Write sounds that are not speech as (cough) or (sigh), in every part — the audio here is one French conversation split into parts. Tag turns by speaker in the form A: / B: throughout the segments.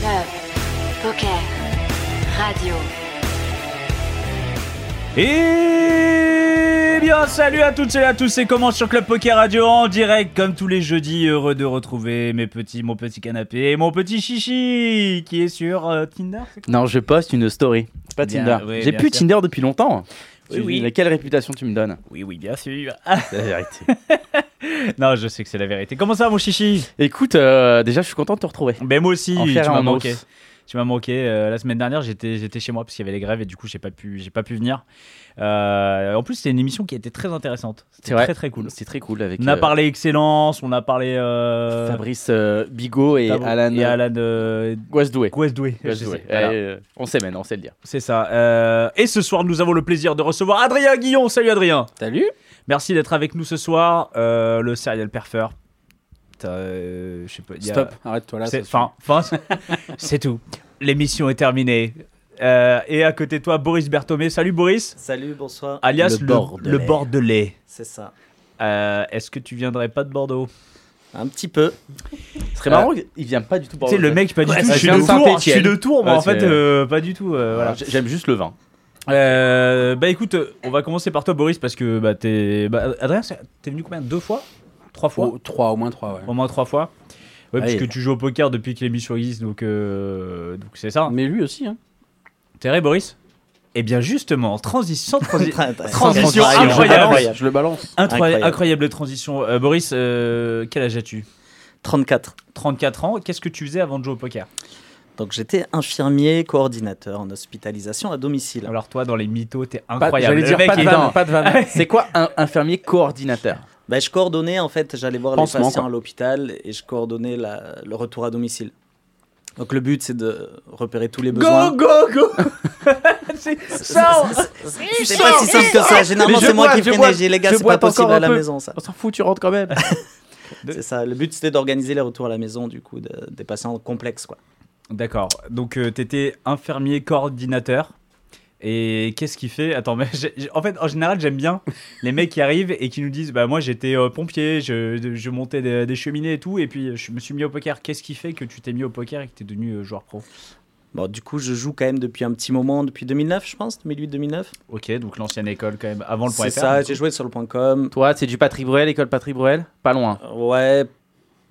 A: Club, poker, radio.
B: Et bien salut à toutes et à tous, c'est comment sur Club Poker Radio en direct comme tous les jeudis, heureux de retrouver mes petits, mon petit canapé et mon petit chichi qui est sur euh, Tinder. c'est quoi
C: Non, je poste une story. C'est pas
B: Bien,
C: Tinder.
B: oui,
C: J'ai
B: bien
C: plus
B: sûr.
C: Tinder depuis longtemps.
B: Oui,
C: Tu-
B: oui.
C: Quelle réputation tu me donnes
B: Oui oui bien sûr.
C: C'est la vérité.
B: (laughs) non je sais que c'est la vérité. Comment ça mon chichi
C: (laughs) Écoute, euh, déjà, je suis content de te retrouver.
B: Ben moi aussi,
C: En
B: tu
C: chair et
B: m'as
C: en os.
B: manqué. Tu m'as manqué. Euh, la semaine dernière j'étais j'étais chez moi parce qu'il y avait les grèves et du coup j'ai pas pu j'ai pas pu venir. Euh, en plus c'est une émission qui était très intéressante. C'était
C: C'est vrai.
B: Très très cool.
C: C'est très cool avec
B: On a
C: euh,
B: parlé excellence, on a parlé euh,
C: Fabrice euh, Bigot et
B: Tabou-
C: Alan,
B: et Alan euh,
C: Guasdoué.
B: Guesdoué.
C: Guasdoué. Euh, on s'aimène, on sait le dire.
B: C'est ça. Euh, et ce soir, nous avons le plaisir de recevoir Adrien Guillon. Salut Adrien.
C: Salut
B: Merci d'être avec nous ce soir. Euh, le serial perfer. T'as, euh, je sais pas. il y a-
C: Stop, arrête-toi là.
B: C'est fin. fin, c'est- c'est tout. L'émission est terminée. Euh, et à côté de toi, Boris Berthomé. Salut Boris.
D: Salut, bonsoir.
B: Alias
C: Le
B: le,
C: Bordelais.
B: le Bordelais.
D: C'est ça.
B: Euh, Est-ce que tu viendrais pas de Bordeaux
D: Un petit peu.
C: Ce serait marrant, il vient pas du tout
B: Euh, Tu sais,
C: Bordeaux.
B: le mec, pas du
C: Ouais,
B: tout.
C: ça
B: Je suis
C: vient
B: de
C: de
B: Tours. Je suis
C: Saint-Étienne.
B: de Tours, mais
C: Ouais,
B: en fait,
C: c'est-
B: euh, pas du tout. euh, voilà.
C: Voilà, j'ai- J'aime juste le vin.
B: Euh, bah écoute, euh, on va commencer par toi Boris parce que bah t'es, bah, Adrien, c'est- t'es venu combien Deux fois Trois fois
E: Oh, trois, au moins trois, ouais.
B: Au moins trois fois. Ouais,
C: Allez.
B: puisque tu joues au poker depuis que l'émission existe, donc euh, donc c'est ça.
E: Mais lui aussi, hein.
B: T'es vrai Boris Eh bien justement, transition, (laughs) transition,
D: Transition
B: transition incroyable,
D: incroyable.
E: Je le balance.
B: incroyable,
D: Incroyable.
B: incroyable transition. Euh, Boris, euh, quel âge as-tu
D: 34.
B: 34 ans. Qu'est-ce que tu faisais avant de jouer au poker
D: Donc j'étais infirmier coordinateur en hospitalisation à domicile.
B: Alors toi, dans les mythos, t'es
E: Pas-
B: incroyable.
E: J'allais
B: Le
E: dire
B: mec
E: pas de
B: est- (laughs)
E: (laughs) vanne, pas de vanne.
C: C'est quoi un infirmier coordinateur
D: Bah, je coordonnais en fait, j'allais voir
E: Pansement,
D: les patients
E: quoi.
D: à l'hôpital et je coordonnais la- le retour à domicile. Donc le but c'est de repérer tous les besoins.
B: Go go go C'est- Sors
D: C'est pas si simple que ça. Généralement
C: je
D: c'est moi
C: bois,
D: qui
C: je
D: freinais.
C: bois,
D: J'ai les gars,
C: je
D: c'est
C: bois
D: pas possible
C: encore un
D: à la
C: peu.
D: maison ça.
C: On s'en fout, tu rentres quand
D: (laughs)
C: même.
D: C'est ça. Le but c'était d'organiser les retours à la maison du coup de- des patients complexes quoi.
B: D'accord. Donc, euh, t'étais infirmier coordinateur. Et qu'est-ce qu'il fait Attends, (laughs) mais j'ai- j'ai- en fait, en général, j'aime bien les mecs qui arrivent et qui nous disent Bah, moi, j'étais euh, pompier, je, je montais des, des cheminées et tout, et puis je me suis mis au poker. Qu'est-ce qui fait que tu t'es mis au poker et que t'es devenu euh, joueur pro
D: Bon du coup je joue quand même depuis un petit moment, depuis 2009 je pense, 2008-2009.
B: Ok, donc l'ancienne école, quand même, avant le point
D: C'est
B: FR.
D: ça. J'ai joué sur le point com.
C: Toi, c'est du Patrick Bruel, école Patrick Bruel Pas loin.
D: Ouais,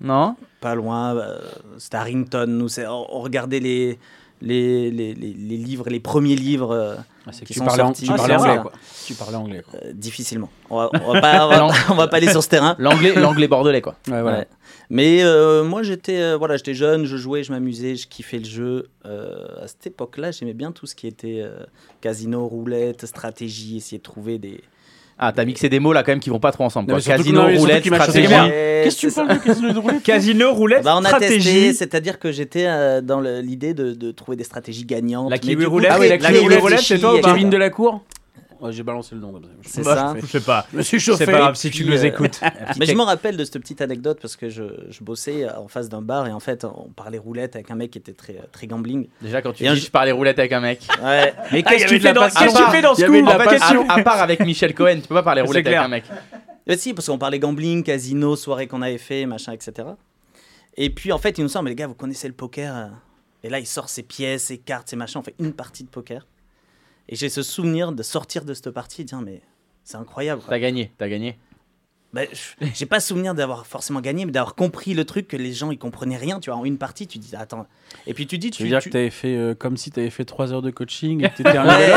C: Non
D: pas loin. euh, C'était à Rington. Où c'est- on, on regardait les, les, les, les- les livres, les premiers livres. euh,
E: c'est
D: que
E: que
D: tu
E: tu
D: parlais-
E: parlais,
D: tu parlais
E: anglais,
D: anglais,
E: quoi. Tu parlais anglais, quoi.
D: euh, difficilement. On va, on va pas, on va-
C: Non.
D: on va pas aller sur ce terrain.
E: (laughs)
C: L'anglais, l'anglais bordelais, quoi.
E: Ouais, voilà.
D: Ouais. Mais euh, moi, j'étais euh, voilà, j'étais jeune, je jouais, je m'amusais, je kiffais le jeu. Euh, à cette époque-là, j'aimais bien tout ce qui était euh, casino, roulette, stratégie, essayer de trouver des.
C: Ah, t'as mixé des mots là quand même qui vont pas trop ensemble.
E: Non,
C: quoi.
E: mais surtout
C: Casino,
E: que- non, mais surtout
C: roulette,
E: qu'il m'a choisi
C: stratégie.
E: moi.
D: Ouais,
E: Qu'est-ce que tu
D: c'est ça.
E: parles de casino de
B: (laughs)
E: roulette
B: Casino, roulette,
D: Bah, on a testé,
B: stratégie.
D: c'est-à-dire que j'étais euh, dans le- l'idée de, de trouver des stratégies gagnantes.
B: La
D: mais
B: kiwi
D: du coup, ah
B: roulette,
D: très-
E: la
D: très
E: kiwi roulette,
D: réfléchi,
B: c'est toi ou pas
D: etc.
E: Kevin Delacour Ouais, J'ai balancé le nom. comme ça.
D: C'est
B: Bah,
D: ça.
B: Je sais pas.
E: Je me suis chauffé.
B: C'est pas grave si tu
D: puis,
B: nous
D: euh,
B: écoutes.
D: Mais je me rappelle de cette petite anecdote parce que je, je bossais en face d'un bar et en fait on parlait roulette avec un mec qui était très, très gambling.
C: Déjà quand tu
D: Et un
C: dis
D: ju-
C: je parlais roulette avec un mec.
D: Ouais,
B: Mais
E: Ah, il y
B: qu'est-ce que
E: avait
B: tu
E: de
B: fais
E: la
B: dans-
E: passe-
B: qu'est-ce que tu
D: bah,
E: Ah,
B: fais dans
E: il y
B: ce
E: avait de
B: coup
E: la
B: Pas
E: passe-
B: question.
C: À, à part avec Michel Cohen, tu peux pas parler
B: C'est
C: roulette avec
B: clair.
C: un mec.
D: Mais Eh si, parce qu'on parlait gambling, casino, soirée qu'on avait fait, machin, etc. Et puis en fait, il nous semble, les gars, vous connaissez le poker. euh. Et là, il sort ses pièces, ses cartes, ses machins. On fait une partie de poker. Et j'ai ce souvenir de sortir de cette partie et dire, mais c'est incroyable. quoi.
C: T'as gagné, t'as gagné.
D: bah, je- j'ai pas souvenir d'avoir forcément gagné, mais d'avoir compris le truc que les gens ils comprenaient rien. Tu vois, en une partie, tu dis attends. Et puis tu dis,
E: Tu
D: tu,
E: veux dire
D: tu-
E: que t'avais fait euh, comme si t'avais fait 3 heures de coaching et que (laughs) t'étais un
D: Ouais.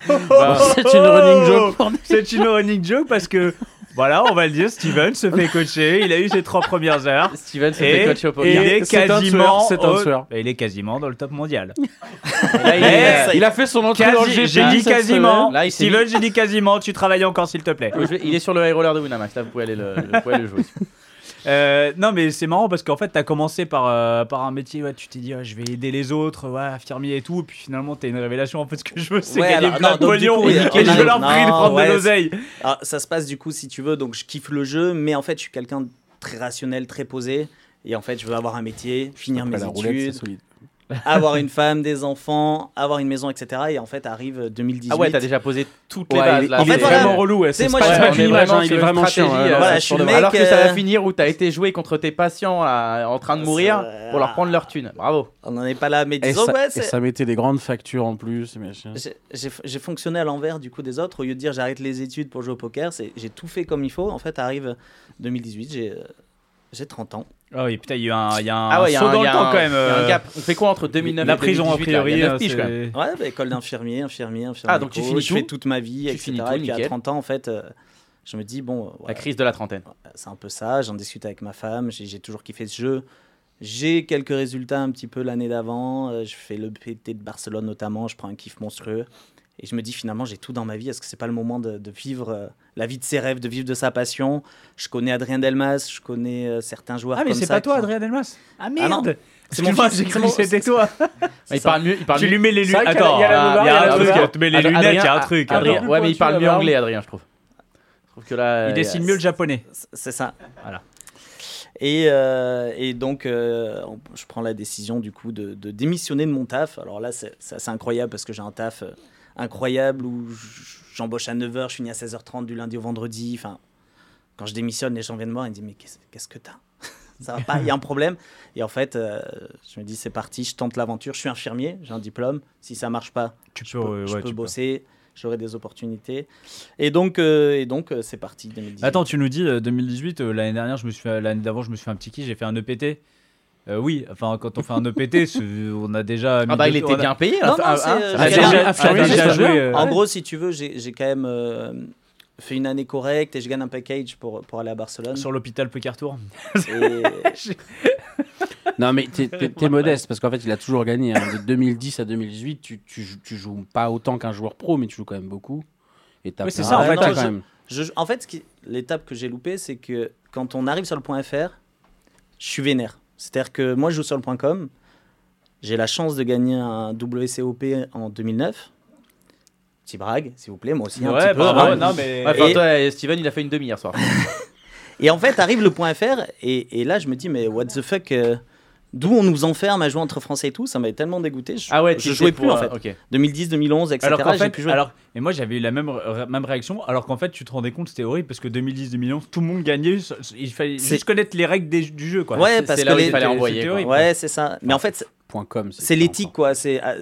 E: C'est une running joke.
B: Oh (laughs) C'est une running joke parce que, voilà, on va le dire, Steven se fait coacher. Il a eu ses trois premières heures.
C: Steven (laughs) se
B: Et,
C: fait coach au
B: et il
C: poker.
B: est
E: C'est un tueur,
B: quasiment,
E: c'est un
B: au-
E: tueur.
B: Et il est quasiment dans le top mondial.
C: Là, il
B: Eh,
C: est-
D: ça y est.
E: Il a fait son entrée dans le
B: Quasi-
E: GP
B: J'ai dit
E: cette
B: quasiment.
E: semaine.
C: Là, il s'est
B: Steven, j'ai dit quasiment. Tu travailles encore, s'il te plaît.
C: Je vais- Il est sur le high roller de Winamax, là vous pouvez aller le, vous pouvez aller le jouer.
B: Euh, non, mais c'est marrant parce qu'en fait, t'as commencé par, euh, par un métier. Ouais, tu t'es dit, ouais, je vais aider les autres, ouais, infirmier et tout. Et puis finalement, t'as une révélation. En fait, ce que je veux, c'est
D: Ouais,
B: gagner
D: alors,
B: plein
D: non,
B: de
D: donc, du
B: pognon
D: coup,
B: et
D: il y a-
B: niquer.
D: on a-
B: Je leur prie de
D: non,
B: prendre de
D: ouais,
B: l'oseille.
D: Ah, ça se passe du coup si tu veux, donc je kiffe le jeu, mais en fait je suis quelqu'un de très rationnel, très posé. Et en fait, je veux avoir un métier, finir mes
E: Après, la roulette, c'est
D: études,
E: solide.
D: (laughs) avoir une femme, des enfants, avoir une maison, etc. Et en fait, arrive 2018.
C: Ah ouais, t'as déjà posé toutes les
E: Ouais,
C: bases
E: il est-
C: là.
E: il est
D: fait, voilà.
E: vraiment relou. ouais,
D: Tu sais,
E: C'est
D: moi,
E: pas-
D: je-
E: c'est
D: Ouais,
E: pas
D: on
E: qu'une
D: est
E: image,
C: vraiment
E: hein, il
C: sur
E: est
C: une
E: vraiment chiant.
C: stratégie,
E: ouais,
D: voilà,
E: ouais,
D: je
E: c'est
D: suis
E: pour de
D: le
E: vrai.
D: mec,
C: Alors que ça
D: euh,
C: va finir où t'as été joué contre tes patients là, en train de mourir
D: Ça- euh,
C: pour leur prendre leur thune. Bravo.
D: On n'en est pas là, mais
E: Et
D: disons,
E: ça,
D: ouais,
E: et
D: c'est-
E: ça mettait des grandes factures en plus. et machin.
D: j'ai- j'ai j'ai fonctionné à l'envers du coup des autres. Au lieu de dire j'arrête les études pour jouer au poker, c'est j'ai tout fait comme il faut. En fait, arrive 2018, j'ai euh, j'ai 30 ans.
B: Ah oui, putain, il y a un, il y a un
C: Ah ouais, il y a
B: saut
C: un-
B: dans
C: il y
B: le
C: a
B: temps
C: un-
B: quand même.
C: il y a
B: euh,
C: un gap. On fait quoi entre 2009
B: La
C: et
B: prison, a
C: 2018, là Il y
B: priori.
C: neuf
B: hein,
C: piges, quand même.
B: c'est-
D: Ouais, bah, école d'infirmier, infirmier, infirmier.
C: Ah, donc tu
D: co,
C: finis
D: je fais
C: tout
D: toute ma vie,
C: Tu
D: etc.
C: finis tout,
D: et puis à
C: nickel.
D: 30 ans, en fait, euh, je me dis, bon, euh,
C: La
D: voilà,
C: crise de la trentaine.
D: c'est un peu ça. J'en discute avec ma femme. J'ai j'ai toujours kiffé ce jeu. J'ai quelques résultats un petit peu l'année d'avant. euh, Je fais le PT de Barcelone notamment. Je prends un kiff monstrueux. Et je me dis finalement, j'ai tout dans ma vie. Est-ce que c'est pas le moment de, de vivre euh, la vie de ses rêves, de vivre de sa passion Je connais Adrien Delmas, je connais euh, certains joueurs
B: Ah, mais
D: comme
B: c'est
D: ça
B: pas
D: qui
B: toi,
D: sont-
B: Adrien Delmas. Ah
D: non.
B: merde.
D: C'est mon
B: Excuse-moi,
D: fils,
B: j'ai
D: c'est
B: cru
D: mon-
B: que c'était toi.
C: Mais
D: C'est
C: il parle mieux. Il parle
B: Tu
C: mieux.
B: lui mets les
E: C'est vrai
B: lunettes.
E: qu'il y a-
B: Attends,
E: il y a la
B: ah,
E: Lola,
B: il y a
E: il y a
B: un
E: la
B: truc.
E: Lola.
B: Tu mets les
C: Adrien-
B: lunettes, il y a un
C: Adrien-
B: truc.
E: Adrien-
B: Adrien.
C: Ouais, mais il parle
E: pointu,
C: mieux
E: là-bas.
C: anglais, Adrien, je trouve. Je trouve que là.
B: Il dessine mieux le japonais.
D: C'est ça.
B: Voilà.
D: Et, euh, et donc, euh, on- je prends la décision du coup de, de démissionner de mon taf. Alors là, c'est c'est assez incroyable parce que j'ai un taf euh, incroyable où j- j'embauche à 9h, je finis à 16h30 du lundi au vendredi. Enfin, quand je démissionne, les gens viennent me voir et me disent Mais qu'est-ce qu'est-ce que t'as (laughs) Ça va pas, il y a un problème. Et en fait, euh, je me dis C'est parti, je tente l'aventure. Je suis infirmier, j'ai un diplôme. Si ça marche pas,
B: Tu peux,
D: je peux,
B: Oh, ouais,
D: je
B: ouais,
D: peux
B: tu peux.
D: bosser, j'aurai des opportunités. Et donc, euh, et donc euh, c'est parti. 2018.
B: Attends, tu nous dis euh, 2018, euh, l'année dernière, je me suis fait- l'année d'avant, je me suis fait un petit kiff, j'ai fait un EPT. Euh, oui, enfin quand on fait un EPT,
C: (laughs)
B: c'est- on a déjà
C: Ah
B: mis
C: bah
B: deux-
C: il
B: on
C: était
B: a-
C: bien payé.
D: Non,
C: hein,
D: non,
C: hein,
D: c'est,
C: hein.
D: euh,
B: on a
D: c'est
B: déjà,
D: bien.
B: on a
E: Affirmé,
B: déjà
E: c'est
B: Ah, joué.
E: bien.
B: euh,
D: En gros, si tu veux, j'ai j'ai quand même euh, fait une année correcte et je gagne un package pour, pour aller à Barcelone.
B: sur l'hôpital Poker Tour.
D: Et-
E: Non, mais t'es- t'es t'es modeste parce qu'en fait, il a toujours gagné. hein. De 2010 à 2018, tu, tu, joues- tu joues pas autant qu'un joueur pro, mais tu joues quand même beaucoup. Et t'as
B: Oui, c'est
E: plein-
B: ça, en
E: Ah,
B: fait,
E: t'as
D: non,
E: quand
D: je-
E: même.
D: je- en fait, ce qui- l'étape que j'ai loupée, c'est que quand on arrive sur le point FR, je suis vénère. C'est-à-dire que moi, je joue sur le point com. J'ai la chance de gagner un WCOP en 2009. Petit brag, s'il vous plaît, moi aussi. un
B: Ouais,
D: petit peu.
B: bravo,
D: hein.
B: non mais
C: Ouais, enfin,
D: Et-
C: toi, et Steven, il a fait une demi hier soir.
D: Et en fait, arrive le point FR, et, et là, je me dis, mais what the fuck, euh, d'où on nous enferme à jouer entre Français et tout, ça m'avait tellement dégoûté. Je,
C: Ah ouais,
D: je jouais plus en fait. 2010, 2011, etc.
B: alors qu'en
D: j'ai
B: fait,
D: plus joué.
B: alors et moi j'avais eu la même r- même réaction, alors qu'en fait tu te rendais compte c'était horrible parce que 2010 2011 tout le monde gagnait, s- s- il fallait
D: C'est-
B: juste connaître les règles des- du jeu quoi.
D: ouais,
C: c'est-
D: Eh, parce
C: c'est
D: que
C: là où il
D: les-
C: fallait
B: c'était-
C: envoyer.
B: c'était
C: quoi.
B: horrible.
D: ouais, c'est ça. Mais en fait, c'est-
E: Point com,
D: c'est l'éthique, quoi. C'est à,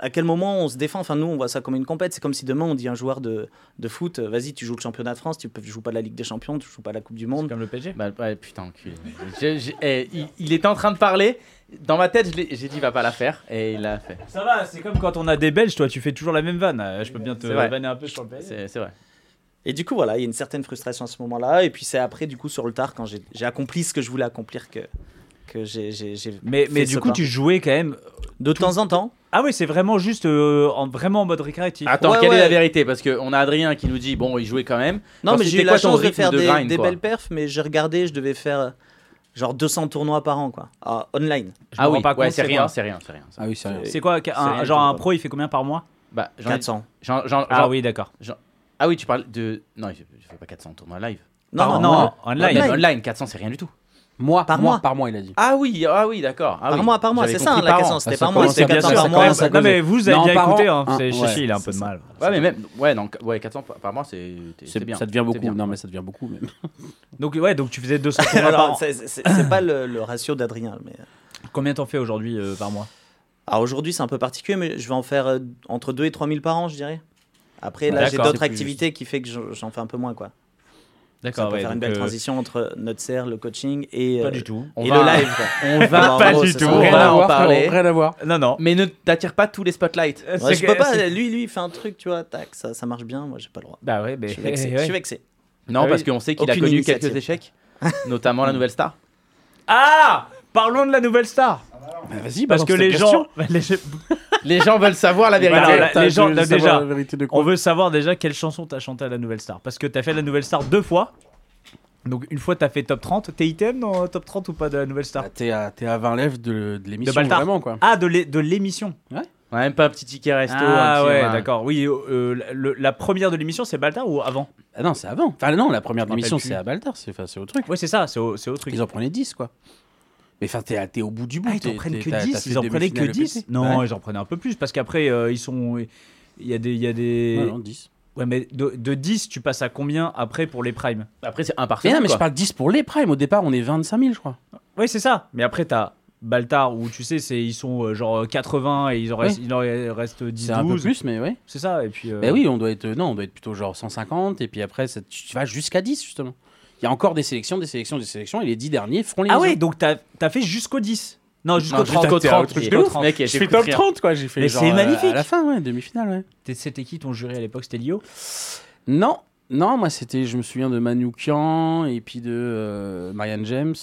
D: à quel moment on se défend. Enfin, nous, on voit ça comme une compète. C'est comme si demain on dit à un joueur de, de foot, euh, vas-y, tu joues le championnat de France, tu peux, tu joues pas la Ligue des Champions, tu joues pas la Coupe du
B: C'est
D: Monde.
B: comme le PSG.
C: Bah, ouais, putain, enculé. J'ai- j'ai- eh, il, il était en train de parler. Dans ma tête, je l'ai- j'ai dit, il va pas la faire. Et il l'a fait.
B: Ça va, c'est comme quand on a des Belges, toi tu fais toujours la même vanne. Euh, Je peux bien te
C: C'est vrai.
B: vanner un peu sur le PSG.
C: C'est c'est vrai.
D: Et du coup, voilà, il y a une certaine frustration à ce moment-là. Et puis c'est après, du coup, sur le tard, quand j'ai j'ai accompli ce que je voulais accomplir, que, que j'ai. j'ai- j'ai
B: Mais,
D: fait
B: mais
D: ce
B: du coup,
D: pas.
B: tu jouais quand même.
D: De temps en temps,
B: Ah oui, c'est vraiment juste euh, en, vraiment en mode récréatif.
C: Attends,
D: Ouais,
C: quelle
D: ouais.
C: est la vérité Parce qu'on a Adrien qui nous dit, bon, il jouait quand même.
D: Non,
C: Genre,
D: mais
C: c'était
D: j'ai eu
C: quoi
D: la
C: ton
D: chance de
C: rythme
D: faire
C: de
D: des,
C: grind,
D: des
C: quoi
D: belles perfs, mais j'ai regardé, je devais faire euh, genre 200 tournois par an, quoi, Ah, online.
B: Je me
C: Ah
B: rends
C: oui,
B: pas
C: ouais,
B: compte,
C: c'est rien,
B: quoi
C: c'est rien, c'est rien.
E: Ah oui, c'est rien.
D: C'est-
B: C'est quoi qu'un-
D: C'est rien
B: Genre
D: du
B: un
D: tout.
B: pro, il fait combien par mois
C: Bah, j'en ai-
D: 400.
C: j'en- j'en-
B: Ah
C: j'en-
B: oui, d'accord.
C: Ah oui, tu parles de. Non, je, je fais pas 400 tournois live.
B: Par
D: Non, non,
B: mois,
D: non.
B: online.
C: Online, online, 400, c'est rien du tout.
E: Moi,
D: Par
E: par mois,
D: mois.
E: par mois, il a dit.
C: Ah oui, ah oui, d'accord. Ah
D: Par
C: oui.
D: mois, par mois,
C: J'avais
D: c'est ça hein,
C: compris
D: la
C: par
D: question.
C: an.
D: C'était
E: Ah, ça
D: par mois,
E: commence
D: c'était
E: à bien
D: 400
E: sûr,
D: par
E: ça
D: mois.
E: commence à-
B: Non, mais vous
E: Non,
B: avez bien
E: par
B: écouté, hein.
D: Ah,
E: an, un,
B: C'est
E: ouais.
B: Chichi, il a un peu de mal.
C: Ouais, mais même. Ouais, donc, ouais 400 par par mois, c'est c'est bien.
E: Ça devient
C: c'est
E: beaucoup.
C: bien.
E: Non, mais ça devient beaucoup. Même. (laughs)
B: Donc, ouais, donc tu faisais 200 tournois par
D: (laughs) Alors,
B: an.
D: c'est- c'est c'est pas le, le ratio d'Adrien. Mais... euh,
B: Combien t'en fais aujourd'hui euh, par mois
D: Alors aujourd'hui, c'est un peu particulier, mais je vais en faire euh, entre 2 et 3 000 par an, je dirais. Après, là, j'ai d'autres activités juste. qui fait que j'en fais un peu moins, quoi. D'accord, on va faire une belle transition entre notre serre, le coaching et,
B: euh,
D: euh,
B: pas du tout.
D: et le live.
C: On va
B: pas du tout.
C: On va
E: (laughs)
C: en parler.
E: Rien à voir.
B: Non, non.
C: Mais ne t'attire pas tous les spotlights.
E: Euh,
D: Ouais, je peux pas. Lui, lui, il fait un truc, tu vois, tac, ça, ça marche bien. Moi, j'ai pas le droit.
B: Bah (laughs) ouais, mais
D: je suis vexé. Je suis vexé.
C: Non,
B: Ah oui.
C: parce qu'on sait qu'il a
D: Aucune
C: connu
D: initiative.
C: quelques échecs, notamment la nouvelle star.
B: Ah Parlons de la nouvelle star.
E: Bah, Vas-y,
B: Parce
E: balance
B: que
E: ta
B: les
E: question.
B: gens, (laughs) les gens-
C: Les gens veulent savoir la vérité.
B: Voilà, là,
E: Putain,
B: les
E: je
B: gens,
E: veux
B: là,
E: savoir
B: déjà,
E: la vérité de quoi.
B: on veut savoir déjà quelle chanson t'as chanté à la nouvelle star. Parce que t'as fait la nouvelle star deux fois. Donc une fois t'as fait top 30. T'es item dans euh, top 30 ou pas de la nouvelle star
E: Ah, T'es à, t'es à 20 lèvres de, de l'émission,
B: De Baltar.
E: vraiment quoi.
B: Ah, de l'é- de l'émission.
C: On a même pas un petit ticket resto.
B: Ah
C: un petit-
B: ouais,
C: un-
B: d'accord. Oui, euh, euh, le- la première de l'émission, c'est Baltar ou avant
E: Ah non, c'est avant. Enfin non, la première
B: Je
E: de
B: me rappelle
E: l'émission
B: plus.
E: c'est à Baltar, c'est enfin, c'est au truc.
B: Ouais, c'est ça, c'est au, c'est au truc.
E: Ils en prenaient 10 quoi. Mais enfin, t'es à- t'es au bout du bout.
B: Ah, ils en
E: t'es-
B: prennent
E: t'es-
B: que
E: t'as- t'as
B: 10
E: fait
B: Ils en prenaient que
E: demi-finale
B: 10
E: EPC.
B: Non,
E: Ouais.
B: ils en prenaient un peu plus parce qu'après, euh, ils sont. Il y a des. il Y a des...
E: Ouais, non, 10.
B: Ouais, mais de, de 10, tu passes à combien après pour les primes
C: Après, c'est un
E: Mais
C: parfait.
E: non, mais je parle 10 pour les primes. Au départ, on est 25 000, je crois.
B: Oui, c'est ça. Mais après, t'as Baltar où tu sais, c'est, ils sont euh, genre 80 et ils en restent, il en reste 10,
E: C'est un peu
B: 12.
E: plus, mais ouais.
B: C'est ça. Et puis. euh,
E: Ben oui, on doit être non, on doit être plutôt genre 150 et puis après ça- tu tu vas jusqu'à 10 justement. Il y a encore des sélections, des sélections, des sélections et les 10 derniers feront les
B: Ah ouais,
E: autres.
B: donc t'as, t'as fait jusqu'au 10. Non, jusqu'au
C: Non,
B: 30.
C: jusqu'au
E: T'as- t'es
C: 30,
E: un truc
C: il-
E: de ouf.
C: le mec, il
E: Je fais
C: écoute
E: top
C: rien.
E: 30 quoi, j'ai fait
B: Mais
E: genre,
B: c'est
E: euh,
B: magnifique.
E: à la fin ouais, demi-finale ouais.
B: T'es- C'était qui ton jury à l'époque C'était Lio
E: Non, non, moi c'était, je me souviens de Manoukian et puis de euh, Marianne James.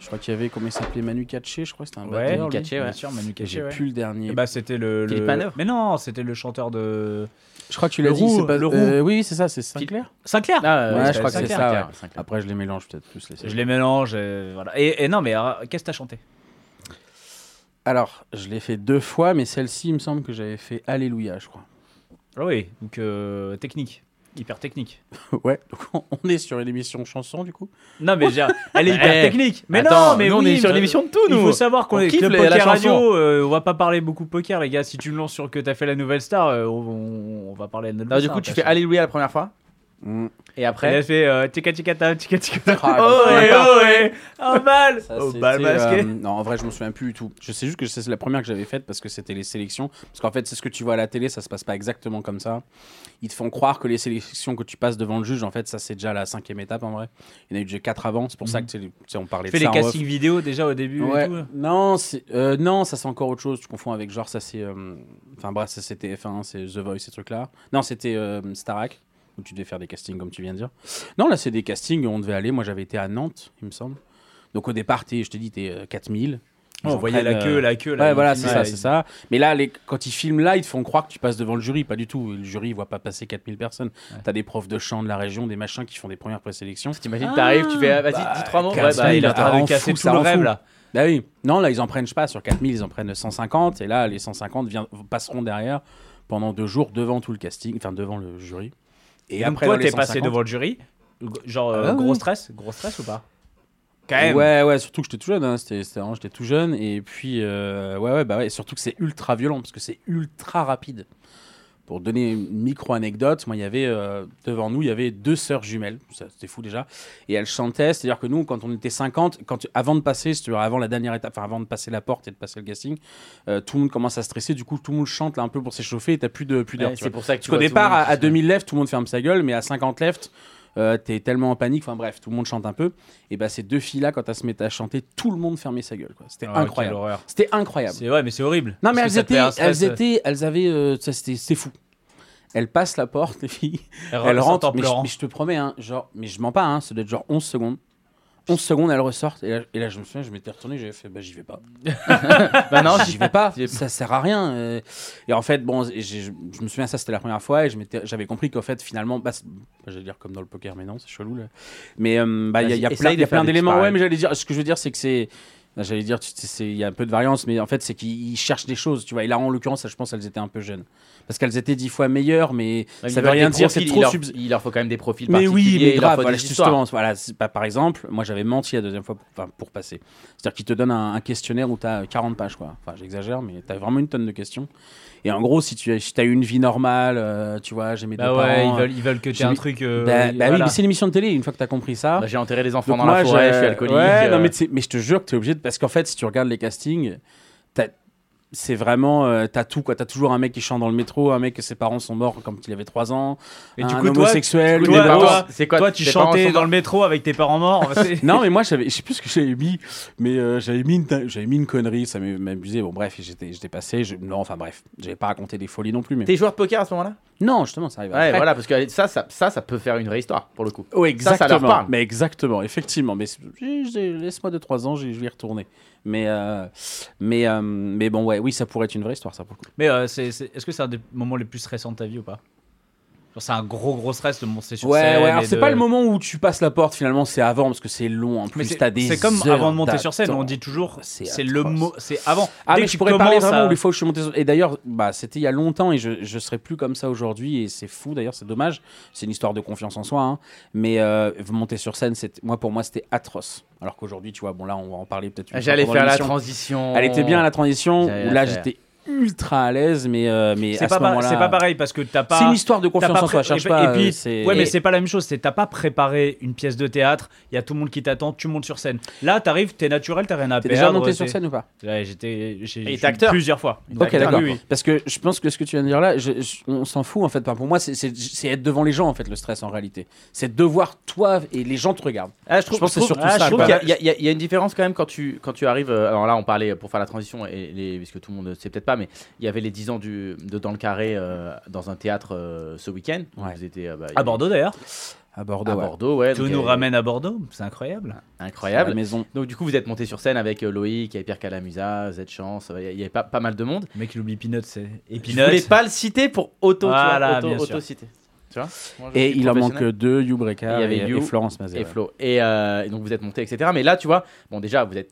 E: Je crois qu'il y avait, comment il s'appelait, Manu Katché, je crois, c'était un batteur.
B: Manu
E: lui.
B: Katché,
C: ouais.
B: Bien sûr, Manu
E: Et J'ai
B: Katché, ouais.
E: plus le dernier.
B: Et bah, c'était le.
C: Philippe
B: le...
C: Manœuvre.
B: Mais non, c'était le chanteur de.
E: je crois que tu
B: le
E: l'as dit,
B: roux,
E: c'est pas
B: le roux.
E: euh, oui, oui, c'est ça, c'est Sinclair.
B: Sinclair
C: Ah,
E: Ouais,
B: c'est
E: je crois que c'est
B: Sinclair.
E: ça. ouais. Après, je les mélange peut-être plus. les
B: Je les mélange. euh, voilà. et, et non, mais euh, qu'est-ce que t'as chanté
E: Alors, je l'ai fait deux fois, mais celle-ci, il me semble que j'avais fait Alléluia, je crois.
B: Ah oui, donc euh, technique. Hyper technique.
E: ouais, donc (laughs) on est sur une émission chanson, du coup.
B: Non, mais j'ai- elle
C: (laughs)
B: est hyper
C: Eh,
B: technique. Mais
C: Attends,
B: non, mais
C: nous, on
B: oui,
C: est sur
B: mais-
C: l'émission de tout,
B: Il
C: nous.
B: faut savoir qu'on
C: On
B: est
C: kiffe
B: le
C: la-
B: poker
C: la chanson.
B: radio. euh, on va pas parler beaucoup poker, les gars. Si tu me lances sur que t'as fait la nouvelle star, euh, on, on va parler de notre
C: Non, du coup, tu fais Alléluia la première fois.
E: Mm.
C: Et
B: Après,
C: après.
B: elle fait euh, tika tika ta, tika tika ta. Oh,
E: Ah,
B: Ohé,
E: bah,
C: (laughs)
B: ohé, en balle
E: Ça,
B: Au
E: c'était,
B: bal
E: euh, (laughs)
B: masqué
E: non, en vrai, je me souviens plus du tout. Je sais juste que c'est la première que j'avais faite parce que c'était les sélections. Parce qu'en fait, c'est ce que tu vois à la télé, ça se passe pas exactement comme ça. Ils te font croire que les sélections que tu passes devant le juge, en fait, ça c'est déjà la cinquième étape en vrai. Il y en a eu déjà quatre avant, c'est pour ça que tu sais, tu sais, on parlait
B: Tu fais
E: de ça.
B: les
E: en off.
B: castings vidéo déjà au début
E: Ouais.
B: et tout.
E: Non, c'est- euh, non, ça c'est encore autre chose. Tu confonds avec genre ça c'est. euh, Enfin bref, ça c'était F1, c'est The Voice, ces trucs-là. Non, c'était euh, Starac où tu devais faire des castings comme tu viens de dire. Non, là c'est des castings où on devait aller. Moi j'avais été à Nantes, il me semble. Donc au départ, t'es- je t'ai dit, t'es euh, 4000. Ils
B: On
E: en
B: voyait Oh, la
E: prennent,
B: queue,
E: euh,
B: la queue.
E: Ouais,
B: là, ils
E: voilà,
B: filment,
E: c'est ça,
B: là,
E: c'est
B: ils-
E: ça. Mais là, les, quand ils filment là, ils te font croire que tu passes devant le jury, pas du tout. Le jury, il voit pas passer 4000 personnes. T'as des profs de chant de la région, des machins qui font des premières présélections.
C: T'imagines, t'arrives, tu fais, ah, vas-y, dis trois mots. Ouais,
E: quinze
C: bah, il
E: minutes,
C: a
E: attends.
C: pas.
B: Ah, de
E: en
B: casser
E: fou,
B: tout
E: ça
B: le
E: en
B: rêve
E: fout.
B: là.
E: Bah oui. Non, là, ils en prennent, je sais pas, sur 4000, ils en prennent 150. Et là, les 150 vient- passeront derrière pendant deux jours devant tout le casting, enfin devant le jury. Et
B: Et
E: après,
B: après, toi,
E: dans les
B: t'es passé
E: 150
B: devant le jury. Genre, euh,
E: Ah ouais.
B: gros stress Gros stress ou pas Quand même.
E: Ouais, ouais, surtout que j'étais tout jeune. hein, c'était- c'était vraiment- j'étais tout jeune. Et puis, euh, ouais, ouais, bah ouais. Et surtout que c'est ultra violent parce que c'est ultra rapide. Pour donner une micro-anecdote, moi, il y avait euh, devant nous, il y avait deux sœurs jumelles. Ça, C'était fou déjà. Et elles chantaient. C'est-à-dire que nous, quand on était 50, quand tu- avant de passer, c'est-à-dire avant la dernière étape, enfin avant de passer la porte et de passer le casting, euh, tout le monde commence à stresser. Du coup, tout le monde chante là un peu pour s'échauffer. Et t'as plus de plus d'air.
C: Ouais,
E: tu
C: C'est
E: vois.
C: pour ça que tu
E: Parce qu'au
B: Bah,
C: vois tout le
E: départ,
C: monde
E: à,
C: qui
E: à
C: se-
E: 2000 left, tout le monde ferme sa gueule, mais à 50 left, euh, t'es tellement en panique. Enfin bref, tout le monde chante un peu. Et bah, ces deux filles-là, quand elles se mettaient à chanter, tout le monde fermait sa gueule. quoi. C'était
B: Ah, quelle
E: incroyable.
B: horreur.
E: C'était incroyable.
B: C'est ouais, mais c'est horrible.
E: Non, mais
B: Parce
E: elles
B: que ça te fait
E: étaient,
B: un stress,
E: elles étaient, elles avaient, euh, ça, c'était, c'était fou. Elles passent la porte, (laughs) les filles.
B: euh,
E: Elles
B: ressortent
E: rentrent,
B: en
E: mais je,
B: pleurant.
E: mais je te promets, hein, genre, mais je mens pas, hein, ça doit être genre 11 secondes. 11 secondes, elles ressortent. Et là, et là, je me souviens, je m'étais retourné, j'avais fait, bah, j'y vais pas.
C: (laughs) Bah non,
E: j'y vais
C: (laughs)
E: pas,
C: j'y vais
E: ça sert à rien. euh. Et en fait, bon, j'ai- je, je me souviens, ça c'était la première fois et je m'étais- j'avais compris qu'en fait, finalement, bah, c'est- bah, j'allais dire comme dans le poker, mais non, c'est chelou là. Mais euh, bah, il y a, il y a
C: Vas-y,
E: plein,
C: essaye
E: il y a
C: de faire
E: plein
C: des
E: d'éléments.
C: petits
E: Ouais, mais j'allais dire, ce que je veux dire, c'est que c'est. bah, J'allais dire, tu sais, c'est- il y a un peu de variance, mais en fait, c'est qu'ils ils cherchent des choses, tu vois. Et là, en l'occurrence, je pense elles étaient un peu jeunes. Parce qu'elles étaient dix fois meilleures, mais
C: Ouais,
E: ça
C: ils
E: veut
C: veulent
E: rien
C: des
E: dire, c'est
C: profils,
E: trop
C: il leur-
E: subs-
C: Il leur faut quand même des profils
E: mais oui,
C: particuliers,
E: mais
C: il leur
E: grave,
C: faut
E: voilà,
C: des histoires.
E: justement, voilà, c'est pas, par exemple, moi j'avais menti la deuxième fois pour, enfin, pour passer. C'est-à-dire qu'ils te donnent un, un questionnaire où tu as 40 pages, quoi. Enfin, j'exagère, mais tu as vraiment une tonne de questions. Et en gros, si tu as, si t'as eu une vie normale, euh, tu vois, j'aimais
B: Bah
E: des
B: ouais, ils
E: parents,
B: veulent, ils veulent que tu aies
E: j'ai
B: un
E: mis-
B: truc. euh,
E: bah, bah oui,
B: voilà.
E: mais c'est une émission de télé, une fois que tu as compris ça.
C: Bah, J'ai enterré les enfants dans
E: donc
C: la
E: moi,
C: forêt,
E: j'ai-
C: je suis alcoolique.
E: Ouais,
C: euh,
E: non, mais, tu sais- mais je te jure que tu es obligé de. Parce qu'en fait, si tu regardes les castings, t'as- c'est vraiment euh, t'as tout quoi t'as toujours un mec qui chante dans le métro un mec que ses parents sont morts quand il avait 3 ans
B: Et
E: un
B: du coup, toi,
E: homosexuel
B: Toi,
E: des
B: toi,
E: parents-
C: c'est quoi,
B: toi, tu
C: tes parents sont
B: chantais dans
C: morts
B: le métro avec tes parents morts. c'est-
E: non mais moi j'avais je sais plus ce que j'avais mis mais euh, j'avais mis une tin- j'avais mis une connerie ça m'est- m'abusait bon bref j'étais j'étais passé je- non enfin bref j'avais pas raconté des folies non plus mais
C: T'es joueur de poker à ce moment-là
E: non justement ça arrive
C: Ouais,
E: après.
C: voilà, parce que ça, ça, ça, ça peut faire une vraie histoire pour le coup.
E: Oh,
C: Ça, ça
E: exactement.
C: leur parle.
E: Mais exactement, effectivement. Mais c'est- j'ai- j'ai- laisse-moi deux trois ans, j'y- je vais y retourner. Mais euh, mais euh, mais bon ouais, oui, ça pourrait être une vraie histoire, ça pour le coup.
B: Mais euh, c'est- c'est- est-ce que c'est un des moments les plus stressants de ta vie ou pas Genre, C'est un gros gros stress de monter sur
E: Ouais,
B: scène.
E: ouais.
B: et
E: Alors c'est
B: de-
E: pas le moment où tu passes la porte. Finalement, c'est avant parce que c'est long. En
B: Mais
E: plus,
B: c'est
E: t'as des.
B: c'est comme
E: heures
B: avant de monter sur scène,
E: d'attente.
B: on dit toujours
E: C'est
B: c'est le
E: atroce.
B: mot, c'est avant.
E: Ah,
B: Dès
E: mais
B: que
E: je
B: tu
E: pourrais parler
B: commences
E: vraiment
B: à-
E: les fois où je suis monté. sur- Et d'ailleurs, bah, c'était il y a longtemps et je, je serais plus comme ça aujourd'hui. Et c'est fou d'ailleurs, c'est dommage. C'est une histoire de confiance en soi. hein. Mais euh, monter sur scène, c'est moi pour moi c'était atroce. Alors qu'aujourd'hui, tu vois, bon là, on va en parler peut-être.
B: Ah,
E: une fois
C: J'allais
E: pendant
C: faire la
E: l'émission.
C: transition.
E: Elle était bien à la transition.
C: J'allais
E: Où
C: la
E: là,
C: faire.
E: j'étais ultra à l'aise, mais euh, mais
B: C'est
E: à
B: pas,
E: ce
B: par-
E: moment-là,
B: c'est pas pareil parce que t'as pas.
E: C'est une histoire de
B: t'as
E: confiance en
B: pré-
E: soi. Cherche
B: et-
E: pas.
B: Et puis,
E: euh, c'est-
B: ouais, mais
E: et-
B: c'est pas la même chose. C'est t'as pas préparé une pièce de théâtre. Il y a tout le monde qui t'attend. Tu montes sur scène. Là, t'arrives, t'es naturel, t'as rien à
E: T'es
B: perdre.
E: déjà monté
B: t'es-
E: sur scène ou pas
B: Ouais, j'étais, j'ai,
C: Et
B: j'ai-
C: t'es acteur
B: plusieurs fois.
E: Ok, d'accord.
B: Bah, Oui, oui.
E: Parce que je pense que ce que tu viens de dire là, je- je- on s'en fout en fait. Enfin, pour moi, c'est- c'est c'est être devant les gens en fait le stress en réalité. C'est devoir toi et les gens te regardent.
C: Ah, je, trouve,
E: Je pense
C: je
E: que
C: trouve-
E: c'est surtout
C: ah, je
E: ça,
C: trouve
E: quoi.
C: qu'il y a- il y, a- il y a- il y a une différence quand même quand tu, quand tu arrives. euh, alors là, on parlait pour faire la transition, et les, parce que tout le monde ne sait peut-être pas, mais il y avait les 10 ans du, de Dans le Carré euh, dans un théâtre euh, ce week-end.
E: Ouais.
C: Vous étiez, euh, bah, il y
B: À
C: avait-
B: Bordeaux d'ailleurs.
E: À Bordeaux,
C: À
E: ouais.
C: Bordeaux, ouais.
B: Tout
C: donc,
B: nous
C: euh,
B: ramène à Bordeaux. C'est incroyable.
E: Ah, à la
C: Incroyable.
E: maison.
C: Donc du coup, vous êtes monté sur scène avec euh, Loïc, il y avait Pierre Calamusa, Z Chance, euh, il y a- il y avait pas, pas mal de monde.
B: Le mec, il oublie Peanuts. C'est... Et
C: Je voulais
B: Peanuts.
C: pas le citer pour auto, tu vois,
B: Voilà,
C: auto,
B: bien sûr.
C: auto-citer. Tu vois Moi, je
E: Et
C: suis
E: il en manque
C: professionnel.
E: deux, You Breca
C: Il y avait
E: et,
C: You
E: et Florence Mazet.
C: et
E: ouais.
C: Flo. Et, euh, et donc vous êtes monté, etc. Mais là, tu vois, bon déjà, vous êtes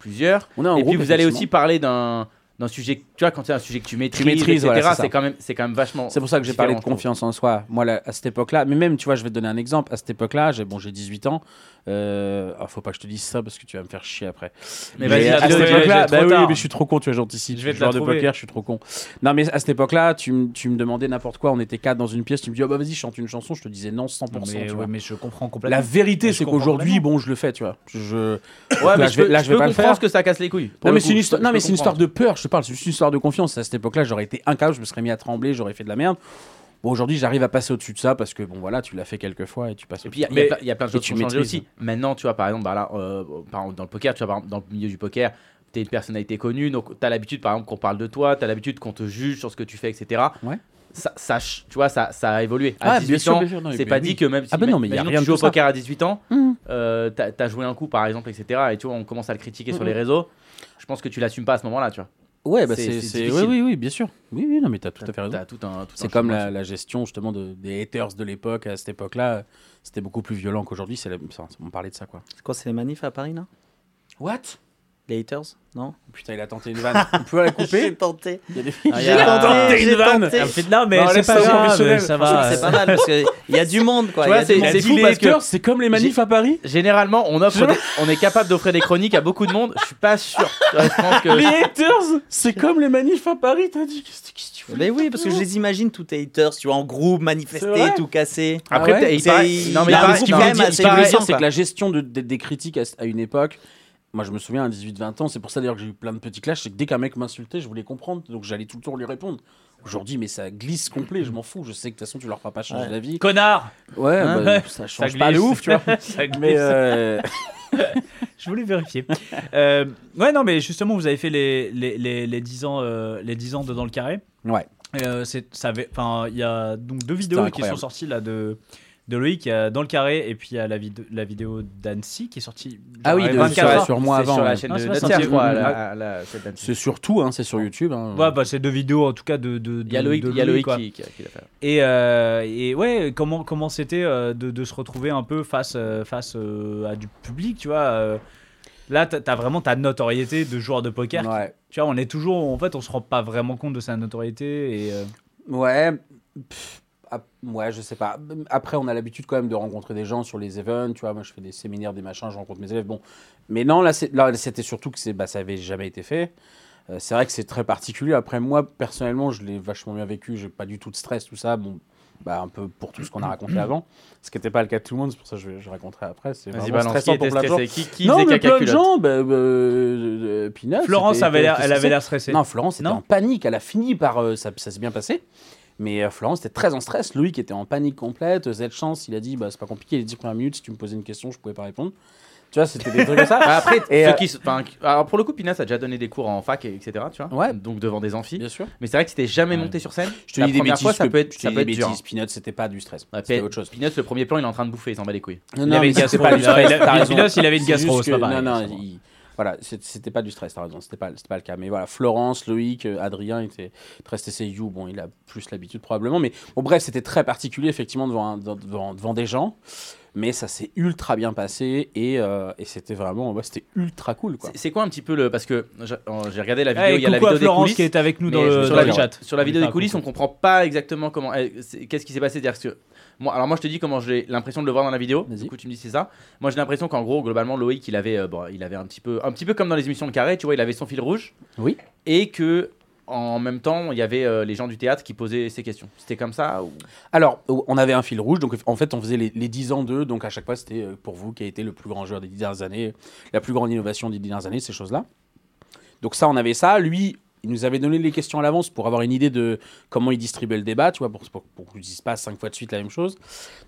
C: plusieurs.
E: On est en
C: et puis
E: groupe,
C: vous allez
E: effectivement.
C: aussi parler d'un d'un sujet, que- tu vois, quand c'est un sujet que tu maîtrises, etc.
E: maîtrises, voilà, c'est ça.
C: c'est quand même, c'est quand même vachement.
E: C'est pour ça que j'ai parlé de
C: différent, je trouve.
E: confiance en soi. Moi, là, à cette époque-là, mais même, tu vois, je vais te donner un exemple. À cette époque-là, j'ai bon, j'ai 18 ans. Euh, ah, faut pas que je te dise ça parce que tu vas me faire chier après.
B: Mais
E: Mais
B: vas-y,
E: à
B: dis-le,
E: cette
B: dis-le,
E: époque-là,
B: trop
E: bah oui,
B: tard.
E: mais je suis trop con, tu vois, j'anticipe.
B: Je vais te
E: joueur
B: la
E: de
B: trouver.
E: poker, je suis trop con. Non, mais à cette époque-là, tu, me- tu me demandais n'importe quoi. On était quatre dans une pièce. Tu me dis, ah bah vas-y, chante une chanson. Je te disais non, 100%.
B: Non,
E: tu
B: mais,
E: vois.
B: ouais, mais je comprends complètement.
E: La vérité,
B: Mais je
E: c'est
B: comprends
E: qu'aujourd'hui,
B: complètement.
E: bon, je le fais, tu vois. Je...
C: Ouais,
E: Là,
C: mais
E: je
C: je
E: vais-
C: peux-
E: là, je
C: je
E: vais
C: peux
E: pas le
C: comprendre
E: faire.
C: que ça casse les couilles. pour
E: Non
C: le
E: mais,
C: coup,
E: c'est une
C: je-
E: histoire...
C: je
E: non,
C: peux
E: mais c'est une
C: comprendre.
E: histoire de peur, je te parle, c'est juste une histoire de confiance. À cette époque-là, j'aurais été incapable, je me serais mis à trembler, j'aurais fait de la merde. Bon, aujourd'hui, j'arrive à passer au-dessus de ça parce que, bon, voilà, tu l'as fait quelques fois et tu passes
C: Et puis
E: au-dessus.
C: il y a- il y,
B: Mais-
C: a plein- il y a plein de
E: et
C: choses qui
E: tu
C: ont changé
E: maîtrises.
C: aussi. Maintenant, tu vois, par exemple, bah là, euh, par exemple, dans le poker, tu vois, par exemple, dans le milieu du poker, tu es une personnalité connue, donc tu as l'habitude, par exemple, qu'on parle de toi, tu as l'habitude qu'on te juge sur ce que tu fais, etc.
E: Ouais.
C: Ça, ça ch- tu vois, ça, ça a évolué. À
E: Ah,
C: 18
E: bien sûr,
C: ans,
E: bien sûr, non,
C: c'est
E: mais
C: pas
E: oui.
C: dit que même si
E: Ah, ben non, mais il y a
C: imaginons,
E: rien
C: tu
E: de
C: joues au
E: tout ça.
C: poker à 18 ans,
E: Mhm.
C: euh, t'as as joué un coup, par exemple, etc. Et tu vois, on commence à le critiquer sur
E: Mhm.
C: les réseaux. Je pense que tu l'assumes pas à ce moment-là, tu vois.
E: Ouais, bah
C: C'est-
E: c'est.
C: c'est
E: c'est-
C: difficile.
E: Oui, oui, oui, bien sûr. Oui, oui, non, mais t'as tout à fait raison.
C: T'as tout un. tout un
E: C'est comme
C: chemin.
E: la, la gestion justement de- des haters de l'époque. À cette époque-là, c'était beaucoup plus violent qu'aujourd'hui. C'est la- enfin, On parlait de ça, quoi.
D: C'est quoi, c'est les manifs à Paris, là
E: What
D: Les haters Non
E: Putain, il a tenté une (laughs) vanne. On peut la
D: (laughs)
E: couper
D: tenté.
E: Il y a des-
C: Ah,
E: (laughs)
C: il y
D: J'ai
C: a-
D: tenté,
E: tenté une
D: j'ai
E: vanne.
D: tenté.
B: Ah, fait- Non, mais
E: Non,
B: c'est
E: laisse
B: pas
E: ça,
B: grave,
E: professionnel.
B: ça
D: Franchement,
B: va.
D: C'est pas mal parce qu'il y a du monde, quoi.
C: Tu
D: il
C: vois,
D: y a du monde.
C: c'est
E: Dit
C: fou
E: les
C: parce que-
E: haters, c'est comme les manifs à (laughs) Paris.
C: Généralement, on offre, des- on est capable d'offrir des chroniques à beaucoup de monde. Je suis pas sûr. Tu vois, Je
E: (laughs)
C: pense que
E: Les haters, c'est comme les manifs à Paris. T'as dit qu'est-ce que- qu'est-ce que tu fais
D: Mais Eh ben oui, parce que je les imagine tous les haters, tu vois, en groupe,
E: C'est vrai
D: manifester, tout casser.
E: Ah
C: Après,
E: ouais
C: t'as- il
D: C'est-
C: paraît- Non, mais
D: il
C: il
D: a un
C: paraît-
D: goût
C: il
D: quand
C: paraît-
D: même
C: il
D: assez
C: paraît-
E: Le
D: puissant,
E: pire, c'est
D: quoi.
E: que la gestion de- des, des critiques à, à une époque. Moi, je me souviens à 18-20 ans, c'est pour ça d'ailleurs que j'ai eu plein de petits clashs. C'est que dès qu'un mec m'insultait, je voulais comprendre, donc j'allais tout le temps lui répondre. Aujourd'hui, mais ça glisse complet, je m'en fous. Je sais que de toute façon, tu leur feras pas changer
D: Ouais.
E: d'avis.
B: Connard
E: Ouais,
B: Hein
E: bah, ça change pas de
B: glisse.
E: ouf, tu vois.
B: Ça glisse.
E: (laughs) Mais euh,
B: Je voulais vérifier. Euh, ouais, non, mais justement, vous avez fait les, les, les, les 10 ans, euh, les 10 ans de Dans le Carré.
E: ouais,
B: Euh, c'est- ça avait- enfin, il y a donc deux vidéos qui
E: incroyable.
B: sont sorties là de de Loïc il y a dans le carré et puis il y a la, vid- la vidéo d'Annecy qui est sortie. genre,
E: Ah oui,
B: il y a
E: de-
B: 24
E: sur-
B: heures.
E: sur moi
C: c'est
E: avant,
C: Sur la
E: ouais.
C: chaîne
B: Non,
C: de
B: c'est pas
C: Nancy,
B: sorti,
C: je crois,
B: oui.
C: la- la- cette Nancy.
E: c'est surtout, hein, c'est sur YouTube. hein.
B: Ouais, bah, c'est deux vidéos en tout cas de. de-
C: Il y a
B: de-
C: Loïc,
B: de
C: il y a Loïc
B: quoi.
C: qui, qui- qui l'a fait.
B: Et, euh, et ouais, comment comment c'était euh, de, de se retrouver un peu face euh, face euh, à du public, tu vois. euh, Là, t'as t'as vraiment ta notoriété de joueur de poker.
E: Ouais.
B: Tu vois, on est toujours, en fait, on se rend pas vraiment compte de sa notoriété.
C: Ah,
B: Et, euh,
E: Ouais. pff, ap- ouais, je sais pas. Après, on a l'habitude quand même de rencontrer des gens sur les events. Tu vois, moi, je fais des séminaires, des machins, je rencontre mes élèves. Bon, mais non, là, c'est- là, c'était surtout que c'est, bah, ça avait jamais été fait. Euh, c'est vrai que c'est très particulier. Après, moi, personnellement, je l'ai vachement bien vécu. J'ai pas du tout de stress, tout ça. Bon, bah, un peu pour tout ce qu'on a raconté avant, ce qui n'était pas le cas de tout le monde, c'est pour ça que je, je raconterai après. C'est
C: Vas-y,
E: vraiment
C: balance. Qui
E: stressant pour
C: était
E: plein de gens.
C: stressé Qui, qui
E: non,
C: faisait
E: mais
C: caca
E: plein de
C: culotte
E: gens, bah, euh, euh, Peanuts,
B: Florence
E: c'était-
B: avait l'air,
E: était
B: elle avait
E: stressée.
B: l'air stressée.
E: Non, Florence était
B: Non.
E: en panique. Elle a fini par. euh, ça ça s'est bien passé. Mais euh, Florence était très en stress. Loïc était en panique complète. Euh, Zed Chance, il a dit bah, c'est pas compliqué, les 10 premières minutes, si tu me posais une question, je pouvais pas répondre. Tu vois, c'était des trucs (laughs) comme ça.
C: Bah, après,
E: Et,
C: ceux
E: euh,
C: qui se- enfin, qui- alors pour le coup, Pinas a déjà donné des cours en fac, et- etc. Tu vois,
E: Ouais.
C: donc devant des amphis.
E: Bien sûr.
C: Mais c'est vrai que si t'es jamais
E: Ouais.
C: monté sur scène,
E: Je te
C: la
E: dis des
C: première
E: bêtises.
C: fois, ça
E: que-
C: peut être,
E: je te
C: ça
E: dis
C: peut
E: des
C: être dur.
E: bêtises. Peanuts, c'était pas du stress.
C: Ouais,
E: c'était
C: Pe-
E: autre chose.
C: Pinas, le premier plan, il est en train de bouffer, il s'en bat les couilles.
E: Non,
B: Il
E: non,
B: avait
E: mais
B: une
E: ça, c'est
B: gastro,
E: pas du
B: il avait-
E: stress,
B: il avait-
E: t'as
B: il
E: raison.
B: avait- il avait une
E: C'est juste
B: gastro, c'est
E: que-
B: pas pareil,
E: Non, non,
B: c'est bon.
E: il- voilà, c'est- c'était pas du stress, t'as raison, c'était pas, c'était pas le cas. Mais voilà, Florence, Loïc, euh, Adrien étaient très stressés. You, bon, il a plus l'habitude probablement. Mais bon, bref, c'était très particulier, effectivement, devant, un- devant, devant- devant des gens. Mais ça s'est ultra bien passé et, euh, et c'était vraiment, ouais, c'était ultra cool, quoi.
C: C'est- C'est quoi un petit peu le. Parce que j'a- euh, j'ai regardé la vidéo,
B: Eh,
C: il y a la
B: coucou à
C: vidéo des
B: Florence
C: coulisses.
B: qui est avec nous
C: mais
B: dans le,
C: sur,
B: dans
C: la,
B: le
E: vidéo-
B: chat.
C: sur la vidéo
B: On
C: des
B: lui
C: coulisses,
B: fait un
C: on comprend pas exactement comment. eh, c'est- Qu'est-ce qui s'est passé C'est-à-dire que. Moi, alors moi je te dis comment j'ai l'impression de le voir dans la vidéo.
E: Vas-y.
C: Du coup tu me dis c'est ça. Moi j'ai l'impression qu'en gros globalement Loïc il avait euh, bon, il avait un petit peu un petit peu comme dans les émissions de carré, tu vois, il avait son fil rouge.
E: Oui.
C: Et que en même temps, il y avait euh, les gens du théâtre qui posaient ces questions. C'était comme ça ou-
E: Alors, o- on avait un fil rouge, donc en fait, on faisait les, les 10 ans d'eux, donc à chaque fois, c'était euh, pour vous qui a été le plus grand joueur des 10 dernières années, euh, la plus grande innovation des 10 dernières années, ces choses-là. Donc ça, on avait ça. Lui, il nous avait donné les questions à l'avance pour avoir une idée de comment il distribuait le débat, tu vois, pour, pour, pour qu'on ne dise pas cinq fois de suite la même chose.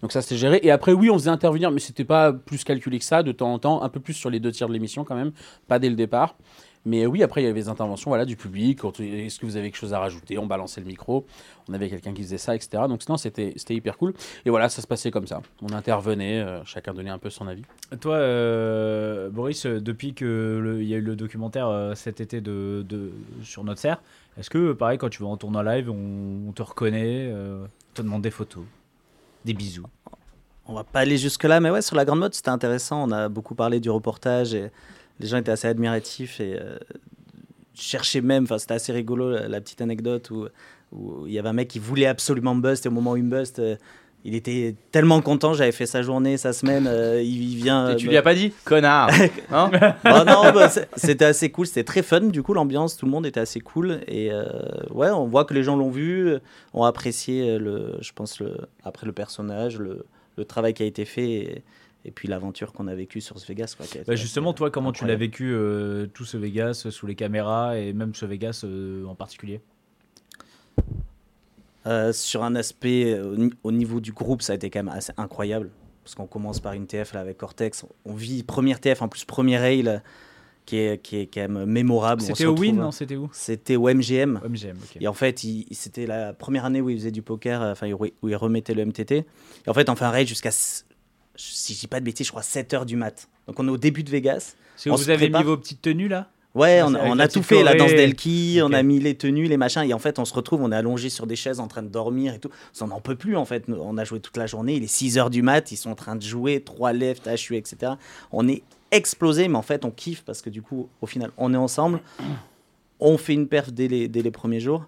E: Donc ça, c'était géré. Et après, oui, on faisait intervenir, mais c'était pas plus calculé que ça, de temps en temps, un peu plus sur les deux tiers de l'émission quand même, pas dès le départ. Mais euh, oui, après, il y avait des interventions voilà, du public. quand- Est-ce que vous avez quelque chose à rajouter On balançait le micro. On avait quelqu'un qui faisait ça, etc. Donc non, c'était c'était hyper cool. Et voilà, ça se passait comme ça. On intervenait, euh, chacun donnait un peu son avis.
B: Toi, euh, Boris, euh, depuis qu'il y a eu le documentaire euh, cet été de, de- sur notre serre, est-ce que, pareil, quand tu vas en tournoi live, on, on te reconnaît, euh, on te demande des photos, des bisous
D: on va pas aller jusque là, mais ouais, sur la grande mode, c'était intéressant. On a beaucoup parlé du reportage et les gens étaient assez admiratifs et euh, cherchaient même. Enfin, c'était assez rigolo la, la petite anecdote où où il y avait un mec qui voulait absolument bust et au moment où il me bust. euh, il était tellement content, j'avais fait sa journée, sa semaine, euh, il il vient...
C: Et
D: euh,
C: tu
D: me-
C: lui as pas dit Connard Hein
D: Bah non, bah, c'est- c'était assez cool, c'était très fun. Du coup, l'ambiance, tout le monde était assez cool. Et euh, ouais, on voit que les gens l'ont vu, euh, ont apprécié, euh, le, je pense, le, après le personnage, le, le travail qui a été fait et, et puis l'aventure qu'on a vécue sur ce Vegas. Quoi, qui a été
B: Bah, Justement,
D: assez
B: toi, comment tu l'as
D: incroyable.
B: vécu, euh, tout ce Vegas, euh, sous les caméras, et même ce Vegas euh, en particulier
C: Ah,
D: Euh, sur un aspect, euh, au ni- au niveau du groupe, ça a été quand même assez incroyable. Parce qu'on commence par une TF là, avec Cortex. On vit première TF, en plus première rail, euh, qui est, qui est quand même mémorable. On se
B: C'était au Win,
C: hein.
D: retrouve-
B: non C'était où
D: C'était au MGM.
B: MGM, ok.
D: Et en fait, il- il- c'était la première année où il faisait du poker, euh, enfin, où il- où il remettait le MTT. Et en fait, on fait un raid jusqu'à, s- si je dis pas de bêtises, je crois 7 heures du mat. Donc on est au début de Vegas.
B: C'est
D: on
B: où
D: se
B: vous avez
D: prépare.
B: mis vos petites tenues, là
D: Ouais,
B: Ah,
D: on,
B: c'est
D: a-
B: avec
D: on
B: la
D: a tout
B: petite
D: fait, la
B: Corée.
D: danse d'Elki,
B: Ok.
D: on a mis les tenues, les machins. Et en fait, on se retrouve, on est allongé sur des chaises en train de dormir et tout. On n'en peut plus, en fait. Nous, On a joué toute la journée, il est 6 heures du mat, ils sont en train de jouer, 3 left, HU, etc. On est explosé, mais en fait, on kiffe parce que du coup, au final, on est ensemble. On fait une perf dès les, dès les premiers jours.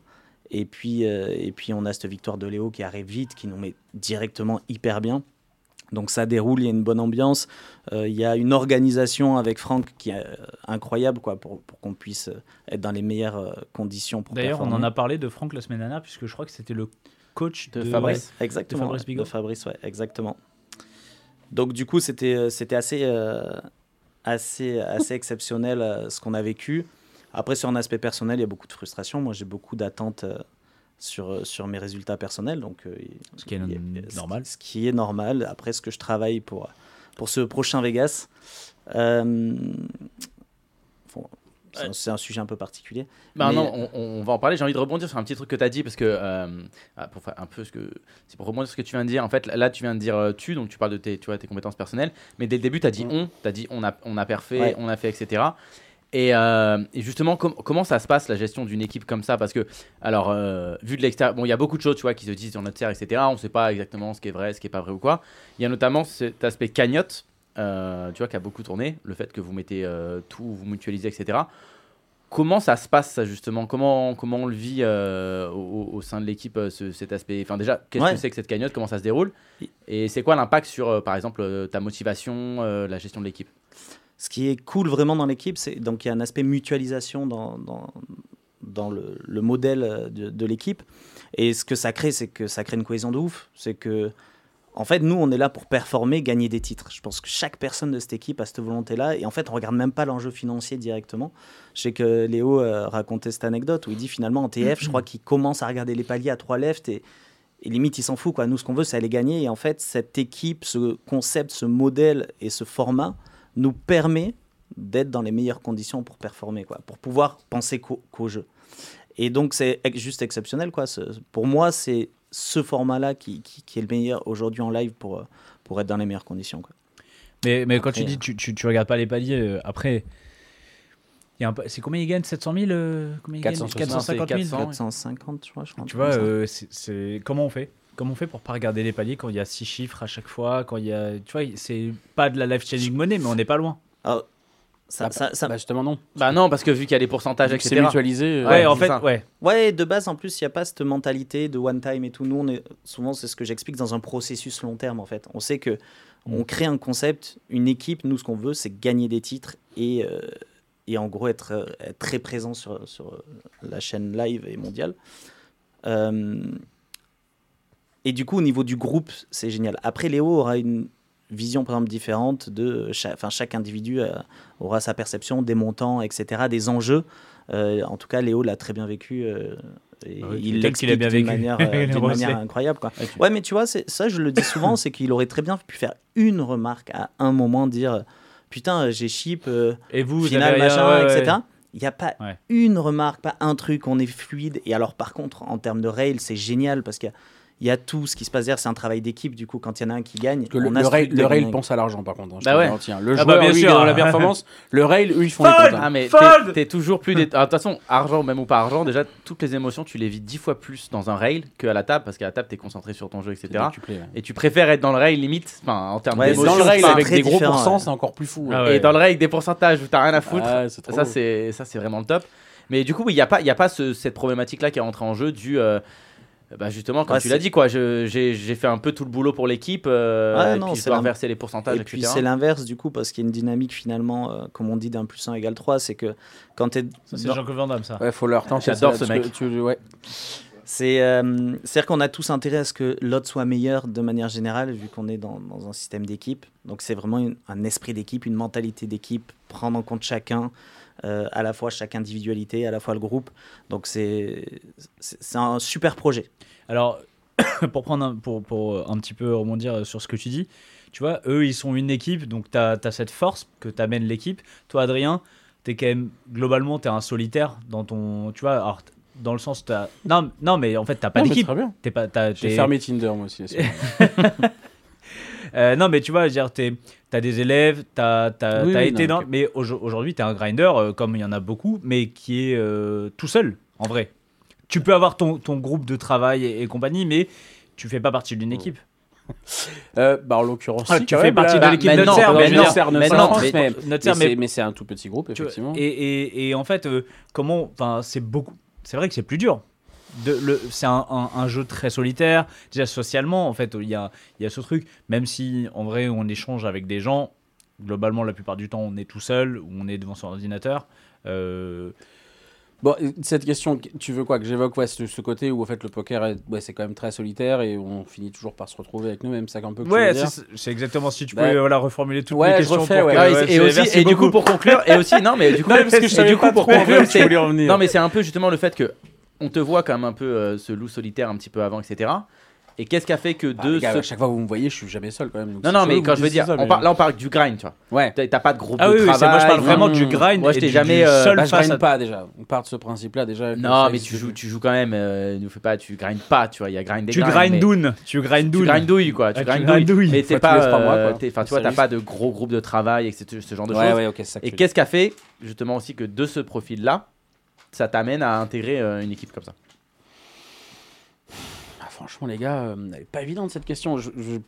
D: Et puis, euh, et puis, on a cette victoire de Léo qui arrive vite, qui nous met directement hyper bien. Donc ça déroule, il y a une bonne ambiance. Euh, Il y a une organisation avec Franck qui est euh, incroyable quoi, pour, pour qu'on puisse euh, être dans les meilleures euh, conditions pour
B: D'ailleurs, on en
D: performer.
B: a parlé de Franck la semaine dernière, puisque je crois que c'était le coach de,
C: De Fabrice.
D: Exactement.
B: de Fabrice
D: ouais,
B: Bigot.
D: de Fabrice, ouais, exactement. Donc du coup, c'était euh, c'était assez, euh,
B: (laughs)
D: assez, assez exceptionnel euh, ce qu'on a vécu. Après, sur un aspect personnel, il y a beaucoup de frustration. Moi, j'ai beaucoup d'attentes euh, sur, euh, sur mes résultats personnels. Donc, euh, il-
B: Ce qui est
D: il y a-
B: n- normal.
D: Ce, qui est normal. Après, ce que je travaille pour, pour ce prochain Vegas. euh, bon, c'est un- c'est un sujet un peu particulier.
C: Bah
D: Mais-
C: non, on, on- on va en parler. J'ai envie de rebondir sur un petit truc que tu as dit parce que euh, ah, pour faire un peu ce que c'est pour rebondir sur ce que tu viens de dire. En fait, là, tu viens de dire euh, tu, donc tu parles de tes, tu vois, tes compétences personnelles. Mais dès le début, tu as dit on, tu as dit on a, on a parfait,
D: Ouais.
C: on a fait, etc. Et, euh, et justement, com- comment ça se passe la gestion d'une équipe comme ça Parce que, alors, euh, vu de l'extérieur, bon, il y a beaucoup de choses, tu vois, qui se disent sur notre serre, etc. On ne sait pas exactement ce qui est vrai, ce qui est pas vrai ou quoi. Il y a notamment cet aspect cagnotte, euh, tu vois, qui a beaucoup tourné, le fait que vous mettez euh, tout, vous mutualisez, etc. Comment ça se passe, ça, justement comment, comment on le vit euh, au, au sein de l'équipe, euh, ce- cet aspect Enfin, déjà, qu'est-ce
D: Ouais.
C: que c'est que cette cagnotte Comment ça se déroule Et c'est quoi l'impact sur, euh, par exemple, euh, ta motivation, euh, la gestion de l'équipe
D: ce qui est cool vraiment dans l'équipe, c'est donc il y a un aspect mutualisation dans, dans, dans le, le modèle euh, de, de l'équipe. Et ce que ça crée, c'est que ça crée une cohésion de ouf. C'est que, en fait, nous, on est là pour performer, gagner des titres. Je pense que chaque personne de cette équipe a cette volonté-là. Et en fait, on regarde même pas l'enjeu financier directement. Je sais que Léo euh, racontait cette anecdote où il dit finalement en TF, je crois qu'il commence à regarder les paliers à trois left et, et limite, il s'en fout. Quoi. Nous, ce qu'on veut, c'est aller gagner. Et en fait, cette équipe, ce concept, ce modèle et ce format nous permet d'être dans les meilleures conditions pour performer, quoi, pour pouvoir penser qu'au qu jeu. Et donc, c'est juste exceptionnel. Quoi. Pour moi, c'est ce format-là qui, qui, qui, est le meilleur aujourd'hui en live pour, pour être dans les meilleures conditions. Quoi.
B: Mais, mais après, euh, quand tu dis tu, tu, tu, regardes pas les paliers, euh, après. C'est combien ils gagnent 700 000 euh, combien ils
C: 460,
B: gagnent 450 000
C: 400,
D: 450, je crois. Je crois
B: tu vois, euh, c'est comment on fait Comment on fait pour pas regarder les paliers quand il y a 6 chiffres à chaque fois quand il y a, Tu vois, c'est pas de la live chaining monnaie, mais on n'est pas loin.
D: Alors, ça,
E: bah,
D: ça, ça...
E: Bah justement non.
C: Bah non parce que vu qu'il y a des pourcentages
E: Vu que
C: etc.
E: C'est mutualisé. euh,
B: Ouais, en
C: c'est
B: fait,
C: ça.
B: ouais.
D: Ouais, de base, en plus, il n'y a pas cette mentalité de one time et tout. Nous, on est, souvent, c'est ce que j'explique dans un processus long terme, en fait. On sait que
B: Mm.
D: on crée un concept, une équipe. Nous, ce qu'on veut, c'est gagner des titres et, euh, et en gros, être, euh, être très présent sur, sur euh, la chaîne live et mondiale. Euh, et du coup, au niveau du groupe, c'est génial. Après, Léo aura une vision, par exemple, différente de. cha- Enfin, chaque individu euh, aura sa perception des montants, etc., des enjeux. Euh, en tout cas, Léo l'a très bien vécu. euh, et
B: Bah oui, tu
D: il
B: m'étonnes qu'il
D: l'explique
B: a bien
D: d'une
B: vécu.
D: manière,
B: (laughs)
D: euh,
B: Il
D: d'une
B: le
D: manière
B: refait.
D: incroyable. Quoi. Ouais, mais tu vois, c'est- ça, je le dis souvent, c'est qu'il aurait très bien pu faire une remarque à un moment, dire Putain, euh, j'ai chip, euh,
B: Et vous, vous
D: final,
B: avez rien,
D: machin,
B: ouais, ouais.
D: etc. Il n'y a pas
B: Ouais.
D: une remarque, pas un truc, on est fluide. Et alors, par contre, en termes de rail, c'est génial parce qu'il y a- il y a tout ce qui se passe derrière, c'est un travail d'équipe. Du coup, quand il y en a un qui gagne,
E: Parce que le,
D: on a
E: le
D: ce
E: rail,
D: truc de
E: le rail
D: gagner.
E: pense à l'argent par contre. hein, je
C: Bah
E: te
C: ouais.
E: garantis, hein. Le
B: Ah
E: joueur,
B: bah bien
E: lui, il
B: sûr.
E: est dans
B: (laughs)
E: la performance. le rail, eux, ils font les
B: Fold
E: comptes, hein.
C: Ah mais
B: Fold
C: t'es- t'es toujours plus... dé- Ah, De toute façon, argent même ou pas argent, déjà, toutes les émotions, tu les vis dix fois plus dans un rail qu'à la table, parce qu'à la table, t'es concentré sur ton jeu, etc.
E: Décuplé, ouais.
C: Et tu préfères être dans le rail limite, enfin en termes
D: Ouais,
E: Mais
D: Émotion,
E: hein. dans
C: d'émotions.
E: le rail,
D: c'est
E: avec
D: très
E: des gros
D: différent,
E: pourcents,
D: ouais.
E: c'est encore plus fou.
B: Ah
E: ouais.
B: ouais.
C: Et dans le rail avec des pourcentages où t'as rien à foutre,
E: Ah, c'est trop
C: ça
E: beau.
C: c'est ça c'est vraiment le top. Mais du coup, oui, il n'y a pas, il y a pas ce- cette problématique-là qui est rentrée en jeu du... euh, bah justement, comme
D: Ouais,
C: tu l'as
D: c'est-
C: dit, quoi, je- j'ai j'ai fait un peu tout le boulot pour l'équipe, euh,
D: Ouais,
C: et
D: non,
C: puis je
D: c'est
C: dois
D: la-
C: inverser les pourcentages,
D: Et puis
C: etc.
D: c'est l'inverse du coup, parce qu'il y a une dynamique finalement, euh, comme on dit, d'un plus 1 égale 3, c'est que quand t'es...
B: Ça, c'est
D: dans-
B: Jean-Claude Van Damme, ça.
E: Ouais, faut leur tenter.
C: J'adore
E: ça,
C: ce
E: parce
C: mec.
E: que tu- ouais.
D: C'est, euh, c'est-à-dire qu'on a tous intérêt à ce que l'autre soit meilleur de manière générale, vu qu'on est dans, dans un système d'équipe. Donc c'est vraiment une- un esprit d'équipe, une mentalité d'équipe, prendre en compte chacun, euh, à la fois chaque individualité, à la fois le groupe. Donc c'est, c'est, c'est un super projet.
B: Alors, (coughs) pour prendre un, pour, pour euh, un petit peu rebondir sur ce que tu dis, tu vois, eux, ils sont une équipe, donc tu as, cette force que t'amène l'équipe. Toi, Adrien, t'es quand même, globalement, t'es un solitaire dans ton. Tu vois, alors, t- dans le sens, t'as. Non, non, mais en fait, t'as pas
E: Non, mais
B: d'équipe.
E: très bien.
B: T'es pas. t'as-
E: J'ai
B: t'es-
E: fermé Tinder moi aussi.
B: (laughs)
E: c'est-
B: Euh, non, mais tu vois, je veux dire, t'es- t'as des élèves, t'as t'as-
E: Oui,
B: t'as
E: oui,
B: été
E: non,
B: dans.
E: ok.
B: Mais aujo- aujourd'hui, t'es un grinder, euh, comme il y en a beaucoup, mais qui est euh, tout seul, en vrai. Tu peux avoir ton, ton groupe de travail et, et compagnie, mais tu fais pas partie d'une équipe.
E: Euh, bah, en l'occurrence,
B: Ah,
E: si,
B: tu
E: quand
B: fais
E: même,
B: partie
E: là,
B: de l'équipe
E: bah,
B: de
E: non,
B: Serre,
E: non,
B: mais
E: de
B: non,
E: Serre,
B: mais
E: de Serre,
B: non,
E: en France,
B: mais-
E: mais-
B: Notre
E: mais
B: Serre,
E: c'est-
B: mais-
E: mais c'est un tout petit groupe
B: Tu vois,
E: effectivement.
B: Et, et- et en fait, euh, comment. Enfin, c'est beaucoup. C'est vrai que c'est plus dur. De, le, c'est un, un- un jeu très solitaire. Déjà, socialement, en fait, il y a, il y a ce truc. Même si, en vrai, on échange avec des gens, globalement, la plupart du temps, on est tout seul ou on est devant son ordinateur. Euh,
E: Bon, et cette question, tu veux quoi que j'évoque ouais, ce, ce côté où en fait le poker, est- ouais, c'est quand même très solitaire et on finit toujours par se retrouver avec nous-mêmes, ça qu'un peu. que tu veux
B: ouais,
E: dire.
B: c'est, c'est exactement si tu
E: Bah,
B: pouvais voilà, reformuler toutes
E: ouais,
B: les
E: je
B: questions.
E: refais,
B: pour que-
C: Ah oui, et
B: c'est-
C: aussi,
B: merci
C: et du
B: beaucoup.
C: coup pour conclure, et aussi non mais du coup,
E: Non, mais parce que je
C: et
E: savais
C: du coup
E: pas
C: pour
E: trop
C: conclure,
E: où tu
C: c'est-
E: voulais en venir.
C: non mais c'est un peu justement le fait que on te voit quand même un peu euh, ce loup solitaire un petit peu avant etc. Et qu'est-ce qui a fait que
E: Ah,
C: deux
E: les gars,
C: se-
E: à chaque fois que vous me voyez, je suis jamais seul quand même. donc
C: non
E: c'est
C: non
E: chelou,
C: mais quand
E: vous
C: je veux
E: dites
C: dire,
E: ça,
C: on
E: mais-
C: parle- là on parle du grind tu vois.
E: Ouais.
C: T'as t'as pas de groupe
B: Ah
C: de
B: oui, oui, c'est-
C: travail.
B: moi je parle vraiment
C: mm,
B: du grind.
C: Moi je
B: et
C: t'ai
B: du-
C: jamais.
B: du
C: euh,
B: seul
E: Bah, je
B: face à-
E: gagne pas déjà. On part de ce principe-là déjà. que
C: Non
E: ça
C: mais
E: existe
C: tu joues
E: plus.
C: tu joues quand même. euh, nous fais pas tu grindes pas tu vois il y a grind. et
B: Tu
C: grind, mais-
B: grindoun. Tu
C: Tu
B: grindoun.
C: grindouilles quoi, tu
B: Ah, tu
C: grindouilles.
B: grindouilles.
C: Mais
E: Faut
C: t'es
E: tous les
C: pas,
E: trois mois,
C: euh,
E: quoi.
C: t'es- enfin tu
E: Ça
C: vois, t'as
E: juste.
C: pas de gros groupes de travail, etc. Ce genre de
E: Ouais
C: choses.
E: ouais ok c'est ça. que
C: Et
E: tu veux
C: qu'est-ce qu'a fait justement aussi que de ce profil-là, ça t'amène à intégrer euh, une équipe comme ça
E: dire. Ah, franchement, les gars, euh, elle est pas évidente cette question. Je, je-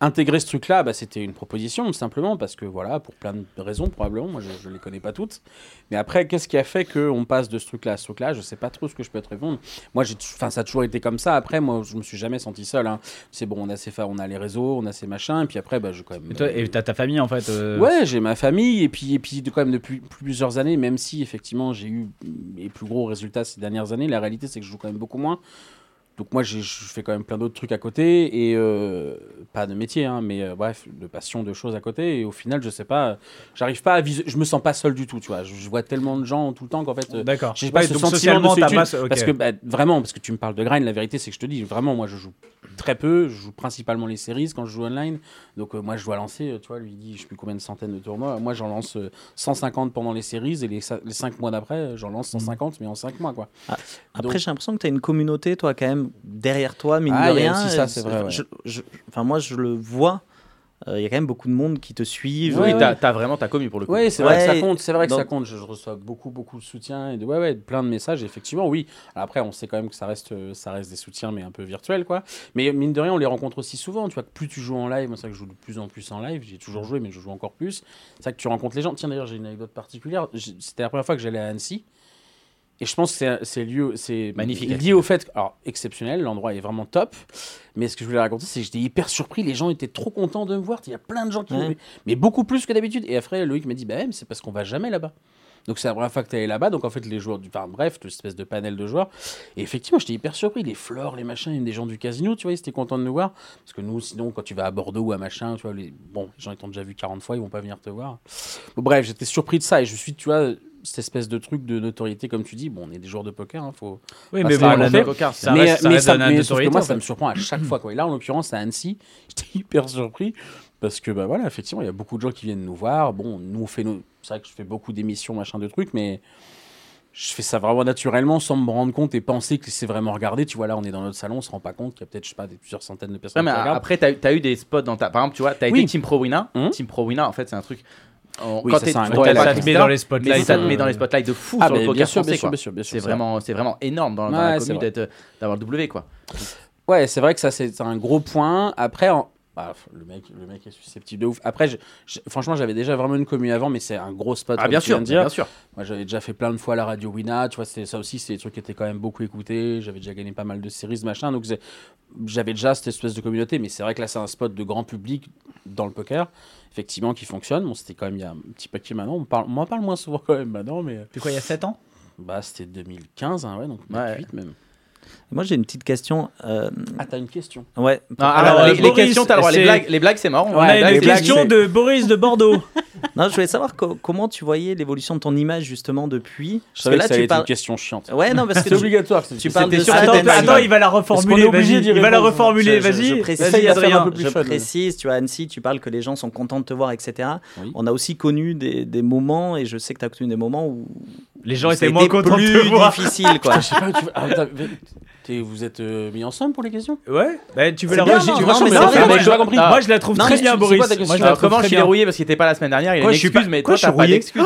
E: Intégrer ce truc-là, bah, c'était une proposition, simplement, parce que voilà, pour plein de raisons, probablement. Moi, je ne les connais pas toutes. Mais après, qu'est-ce qui a fait qu'on passe de ce truc-là à ce truc-là Je sais pas trop ce que je peux te répondre. Moi, j'ai, tou- enfin, ça a toujours été comme ça. Après, moi, je me suis jamais senti seul. hein. C'est bon, on a, ses fa- on a les réseaux, on a ces machins, et puis après, bah, je quand même.
B: Et toi, et t'as ta famille en fait. euh,
E: Ouais, j'ai ma famille et puis, et puis de- quand même depuis plusieurs années, même si effectivement j'ai eu les plus gros résultats ces dernières années, la réalité c'est que je joue quand même beaucoup moins. Donc moi j'ai- je fais quand même plein d'autres trucs à côté et euh, pas de métier, hein, mais euh, bref, de passion, de choses à côté. Et au final, je sais pas, euh, j'arrive pas à visu- je me sens pas seul du tout, tu vois. Je, je vois tellement de gens tout le temps qu'en fait, euh,
B: D'accord.
E: j'ai pas
B: Ouais,
E: ce
B: donc
E: sentiment
B: socialement,
E: de
B: t'as
E: solitude,
B: pas ce- ok.
E: parce que bah, vraiment, parce que tu me parles de grind, la vérité c'est que je te dis vraiment, moi je joue très peu, je joue principalement les séries quand je joue online. Donc euh, moi je dois lancer, euh, tu vois, lui il dit je sais plus combien de centaines de tournois. Moi j'en lance euh, 150 pendant les séries et les, 5 mois d'après euh, j'en lance 150 mais en 5 mois quoi.
D: Après,
E: Donc-
D: j'ai l'impression que tu as une communauté, toi, quand même, derrière toi, mine
E: Ah,
D: de
E: il y a
D: rien.
E: aussi ça,
D: Et
E: c'est vrai, ouais.
D: je- je- enfin, moi, je le vois. Euh, Il y a quand même beaucoup de monde qui te suivent.
E: Ouais,
C: Oui,
E: ouais.
C: t'as t'as vraiment ta commu pour le coup.
E: Oui, c'est
D: Ouais,
E: vrai que ça compte, c'est vrai que
D: donc-
E: ça compte. Je, je reçois beaucoup beaucoup de soutien et de ouais ouais, plein de messages effectivement, oui. Alors après on sait quand même que ça reste euh, ça reste des soutiens mais un peu virtuels quoi. Mais mine de rien, on les rencontre aussi souvent, tu vois, que plus tu joues en live, moi c'est vrai que je joue de plus en plus en live, j'ai toujours joué mais je joue encore plus. C'est vrai que tu rencontres les gens. Tiens d'ailleurs, j'ai une anecdote particulière, J- c'était la première fois que j'allais à Annecy. Et je pense que c'est- c'est lié, au- c'est
C: Magnifique.
E: lié au fait, que- alors exceptionnel, l'endroit est vraiment top. Mais ce que je voulais raconter, c'est que j'étais hyper surpris. Les gens étaient trop contents de me voir. Il y a plein de gens qui
D: Ouais.
E: m'ont vu, mais beaucoup plus que d'habitude. Et après, Loïc m'a dit, bah ouais, mais c'est parce qu'on va jamais là-bas. Donc c'est la première fois que tu allé là-bas. Donc en fait, les joueurs, du... enfin bref, toute espèce de panel de joueurs. Et effectivement, j'étais hyper surpris. Les fleurs, les machins, même des gens du casino, tu vois, ils étaient contents de nous voir. Parce que nous, sinon, quand tu vas à Bordeaux ou à machin, tu vois, les... bon, les gens ils t'ont déjà vu 40 fois, ils vont pas venir te voir. Bon, bref, j'étais surpris de ça. Et je suis, tu vois, cette espèce de truc de notoriété, comme tu dis, bon, on est des joueurs de poker, hein, faut,
B: Oui,
E: Parce
B: mais
E: que
B: bon,
E: la
B: la
E: conférence-
B: cocard, ça
E: mais,
B: reste, ça
E: mais
B: reste
E: ça-
B: de la
E: mais sauf que
B: notoriété,
E: moi,
B: en
E: ça
B: fait.
E: me surprend à chaque fois. Quoi. Et là, en l'occurrence, à Annecy, (laughs) j'étais hyper surpris parce que, bah voilà, effectivement, il y a beaucoup de gens qui viennent nous voir. Bon, nous, on fait nos... c'est vrai que je fais beaucoup d'émissions, machin, de trucs, mais je fais ça vraiment naturellement sans me rendre compte et penser que c'est vraiment regardé. Tu vois, là, on est dans notre salon, on se rend pas compte qu'il y a peut-être, je sais pas, des plusieurs centaines de
C: Ouais,
E: personnes
C: mais
E: qui
C: a-
E: regardent.
C: après, t'as as eu des spots dans ta. Par exemple, tu vois, t'as
E: Oui.
C: été Team Pro Wina.
E: Hum.
C: Team Pro Wina, en fait, c'est un truc. en-
E: Oui, ça,
C: t'es-
E: c'est un
C: quand
E: gros
C: t'es
E: talent,
C: pas
B: ça
E: etc.
B: te met dans les
C: Mais
B: spotlights.
C: ça te met dans les spotlights de fou
E: Ah,
C: sur
E: mais
C: le
E: bien
C: poker
E: sûr, bien
C: français.
E: sûr,
C: quoi.
E: bien sûr, bien sûr,
C: C'est
E: ça-
C: vraiment, c'est vraiment énorme dans, dans
E: Ouais,
C: la
E: c'est
C: commu
E: vrai.
C: d'être- d'avoir le W quoi.
E: Ouais, c'est vrai que ça, c'est un gros point. Après, en- bah, le, mec, le mec est susceptible de ouf. Après, je- je- franchement, j'avais déjà vraiment une commune avant, mais c'est un gros spot.
C: Ah
E: comme
C: bien
E: tu
C: sûr,
E: viens de dire.
C: bien sûr.
E: Moi, j'avais déjà fait plein de fois la radio Wina, tu vois, c'est ça aussi, c'est des trucs qui étaient quand même beaucoup écoutés. J'avais déjà gagné pas mal de séries, machin. Donc, c'est- j'avais déjà cette espèce de communauté, mais c'est vrai que là, c'est un spot de grand public dans le poker, effectivement, qui fonctionne. Bon, c'était quand même il y a un petit paquet maintenant. On, parle, on m'en parle moins souvent quand même maintenant, mais
B: Depuis quoi, il y a 7 ans
E: bah, c'était 2015, hein, ouais, donc
C: Ouais.
E: 2018 même.
D: Moi, j'ai une petite question. euh,
E: Ah, t'as une question
D: ouais.
C: Non,
B: Alors,
C: alors,
B: euh,
C: les, les
B: Boris,
C: questions, t'as le droit. Les
B: c'est-
C: blagues, les blagues, c'est mort. on-
B: On
E: Ouais,
B: a
E: bah,
B: une
E: les blagues,
B: question
E: c'est-
B: de Boris de Bordeaux.
D: Non, je voulais savoir co- comment tu voyais l'évolution de ton image, justement, depuis. Parce
E: Je
D: que
E: savais que
D: là,
E: ça allait
D: tu
E: être une
D: parles.
E: question chiante.
D: Ouais, non, parce que
E: (laughs) C'est obligatoire. c'est-
D: tu
E: c'est-
D: parles de
E: c'était sur
D: ça,
B: Attends,
D: Attends,
E: Deadline.
D: attends,
B: il va la reformuler,
E: est obligé
B: vas-y.
E: d'y
B: Il va la
E: répondre
B: reformuler,
D: Je- je- je
B: vas-y.
D: précise,
B: Vas-y,
E: va faire un
B: Adrien.
E: peu plus
D: Je
E: fun.
D: précise, tu vois, Annecy, tu parles que les gens sont contents de te voir, etc.
E: Oui.
D: On a aussi connu des, des moments, et je sais que tu as connu des moments où.
B: Les gens
D: ça a
B: étaient
D: été
B: moins contents de
D: plus
B: te voir.
D: difficile, quoi.
E: (laughs) Je sais pas, tu- ah, putain, mais- t'es- vous êtes euh, mis ensemble pour les questions
B: Ouais, bah, tu veux
D: C'est
B: la
D: bien,
B: rejeter
D: non,
B: tu veux-
D: franchement,
B: mais
D: mais
B: non,
D: c'est
B: mais
D: vrai,
B: moi,
D: mais
B: je-
E: j'ai pas compris.
B: ah, Moi, je la trouve
D: Non,
B: très
D: mais
B: bien,
E: c'est quoi ta
B: Boris.
E: question
B: Moi, je la
C: Alors,
B: trouve
C: comment je
B: très
C: suis
B: bien.
C: dérouillé parce qu'il était pas la semaine dernière. Il
B: Quoi,
C: a une
B: je suis
C: excuse,
B: pas-
C: mais
B: quoi,
C: toi,
B: je
C: t'as
B: suis
C: pas
B: rouillé
C: d'excuse.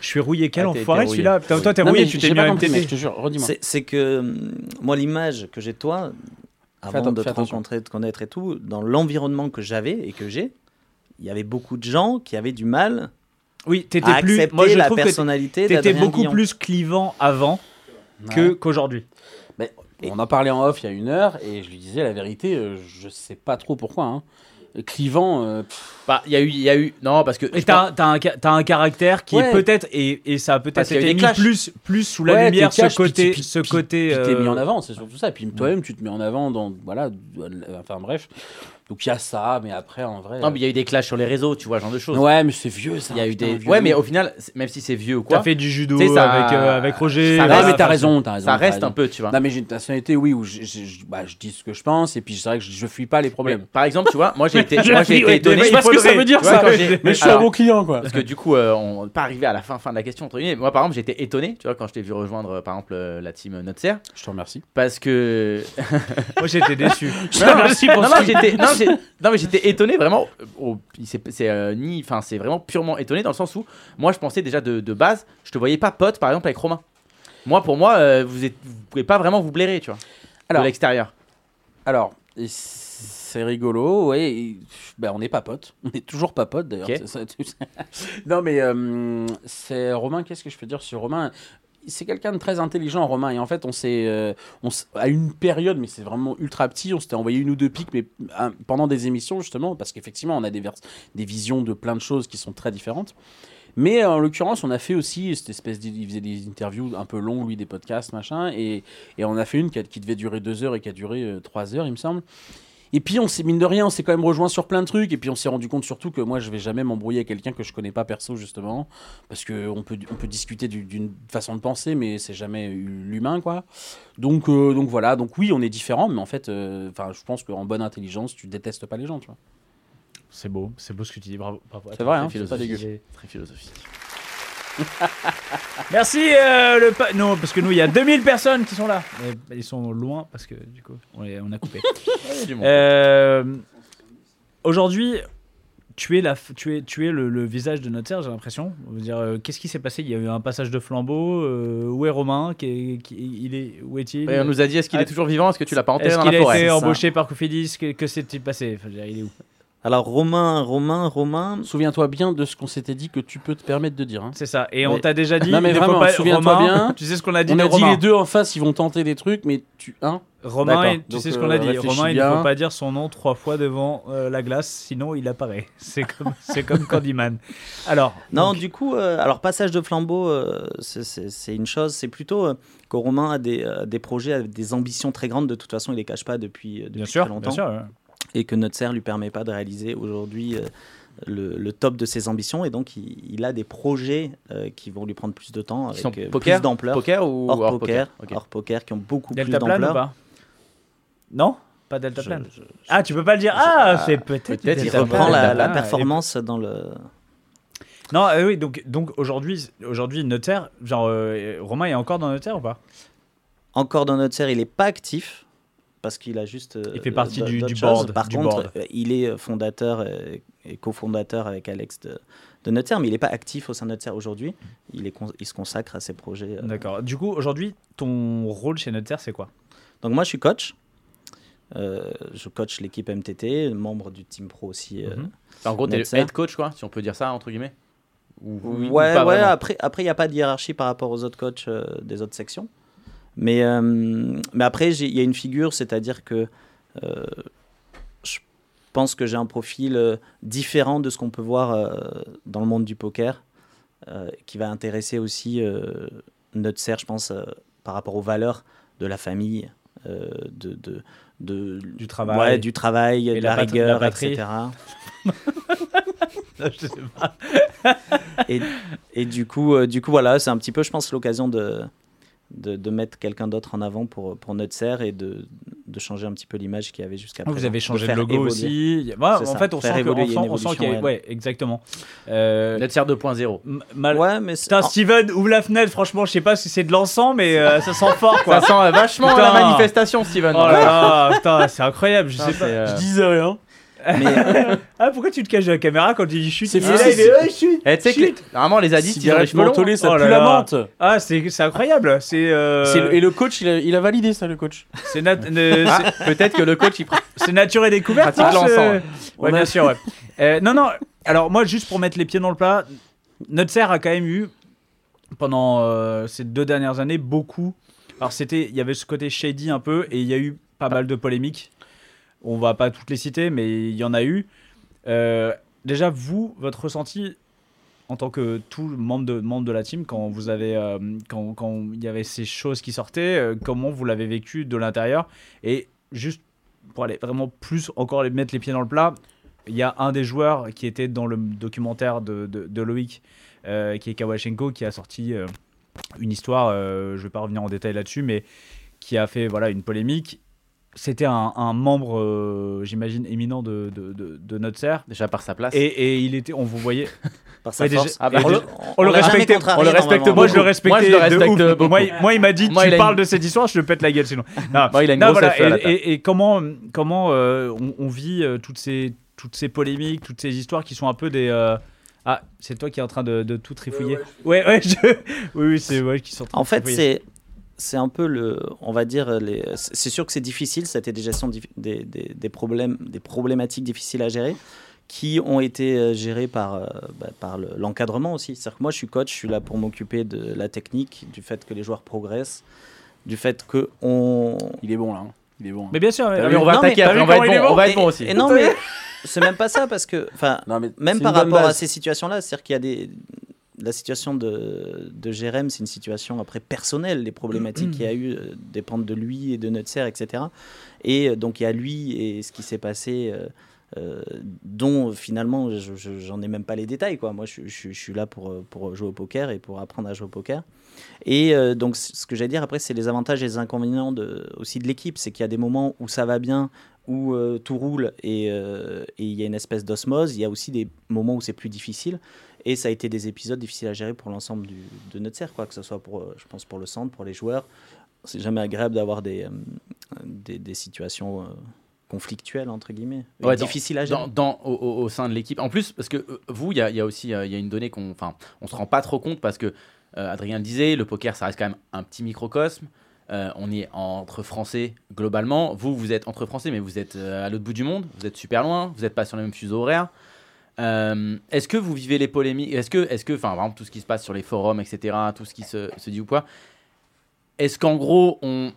B: Je suis rouillé, quel
C: Ah, t'es-
B: enfoiré
C: t'es
B: celui-là. Putain, toi, t'es
E: Non,
B: rouillé,
E: mais
B: tu t'es
E: j'ai
B: mis
E: pas
B: en
E: compris, mec,
B: MTT.
E: Je te jure, redis-moi.
D: C'est c'est que hum, moi, l'image que j'ai de toi, avant
E: atten-
D: de
E: fais
D: te
E: attention.
D: rencontrer, de te connaître et tout, dans l'environnement que j'avais et que j'ai, il y avait beaucoup de gens qui avaient du mal
B: Oui,
D: à
B: t'étais plus.
D: accepter
B: Moi, je
D: la
B: trouve que
D: personnalité
B: t'étais
D: d'Adrien
B: beaucoup
D: Guillon.
B: plus clivant avant que qu'aujourd'hui.
E: Et On en parlait en off il y a une heure et je lui disais la vérité, euh, je sais pas trop pourquoi. hein. Clivant, euh, pff,
C: Bah, il y a eu, il y a eu. Non, parce que.
B: Et t'as t'as un, ca- t'as un caractère qui
E: Ouais.
B: est peut-être et, et ça a peut-être
C: Parce qu'il y a eu
B: été
C: des
B: mis
C: clashs.
B: plus plus sous la
E: ouais,
B: lumière
E: t'es cash,
B: ce côté
E: puis- puis-
B: ce
E: puis-
B: côté
E: puis t'es mis
B: euh,
E: en avant, c'est surtout ça. Et puis toi-même, tu te mets en avant dans voilà, euh, enfin bref. Donc il y a ça, mais après en vrai.
C: Non, mais il y a eu des clashs sur les réseaux, tu vois, genre de
E: euh,
C: choses.
E: ouais, mais c'est vieux ça.
C: Il y a eu
E: putain,
C: des.
E: vieux.
C: Ouais, mais au final, c'est- même si c'est vieux ou quoi,
B: T'as fait du judo
C: Tu sais, ça-
B: avec, euh, avec Roger.
C: ça
E: Ouais,
B: voilà,
C: reste-
E: mais t'as
B: enfin,
E: raison, t'as raison.
C: ça
E: t'as
C: reste
E: raison.
C: un peu, tu vois.
E: Non, mais j'ai une personnalité, oui, où je, je- je- bah, je dis ce que je pense et puis c'est vrai que je, je fuis pas les
C: Mais
E: problèmes.
C: Par exemple, tu vois, moi j'ai été,
B: Je
C: moi, j'ai
B: dis,
C: été
B: ouais,
C: étonné.
B: mais il faudrait-
C: Tu vois, quand j'ai- Alors,
E: client quoi.
C: Parce que du coup, euh, on n'est pas arrivé à la fin, fin de la question. Entre guillemets. Moi, par exemple, j'étais étonné, tu vois, quand je t'ai vu rejoindre, euh, par exemple, euh, la team Notser,
E: Je te remercie.
B: (laughs)
C: parce que.
B: Moi j'étais déçu.
C: Non, non, non, j'étais, non, j'ai- non, mais j'étais étonné vraiment. euh, au- c'est, c'est, euh, ni, enfin, c'est vraiment purement étonné dans le sens où moi, je pensais déjà de, de base, je te voyais pas pote, par exemple, avec Romain. Moi, pour moi, euh, vous, êtes, vous pouvez pas vraiment vous blairer, tu vois,
E: Alors,
C: de l'extérieur.
E: Alors, et c'est rigolo, ouais. et- bah, on n'est pas potes. On est toujours pas potes d'ailleurs.
C: Ok.
E: c'est ça, tu sais. (laughs) non, mais euh, c'est Romain, qu'est-ce que je peux dire sur Romain c'est quelqu'un de très intelligent, Romain. Et en fait, on s'est, euh, on s- à une période, mais c'est vraiment ultra petit, on s'était envoyé une ou deux piques, mais hein, pendant des émissions justement, parce qu'effectivement, on a des, vers- des visions de plein de choses qui sont très différentes. Mais euh, en l'occurrence, on a fait aussi cette espèce, d'id- il faisait des interviews un peu longues, lui, des podcasts, machin, et, et on a fait une qui, a- qui devait durer deux heures et qui a duré euh, trois heures, il me semble. Et puis on s'est mine de rien, on s'est quand même rejoint sur plein de trucs. Et puis on s'est rendu compte surtout que moi je vais jamais m'embrouiller avec quelqu'un que je connais pas perso justement, parce que on peut on peut discuter du- d'une façon de penser, mais c'est jamais l'humain quoi. Donc euh, donc voilà, donc oui on est différents, mais en fait, euh, enfin je pense qu'en bonne intelligence tu détestes pas les gens, tu vois.
B: C'est beau, c'est beau ce que tu dis, bravo. bravo.
E: C'est vrai,
B: Attends,
E: hein, c'est pas dégueu.
B: philosophique.
C: Très philosophique.
B: Merci euh, le pa- non parce que nous il y a 2000 personnes qui sont là. Mais ils sont loin parce que du coup on, les- on a coupé. Euh, Aujourd'hui, tu es la f- tu es tu es le, le visage de notre serre, j'ai l'impression. On veut dire euh, qu'est-ce qui s'est passé Il y a eu un passage de flambeau. euh, où est Romain Qu'est- qui- il est où est-il
C: Ouais, on nous a dit est-ce qu'il
B: Ah.
C: est toujours vivant Est-ce que tu l'as pas enterré
B: Est-ce
C: dans
B: qu'il
C: la
B: a
C: forêt
B: été
D: ça.
B: embauché par Cofidis Que, que s'est-il passé Enfin, je veux dire, Il est où
E: Hein?
D: Alors, Romain, Romain, Romain.
E: Souviens-toi bien de ce qu'on s'était dit que tu peux te permettre de dire. hein.
B: C'est ça. Et
E: Mais-
B: on t'a déjà dit.
E: Non, mais
B: il ne faut
E: vraiment,
B: pas-
E: souviens-toi
B: Romain,
E: bien.
B: Tu sais ce qu'on a dit.
E: On a
B: de
E: dit
B: Romain.
E: les deux en face, ils vont tenter des trucs, mais tu hein.
B: Romain,
E: D'accord.
B: il- tu
E: Donc,
B: sais ce qu'on a
E: euh,
B: dit.
E: réfléchis
B: Romain, il ne
E: bien.
B: faut pas dire son nom trois fois devant euh, la glace, sinon il apparaît. (laughs) C'est comme, c'est comme Candyman. Alors,
D: Non,
B: donc,
D: du coup, euh, alors passage de flambeau, euh, c'est- c'est c'est une chose. C'est plutôt euh, que Romain a des, euh, des projets, avec des ambitions très grandes. De toute façon, il les cache pas depuis, euh, depuis
B: bien
D: très
B: sûr, bien
D: longtemps.
B: sûr. ouais.
D: et que notre serre lui permet pas de réaliser aujourd'hui euh, le, le top de ses ambitions et donc il, il a des projets euh, qui vont lui prendre plus de temps
C: Qui sont
D: avec euh,
C: poker
D: plus d'ampleur
C: Poker ou
D: hors,
C: hors
D: poker,
C: Ok.
D: hors poker qui ont beaucoup
B: Delta
D: plus
B: plane ou
D: d'ampleur
B: pas Non, pas Delta
D: Je-
B: plane.
D: je- je-
B: Ah, tu peux pas le dire. Ah, c'est peut-être.
C: peut-être
B: Delta
D: il
C: ça
D: reprend
C: va,
B: Plane.
D: la,
C: Delta
D: la
B: Ah,
D: performance dans le
B: et- Non, euh, oui. Donc, donc aujourd'hui, aujourd'hui, Notaire, genre euh, Romain est encore dans Notaire ou pas
D: encore dans notre serre il est pas actif parce qu'il a juste euh,
B: Il fait partie
D: d-
B: du-
D: d'autres
B: du
D: choses.
B: board,
D: par
B: du
D: contre
B: board.
D: euh, il est fondateur euh, et cofondateur avec Alex de, de notre serre mais il est pas actif au sein de notre serre aujourd'hui il est con- il se consacre à ses projets euh,
B: D'accord. Du coup, aujourd'hui, ton rôle chez Notaire, c'est quoi
D: Donc moi, je suis coach. Euh, je coach l'équipe MTT, membre du Team Pro aussi. euh.
B: Mhm.
C: Enfin, en gros, t'es le
D: Netzer.
C: head coach, quoi, si on peut dire ça, entre guillemets. Ou, ou- ou
D: ouais,
C: pas
D: ouais.
C: vraiment.
D: Après, après, il n'y a pas de hiérarchie par rapport aux autres coachs euh, des autres sections. Mais, euh, mais après, j'ai- il y a une figure, c'est-à-dire que euh, je pense que j'ai un profil euh, différent de ce qu'on peut voir euh, dans le monde du poker, euh, qui va intéresser aussi euh, notre serre, je pense, euh, par rapport aux valeurs de la famille, euh, de, de, de-
B: Du travail.
D: ouais, du travail,
B: Et
D: de
B: la
D: la,
B: pat-
D: rigueur,
B: la patrie.
D: etc.
B: (laughs) Je sais pas.
D: et, et du coup, euh, du coup, voilà, c'est un petit peu, je pense, l'occasion de, de, de metmettre quelqu'un d'autre en avant pour, pour notre serre et de, de changer un petit peu l'image qu'il y avait jusqu'à présent.
B: Ah, Vous avez
D: De
B: changé de
D: faire
B: logo
D: évoluer.
B: aussi. Il y a- voilà,
D: C'est
B: en
D: ça.
B: fait, on
D: Faire
B: sent, que,
D: évoluer,
B: on
D: il y a
B: sent-
D: une
B: on sent qu'il y a.
D: évolution,
B: Ouais, exactement.
E: ah.
B: Euh,
C: Netzer 2.0.
B: m- mal-
D: Ouais, mais c'est-
B: Putain, Steven, ouvre la fenêtre. Franchement, je sais pas si c'est de l'encens, mais euh, ça sent fort,
C: Ça
D: (laughs)
B: quoi.
C: sent euh, vachement
B: Putain.
C: la manifestation,
E: Ah,
C: Steven.
B: Oh là là, putain, c'est incroyable. Je
C: Putain,
B: sais pas.
C: c'est, euh,
B: Je disais rien.
D: mais-
B: (laughs) Ah, pourquoi tu te caches de la caméra quand il dit chute
E: euh, C'est
B: Et
E: fou,
B: là,
E: c'est-
B: il est, ouais, chute.
C: Eh, tu sais que les- normalement, les addicts, ils ont les
E: Cigarette
C: cheveux longs.
E: mentholée, ça
B: Oh
E: pue
B: là
E: la
B: là.
E: menthe.
B: Ah, c'est c'est incroyable. C'est euh,
E: C'est le- Et le coach, il a, il a validé ça, le coach.
B: c'est
E: (laughs)
B: nat- euh,
C: Ah, Peut-être que le coach, il prend.
B: c'est- c'est nature et découverte.
C: Pratique
B: non, ce-
C: l'encens, ouais.
B: Ouais, bien sûr. Ouais. Euh, non, non. Alors moi, juste pour mettre les pieds dans le plat, notre serre a quand même eu pendant euh, ces deux dernières années beaucoup. Alors c'était, il y avait ce côté shady un peu, et il y a eu pas mal de polémiques. On va pas toutes les citer, mais il y en a eu. Euh, déjà, vous, votre ressenti en tant que tout membre de, membre de la team, quand vous avez, euh, quand quand il y avait ces choses qui sortaient, euh, comment vous l'avez vécu de l'intérieur Et juste pour aller vraiment plus encore les mettre les pieds dans le plat, il y a un des joueurs qui était dans le documentaire de, de, de Loïc, euh, qui est Kawashenko, qui a sorti euh, une histoire, euh, je vais pas revenir en détail là-dessus, mais qui a fait voilà une polémique. C'était un, un membre, euh, j'imagine, éminent de, de, de, de notre serre.
C: Déjà par sa place.
B: Et, et il était, on vous voyait.
D: par sa
B: Ouais, déjà-
D: force.
C: Ah bah,
D: Et
C: on le-
D: déjà-
B: on le
D: l'a jamais
B: respectait,
D: contrarié,
C: on le respecte
D: normalement.
B: Ah, Moi, je le
C: beaucoup.
B: respectais.
C: Moi, je le respecte
B: de ouf.
C: beaucoup.
B: Moi, il- moi, il m'a dit,
C: Moi,
B: tu
C: il a une-
B: parles de cette histoire, je te pète la
C: (laughs)
B: gueule sinon. Non,
C: Bon, il a une
B: Non,
C: grosse
B: voilà,
C: affaire, là,
B: et, et- et comment, comment euh, on, on vit euh, toutes, ces, toutes ces polémiques, toutes ces histoires qui sont un peu des. euh, Ah, c'est toi qui es en train de, de tout trifouiller. Ouais, ouais, je- (laughs) oui, oui, c'est moi qui suis en train
D: En
B: de
D: fait,
B: trifouiller.
D: c'est c'est un peu le, on va dire, les- c'est sûr que c'est difficile, ça a été des gestions diffi- des, des- des problèmes, des problématiques difficiles à gérer, qui ont été euh, gérées par, euh, bah, par le- l'encadrement aussi. C'est-à-dire que moi, je suis coach, je suis là pour m'occuper de la technique, du fait que les joueurs progressent, du fait que on.
E: Il est bon là. hein. Il est bon. hein.
B: Mais bien sûr,
C: T'as
B: mais-
C: vu, on va
D: non, mais
C: attaquer
B: t'as
C: après,
B: vu
C: on va
B: comment
C: être
B: il est
C: bon, on va être
D: Et-
C: bon aussi.
D: et non, mais c'est même pas ça parce que, enfin,
E: Non, mais
D: même
E: c'est
D: par
E: une bonne
D: rapport à
E: base.
D: ces situations-là, c'est-à-dire qu'il y a des. La situation de, de Jérém, c'est une situation après personnelle. Les problématiques qu'il y a eu euh, dépendent de lui et de Nutzer, etc. Et euh, donc il y a lui et ce qui s'est passé, euh, euh, dont euh, finalement je- je- j'en ai même pas les détails. Quoi. Moi, je, je- je suis là pour, euh, pour jouer au poker et pour apprendre à jouer au poker. Et euh, donc c- ce que j'allais dire après, c'est les avantages et les inconvénients de, aussi de l'équipe. C'est qu'il y a des moments où ça va bien, où euh, tout roule et euh, et il y a une espèce d'osmose. Il y a aussi des moments où c'est plus difficile. Et ça a été des épisodes difficiles à gérer pour l'ensemble du- de notre serre, quoi, que ce soit pour, euh, je pense, pour le centre, pour les joueurs. C'est jamais agréable d'avoir des, euh, des, des situations euh, conflictuelles, entre guillemets, et
C: Ouais, dans-
D: difficiles à gérer.
C: dans, dans- au, au- au sein de l'équipe. En plus, parce que euh, vous, il y a, il y a aussi euh, il y a une donnée qu'on enfin, on se rend pas trop compte parce que euh, Adrien le disait, le poker, ça reste quand même un petit microcosme. Euh, on est entre Français globalement. Vous, vous êtes entre Français, mais vous êtes euh, à l'autre bout du monde. Vous êtes super loin. Vous n'êtes pas sur le même fuseau horaire. Euh, est-ce que vous vivez les polémiques Est-ce que, est-ce que, enfin, par exemple, tout ce qui se passe sur les forums, etc., tout ce qui se, se dit ou quoi Est-ce qu'en gros, on,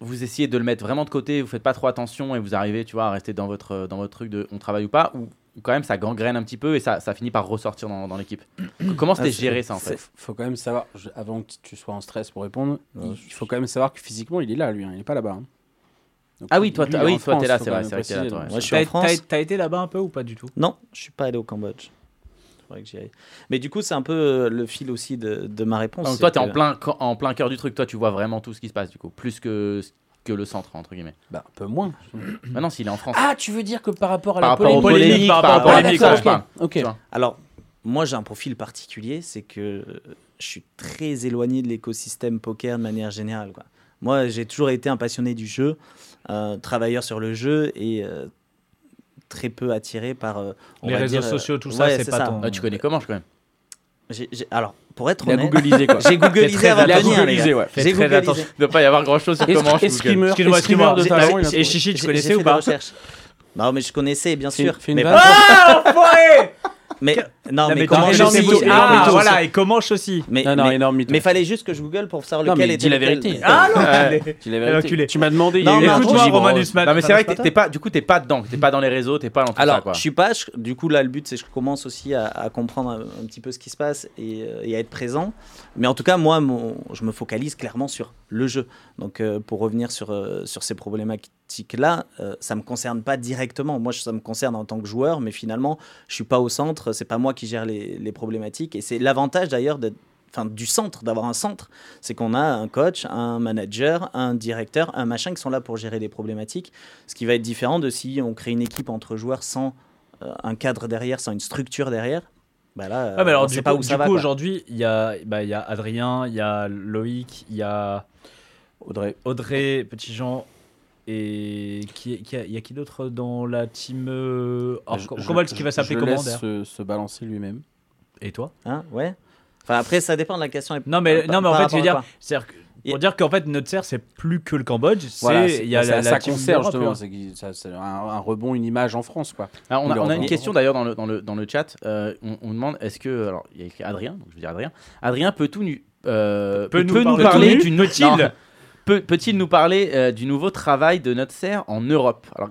C: vous essayez de le mettre vraiment de côté, vous faites pas trop attention et vous arrivez, tu vois, à rester dans votre, dans votre truc de on travaille ou pas, ou quand même ça gangrène un petit peu et ça, ça finit par ressortir dans, dans l'équipe. Comment c'était
D: Ah, c'est-
C: géré ça en
E: Faut-
C: fait
E: Faut quand même savoir, je- avant que tu sois en stress pour répondre,
D: Non,
E: il il faut quand même savoir que physiquement il est là, lui, hein, il est pas là-bas. hein. Donc,
C: Ah oui, toi,
E: lui,
C: t'as-
E: il est
C: oui,
E: en
C: toi, t'es
E: France,
C: là,
E: faut
C: c'est
E: quand
C: vrai,
E: même
C: c'est vrai, t'es là,
E: préciser,
C: toi,
E: donc,
D: ouais, je
E: ça-
D: suis en
B: T'as-
D: France.
B: t'as- T'as été là-bas un peu ou pas du tout
D: Non, je suis pas allé au Cambodge. Faudrait que j'y aille. Mais du coup, c'est un peu euh, le fil aussi de, de ma réponse.
C: Donc
D: c'est
C: toi, t'es en
D: que-
C: plein, co- en plein cœur du truc, toi, tu vois vraiment tout ce qui se passe du coup, plus que, que le centre, entre guillemets.
E: Bah, un peu moins.
C: Maintenant, s'il est en France,
E: Ah, tu veux dire que par rapport à
C: par
E: la
C: rapport aux
E: polémique, Ah,
B: polémiques,
C: polémiques,
B: par
C: par
B: rapport
C: rapport
B: aux
C: à
B: polémiques,
C: ça, je
B: ok.
C: parle.
E: Ok.
C: Tu vois.
D: Alors, moi, j'ai un profil particulier, c'est que euh, je suis très éloigné de l'écosystème poker de manière générale. quoi. Moi, j'ai toujours été un passionné du jeu, euh, travailleur sur le jeu et euh, très peu attiré par euh, on
B: Les
D: va
B: réseaux
D: dire, euh,
B: sociaux, tout ça,
D: ouais,
B: c'est pas ton-
C: Ah, tu connais comment, je quand même.
D: J'ai- j'ai- Alors, pour être
E: Il a
D: honnête,
E: googlisé quoi.
D: (laughs) j'ai
B: Fais
D: googlisé
B: très
D: avant de
E: Il a
B: attention.
D: venir. les gars.
E: googlisé, ouais.
B: Fais
D: J'ai
B: très
D: googlisé.
B: attention.
C: Il ne doit pas y avoir grand chose sur comment je Google.
E: Escrimeur,
B: Excuse-moi, excuse-moi.
E: escrimeur de talent. il a
B: Et
E: trouvé.
B: Chichi, tu
D: J'ai-
B: connaissais
D: j'ai
B: ou
D: fait des
B: pas
D: recherches. Non, mais je connaissais, bien
E: Fais-
D: sûr.
E: fais une
D: mais
E: vanne.
D: pas-
B: Ah, enfoiré
D: mais,
B: Non,
D: non, mais,
B: mais
D: comment
B: t'as
D: je
B: énorme
D: sais
B: mytho.
D: tout, énorme
B: Ah,
D: mytho.
B: voilà, et comment je aussi
D: Mais,
E: Non, non,
D: mais,
E: énorme mytho.
D: mais fallait juste que je google pour savoir
E: Non,
D: lequel
E: mais
D: était
E: dis la
D: lequel.
E: vérité.
B: Ah non
C: Ouais.
E: Tu l'avais arrêté.
B: Enculé.
E: Tu m'as demandé. il y
D: Non,
E: a eu
D: mais
E: un
D: Écoute-moi,
E: truc,
B: Écoute-moi,
E: gros.
B: Roman Usman.
C: Non, mais c'est vrai que t'es- t'es pas, du coup, t'es pas dedans, t'es pas dans les réseaux, t'es pas dans tout
D: Alors,
C: ça quoi.
D: je suis pas. je- du coup, là, le but, c'est que je commence aussi à, à comprendre un, un petit peu ce qui se passe et, euh, et à être présent. Mais en tout cas, moi, mon- je me focalise clairement sur le jeu. Donc, euh, pour revenir sur, euh, sur ces problématiques-là, euh, ça me concerne pas directement. Moi, je- ça me concerne en tant que joueur, mais finalement, je suis pas au centre. C'est pas moi qui gère les, les problématiques. Et c'est l'avantage d'ailleurs d'être- Enfin, du centre, d'avoir un centre, c'est qu'on a un coach, un manager, un directeur, un machin qui sont là pour gérer les problématiques. Ce qui va être différent de si on crée une équipe entre joueurs sans euh, un cadre derrière, sans une structure derrière. Bah là,
B: Ah, mais alors,
D: on
B: du
D: sait
B: coup,
D: pas où
B: du
D: ça va.
B: coup,
D: quoi.
B: aujourd'hui, il y, a- bah, il y a Adrien, il y a Loïc, il y a
E: Audrey.
B: Audrey, Petit Jean. Et qui, qui a- il y a qui d'autre dans la team euh, hors-
E: Je- je-
B: Cobalt qui va s'appeler
E: je
B: comment
E: laisse Ah,
B: d'ailleurs
E: se, se balancer lui-même.
B: Et toi
D: Hein, ouais. Enfin, après, ça dépend de la question. est-
B: Non mais,
D: par-
B: non, mais en
D: par
B: fait, je veux
D: rapport
B: dire,
D: à quoi.
B: c'est-à-dire que-
D: Et-
B: pour dire qu'en fait, notre serre, c'est plus que le Cambodge. c'est-
E: Voilà,
B: il y a
E: ça,
B: la,
E: ça
B: la team
E: concerne
B: d'Europe, hein.
E: justement,
B: ouais.
E: c'est qu'il- ça- c'est un, un rebond, une image en France quoi.
C: Alors, Ah, on, a,
E: Ou
C: on a
E: leur-
C: une question d'ailleurs dans le, dans, le, dans le chat. Euh, on, on demande est-ce que. Alors, il y a écrit Adrien, donc je veux dire Adrien. Adrien peut tout nu. euh,
B: Peut nous parler-
C: parler
B: tout nu
C: du
B: Peut-il
C: non. Peut- (laughs) Peut-il nous parler euh, du nouveau travail de notre serre en Europe Alors,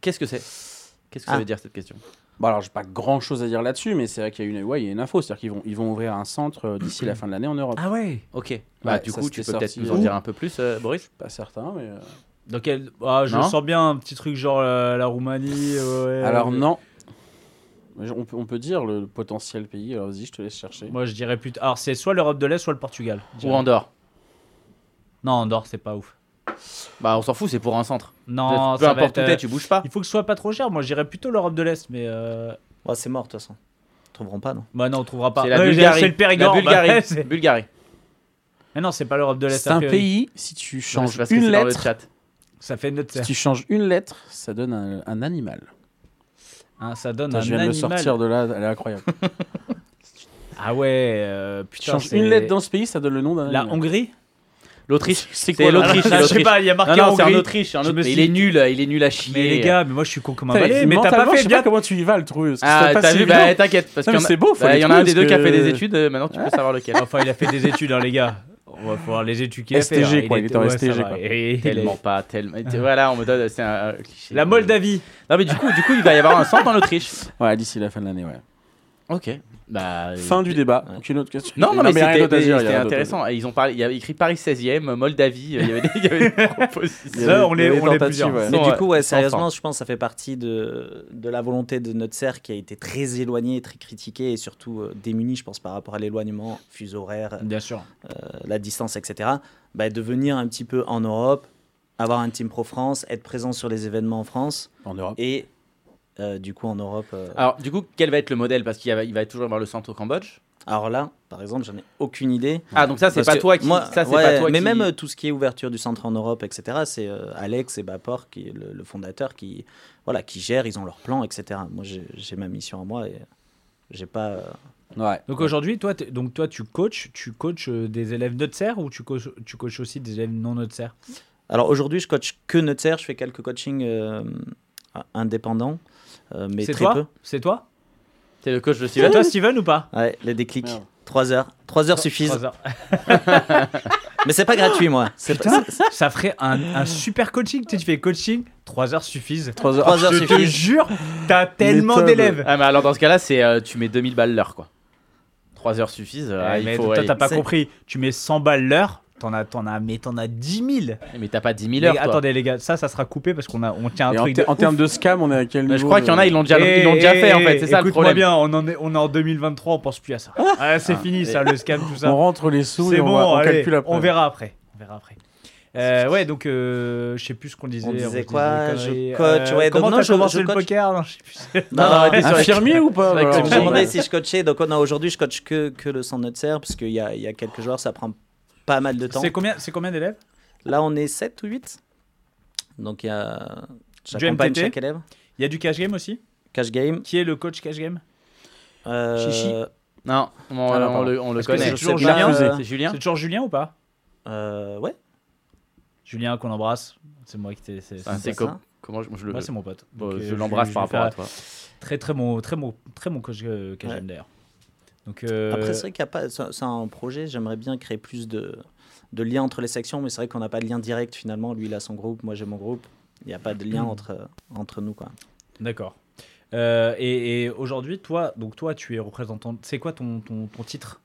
C: qu'est-ce que c'est Qu'est-ce que ça
D: Ah.
C: veut dire cette question
E: Bon alors j'ai pas grand chose à dire là-dessus, mais c'est vrai qu'il y a une, ouais, il y a une info, c'est-à-dire qu'ils vont, ils vont ouvrir un centre euh, d'ici la fin de l'année en Europe.
B: Ah ouais
C: Ok. Bah,
E: Ouais,
C: du
E: ça,
C: coup, tu
E: c'était
C: peux peut-être
E: sorti
C: nous en
E: où
C: dire un peu plus, euh, Boris
E: Pas certain, mais. euh,
B: Dans quel- ah, je
C: Non.
B: sens bien un petit truc genre euh, la Roumanie. ouais.
E: Alors non. Mais On peut, on peut dire le potentiel pays. Alors vas-y, je te laisse chercher.
B: Moi je dirais plutôt. Alors c'est soit l'Europe de l'Est, soit le Portugal. je
C: Ou
B: dirais.
C: Andorre
B: Non, Andorre c'est pas ouf.
C: Bah, on s'en fout, c'est pour un centre.
B: Non,
C: peu
B: ça va
C: importe
B: être,
C: où t'es,
B: euh,
C: tu bouges pas.
B: Il faut que ce soit pas trop cher. Moi je dirais plutôt l'Europe de l'Est, mais. euh,
D: Ouais, c'est mort, de toute façon. Ils trouveront pas, non
B: Bah non, on trouvera pas.
C: C'est la
B: Ouais,
C: Bulgarie.
B: C'est le Périgord.
C: La
B: bah, (laughs)
C: Bulgarie.
B: c'est-
C: Bulgarie.
B: mais non, c'est pas l'Europe de l'Est.
E: C'est
B: a
E: un
B: priori.
E: pays. Si tu
C: Non, mais
E: changes
C: c'est parce que
E: une
C: c'est dans le
E: lettre,
C: chat.
B: Ça fait notre
E: si tu changes une lettre, ça donne un, un animal.
B: Hein, ça donne
E: Putain,
B: un
E: je viens de
B: animal.
E: me sortir de là, elle
B: (laughs)
E: est incroyable.
B: Ah ouais, euh, putain.
E: tu changes
B: c'est-
E: une lettre dans ce pays, ça donne le nom d'un
B: La
E: animal.
B: Hongrie
C: L'Autriche,
E: C'est
C: c'est
E: quoi, là (laughs)
C: l'Autriche. c'est
B: (laughs) Je sais
C: l'Autriche.
B: pas, il y a marqué
C: Non, non, c'est
B: Hongrie.
C: en Autriche. c'est en
B: Je me
C: Autriche. Mais
B: suis
C: il est nul, il est nul à chier.
B: Mais les gars, mais moi je suis con comme un
E: Putain,
B: balai, mais t'as pas
E: mentalement, je
B: fait
E: sais
B: bien.
E: comment tu y vas le truc. parce que
C: Ah,
E: c'est pas
C: t'as
E: si
C: vu,
E: évident.
C: bah, t'inquiète. Parce
E: Non,
C: qu'il
E: mais
C: y en a-
E: c'est beau, faut
C: bah,
E: les
C: Il y en a un
E: trouver,
C: des deux
E: parce
C: qui a fait
E: que-
C: des études, euh, maintenant tu peux savoir lequel.
B: Enfin, il a fait des études, hein, les gars. On va voir les études qu'il a fait.
E: STG,
B: hein.
E: quoi, il était en
B: ouais, ça
E: STG,
B: va.
E: quoi.
B: Et- et-
C: Tellement pas, tellement. Voilà, on me donne. C'est un euh, cliché.
B: La Moldavie.
C: Non, mais du coup, du coup, il va y avoir un centre en Autriche.
E: Ouais, d'ici la fin de l'année, ouais.
C: Ok. Bah,
E: Fin
C: euh,
E: du débat. Aucune autre question.
C: Non, non, mais,
E: rien d'autre
C: c'était-
E: à dire,
C: mais
E: il y
C: c'était
E: a rien d'autre à
C: intéressant. Et Ils ont parlé, il y avait écrit Paris 16e, Moldavie, euh, il y avait des, il y avait des
E: Il y
C: propositions.
E: a des-
B: Ça, on
E: il y a
B: est
E: des
B: on est
E: tentatives,
B: plusieurs.
E: ouais.
D: Mais
C: sont,
D: du
C: euh,
D: coup, ouais,
C: enfants.
D: sérieusement, je pense que ça fait partie de, de la volonté de notre serre qui a été très éloignée, très critiquée et surtout euh, démunie, je pense, par rapport à l'éloignement, fuseau horaire,
B: Bien sûr.
D: euh, la distance, etc. Bah, de venir un petit peu en Europe, avoir un team pro France, être présent sur les événements en France
E: dire. En Europe.
D: et euh, du coup en Europe. euh,
C: Alors, du coup, quel va être le modèle Parce qu'il y a- il va toujours y avoir le centre au Cambodge.
D: Alors là, par exemple, j'en ai aucune idée.
C: Ah, donc ça, c'est
D: Parce
C: pas
D: que
C: toi qui.
D: moi-
C: ça, c'est
D: ouais,
C: pas toi
D: mais
C: qui-
D: même euh, tout ce qui est ouverture du centre en Europe, etc., c'est euh, Alex et Bapor, qui est le, le fondateur, qui, voilà, qui gère, ils ont leur plan, etc. Moi, j'ai j'ai ma mission à moi et j'ai pas. euh,
E: Ouais.
B: Donc aujourd'hui, toi, t'es- donc toi, tu coaches, tu coaches euh, des élèves Nutser ou tu coaches, tu coaches aussi des élèves non Nutser
D: Alors aujourd'hui, je coach que Nutser, je fais quelques coachings euh, indépendants, euh, mais
B: C'est
D: très peu.
B: toi C'est toi
C: T'es le coach de
B: C'est à
C: Steven
B: toi, Steven, ou pas
D: Ouais, les déclics.
E: Merde.
D: 3 heures. 3 heures suffisent.
B: Trois heures.
D: Mais c'est pas gratuit, moi. C'est pas-
B: Putain, ça ferait un, un super coaching. Tu sais, tu fais coaching, 3 heures suffisent.
E: 3 heures.
D: Trois heures
B: Ah, Je te
D: suffisent.
B: jure, t'as tellement
E: Méthode.
B: d'élèves.
C: Ah, mais alors, dans ce cas-là, c'est euh, tu mets 2000 balles l'heure, quoi. 3 heures suffisent. euh,
E: Ah,
B: Ouais,
C: il
B: mais
C: faut,
B: toi,
C: ouais,
B: t'as pas
D: c'est-
B: compris. Tu mets 100 balles l'heure, t'en as, t'en as, mais t'en as 10 000.
C: mais t'as pas 10 000
B: Les-
C: heures. toi.
B: attendez, les gars, ça, ça sera coupé parce qu'on a, on tient un
E: Et en,
B: truc
E: ter-
B: de
E: en
B: ouf.
E: termes de scam, on est à quel
C: Mais
E: niveau
C: je crois qu'il y en a, ils l'ont déjà,
B: Eh,
C: ils l'ont déjà
B: eh,
C: fait en
B: eh,
C: fait, c'est ça le
B: écoute-moi
C: problème.
B: bien, on, en est, on est en 2023, on pense plus à ça. Ah, c'est fini ça, le scam, tout ça.
E: On rentre les sous
B: C'est
E: et on,
B: bon,
E: va- on
B: allez,
E: calcule après.
B: on verra après. On verra après. Euh, ouais, donc euh, je sais plus ce qu'on disait.
D: On disait
B: disait
D: quoi,
B: des
D: je
B: conneries. Euh,
D: coach, ouais, donc
B: comment
D: non,
B: t'as
D: je-
B: commencé
D: je
B: le
D: coach.
B: poker Non, je sais plus.
D: Non,
B: Ah,
D: non, non,
E: Infirmier ou pas
C: Avec
E: voilà,
C: le
D: Tu
E: on-
D: me
C: Bon,
D: demandais
C: ouais.
D: si je coachais. Donc, oh, non, aujourd'hui, je coach que, que le centre Nutser, parce qu'il y a, il y a quelques joueurs, ça prend pas mal de temps.
B: C'est combien, c'est combien d'élèves
D: Là, on est 7 ou 8. Donc, il y a. J'accompagne
B: MTT.
D: chaque élève.
B: Il y a du cash game aussi
D: Cash game.
B: Qui est le coach cash game
D: Euh,
E: Chichi.
C: Non, on,
E: Ah, non,
C: on
E: pardon.
C: le, on le
B: Parce que
C: connaît.
B: c'est toujours
C: Il a
D: Julien,
C: refusé.
D: euh,
C: C'est Julien.
B: C'est toujours Julien ou pas
D: euh, ouais.
B: Julien qu'on embrasse. C'est moi qui t'ai. C'est,
C: Ah,
B: c'est-
C: c'est
D: ça.
C: comme- Comment je, je le.
B: moi, c'est mon pote.
C: bon,
B: Donc, euh,
C: je l'embrasse
B: lui-
C: par
B: je lui
C: rapport à
B: fais
C: toi.
B: un Très très bon, très bon, très bon coach euh, cash
D: Ouais.
B: game d'ailleurs. Donc euh,
D: Après, c'est vrai qu'il y a pas. C'est c'est un projet, j'aimerais bien créer plus de, de liens entre les sections, mais c'est vrai qu'on n'a pas de lien direct finalement. Lui, il a son groupe, moi, j'ai mon groupe. Il n'y a pas de lien
B: Hmm.
D: entre, entre nous, quoi.
B: D'accord. Euh, et et aujourd'hui, toi, donc toi, tu es représentant. C'est quoi ton, ton, ton titre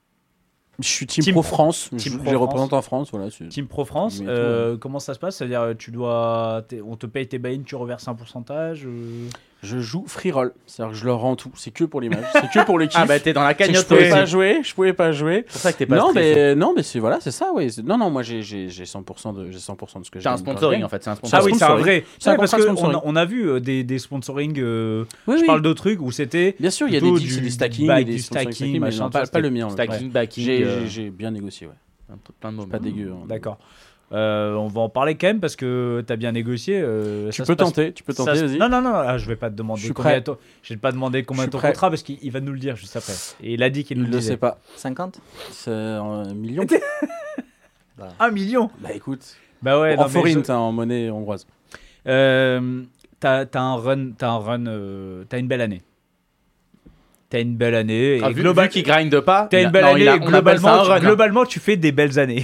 E: Je suis Team,
B: Team-
E: Pro France. je-
B: Team
E: je
B: Pro
E: les
B: France.
E: représente en France. Voilà, c'est-
B: Team Pro France.
E: Mais tout,
B: euh, Comment ça se passe C'est-à-dire, euh, tu dois, t'es- on te paye tes buy tu reverses un pourcentage. euh
E: Je joue free roll. C'est-à-dire que je leur rends tout. C'est que pour l'image. C'est que pour le kiff.
C: Ah bah t'es dans la
E: C'est que je
C: cagnotte toi
E: pouvais pas
C: aussi.
E: jouer. Je pouvais pas jouer.
C: C'est pour ça que t'es pas
E: non,
C: stressé.
E: mais, non, mais c'est voilà, c'est ça. Ouais. C'est- Non, non, moi j'ai j'ai- j'ai 100% de, j'ai 100 de ce que j'ai.
C: T'as un sponsoring en fait, c'est un
E: Ah
B: Ah
E: oui,
B: oui,
C: sponsoring.
B: c'est un
E: sponsoring.
B: vrai.
E: C'est un
B: Ouais, parce
E: contrat de
B: qu'on
E: sponsoring.
B: a, on a vu euh, des, des sponsoring. euh,
E: Oui,
B: je
E: oui.
B: parle de trucs où c'était.
E: Bien sûr, il y a des
B: plutôt
E: deals,
B: du
E: c'est des stacking,
B: back,
E: et des
B: du
E: sponsoring
B: stacking,
E: mais
B: machin,
E: non, pas,
B: tout
E: pas
B: ça,
E: le mien. ouais.
C: Stacking, backing,
E: J'ai-
C: euh,
E: J'ai j'ai bien négocié. Ouais.
C: un peu- plein de mots. Ah,
E: Pas dégueu. hein.
B: D'accord. Euh, on va en parler quand même parce que t'as bien négocié. euh,
E: Tu
B: ça se
E: peux
B: passe-
E: tenter. Tu peux
B: ça
E: tenter.
B: se-
E: Vas-y.
B: Non, non, non, ah, je vais pas te demander
E: Je suis
B: combien
E: prêt.
B: ton- je vais pas te demander combien
E: Je suis
B: ton
E: prêt.
B: contrat parce qu'il il va nous le dire juste après. Et il a dit qu'il nous
E: Il
B: le
E: le
B: disait.
E: sait pas.
D: 50
E: C'est un million.
B: Un million
E: Bah écoute,
B: Bah ouais, non,
E: en
B: mais
E: forint,
B: je-
E: hein, en monnaie
B: (laughs)
E: hongroise.
B: Euh, T'as t'as un run, t'as un run, euh, t'as une belle année. T'as une belle année. Et
C: Ah, vu,
B: global-
C: vu qu'il grinde pas,
B: T'as
C: il a-
B: une belle
C: non,
B: année.
C: il a-
B: et
C: on appelle ça un
B: globalement, tu,
C: run. hein.
B: globalement, tu fais des belles
E: (laughs)
B: années.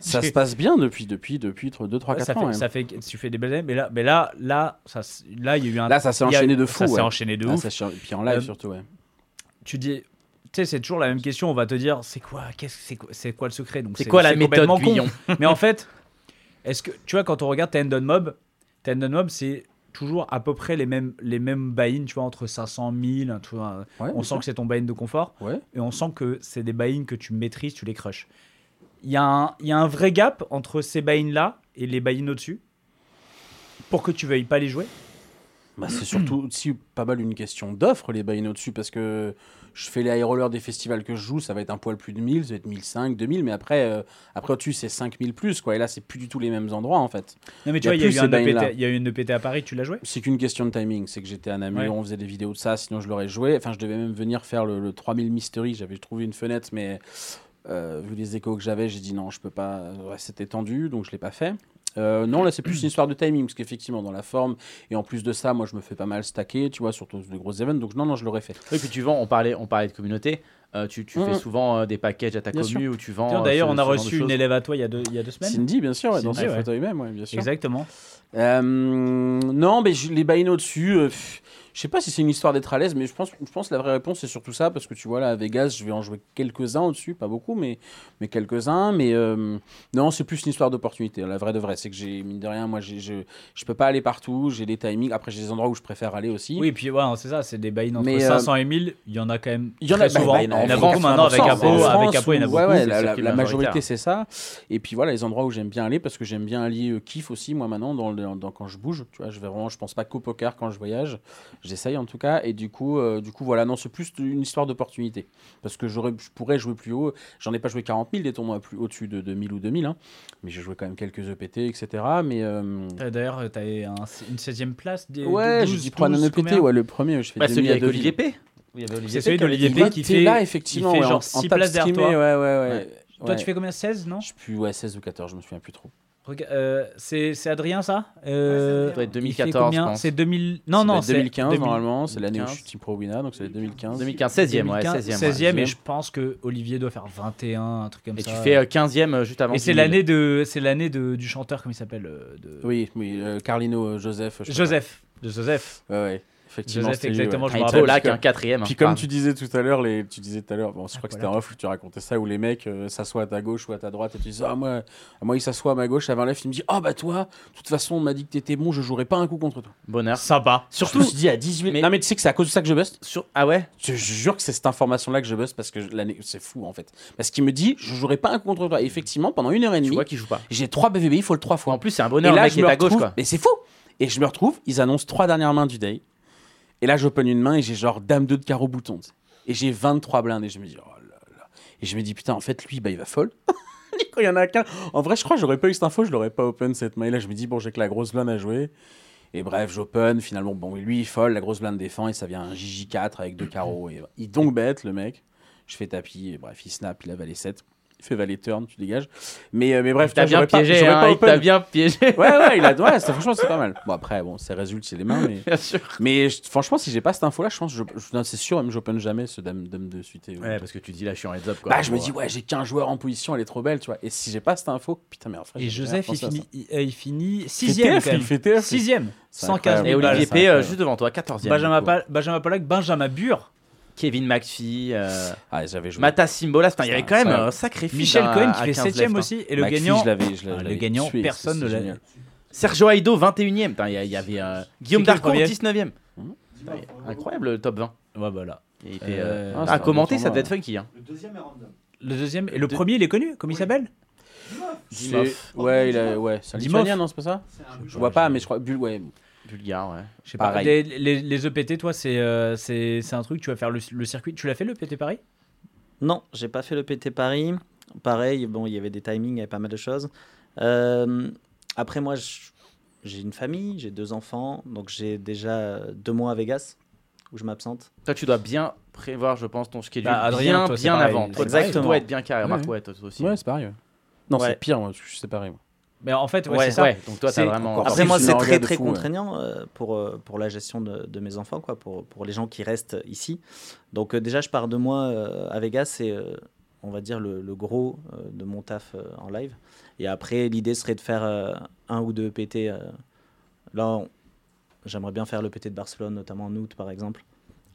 E: Ça
B: Tu-
E: se passe bien depuis, depuis, depuis 2, 3, 4
B: ça,
E: ans.
B: fait,
E: hein.
B: ça fait, tu fais des belles années. Mais là, mais là, là, ça, s- là, il y a eu un.
E: Là, ça s'est
B: il y a-
E: enchaîné de fou.
B: Ça s'est
E: ouais.
B: enchaîné de
E: Ah,
B: ouf.
E: ça s'est- Puis en live
B: Euh,
E: surtout, ouais.
B: Tu dis. Tu sais, c'est toujours la même question. On va te dire, c'est quoi, qu'est-ce, c'est quoi, c'est quoi le secret Donc
C: C'est quoi la méthode
B: complètement con.
C: Guyon
B: (laughs) Mais en fait, est-ce que tu vois quand on regarde Tendon Mob, Tendon Mob c'est toujours à peu près les mêmes les mêmes buy-in, tu vois entre 500 000, un truc, un-
E: Ouais,
B: on sent que c'est ton buy-in de confort
E: Ouais.
B: et on sent que c'est des buy-in que tu maîtrises, tu les crushes. Il y, a un- il y a un vrai gap entre ces buy-in là et les buy-in au-dessus pour que tu veuilles pas les jouer.
E: Bah, c'est surtout aussi pas mal une question d'offre, les baïnos dessus, parce que je fais les high rollers des festivals que je joue, ça va être un poil plus de 1000, ça va être 1005, 2000, mais après, euh, après au-dessus, c'est 5000 plus, quoi. Et là, c'est plus du tout les mêmes endroits, en fait.
B: Non mais tu vois,
E: Il y a
B: il y a
E: plus
B: eu un
E: ces buy-in-là.
B: EPT il y a eu une EPT à Paris, tu l'as joué
E: C'est qu'une question de timing, c'est que j'étais à Namur,
B: Ouais.
E: on faisait des vidéos de ça, sinon je l'aurais joué. Enfin, je devais même venir faire le, le 3000 mystery, j'avais trouvé une fenêtre, mais Euh, vu les échos que j'avais, j'ai dit non, je peux pas. Ouais, C'était tendu, donc je l'ai pas fait. Euh, non, là, c'est plus une histoire de timing, parce qu'effectivement, dans la forme, et en plus de ça, moi, je me fais pas mal stacker, tu vois, surtout de gros events, donc non, non, je l'aurais fait.
C: Et puis tu vends, on parlait, on parlait de communauté. euh, tu tu
E: Ouais,
C: fais
E: ouais.
C: souvent euh, des packages à ta
E: Bien
C: commu où tu vends.
E: Oh,
B: Tiens,
C: euh,
B: D'ailleurs,
C: ce-
B: on a
C: ce genre de
B: reçu une
C: choses.
B: élève à toi il y a deux, il y a deux semaines.
E: Cindy, bien sûr, ouais, dans
B: Cindy,
E: son
B: ouais.
E: fauteuil même, ouais, bien sûr.
B: Exactement.
E: Euh, non, mais je- les baïnos dessus, euh, pff, je sais pas si c'est une histoire d'être à l'aise, mais je pense, je pense que la vraie réponse c'est surtout ça, parce que tu vois, là, à Vegas, je vais en jouer quelques-uns au-dessus, pas beaucoup, mais, mais quelques-uns. Mais euh, non, c'est plus une histoire d'opportunité. La vraie de vraie, c'est que j'ai, mine de rien, moi, j'ai- je, je peux pas aller partout, j'ai des timings. Après, j'ai des endroits où je préfère aller aussi.
B: Oui, et puis ouais, c'est ça, c'est des buy-in entre
E: Mais, euh,
B: 500 et 1000. Il y en a quand même
E: Il y en
B: très
E: a bah,
B: souvent.
E: bah,
B: il y en a
E: France,
B: beaucoup maintenant avec
E: 100%,
B: Apo.
E: en
B: Avec
E: France,
B: Apo, il y en a
E: ouais,
B: beaucoup.
E: ouais,
C: c'est
E: la,
C: le
E: la-
C: circuit
E: la majorité,
C: majoritaire.
E: c'est ça. Et puis voilà, les endroits où j'aime bien aller, parce que j'aime bien aller euh, kiff aussi, moi maintenant, dans, le- dans- quand je bouge. Tu vois, je vais vraiment, je pense pas qu'au poker quand je voyage. J'essaye en tout cas. Et du coup, euh, du coup voilà, non, c'est plus une histoire d'opportunité. Parce que j'aurais, je pourrais jouer plus haut. J'en ai pas joué 40 000 des tournois plus au-dessus de 2000 ou 2000. hein. Mais j'ai joué quand même quelques E EPT, etc. Mais. euh,
B: T'as- D'ailleurs, t'as un- une 16ème place. Des,
E: Ouais,
B: 12,
E: je dis pas un
B: 12,
E: EPT,
B: combien
E: ouais, le premier, je fais
C: Bah,
E: 2000
C: celui
E: à
C: avec
E: 2000.
C: Olivier P. Il y avait Olivier
B: C'est celui
C: P qui avait
B: d'Olivier
C: dit-
B: P.
E: Ouais,
B: qui
E: t'es
B: fait-
E: là,
B: il
E: effectivement.
B: fait
E: ouais,
B: genre
E: en- en
B: six
E: table
B: places derrière
E: streamée,
B: toi.
E: Ouais, ouais, ouais.
B: Toi,
E: Ouais.
B: tu fais combien 16, non
E: Je suis plus, ouais, 16 ou 14, je me souviens plus trop.
B: Rega- euh, C'est c'est Adrien, ça Euh,
C: Ça doit être
B: il fait
C: 2014,
B: combien
C: je pense.
B: C'est 2000.
E: Ça
B: Non,
E: doit
B: non,
E: être
B: c'est
E: 2015
B: 2000
E: normalement, c'est l'année où je
C: 2015.
E: suis Team Pro Winner, donc c'est 2015.
C: 2015, 16e, ouais,
B: 2015,
C: 16e.
B: 16e, et
E: 16e.
B: je pense que Olivier doit faire 21, un truc comme
C: Et
B: ça.
C: tu fais euh, 15e euh, juste avant.
B: Et c'est
C: 10 000.
B: l'année de, c'est l'année de- du chanteur, comment il s'appelle euh, de...
E: Oui, oui, euh, Carlino euh, Joseph. je sais
B: Joseph. De Joseph.
E: pas. Ouais, ouais, effectivement.
B: Joseph,
E: c'était lui,
B: exactement,
E: ouais.
B: je me
C: Ah,
B: rappelle.
C: Ito, là,
E: parce
C: qui est
E: que-
C: un quatrième.
E: Puis
C: hein.
E: comme
C: Enfin,
E: tu disais tout à l'heure, les, tu disais tout à l'heure, bon, je
B: Ah,
E: crois que
B: voilà.
E: c'était en off où tu racontais ça, où les mecs euh, s'assoient à ta gauche ou à ta droite et tu dis ah moi, moi il s'assoit à ma gauche, à ma left, il me dit ah bah toi, de toute façon on m'a dit que t'étais bon, je jouerai pas un coup contre toi.
C: Bonheur.
B: Sympa.
E: Surtout, je me suis dit à 18.
C: Mais-
E: Non mais tu sais que c'est à cause de ça que je buste.
C: Sur- Ah ouais
E: Je jure que c'est cette information-là que je buste parce que je- l'année, c'est fou en fait. Parce qu'il me dit je jouerai pas un coup contre toi. Et effectivement, pendant une heure et
C: Tu
E: demie,
C: vois qu'il joue pas.
E: j'ai trois BVB, il faut le trois fois.
C: En plus, c'est un bonheur,
E: et
C: le
E: là,
C: mec
E: je
C: qui est
E: me
C: à gauche,
E: retrouve-
C: quoi.
E: Mais c'est fou. Et je me retrouve, ils annoncent trois dernières mains du day. Et là, j'open une main et j'ai genre dame 2 de carreau bouton. tu sais. Et j'ai 23 blindes et je me dis oh là là. Et je me dis putain, en fait, lui, bah, il va (laughs) fold. Et quand il y en a qu'un. En vrai, je crois que j'aurais pas eu cette info, je l'aurais pas open cette main. Et là, je me dis bon, j'ai que la grosse blinde à jouer. Et bref, j'open. Finalement, bon, lui, il fold, la grosse blinde défend et ça vient un JJ4 avec deux carreaux. Et il donc bête, le mec. Je fais tapis et bref, il snap, il a valet 7. Il fait valet turn, tu dégages. Mais, euh, mais bref,
C: T'as
E: tu vois,
C: bien
E: j'aurais pas-
C: piégé,
E: j'aurais
C: hein,
E: pas
C: il t'a
E: open.
C: bien piégé.
E: Ouais, ouais, il a... ouais c'est- franchement, c'est pas mal. Bon, après, bon, c'est résulte, c'est les mains, mais.
C: Bien sûr.
E: Mais je- franchement, si j'ai pas cette info-là, je pense que je- je- non, c'est sûr, même j'open jamais ce dame, dame de suite. et- euh,
C: Ouais, parce que tu dis là, je suis en heads up, quoi.
E: bah, je me dis, ouais, j'ai qu'un joueur en position, elle est trop belle, tu vois. Et si j'ai pas cette info, putain, mais en fait.
B: Et
E: j'ai
B: Joseph,
E: rien
B: il
E: pensé à
B: finit,
E: ça.
B: il, euh, il finit
E: Il fait
B: 6ème.
E: TF, il fait TF.
B: 6ème.
E: C'est
B: 115
E: incroyable.
C: Et
B: mille
E: Voilà,
B: balles.
C: Olivier
E: c'est
C: P, euh,
E: incroyable.
C: juste devant toi, 14e.
B: Benjamin,
C: du coup.
B: Pal- Benjamin Palac, Benjamin Bure,
C: Kevin McPhee, euh,
E: Ah, j'avais joué.
C: Mata Simbolas. Putain, Il y avait quand même
E: Incroyable.
C: un sacré feed
B: Michel
C: à-
B: Cohen
C: à
B: qui fait
C: 15 left,
B: 7ème
C: hein.
B: aussi. Et le
E: McPhee,
B: gagnant,
E: je l'avais- je
B: Ah, le
E: l'avais
B: gagnant,
E: tué,
B: personne
E: c'est-
B: ne
E: c'est
B: l'a-
E: génial.
C: Sergio Aido, 21ème. Putain, Il y, a- il y avait euh, Guillaume
B: qui le
C: Darcourt,
B: premier
C: 19ème. Putain, Incroyable le top 20.
B: ouais, voilà.
C: Il était,
B: Euh,
C: euh,
B: ah,
E: c'est
C: à
E: un
C: commenter,
E: bon
C: ça devait être
E: tournoi,
C: funky. Hein.
B: Le deuxième et le premier, il est connu. Comment il s'appelle
E: C'est- Ouais, il a... ouais, c'est un
B: Dimov.
E: Lituanien, non, c'est pas ça Je vois pas, mais je crois. Bull, ouais.
C: Bulgare, ouais.
B: Je sais pas.
E: Pareil.
B: Les, les- les EPT, toi, c'est euh, c'est c'est un truc. Tu vas faire le, le circuit. Tu l'as fait le PT Paris
D: Non, j'ai pas fait le PT Paris. Pareil, bon, il y avait des timings, il y avait pas mal de choses. Euh, après, moi, je- j'ai une famille, j'ai deux enfants, donc j'ai déjà euh, deux mois à Vegas où je m'absente.
C: Toi, tu dois bien prévoir, je pense, ton schedule
B: Bah, Adrien,
C: bien,
B: toi, c'est
C: bien
B: pareil.
C: avant. Toi,
D: Exactement.
C: Tu dois être bien carré.
E: Ouais,
C: Marc,
E: ouais.
C: ouais, toi toi aussi.
E: Ouais, c'est pareil. ouais. Non,
D: Ouais.
E: c'est pire, moi, parce que je suis séparé. moi.
B: Mais en fait, ouais,
D: Ouais,
B: c'est ça.
C: Ouais, donc toi, t'as
B: C'est-
C: vraiment.
E: Encore.
D: Après,
E: si,
D: moi,
E: c'est
D: c'est
E: un
D: très,
E: regard de
D: très
E: fou, ouais.
D: contraignant euh, pour, euh, pour la gestion de, de mes enfants, quoi, pour, pour les gens qui restent ici. Donc, euh, déjà, je pars deux mois euh, à Vegas et euh, on va dire le, le gros euh, de mon taf euh, en live. Et après, l'idée serait de faire euh, un ou deux PT. euh, là, on- j'aimerais bien faire le PT de Barcelone, notamment en août, par exemple,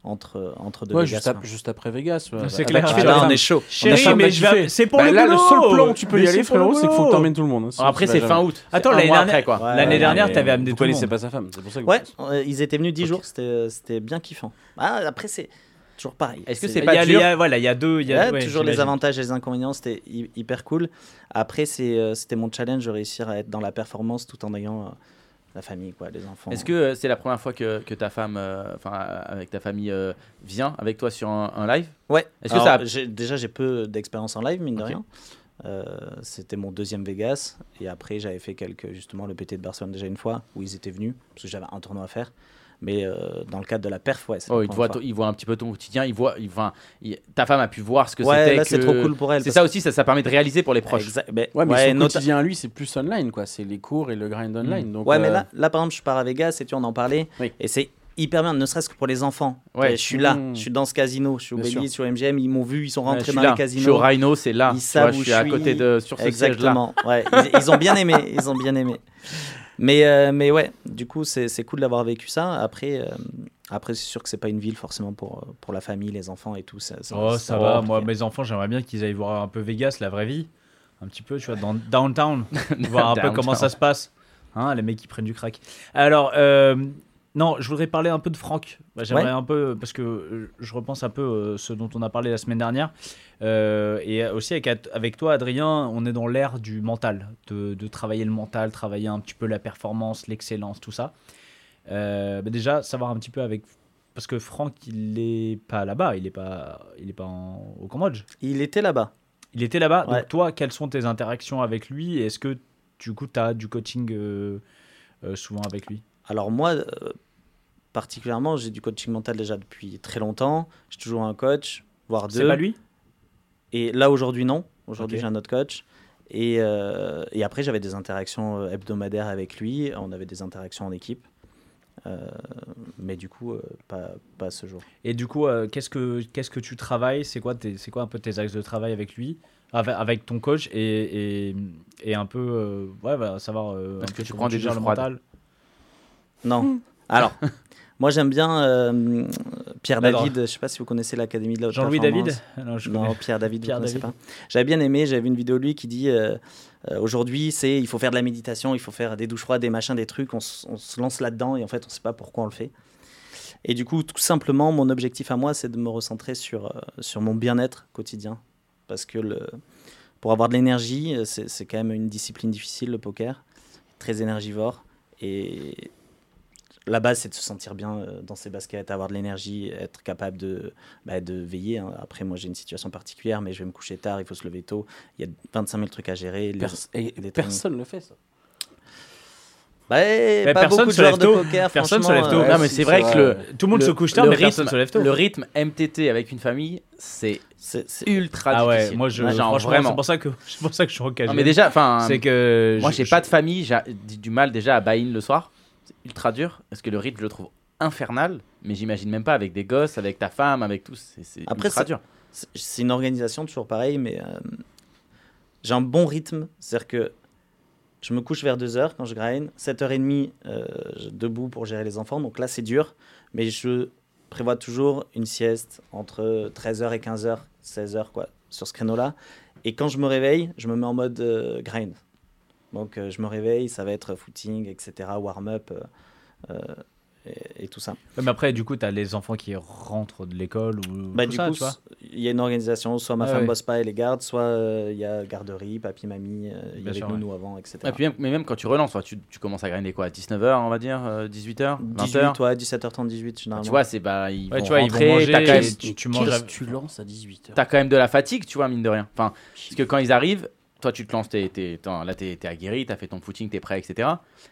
D: entre, entre deux
E: Ouais,
D: Vegas.
E: juste, ap-
D: quoi.
E: juste après Vegas. ouais.
B: hein.
E: bah,
B: C'est
E: Avec
B: clair.
E: la
D: Ah,
B: tu
E: fille,
B: vas
D: là,
E: la
D: on
E: femme.
D: est chaud.
E: On a fait
B: Chérie,
E: un
B: mais
E: mec
B: je
E: qui
B: vais.
E: fait.
B: C'est pour
E: Bah,
B: le
E: là, le
B: boulot
E: seul plan où tu peux
B: Mais
E: y aller,
B: pour le
E: frérot, c'est qu'il faut que
B: boulot
E: t'emmènes tout le monde. Sinon,
C: Après,
E: tu
C: c'est
E: vas
C: fin
E: jamais.
C: août.
B: Attends,
C: C'est un
B: l'année
C: mois
B: dernière-
C: après, quoi.
D: Ouais,
B: L'année
D: ouais,
B: dernière,
E: mais
B: t'avais amené
E: vous
B: tout le
E: connaissez
B: monde.
E: pas sa femme, c'est pour ça que
D: Ouais,
E: vous-
D: euh, ils étaient venus dix jours, c'était euh, c'était bien kiffant. Ah, après, c'est toujours pareil.
C: Est-ce que c'est
B: Il y
C: pas
B: a- il y
C: dur.
B: a- Voilà, il y a deux. il y a-
D: Ouais,
B: ouais,
D: toujours les
B: j'imagine.
D: avantages et les inconvénients, c'était hy- hyper cool. Après, c'est, euh, c'était mon challenge de réussir à être dans la performance tout en ayant euh, la famille, quoi, les enfants.
C: Est-ce que euh, c'est la première fois que, que ta femme, euh, enfin, euh, avec ta famille, euh, vient avec toi sur un, un live
D: Ouais.
C: Est-ce que ça a-
D: j'ai- déjà, j'ai peu d'expérience en live, mine de
C: Ok.
D: rien. Euh, c'était mon deuxième Vegas. Et après, j'avais fait quelques, justement, le PT de Barcelone déjà une fois, où ils étaient venus, parce que j'avais un tournoi à faire. Mais euh, dans le cadre de la perf, ouais. c'est
C: Oh,
D: la
C: il, te voit,
D: première
C: il voit un petit peu ton quotidien, il voit, il, enfin, il- ta femme a pu voir ce que
D: fois. Ouais,
C: c'était.
D: là, c'est
C: que-
D: trop cool pour elle.
C: C'est
D: parce
C: ça aussi, ça, ça permet de réaliser pour les
D: que-
C: proches.
D: Exact, mais-
E: Ouais, mais
D: ouais,
E: son
D: nota-
E: quotidien, lui, c'est plus online, quoi. C'est les cours et le grind online. Donc,
D: Ouais,
E: euh,
D: mais là, là, par exemple, je pars à Vegas et tu en en parlais.
E: Oui.
D: Et c'est hyper bien, ne serait-ce que pour les enfants.
C: Ouais.
D: Et Je suis là,
E: Mmh.
D: je suis dans ce casino, je suis au
E: Bien
D: Belize, sur MGM, ils m'ont vu, ils sont
C: Ouais,
D: rentrés
C: je suis
D: dans
C: là,
D: le
C: Je suis au
D: casino.
C: Rhino, c'est là.
D: Ils
C: Tu
D: savent
C: vois,
D: où
C: je suis
D: je
C: à
D: suis.
C: côté de sur ce siège-là. (laughs)
D: Exactement. Ouais, ils, ils ont bien aimé, ils ont bien aimé. Mais, euh, mais ouais, du coup, c'est c'est cool d'avoir vécu ça. Après, euh, après c'est sûr que c'est pas une ville forcément pour, euh, pour la famille, les enfants et tout. Ça, ça-
B: Oh,
D: ça
B: ça va.
D: compliqué.
B: Moi, mes enfants, j'aimerais bien qu'ils aillent voir un peu Vegas, la vraie vie. Un petit peu, tu vois, dans Downtown.
C: (laughs)
B: voir un peu
C: Downtown.
B: comment ça se passe. Hein, les mecs qui prennent du crack. Alors, euh, non, je voudrais parler un peu de Franck. Bah, J'aimerais
D: Ouais.
B: un peu, parce que euh, je repense un peu euh, ce dont on a parlé la semaine dernière. Euh, et aussi avec, At- avec toi, Adrien, on est dans l'ère du mental, de, de travailler le mental, travailler un petit peu la performance, l'excellence, tout ça. Euh, bah, déjà, savoir un petit peu avec. Parce que Franck, il n'est pas là-bas, il n'est pas, il est pas en- au Cambodge.
D: Il était là-bas.
B: Il était là-bas.
D: Ouais.
B: Donc toi, quelles sont tes interactions avec lui et Est-ce que du coup, tu as du coaching euh, euh, souvent avec lui
D: Alors moi, euh, particulièrement, j'ai du coaching mental déjà depuis très longtemps. J'ai toujours un coach, voire deux.
B: C'est pas lui
D: Et là, aujourd'hui, non. Aujourd'hui,
B: Ok.
D: j'ai un autre coach. Et, euh, et après, j'avais des interactions euh, hebdomadaires avec lui. On avait des interactions en équipe. Euh, mais du coup, euh, pas, pas ce jour.
B: Et du coup, euh, qu'est-ce que qu'est-ce que tu travailles C'est quoi tes- c'est quoi un peu tes axes de travail avec lui avec, avec ton coach et, et, et un peu euh, ouais bah, savoir euh,
C: Est-ce
B: un
C: que
B: peu
C: tu
B: comment
C: prends des
B: gères
C: douches
B: le
C: froides
B: mental.
D: Non. Alors, moi, j'aime bien euh, Pierre
B: J'adore.
D: David. Je sais pas si vous connaissez l'Académie de la haute
B: Jean-Louis David
D: performance.
B: Non, je connais.
D: Non, Pierre David, vous
B: Pierre
D: connaissez
B: David.
D: pas. J'avais bien aimé, j'avais vu une vidéo de lui qui dit euh, euh, aujourd'hui, c'est il faut faire de la méditation, il faut faire des douches froides, des machins, des trucs, on, s- on se lance là-dedans et en fait, on sait pas pourquoi on le fait. Et du coup, tout simplement, mon objectif à moi, c'est de me recentrer sur, euh, sur mon bien-être quotidien. Parce que le, pour avoir de l'énergie, euh, c'est c'est quand même une discipline difficile, le poker, très énergivore. Et la base, c'est de se sentir bien euh, dans ses baskets, avoir de l'énergie, être capable de, bah, de veiller. hein. Après, moi, j'ai une situation particulière, mais je vais me coucher tard, il faut se lever tôt. Il y a 25 000 trucs à gérer. les-
E: pers- et
D: les
E: personne le fait, ça.
D: Ouais,
B: Mais
D: pas
B: personne
D: beaucoup de
B: se lève
D: joueurs de
B: tôt.
D: poker,
B: Personne se
D: franchement,
B: lève tôt.
D: euh,
C: Non, mais
E: si,
C: c'est vrai
E: c'est
C: que
E: vrai.
C: le,
B: Tout le monde
C: le-
B: se couche tard,
C: le
B: mais
C: rythme-
B: personne se lève tôt.
C: Le rythme MTT avec une famille, c'est
D: c'est- c'est-
C: ultra
B: Ah ouais,
C: difficile.
B: moi je
C: Genre,
B: franchement,
C: vraiment.
B: c'est pour ça que (laughs) c'est pour ça que je suis en
C: Non, mais déjà, enfin,
B: c'est que
C: moi
B: je-
C: j'ai
B: je-
C: pas de famille, j'ai du du mal déjà à buy-in le soir. C'est ultra dur parce que le rythme je le trouve infernal, mais j'imagine même pas avec des gosses, avec ta femme, avec tout. C'est c'est
D: Après,
C: ultra
D: c'est-
C: dur.
D: C'est- C'est une organisation toujours pareil, mais euh, j'ai un bon rythme. C'est-à-dire que je me couche vers 2h quand je grind, 7h30 euh, je- debout pour gérer les enfants. Donc là, c'est dur, mais je prévois toujours une sieste entre 13h et 15h, 16h, quoi, sur ce créneau-là. Et quand je me réveille, je me mets en mode euh, grind. Donc euh, je me réveille, ça va être footing, etc., warm-up euh, euh, et- et tout ça.
B: Ouais, mais après du coup, tu as les enfants qui rentrent de l'école ou
D: Bah,
B: tout
D: du
B: ça,
D: coup,
B: tu vois.
D: s- il y a une organisation, soit ma
B: Ah
D: femme
B: ouais.
D: bosse pas et les garde, soit euh, il y a garderie, papy, mamie, euh, il y
B: Bien
D: avait
B: sûr,
D: nounou avant, etc.
C: Et puis même, mais même quand tu relances, enfin, tu, tu commences à grinder quoi à 19h, on va dire, euh, 18h, 20h.
D: 18, ouais, 17h30, 18 généralement.
C: tu vois, c'est bah, ils,
B: Ouais,
C: vont
B: tu vois, ils vont
C: rentrer,
B: manger,
C: t'as quand même-
B: Qu'est-ce- tu- tu manges
E: qu'est-ce
B: à-
E: tu lances à 18h.
C: t'as quand même de la fatigue, tu vois, mine de rien. Enfin, parce que quand ils arrivent, toi, tu te lances, t'es, t'es- t'en- là, t'es, t'es aguerri, t'as fait ton footing, t'es prêt, etc.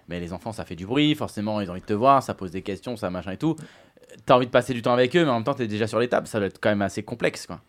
C: Mais les enfants, ça fait du bruit, forcément, ils ont envie de te voir, ça pose des questions, ça machin et tout. Euh, T'as envie de passer du temps avec eux, mais en même temps, t'es déjà sur les tables. Ça doit être quand même assez complexe, quoi.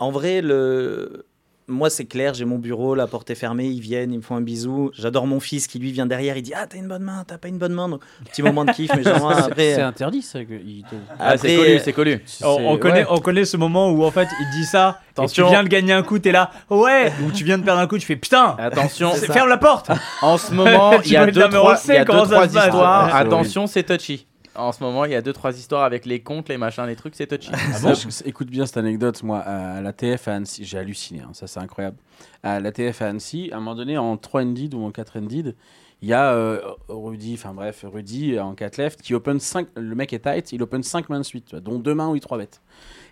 D: En vrai, le... moi c'est clair, j'ai mon bureau, la porte est fermée, ils viennent, ils me font un bisou. J'adore mon fils qui lui vient derrière, il dit Ah, t'as une bonne main, t'as pas une bonne main. Donc, petit moment de kiff, mais genre
E: C'est-
D: après. euh,
E: C'est interdit, ça. que- il te-
C: Ah,
D: après, euh,
C: c'est connu, c'est connu.
E: c'est-
B: On, on
E: ouais.
B: connaît, on connaît ce moment où en fait il dit ça, et tu
C: Attention.
B: viens de gagner un coup, t'es là, ouais, ou tu viens de perdre un coup, tu fais putain,
C: Attention,
B: (laughs) c'est- ferme la porte.
C: en ce moment,
B: Tu
C: il y a
B: vas te dire,
C: deux,
B: mais on
C: trois,
B: sait
C: il y a deux,
B: comment ça
C: trois
B: se passe.
C: histoires.
E: Ouais, c'est
C: Attention, c'est touchy. En ce moment, il y a deux, trois histoires avec les comptes, les machins, les trucs, c'est touchy.
E: Ça, je- écoute bien cette anecdote, moi, à la TF à Annecy, j'ai halluciné, hein, ça c'est incroyable. À la TF à Annecy, à un moment donné, en 3 ended ou en 4 ended, il y a euh, Rudy, enfin bref, Rudy euh, en 4 left, qui open 5, le mec est tight, il open 5 mains de suite, tu vois, dont 2 mains où il 3 bêtes.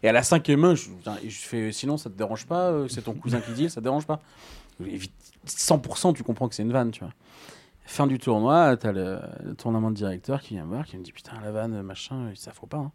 E: Et à la cinquième main, je, putain, et je fais, sinon ça te dérange pas, euh, c'est ton cousin qui deal, ça te dérange pas. Et vite, 100% tu comprends que c'est une vanne, tu vois. Fin du tournoi, t'as le, le tournement de directeur qui vient me voir, qui me dit putain la vanne, machin, ça faut pas. Hein.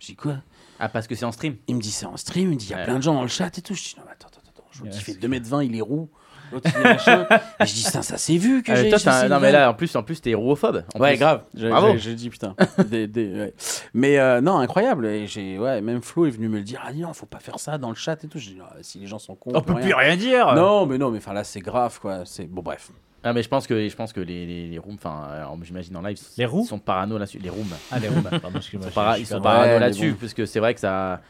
E: Je dis quoi
C: Ah, parce que c'est en stream.
E: il me dit c'est en stream, il me dit il y a
C: Ouais.
E: plein de gens dans le chat et tout. Je dis non, mais attends, attends, attends. Je
B: Ouais,
E: dis, il fait
B: c'est
E: 2m20, il est roux. l'autre il dit (laughs) machin. Et je dis, putain, ça s'est vu que
C: Ah, mais
E: j'ai.
C: toi,
E: j'ai
C: t'as-
E: Sylvain.
C: non mais là en plus en plus t'es hérophobe. en
E: Ouais,
C: plus.
E: grave. Je,
C: Bravo.
E: je- je dis putain. (laughs) Des- des- ouais. Mais euh, non, incroyable. Et j'ai, ouais, même Flo est venu me le dire. Ah non, faut pas faire ça dans le chat et tout. Je dis, Ah, si les gens sont cons.
B: On
E: peut
B: peut plus rien hein. dire.
E: Non, mais non, mais enfin là, c'est grave quoi. C'est bon, bref.
C: Ah mais je pense que je pense que les les, les rooms, enfin alors, j'imagine en live
B: Les
C: ils
B: roues
C: sont parano là-dessus. Les rooms.
B: Ah, les roues. Pardon, excuse-moi.
C: Ils sont para-
B: je- je-
C: ils sont
B: je-
C: parano
E: Ouais, mais
C: là-dessus
E: bon.
C: parce que c'est vrai que ça.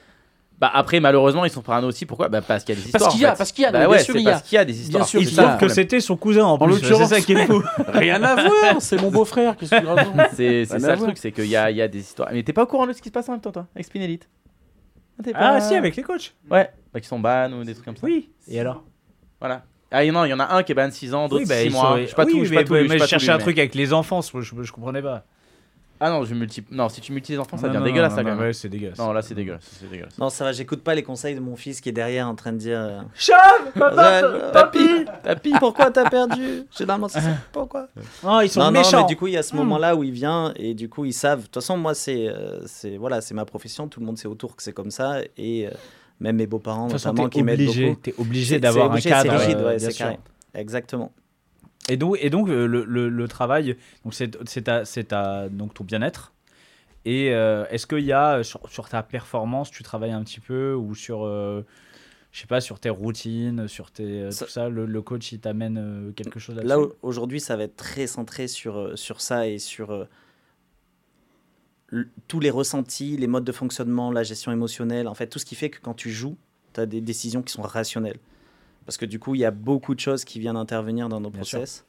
C: Bah après malheureusement ils sont parano aussi pourquoi bah, parce qu'il y a des histoires.
E: Parce qu'il y a,
C: en fait.
E: parce qu'il y a,
C: Bah
E: bien
C: ouais,
E: sûr,
C: c'est
E: il y a.
C: parce qu'il y a des histoires.
E: sûr,
C: c'est
B: Il
E: c'est
C: ça,
E: ça,
B: trouve que
C: le problème.
B: c'était son cousin en
E: En
B: plus. C'est
E: l'occurrence.
B: ça qui est fou.
E: (laughs) Rien à voir, c'est mon beau-frère. Qu'est-ce que tu racontes
C: C'est
E: Rien
C: c'est
E: à
C: ça le
E: voir.
C: truc, c'est qu'il y a, il y a des histoires. Mais t'es pas au courant de ce qui se passe en même temps, toi, avec Spin Elite Ah, t'es
B: Ah
C: pas-
B: si, avec les coachs.
C: Ouais, bah, qui sont ban ou des trucs comme ça.
B: Oui. Et alors
C: Voilà. Ah non, il y en a un qui est ban 6 ans, d'autres 6
B: ils
C: mois.
B: sont-
C: Je sais pas
B: oui,
C: tout, je sais
B: mais- bah,
C: pas tout. lu,
B: mais
C: j'ai
B: je
C: pas
B: cherchais
C: tout
B: un
C: lu,
B: truc avec les enfants, je, je- je comprenais pas.
C: mais- Ah non, je multi... non, si tu multi les enfants,
B: Non,
C: ça devient
B: non,
C: dégueulasse,
B: non,
C: ça,
B: non,
C: quand même.
B: ouais, c'est dégueulasse.
C: Non, là, c'est dégueulasse. C'est dégueulasse.
D: Non, ça va, j'écoute pas les conseils de mon fils qui est derrière en train de dire. euh,
B: Chave
D: Euh, Papy, papy, pourquoi t'as perdu Généralement, c'est ça. Pourquoi
B: Oh, ils sont
D: Non, non,
B: méchants. Hmm.
D: mais du coup, il y a ce moment-là où il vient et du coup, ils savent. De toute façon, moi, c'est euh, c'est- voilà, c'est ma profession. Tout le monde sait autour que c'est comme ça. Et euh, même mes beaux-parents,
B: de toute façon,
D: notamment,
B: t'es
D: qui m'aident
B: obligé,
D: beaucoup.
B: t'es
D: C'est-
B: obligé
D: c'est
B: d'avoir un
D: obligé,
B: cadre.
D: C'est rigide,
B: euh,
D: ouais,
B: bien
D: c'est
B: sûr.
D: carré. Exactement.
B: Et donc, et donc euh, le, le- le travail, donc c'est c'est ta- c'est ta- donc ton bien-être. Et euh, est-ce qu'il y a euh, sur, sur ta performance, tu travailles un petit peu ou sur, euh, je sais pas, sur tes routines, sur tes euh,
D: Ça-
B: tout ça, le, le coach il t'amène euh, quelque chose là-dessus.
D: Là, au- aujourd'hui, ça va être très centré sur, euh, sur ça et sur euh, l- tous les ressentis, les modes de fonctionnement, la gestion émotionnelle, en fait, tout ce qui fait que quand tu joues, tu as des décisions qui sont rationnelles. Parce que du coup, il y a beaucoup de choses qui viennent intervenir dans nos
B: Bien sûr.
D: process.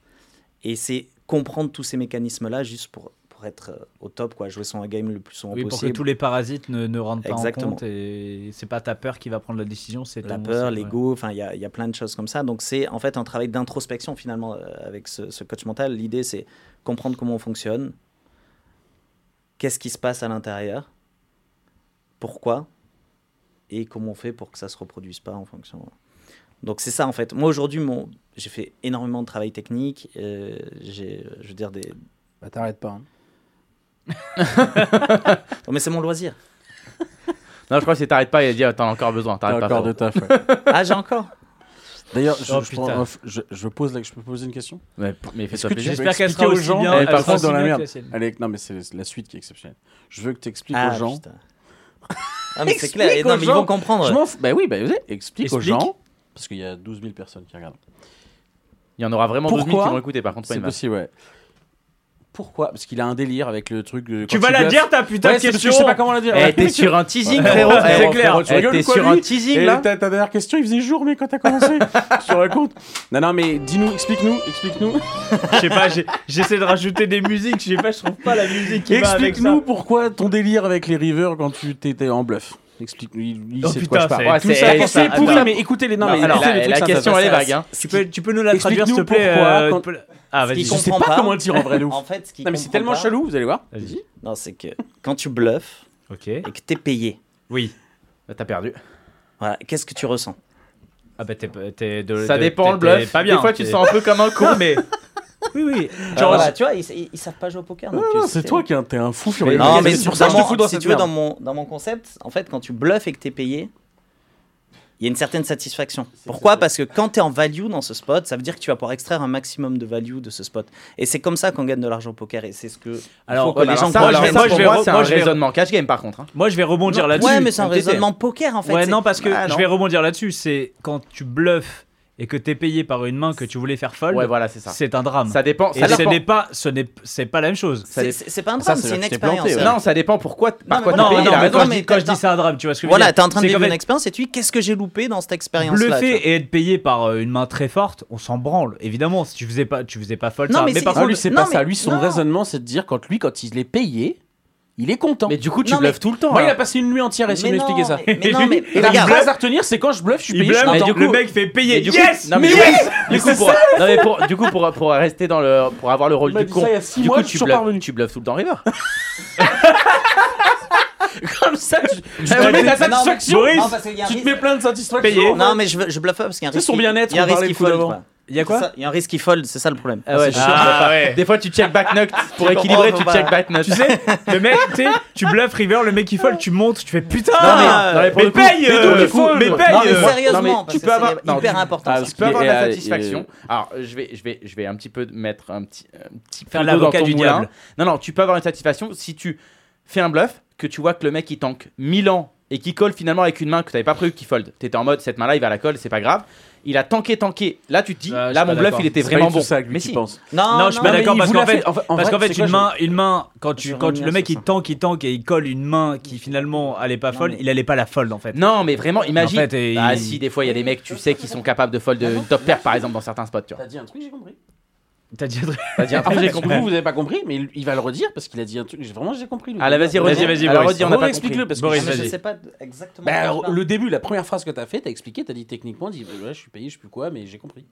D: Et c'est comprendre tous ces mécanismes-là juste pour, pour être euh, au top, quoi, jouer son game le plus souvent
B: oui, pour que
D: possible.
B: tous les parasites ne, ne rentrent pas en
D: Exactement.
B: compte et c'est pas ta peur qui va prendre la décision, c'est
D: la
B: ton-
D: peur,
B: c'est-
D: l'ego, enfin il y a, il y a plein de choses comme ça. Donc c'est en fait un travail d'introspection finalement euh, avec ce, ce coach mental. L'idée c'est comprendre comment on fonctionne, qu'est-ce qui se passe à l'intérieur, pourquoi et comment on fait pour que ça se reproduise pas en fonction. Donc c'est ça en fait. Moi aujourd'hui mon j'ai fait énormément de travail technique. euh, j'ai, je veux dire des.
E: Bah t'arrêtes pas. hein.
D: Non oh, mais c'est mon
E: (laughs)
D: loisir.
C: Non, je crois que c'est t'arrêtes pas et dire t'en as encore besoin.
E: T'as
C: T'arrêtes pas. frérot.
E: encore de taf. ouais.
D: Ah j'ai encore.
E: D'ailleurs, je,
B: Oh,
E: je,
B: putain.
E: prends- je- je pose la- je peux poser une question.
C: Mais, mais fais-toi
E: que tu
C: plaisir.
E: veux
B: J'espère qu'elle sera
E: expliquer aux
B: aussi
E: gens,
B: bien.
E: elle
B: elle
E: part
B: sera
E: dans
B: aussi
E: la
B: bien
E: merde.
B: que la sienne.
E: Allez, non mais c'est la suite qui est exceptionnelle. Je veux que t'expliques
D: Ah,
E: aux gens.
D: putain. Ah mais c'est clair.
E: Explique
D: Et non
E: aux
D: mais ils
E: gens.
D: vont comprendre.
E: Je m'en fous. Bah oui, bah, vas-y, explique, aux
C: Explique.
E: gens. Parce qu'il y a 12 000 personnes qui regardent.
C: Il y en aura vraiment 12 000 qui
E: Pourquoi
C: vont écouter, par contre, pas
E: C'est
C: une masse.
E: possible, ouais. Pourquoi Parce qu'il a un délire avec le truc. de-
B: Tu
E: quand
B: vas
E: il
B: la
E: glace-
B: dire ta
E: Ouais,
B: putain de
E: c'est parce que
B: question.
E: je sais pas comment la dire.
C: Eh,
E: Ouais.
C: t'es
E: (laughs)
C: sur un teasing,
E: Ouais.
C: frérot.
E: Ouais,
C: Eh,
E: frérot, frérot, tu
C: eh,
E: rigoles
C: T'es
E: ou quoi,
C: sur un
E: lui
C: teasing
E: Et
C: là.
E: Eh, ta, ta dernière question, il faisait jour, mais quand t'as commencé, tu te racontes. Non, non, mais dis-nous, explique-nous, explique-nous,
B: Je sais pas, j'ai- j'essaie de rajouter des musiques, je sais pas, je trouve pas la musique qui va avec ça.
E: explique-nous pourquoi ton délire avec les rivers quand tu t'étais en bluff. Explique-nous, il, il
B: Oh
E: sait de
B: putain,
E: quoi je parle.
B: c'est-
C: Ouais,
E: Tout ça,
C: eh,
E: quand c'est
C: ça-
E: pourri,
C: attends.
E: mais écoutez les, non,
C: Non,
E: mais
C: alors,
E: écoutez les
C: la-
E: trucs,
C: la
E: ça, ça,
C: question,
E: ça,
C: elle est
E: ça,
C: vague, hein.
B: Tu peux, tu peux nous la traduire, s'il te
E: Explique-nous
B: plaît
E: pourquoi,
B: euh,
E: quand-
B: tu peux la- Ah,
D: Ce
B: vas-y.
D: qui
E: Je sais
D: comprend
E: pas
D: pas.
E: comment le dire en
D: (laughs)
E: vrai, de ouf.
D: En fait, ce qui
E: Non, mais c'est
D: comprend
E: tellement
D: pas-
E: chelou, vous allez voir.
B: Vas-y.
D: Non, c'est que quand tu bluffes
B: Ok.
D: et que t'es payé,
B: Oui.
C: Bah, T'as perdu.
D: voilà, qu'est-ce que tu ressens
B: Ah bah t'es, t'es de.
C: Ça
B: de-
C: dépend
B: t'es-
C: le bluff.
B: t'es Pas bien.
C: Des fois, tu te
B: t'es-
C: sens un peu comme un con, mais.
B: Oui oui.
D: Genre,
B: Genre,
D: voilà, tu vois, ils, ils- ils savent pas jouer au poker. donc
E: Non,
D: tu-
E: C'est toi qui es un- t'es un fou furieux.
D: Non, mais
E: c'est pour ça que je te
D: dans
E: fous
D: mon-
E: dans
D: si
E: cette
D: tu veux, dans
E: merde.
D: mon, dans mon concept, en fait, quand tu bluffes et que t'es payé, il y a une certaine satisfaction. Pourquoi Parce que quand t'es en value dans ce spot, ça veut dire que tu vas pouvoir extraire un maximum de value de ce spot. Et c'est comme ça qu'on gagne de l'argent au poker. Et c'est ce que.
B: Alors,
D: il faut
B: ouais,
D: que les gens
C: ça, alors,
D: comprennent.
C: ça,
B: moi, je
C: pour
B: vais
C: moi,
B: re-
C: c'est un
B: moi, je vais-
C: raisonnement cash game, par contre. hein.
B: moi je vais rebondir là-dessus.
D: Ouais, mais c'est un
C: MTT.
D: raisonnement poker en fait.
B: Ouais,
D: c'est-
B: non parce que
D: Ah,
B: je
D: non.
B: vais rebondir là-dessus. C'est quand tu bluffes et que t'es payé par une main que tu voulais faire folle.
C: Ouais, voilà, c'est ça.
B: C'est un drame.
C: Ça dépend.
B: et
C: ça
B: ce
C: dépend-
B: n'est pas, ce n'est, c'est pas la même chose.
C: ça
D: C'est-
C: dé-
D: C'est c'est pas un
E: Ça,
D: drame,
E: c'est
D: c'est une
E: que tu t'es planté,
D: expérience.
E: ouais.
D: Non,
C: Non, ça dépend pourquoi. Par
D: mais
C: quoi
D: non,
C: t'es
B: Non,
C: payé,
B: non,
C: t'as
B: mais
C: raison.
B: quand je
D: mais
B: dis, quand je
D: t'as-
B: dis c'est un drame, tu vois ce que je veux
D: Voilà,
B: dire
D: t'es en train de
B: C'est
D: vivre
B: comme
D: une expérience et tu dis qu'est-ce que j'ai loupé dans cette expérience-là.
B: Bluffer
D: tu vois.
B: et être payé par euh, une main très forte, on s'en branle. Évidemment, si tu faisais pas, tu faisais pas folle.
D: Non,
B: ça.
D: mais
B: mais
D: c'est-
B: par
E: Ah,
B: contre,
E: lui, c'est
D: Non,
E: pas
D: mais-
E: ça. Lui, son
D: non.
E: raisonnement, c'est de dire quand lui, quand il est payé, il est content.
C: Mais du coup, tu
D: Non, mais-
C: bluffes tout le temps.
E: Moi, il a
C: alors.
E: passé une nuit entière à essayer de
D: non,
E: m'expliquer ça.
D: mais- mais non,
B: Lui,
D: mais
E: (laughs) Et la
D: regarde,
E: phrase à retenir, c'est quand je bluffe, je suis
B: il
E: payé. je suis
B: bluffe,
C: mais du
E: content.
B: le
C: coup-
B: mec fait
C: Mais
B: payer.
C: du coup-
B: yes,
C: non, mais du
B: yes
C: coup- du coup, pour- non, mais pour- du coup, pour pour rester dans le. Pour avoir le rôle
E: Il m'a
C: du
E: dit
C: con.
E: ça il y a six
C: Du
E: mois,
C: coup,
E: je suis
C: tu
E: toujours pas
C: bluffes,
E: revenu.
C: tu bluffes tout le temps river. Comme ça, tu-
E: Ah, mais
B: Non,
E: la
D: mais-
E: satisfaction
B: Boris,
D: Non, parce qu'il y a un
E: Tu te
D: risque-
E: mets plein de satisfaction.
B: Payé.
D: Non, mais je, veux- je bluffe pas parce qu'il y a un
E: C'est
D: risque.
E: son bien-être,
D: il y a un
E: on parlait
D: risque qui
E: le coup
D: fold,
E: d'avant.
D: quoi.
B: Il y a quoi
D: C'est ça, Il y a un risque qui fold, c'est ça le problème.
C: Ah ouais,
D: C'est
C: je-
D: chiant.
B: Ah ouais.
C: Des fois, tu check back nut pour
D: Tu
C: équilibrer,
D: comprends,
C: tu
D: faut
C: check
D: pas-
C: back nut.
B: Tu sais, le mec, tu sais, tu bluffes River, le mec il folle, tu montes, tu fais putain,
D: Non, mais- non,
B: Ah, mais,
D: mais
E: pour le coup,
B: paye,
E: mais
B: euh,
E: donc, il faut-
B: mais
E: non,
B: paye,
D: Non, mais
B: euh,
D: sérieusement,
C: non, mais
D: parce
C: tu
D: que
C: peux
D: c'est
C: avoir- non,
D: hyper
C: tu-
D: important.
E: Ah,
D: ça.
E: parce
C: Tu peux
E: qu'il
C: avoir
E: est-
C: de la
E: euh,
C: satisfaction. Alors, je vais, je, vais, je vais un petit peu mettre un petit, un petit
B: Faire
C: peu d'eau dans
B: l'avocat
C: ton
B: du
C: moulin.
B: diable.
C: Non, non, tu peux avoir une satisfaction si tu fais un bluff, que tu vois que le mec il tank 1000 ans et qui colle finalement avec une main que tu n'avais pas prévu qu'il fold. Tu étais en mode cette main-là il va à la colle, c'est pas grave. Il a tanké, tanké. Là, tu te dis,
B: Ah, je suis
C: là
B: pas
C: mon bluff
B: d'accord.
C: il était
E: C'est pas
C: vraiment
E: du tout
C: bon.
E: ça que lui,
C: Mais
E: tu
C: si.
E: penses.
B: Non, je suis pas
E: mais
B: d'accord
E: il
B: parce
E: vous
B: qu'en
E: l'a
B: fait,
E: en fait- en
B: Parce
E: vrai,
B: qu'en fait,
E: c'est quoi,
B: une
E: je-
B: main, une main, quand
D: Je
B: tu,
D: vais
B: quand
D: revenir
B: le mec
D: sur
B: il
D: ça.
B: tank, il tank et il colle une main qui finalement allait pas
D: Non,
B: folle,
D: mais-
B: il allait pas la folle en fait.
C: Non, mais vraiment, imagine.
B: En fait, et-
C: Ah, si, des fois, il y a des mecs, tu sais, qui sont capables de fold euh, une top pair, par exemple, dans certains spots, tu vois.
E: T'as dit un truc, j'ai compris.
B: T'as dit un truc.
C: Vas-y,
E: En
C: après,
E: fait,
C: j'ai
E: parce que
C: compris.
E: Vous, vous avez pas compris, mais il, il va le redire parce qu'il a dit un truc. j'ai- Vraiment, j'ai compris. le-
C: Allez, vas-y,
E: Re-
C: redis.
B: Vas-y, vas-y,
C: Alors,
B: Boris.
C: redis, on n'a pas compris.
E: Explique-le parce que
B: Boris,
D: Ah, mais Je
B: vas-y.
D: sais pas exactement. de
E: Bah,
D: quoi je parle.
E: le début, la première phrase que t'as fait, t'as expliqué, t'as dit techniquement, dit bah, ouais, je suis payé, je sais plus quoi, mais j'ai compris.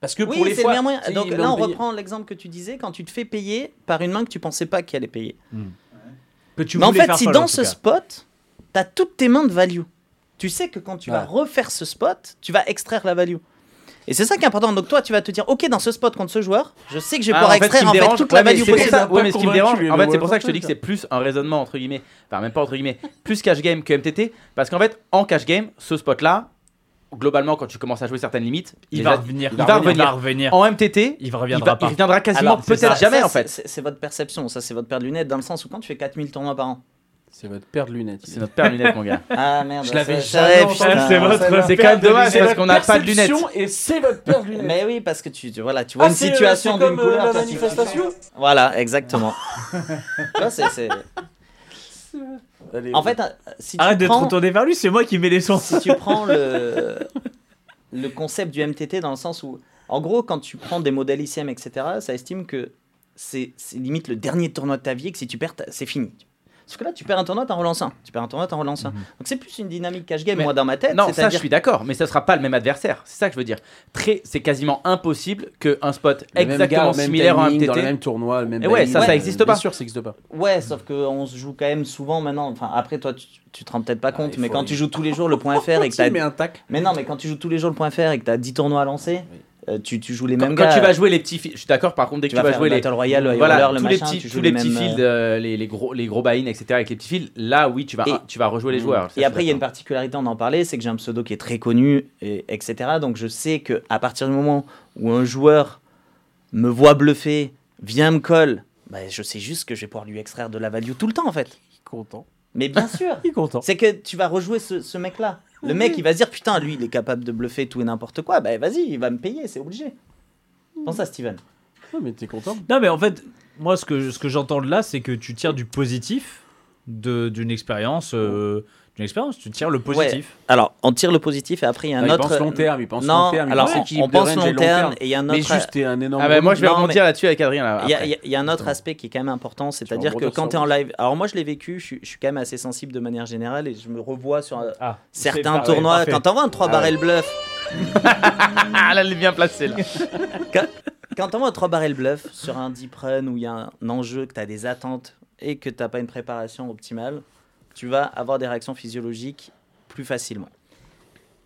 E: Parce que pour
D: Oui,
E: les
D: c'est le
E: fois,
D: meilleur moyen.
E: si,
D: Donc
E: ils
D: là,
E: l'ont
D: on
E: payé.
D: reprend l'exemple que tu disais quand tu te fais payer par une main que tu pensais pas qu'elle allait payer.
B: Que tu
D: Mais en
B: voulais
D: fait,
B: faire
D: si
B: folle, en
D: dans
B: tout
D: ce
B: cas.
D: spot, tu as toutes tes mains de value, tu sais que quand tu vas
E: Ouais.
D: refaire ce spot, tu vas extraire la value. Et c'est ça qui est important. Donc toi, tu vas te dire, ok, dans ce spot contre ce joueur, je sais que je vais
C: Ah,
D: pouvoir
C: en fait, ce qui
D: extraire
C: me
D: en fait
C: dérange-
D: toute
C: ouais,
D: la
C: mais
D: value
C: c'est
D: possible.
C: ça. Ouais, mais ce qui me
E: Convaincu,
C: dérange,
E: mais
C: en fait,
E: bon,
C: c'est pour ça que je te
E: voilà,
C: dis que c'est plus un raisonnement entre guillemets, enfin même pas entre guillemets, plus cash game que MTT, parce qu'en fait, en cash game, ce spot là, globalement, quand tu commences à jouer certaines limites,
B: Il
C: déjà,
B: va revenir.
C: il va revenir.
B: revenir.
C: En MTT, il,
B: Il
C: va-
B: reviendra
C: il
B: pas.
C: reviendra quasiment
B: Alors, c'est
C: peut-être
B: ça.
C: jamais
D: Ça,
C: en fait.
D: c'est- C'est c'est votre perception, ça c'est votre paire de lunettes, dans le sens où quand tu fais 4000 tournois par
B: (laughs)
D: an.
E: C'est votre paire de lunettes.
C: C'est notre père lunette, mon gars.
D: Ah merde,
E: Je
D: ça-
E: l'avais
D: ça-
E: jamais entendu.
D: putain.
B: Ah, c'est votre-
E: celle-là.
C: (laughs) C'est quand même dommage
E: C'est
C: parce
E: la
C: qu'on n'a pas de lunettes.
E: perception Et c'est votre paire de lunettes.
D: Mais oui, parce que tu, tu- voilà, tu vois
E: Ah,
D: une
E: c'est, euh,
D: situation
E: c'est
D: d'une
E: comme, euh,
D: couleur.
E: la
D: toi, tu-
E: manifestation.
B: (laughs)
D: Voilà, exactement. Toi, c'est- c'est- En fait, euh, si tu
B: Arrête de te
D: prends-
B: retourner vers lui, c'est moi qui mets les sons.
D: si tu prends le, le concept du MTT dans le sens où, en gros, quand tu prends des modèles ICM, etc., ça estime que c'est c'est limite le dernier tournoi de ta vie et que si tu perds, t'as- c'est fini. Parce que là, tu perds un tournoi, t'en relances un. Tu perds un tournoi, t'en relances un. Donc c'est plus une dynamique cash game,
C: Mm-hmm. Mais-
D: moi, dans ma tête.
C: Non, ça je
D: c'est-à-dire-
C: suis d'accord, mais ça sera pas le même adversaire. C'est ça que je veux dire. Très, c'est quasiment impossible qu'un spot
E: Le même gars,
C: exactement
E: le même
C: similaire en
E: timing,
C: MTT.
E: Dans le même tournoi, le même.
C: Et ouais,
E: timing,
C: ça,
D: Eh ça
E: euh,
C: existe pas.
E: Bien sûr, ça existe pas.
D: Ouais, sauf qu'on se joue quand même souvent maintenant. Enfin, après, toi, tu, tu te rends peut-être pas compte,
E: Ah, il
D: mais
E: faut-
D: quand tu joues tous les jours le point FR et
C: (laughs)
D: que
E: Si,
D: t'as.
E: mais un tac.
D: Mais non, mais quand tu joues tous les jours le point FR et que t'as 10 tournois à lancer,
E: Oui.
D: euh, tu, tu joues les
C: Quand,
D: mêmes
C: quand
D: gars. euh,
C: tu vas jouer les petits, fi- je suis d'accord. Par contre, dès que tu
D: tu vas
C: vas
D: faire
C: jouer
D: le
C: les
D: Battle Royale, le High
C: voilà,
D: Roller, le
C: tous
D: machin,
C: les
D: tu
C: petits,
D: joues
C: tous les, petits
D: mêmes, euh,
C: fields, euh, les, les gros, les gros buy-in, etc. Avec les petits fields, là oui, tu vas,
D: Et-
C: tu vas rejouer les
E: Mm.
C: joueurs. ça,
D: Et
C: je
D: après, il y a
C: suis
D: une particularité, on en parlait, c'est que j'ai un pseudo qui est très connu, et, etc. Donc je sais que à partir du moment où un joueur me voit bluffer, vient me colle, bah, je sais juste que je vais pouvoir lui extraire de la value tout le temps, en fait.
E: Il est content.
D: Mais bien
E: (laughs)
D: sûr,
E: Il est content.
D: c'est que tu vas rejouer ce, ce mec-là. Le mec, il va se dire, putain, lui, il est capable de bluffer tout et n'importe quoi, bah vas-y, il va me payer, c'est obligé.
E: Hmm.
D: Pense à Steven.
E: Non, mais t'es content.
B: Non, mais en fait, moi, ce que, ce que j'entends de là, c'est que tu tires du positif de- d'une expérience. euh, d'une expérience, tu tires le positif.
D: Alors, on tire le positif, et après, il y a un
E: Non, Bah, Il
D: autre...
E: pense long terme, il pense
D: non,
E: long terme. il
D: alors,
E: pense équilibre
D: on
E: de
D: pense
E: range et
D: long terme, et il y a un autre...
E: Mais juste, t'es un
C: d'accord.
E: énorme.
C: Ah bah moi je vais
D: Non,
C: rebondir là-dessus avec Adrien là.
D: Il y a-
C: après.
D: il y, a- il y a un autre aspect qui est quand même important, c'est-à-dire que
E: rebondir
D: quand
E: sur
D: tu es en live, alors moi je l'ai vécu, je, suis- je suis quand même assez sensible de manière générale et je me revois sur euh,
B: Ah,
D: certains tournois. quand t'envoies un 3
E: Ah
D: barrel bluff,
C: Ah là, elle est bien placée là.
D: quand t'envoies un 3 barrel bluff sur un deep run où il y a un enjeu, que tu as des attentes et que t'as pas une préparation optimale, tu vas avoir des réactions physiologiques plus facilement.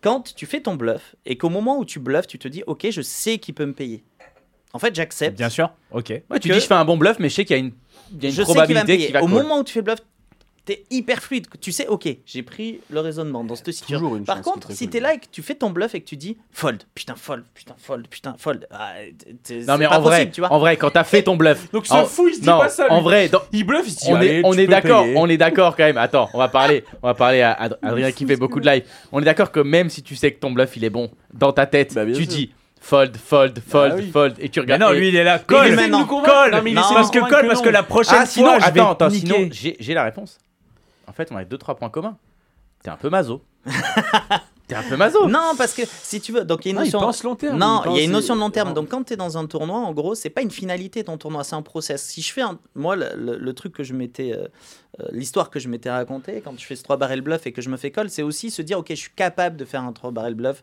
D: Quand tu fais ton bluff et qu'au moment où tu bluffes, tu te dis ok, je sais qu'il peut me payer. En fait, j'accepte.
B: Bien sûr, ok.
C: Ouais, tu
D: Que-
C: dis je fais un bon bluff, mais je sais qu'il y a une, il y a une
D: je sais qu'il va me
C: probabilité
D: payer.
C: qu'il va.
D: Au
C: call.
D: moment où tu fais le bluff, t'es hyper fluide. Tu sais, ok, j'ai pris le raisonnement dans cette situation.
E: Toujours une
D: Par
E: chance
D: contre,
E: qui te
D: si
E: récolte.
D: t'es là et que tu fais ton bluff et que tu dis fold, putain fold, putain fold, putain fold, ah, t'es- t'es-
C: Non
D: c'est
C: mais
D: pas
C: en vrai,
D: possible, tu vois.
C: en vrai, quand t'as fait ton
D: (laughs)
C: bluff.
E: Donc,
C: en-
E: ce fou, il se dit
C: non,
E: pas ça.
C: En
E: lui.
C: vrai, dans-
E: il bluffe, il se dit
C: on est,
E: allez,
C: on
E: tu
C: est
E: peux
C: d'accord,
E: payer.
C: on est d'accord quand même. Attends, on va parler, on va parler à Ad- Adrien qui fait beaucoup de live. On est d'accord que même si tu sais que ton bluff il est bon, dans ta tête,
E: Bah,
C: tu
E: bien sûr.
C: dis fold, fold, fold,
E: oui.
C: fold et tu
B: Bah Mais
C: regardes.
B: non,
C: et-
B: lui, il est là.
D: Mais il
B: Colle,
D: essaie de nous
E: convaincre.
B: colle.
E: Non, mais il essaie de
B: parce
E: nous
B: que
E: convaincre
B: colle,
E: que
B: parce que
E: non.
B: la prochaine
C: ah, sinon,
B: fois, je vais
C: attends, attends,
B: te niquer.
C: sinon, j'ai j'ai la réponse. En fait, on a deux trois points communs. T'es un peu maso.
B: (laughs)
C: T'es un peu maso.
D: Non, parce que si tu veux, donc il y a une
E: Ah, il
D: notion.
E: pense long terme.
D: non, il y a
E: pense-
D: une notion de long terme. Donc, quand tu es dans un tournoi, en gros, c'est pas une finalité ton tournoi, c'est un process. Si je fais un. Moi, le, le- le truc que je m'étais. euh, euh, L'histoire que je m'étais racontée, quand je fais ce 3 barrel bluff et que je me fais call, c'est aussi se dire Ok, je suis capable de faire un 3 barrel bluff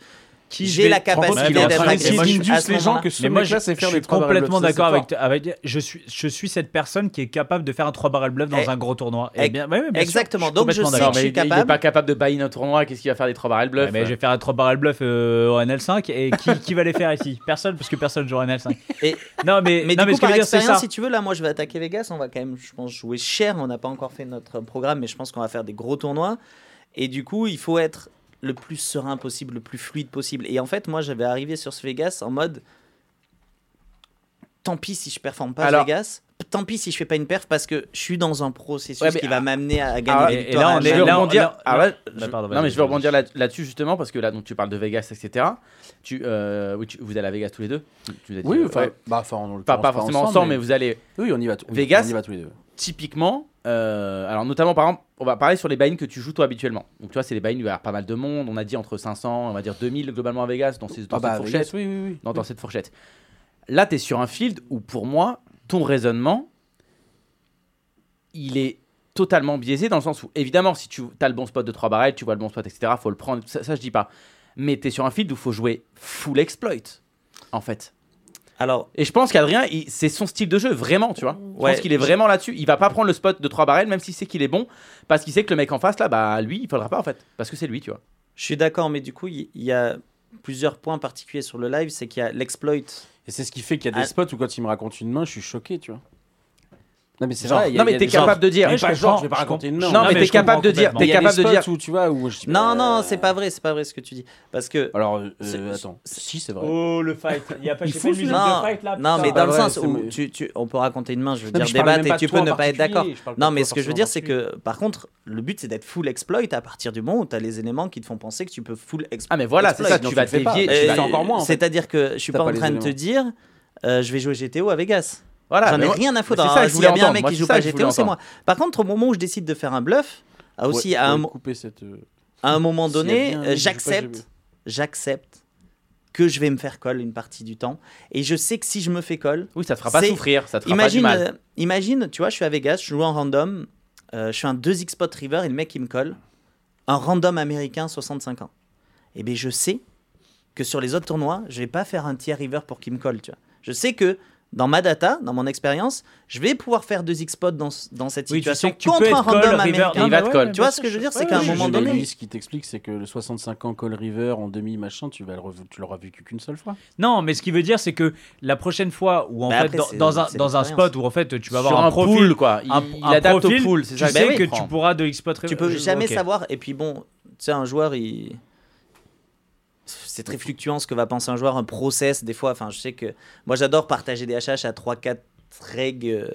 B: qui
D: J'ai la capacité
E: d'être
D: agressif à ce
E: les gens
D: moment-là.
E: que ce
B: Mais moi,
E: mec-là sait faire
B: je
E: des
B: suis
E: trois barrel
B: complètement
E: bluffs, ça,
B: d'accord
E: c'est
B: avec, avec- je suis je suis cette personne qui est capable de faire un 3 barrel bluff dans
D: Eh,
B: un gros tournoi.
D: eh,
B: Eh bien, ouais, ouais, bien sûr,
D: exactement.
B: suis
D: Donc, je
B: complètement
D: sais
B: d'accord.
C: Non, mais il-
D: suis
C: il n'est
D: capable.
C: pas capable de buy un tournoi. Qu'est-ce qu'il va faire des 3 barrel bluff
B: Ouais, mais je vais faire un 3 barrel bluff euh, en L5 et qui, qui va les faire ici Personne, parce que personne joue en L5.
D: Et-
B: non, mais,
D: Mais
B: non,
D: du
B: mais ce
D: coup,
B: que
D: par
B: je veux dire, c'est ça.
D: expérience, si tu veux, là, moi, je vais attaquer Vegas. On va quand même, je pense, jouer cher. On n'a pas encore fait notre programme, mais je pense qu'on va faire des gros tournois. Et du coup, il faut être le plus serein possible, le plus fluide possible. Et en fait, moi, j'avais arrivé sur ce Vegas en mode tant pis si je performe pas à
C: Alors-
D: Vegas. Tant pis si je fais pas une perf parce que je suis dans un processus
C: Ouais, mais-
D: qui va m'amener à
C: Ah,
D: gagner des
B: et- et
D: victoires
B: là,
D: à
B: on est-
D: jamais.
C: je vais
B: là, on-
C: rebondir.
B: là-
C: Alors là,
B: Bah, pardon,
C: non,
B: vas-y,
C: mais je veux
B: vas-y.
C: rebondir là- là-dessus justement parce que là, donc tu parles de Vegas, etc. Tu, euh, oui, tu- vous allez à Vegas tous les deux. Tu- tu nous as dit,
E: Oui,
C: euh,
E: enfin,
C: ouais.
E: bah, enfin, on le
C: pas,
E: pense
C: pas forcément ensemble, mais... vous allez
E: oui, on y va. t- oui,
C: Vegas-
E: on y va tous les deux.
C: typiquement. euh, alors notamment par exemple, on va parler sur les buy que tu joues toi habituellement. Donc tu vois, c'est les buy où il va y avoir pas mal de monde. On a dit entre 500, on va dire 2000 globalement à Vegas dans, ces, dans
E: Ah bah,
C: cette fourchette.
E: Vegas, oui, oui, oui.
C: dans, dans cette fourchette. Là, tu es sur un field où, pour moi, ton raisonnement, il est totalement biaisé dans le sens où, évidemment, si tu as le bon spot de 3 barrettes, tu vois le bon spot, etc., faut le prendre. Ça, ça, je dis pas. Mais tu es sur un field où faut jouer full exploit, en fait.
D: Alors,
C: Et je pense qu'Adrien, il- c'est son style de jeu, vraiment, tu vois. Je
D: Ouais.
C: pense qu'il est vraiment là-dessus. Il va pas prendre le spot de 3 barrettes, même s'il sait qu'il est bon, parce qu'il sait que le mec en face, là, bah lui, il faudra pas, en fait. Parce que c'est lui, tu vois.
D: je suis d'accord, mais du coup, il il y, a plusieurs points particuliers sur le live. C'est qu'il y a l'exploit.
E: Et c'est ce qui fait qu'il y a des
D: Ah.
E: spots où quand il me raconte une main, je suis choqué, tu vois. Non mais c'est
B: Genre-
E: vrai. il y a-
C: non,
E: il y
C: mais
E: a
C: t'es
E: des gens-
C: capable de dire.
E: Mais
B: je
E: pas genre, je vais pas
B: comprends.
E: raconter une
B: Je
E: main.
C: Non, mais
B: mais
C: t'es
B: je
C: capable de
B: comprends
C: dire.
B: complètement.
C: T'es
E: Il y a
C: capable
E: des
C: de dire.
E: spots où, tu vois, où je-
D: Non,
E: euh,
D: non, c'est pas vrai, c'est pas vrai ce que tu dis. Parce que
E: Alors, euh,
D: C'est-
E: euh, attends. Si, c'est vrai.
B: Oh, le fight. Il y a pas,
E: Il
B: j'ai pas
E: faut
B: de
E: ce
B: musique
D: Non,
B: de fight là.
D: non
B: putain.
D: mais
E: Ah
D: dans
E: bah
D: le
E: ouais,
D: sens
E: c'est
D: où
E: mo-
D: tu, tu- on peut raconter une main, je veux
E: Non,
D: dire
E: mais je parle
D: débattre
E: même
D: et
E: pas
D: tu
E: de toi
D: peux
E: en
D: ne pas être
E: particulier,
D: d'accord.
E: je parle pas
D: Non,
E: de
D: mais
E: toi
D: ce que je veux
E: forcément
D: dire,
E: en
D: c'est que par contre, le but c'est d'être full exploit à partir du moment où tu as les éléments qui te font penser que tu peux full exploit.
C: Ah, mais voilà, c'est ça,
E: sinon
C: tu vas
E: le fais pas.
C: dévier.
E: Et
C: tu
E: tu
C: vas-
E: fais encore moins, en fait.
D: C'est-à-dire que je suis
E: T'as
D: pas,
E: pas
D: en
E: les
D: train de te
E: éléments.
D: dire,
E: Ah,
D: euh, je vais jouer GTO à Vegas.
C: Voilà,
D: J'en
C: mais
D: ai
C: moi-
D: rien à foutre.
C: mais c'est
D: Alors,
C: ça que je
D: S'il y
C: voulais
D: a bien un
C: entendre.
D: mec
C: Moi,
D: qui
C: c'est
D: joue
C: ça
D: pas
C: que je voulais
D: GTO, c'est moi.
C: entendre.
D: Par contre, au moment où je décide de faire un bluff, ah, aussi
E: Ouais,
D: à un
E: ouais,
D: mo-
E: couper cette. euh,
D: à un moment
E: S'il y a
D: donné,
E: bien un
D: euh,
E: mec qui joue pas, j'ai vu.
D: j'accepte, j'accepte que je vais me faire colle une partie du temps. Et je sais que si je me fais colle,
C: Oui, ça te fera pas
D: C'est-
C: souffrir, ça te fera
D: imagine,
C: pas du mal.
D: euh, imagine, tu vois, je suis à Vegas, je joue en random, euh, je suis un 2x spot river et le mec il me colle, un random américain 65 ans. Et bien je sais que sur les autres tournois, je vais pas faire un tiers river pour qu'il me colle, tu vois. Je sais que dans ma data, dans mon expérience, je vais pouvoir faire 2x spot dans, ce- dans cette
B: Oui, tu
D: situation
B: sais que tu
D: contre
B: peux
D: un
B: être call,
D: random
B: river.
D: américain.
C: il va te colle.
D: Tu vois ce que je veux dire, c'est qu'à un
E: J'ai-
D: moment
E: j'ai
D: donné-
E: lu ce qui t'explique, c'est que le 65 ans Call River en demi machin, tu vas le rev- tu l'auras vécu qu'une seule fois.
B: Non, mais ce qui veut dire, c'est que la prochaine fois où en
D: Bah
B: fait,
D: après,
B: dans,
D: c'est-
B: dans un,
D: c'est
B: dans un
D: l'expérience.
B: spot où en fait tu vas
C: Sur
B: avoir un, profil,
C: pool, quoi. Il,
B: un,
C: il
B: un
C: adapte
B: profil,
C: au pool, c'est
B: tu
C: ça. Ben
B: sais
C: oui,
B: que
C: prends.
B: tu pourras de x
D: Tu peux jamais
B: savoir
D: savoir. Et puis bon, tu sais, un joueur, il... c'est très fluctuant ce que va penser un joueur, un process des fois. Enfin, je sais que moi, j'adore partager des HH à 3-4
B: (clears throat)
D: règles euh,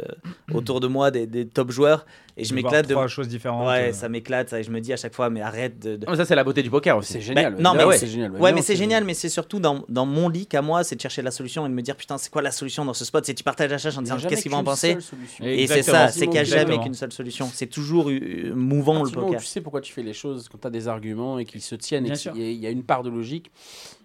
D: autour de moi, des, des top joueurs, et je
B: de voir
D: m'éclate de.
B: trois choses différentes.
D: Ouais,
B: euh. Ah,
D: ça m'éclate, ça. Et je me dis à chaque fois, mais arrête de. de-
C: Non, mais ça, c'est la beauté du poker
E: C'est
C: aussi.
E: génial.
D: non,
E: Là,
D: mais
E: ouais,
D: c'est-
E: Bah,
D: bah
E: c'est génial.
D: Ouais, mais c'est génial, mais c'est surtout dans, dans mon leak à moi, c'est de chercher la solution et de me dire putain, c'est quoi la solution dans ce spot C'est tu partages HH en disant qu'est-ce qu'ils vont en penser Et c'est ça, c'est qu'il n'y a jamais
B: Exactement.
D: qu'une seule solution. C'est toujours euh, mouvant le poker.
E: Tu sais pourquoi tu fais les choses quand tu as des arguments et qu'ils se tiennent
B: Bien
E: et
B: sûr.
E: qu'il y a- il y, a une part de logique.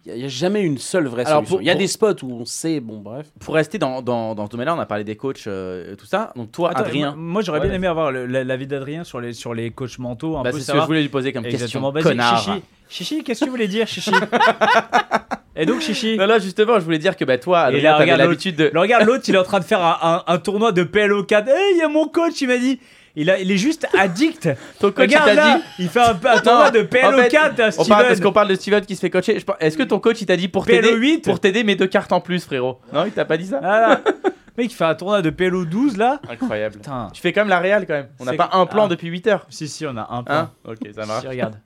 E: Il n'y a, jamais une seule vraie
C: Alors,
E: solution.
C: pour-
E: Il y a
C: pour-
E: des spots où on sait, bon, bref.
C: Pour rester dans, dans, dans ce domaine-là, on a parlé des coachs, euh, et tout ça. Donc, toi,
B: Attends,
C: Adrien.
B: moi- Moi, j'aurais
C: Ouais,
B: bien aimé avoir le- la- l'avis d'Adrien sur les sur les coachs mentaux un
C: bah,
B: peu
C: c'est ce que je
B: savoir-
C: voulais lui poser comme
B: Exactement.
C: question.
B: Vas-y,
C: Connard.
B: Chichi. Chichi, qu'est-ce que tu voulais dire, Chichi
C: (laughs)
B: Et donc, Chichi.
C: Non, là, justement, je voulais dire que bah,
B: Et
C: toi, Adrien,
B: là,
C: t'avais
B: regarde
C: l'habitude de.
B: Le regarde, l'autre, il est en train de faire un, un- un tournoi de PLO 4. Hey, Eh, il y a mon coach, il m'a dit. Il, a, il est juste addict.
C: Ton coach, il
B: regarde
C: t'a
B: là,
C: dit.
B: il fait un, un tournoi de PLO
C: en fait,
B: 4 à
C: On parle, parce
B: Steven. E
C: qu'on parle de Steven qui se fait coacher. Je pense- Est-ce que ton coach, il t'a dit pour
B: PLO
C: t'aider
B: 8
C: pour t'aider mes deux cartes en plus, frérot Non, il t'a pas dit ça
B: Voilà. Ah, Mec, il fait un tournoi de PLO 12 là.
C: Incroyable.
B: Putain.
C: Tu fais quand même la réal quand même. On n'a
B: C'est-
C: pas un plan
B: Ah.
C: depuis 8 heures.
B: Si, si, on a un point.
C: Hein Ok, (laughs) ça marche.
B: Si, regarde.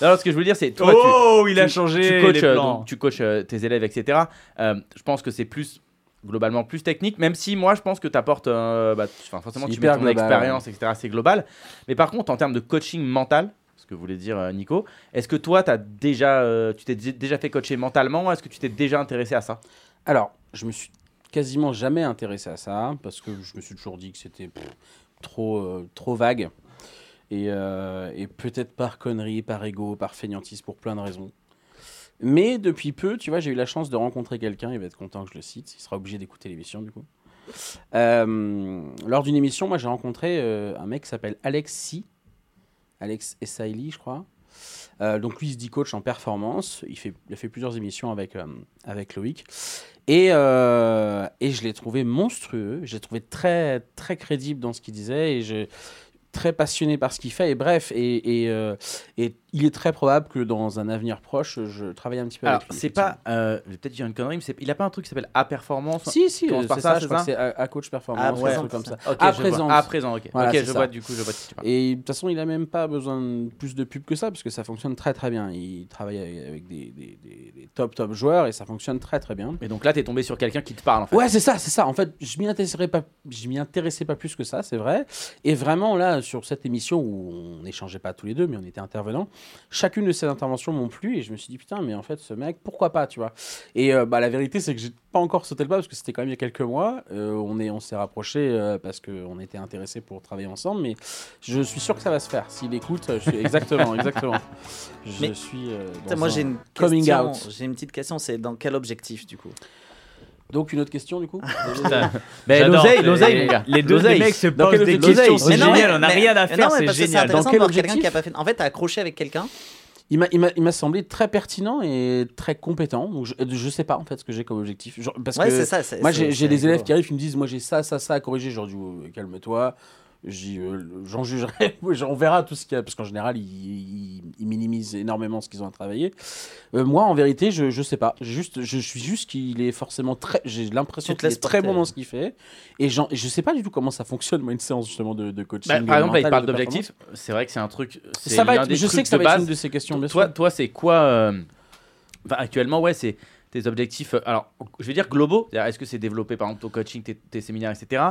C: Non, non, ce que je veux dire, c'est toi, tu-
B: oh, il a
C: tu-
B: changé
C: tu coaches,
B: les
C: euh,
B: plans.
C: donc, tu coaches euh, tes élèves, etc. Euh, je pense que c'est plus globalement plus technique, même si moi je pense que tu apportes, enfin forcément
E: C'est
C: tu mets
E: hyper
C: ton
E: global,
C: expérience, etc. C'est global. Mais par contre, en termes de coaching mental, ce que voulait dire euh, Nico, est-ce que toi as déjà, euh, tu t'es dé- déjà fait coacher mentalement Est-ce que tu t'es déjà intéressé à ça
E: Alors, je me suis quasiment jamais intéressé à ça parce que je me suis toujours dit que c'était pff, trop, euh, trop vague. Et, euh, et peut-être par connerie, par ego, par feignantise, pour plein de raisons. Mais depuis peu, tu vois, j'ai eu la chance de rencontrer quelqu'un, il va être content que je le cite, il sera obligé d'écouter l'émission du coup. Euh, lors d'une émission, moi j'ai rencontré euh, un mec qui s'appelle Alex Si, Alex Essaili, je crois, Euh, donc lui, il se dit coach en performance. Il, fait, il a fait plusieurs émissions avec, euh, avec Loïc. Et, euh, et je l'ai trouvé monstrueux. Je l'ai trouvé très, très crédible dans ce qu'il disait. Et je, très passionné par ce qu'il fait. Et bref, et, et, et, il est très probable que dans un avenir proche, je travaille un petit peu
C: Alors,
E: avec lui.
C: c'est pas. euh, je vais peut-être dire une connerie, mais c'est- il a pas un truc qui s'appelle à performance
E: Si, si, euh,
C: commence
E: c'est
C: par
E: ça,
C: ça,
E: je
C: c'est
E: crois
C: ça
E: que c'est à, à coach performance,
D: Ah,
E: un
D: ouais.
E: truc comme ça.
C: Ok,
E: à
C: je vois.
E: présent.
C: À présent, ok.
E: Voilà,
C: ok,
E: c'est
C: je
E: ça.
C: vois du coup, je vois de qui tu parles.
E: Et de toute façon, il n'a même pas besoin de plus de pub que ça, parce que ça fonctionne très très bien. Il travaille avec avec des, des- des- des top top joueurs et ça fonctionne très très bien.
C: Et donc là, t'es tombé sur quelqu'un qui te parle en fait.
E: Ouais, c'est ça, c'est ça. En fait, je m'y intéresserais pas, je m'y intéressais pas plus que ça, c'est vrai. Et vraiment là, sur cette émission où on n'échangeait pas tous les deux, mais on était intervenants, chacune de ces interventions m'ont plu et je me suis dit putain, mais en fait, ce mec, pourquoi pas, tu vois Et euh, bah la vérité, c'est que j'ai pas encore sauté le pas parce que c'était quand même il y a quelques mois. Euh, on est, on s'est rapprochés euh, parce qu'on était intéressés pour travailler ensemble, mais je suis sûr que ça va se faire. S'il écoute, je suis... exactement, exactement. Je
D: Mais-
E: suis. euh, dans
D: Putain, moi
E: un-
D: j'ai une
E: coming
D: question.
E: out.
D: J'ai une petite question, c'est dans quel objectif du coup
E: Donc une autre question du coup.
C: Mais
B: J'adore,
C: l'oseille,
B: c'est-
C: l'oseille, mon gars.
B: Les deux les
C: L'oseille.
B: mecs se
E: Dans
B: posent
E: quel
B: des
E: objectif
B: questions,
E: Mais
B: c'est
E: non,
B: génial, on n'a rien à faire, c'est
D: C'est
B: génial.
D: intéressant
E: quel
D: de voir quelqu'un
E: objectif
D: qui a pas fait. En fait, t'as accroché avec quelqu'un.
E: Il m'a- il m'a il m'a semblé très pertinent et très compétent. Donc je, je sais pas en fait ce que j'ai comme objectif. Genre, parce
D: Ouais,
E: que
D: c'est ça. c'est-
E: moi
D: c'est-
E: j'ai
D: c'est
E: j'ai des élèves
D: rigolo.
E: qui arrivent qui me disent moi j'ai ça ça ça à corriger. Genre du euh, calme-toi. J'y, euh, J'en jugerai, (laughs) Ouais, genre, on verra tout ce qu'il y a, parce qu'en général, ils, ils- ils minimisent énormément ce qu'ils ont à travailler. Euh, moi, en vérité, je, je sais pas. Juste, je suis juste qu'il est forcément très. J'ai l'impression
D: Tu te
E: qu'il
D: laisses
E: est très
D: porter.
E: bon dans ce qu'il fait. Et j'en- je sais pas du tout comment ça fonctionne, moi, une séance justement de, de coaching.
C: Bah, par
E: euh,
C: exemple, là, il
E: mental,
C: parle
E: de performance.
C: d'objectifs. C'est vrai que c'est un truc. c'est
E: Ça va
C: l'un
E: être-
C: des
E: je sais
C: trucs
E: que ça
C: de
E: va être
C: base.
E: une de ces questions. bien
C: toi,
E: sûr.
C: toi, c'est quoi euh, enfin, actuellement, ouais, c'est tes objectifs. euh, alors, je vais dire globaux. C'est-à-dire, Est-ce que c'est développer par exemple ton coaching, tes, tes séminaires, etc.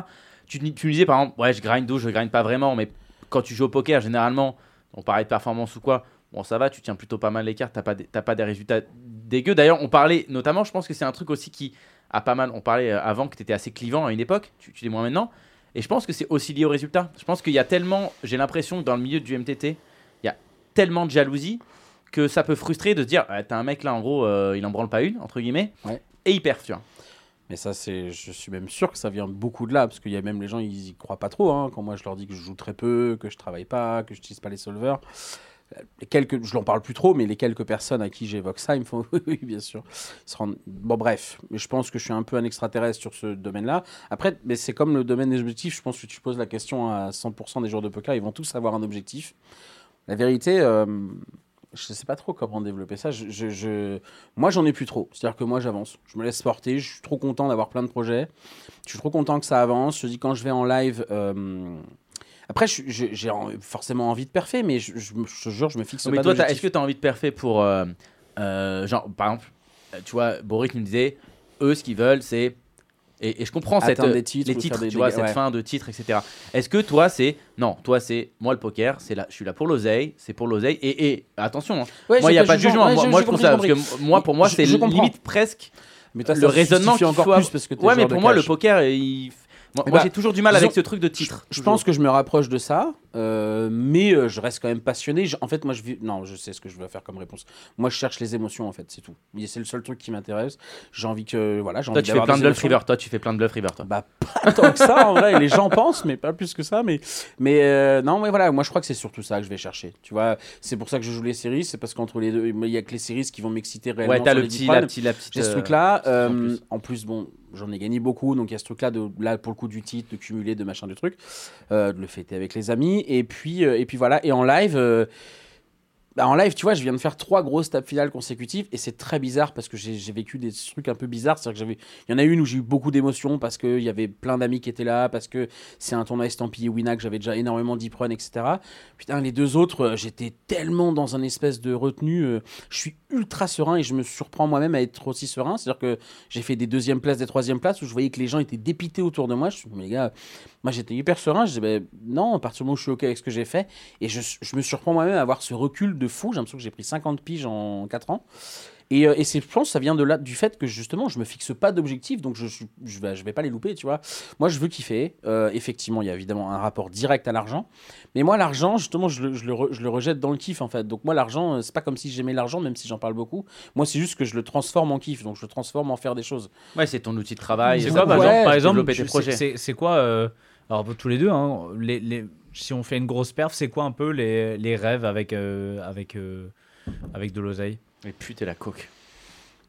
C: Tu, dis- tu me disais par exemple, ouais, je grind ou je grind pas vraiment, mais quand tu joues au poker, généralement, on parlait de performance ou quoi. Bon, ça va, tu tiens plutôt pas mal l'écart. T'as pas, des- t'as pas des résultats dégueux. D'ailleurs, on parlait notamment. Je pense que c'est un truc aussi qui a pas mal. On parlait euh, avant que t'étais assez clivant à une époque. Tu, tu l'es moins maintenant. Et je pense que c'est aussi lié aux résultats. Je pense qu'il y a tellement, j'ai l'impression que dans le milieu du MTT, il y a tellement de jalousie que ça peut frustrer de se dire Ah, t'as un mec là en gros euh, il en branle pas une entre guillemets
E: Ouais.
C: et il perd tu vois
E: Mais ça, c'est, je suis même sûr que ça vient beaucoup de là, parce qu'il y a même les gens, ils y croient pas trop. hein. Quand moi, je leur dis que je joue très peu, que je travaille pas, que je n'utilise pas les solvers, euh, les quelques, je l'en parle plus trop, mais les quelques personnes à qui j'évoque ça, ils me font (laughs) oui, oui, bien sûr. Ils se rendent- Bon, bref, mais je pense que je suis un peu un extraterrestre sur ce domaine-là. Après, mais c'est comme le domaine des objectifs. Je pense que tu poses la question à 100% des joueurs de poker, ils vont tous avoir un objectif. La vérité. euh, je sais pas trop comment développer ça. Je, je- je- Moi, j'en ai plus trop. C'est-à-dire que moi, j'avance. Je me laisse porter. Je suis trop content d'avoir plein de projets. Je suis trop content que ça avance. Je dis quand je vais en live. euh, Après, je- je- j'ai en- forcément envie de parfait, mais je, je, je te jure, je me fixe
C: mais toi
E: pas
C: t'as- est-ce
E: d'objectif.
C: que t'as envie de perfer pour euh, euh, genre par exemple euh, tu vois Boric nous disait eux ce qu'ils veulent c'est et, et je comprends cette
E: Atteindre
C: euh,
E: des titres
C: les
E: ou
C: titres
E: faire des
C: tu vois
E: dégâts,
C: cette
E: ouais.
C: fin de titres etc est-ce que toi c'est non toi c'est moi le poker c'est là je suis là pour l'oseille c'est pour l'oseille et, et attention hein,
E: Ouais,
C: moi il y a
E: j'étais
C: pas de jugement
E: ouais,
C: moi, moi, je trouve
E: compris,
C: ça
E: j'ai
C: parce que
E: compris.
C: m- moi pour moi
E: Je-
C: c'est
E: je comprends.
C: limite presque
E: Mais toi,
C: le
E: ça
C: raisonnement
E: justifie
C: qu'il
E: encore
C: faut
E: plus
C: avoir-
E: parce que t'es
C: ouais mais
E: joueur de
C: pour moi le
E: cash.
C: poker il moi,
E: Eh
C: moi,
E: ben,
C: j'ai toujours du mal avec
E: disons-
C: ce truc de titre
E: Je pense que je me rapproche de ça, euh, mais euh, je reste quand même passionné. Je- en fait, moi, je vis. Non, je sais ce que je veux faire comme réponse. Moi, je cherche les émotions, en fait, c'est tout. Et C'est le seul truc qui m'intéresse. J'ai envie que. Voilà, j'ai
C: toi
E: envie
C: tu fais
E: d'avoir
C: plein de
E: des
C: bluff
E: émotions.
C: river toi tu fais plein de bluff river toi
E: Bah, pas tant que ça, en vrai.
C: (laughs)
E: Les gens pensent, mais pas plus que ça. Mais, mais euh, non, mais voilà, moi, je crois que c'est surtout ça que je vais chercher. Tu vois, c'est pour ça que je joue les séries. C'est parce qu'entre les deux, il y a que les séries qui vont m'exciter réellement.
C: Ouais, t'as
E: sur
C: le
E: les
C: petit,
E: Deep Run.
C: la petite, la petite.
E: J'ai ce
C: euh,
E: truc-là.
C: petite
E: euh,
C: en plus.
E: en, plus. bon, j'en ai gagné beaucoup. Donc, il y a ce truc-là, de, là, pour le coup, du titre, de cumuler, de machin, de truc. euh, de le fêter avec les amis. Et puis, euh, et puis voilà. Et en live. euh, bah, en live, tu vois, je viens de faire trois grosses tables finales consécutives et c'est très bizarre parce que j'ai j'ai vécu des trucs un peu bizarres. C'est-à-dire que j'avais, il y en a une où j'ai eu beaucoup d'émotions parce qu'il y avait plein d'amis qui étaient là, parce que c'est un tournoi estampillé Wina que j'avais déjà énormément deep run, etc. Putain, les deux autres, euh, j'étais tellement dans un espèce de retenue. euh, je suis ultra serein et je me surprends moi-même à être aussi serein. C'est-à-dire que j'ai fait des deuxièmes places, des troisièmes places où je voyais que les gens étaient dépités autour de moi. Je me suis dit, mais les gars, moi j'étais hyper serein. Je disais, ben non, à partir du moment où je suis OK avec ce que j'ai fait. Et je, je me surprends moi-même à avoir ce recul de fou. J'ai l'impression que j'ai pris 50 piges en 4 ans. Et, euh, et c'est, je pense que ça vient de là, du fait que justement, je me fixe pas d'objectif, donc je suis- je vais, je vais pas les louper, tu vois. Moi, je veux kiffer. Euh, effectivement, il y a évidemment un rapport direct à l'argent. Mais moi, l'argent, justement, je le, je le re- je le rejette dans le kiff, en fait. Donc moi, l'argent, euh, c'est pas comme si j'aimais l'argent, même si j'en parle beaucoup. Moi, c'est juste que je le transforme en kiff, donc je le transforme en faire des choses.
C: Ouais, c'est ton outil de travail.
B: C'est
C: euh,
B: quoi,
E: bah,
C: ouais,
E: genre,
B: par exemple,
C: développer
B: tu-
C: tes projets.
B: c'est- c'est- c'est quoi, euh, alors pour tous les deux, hein, les, les- si on fait une grosse perf, c'est quoi un peu les, les rêves avec, euh, avec, euh, avec de l'oseille
C: Et putain, la coque.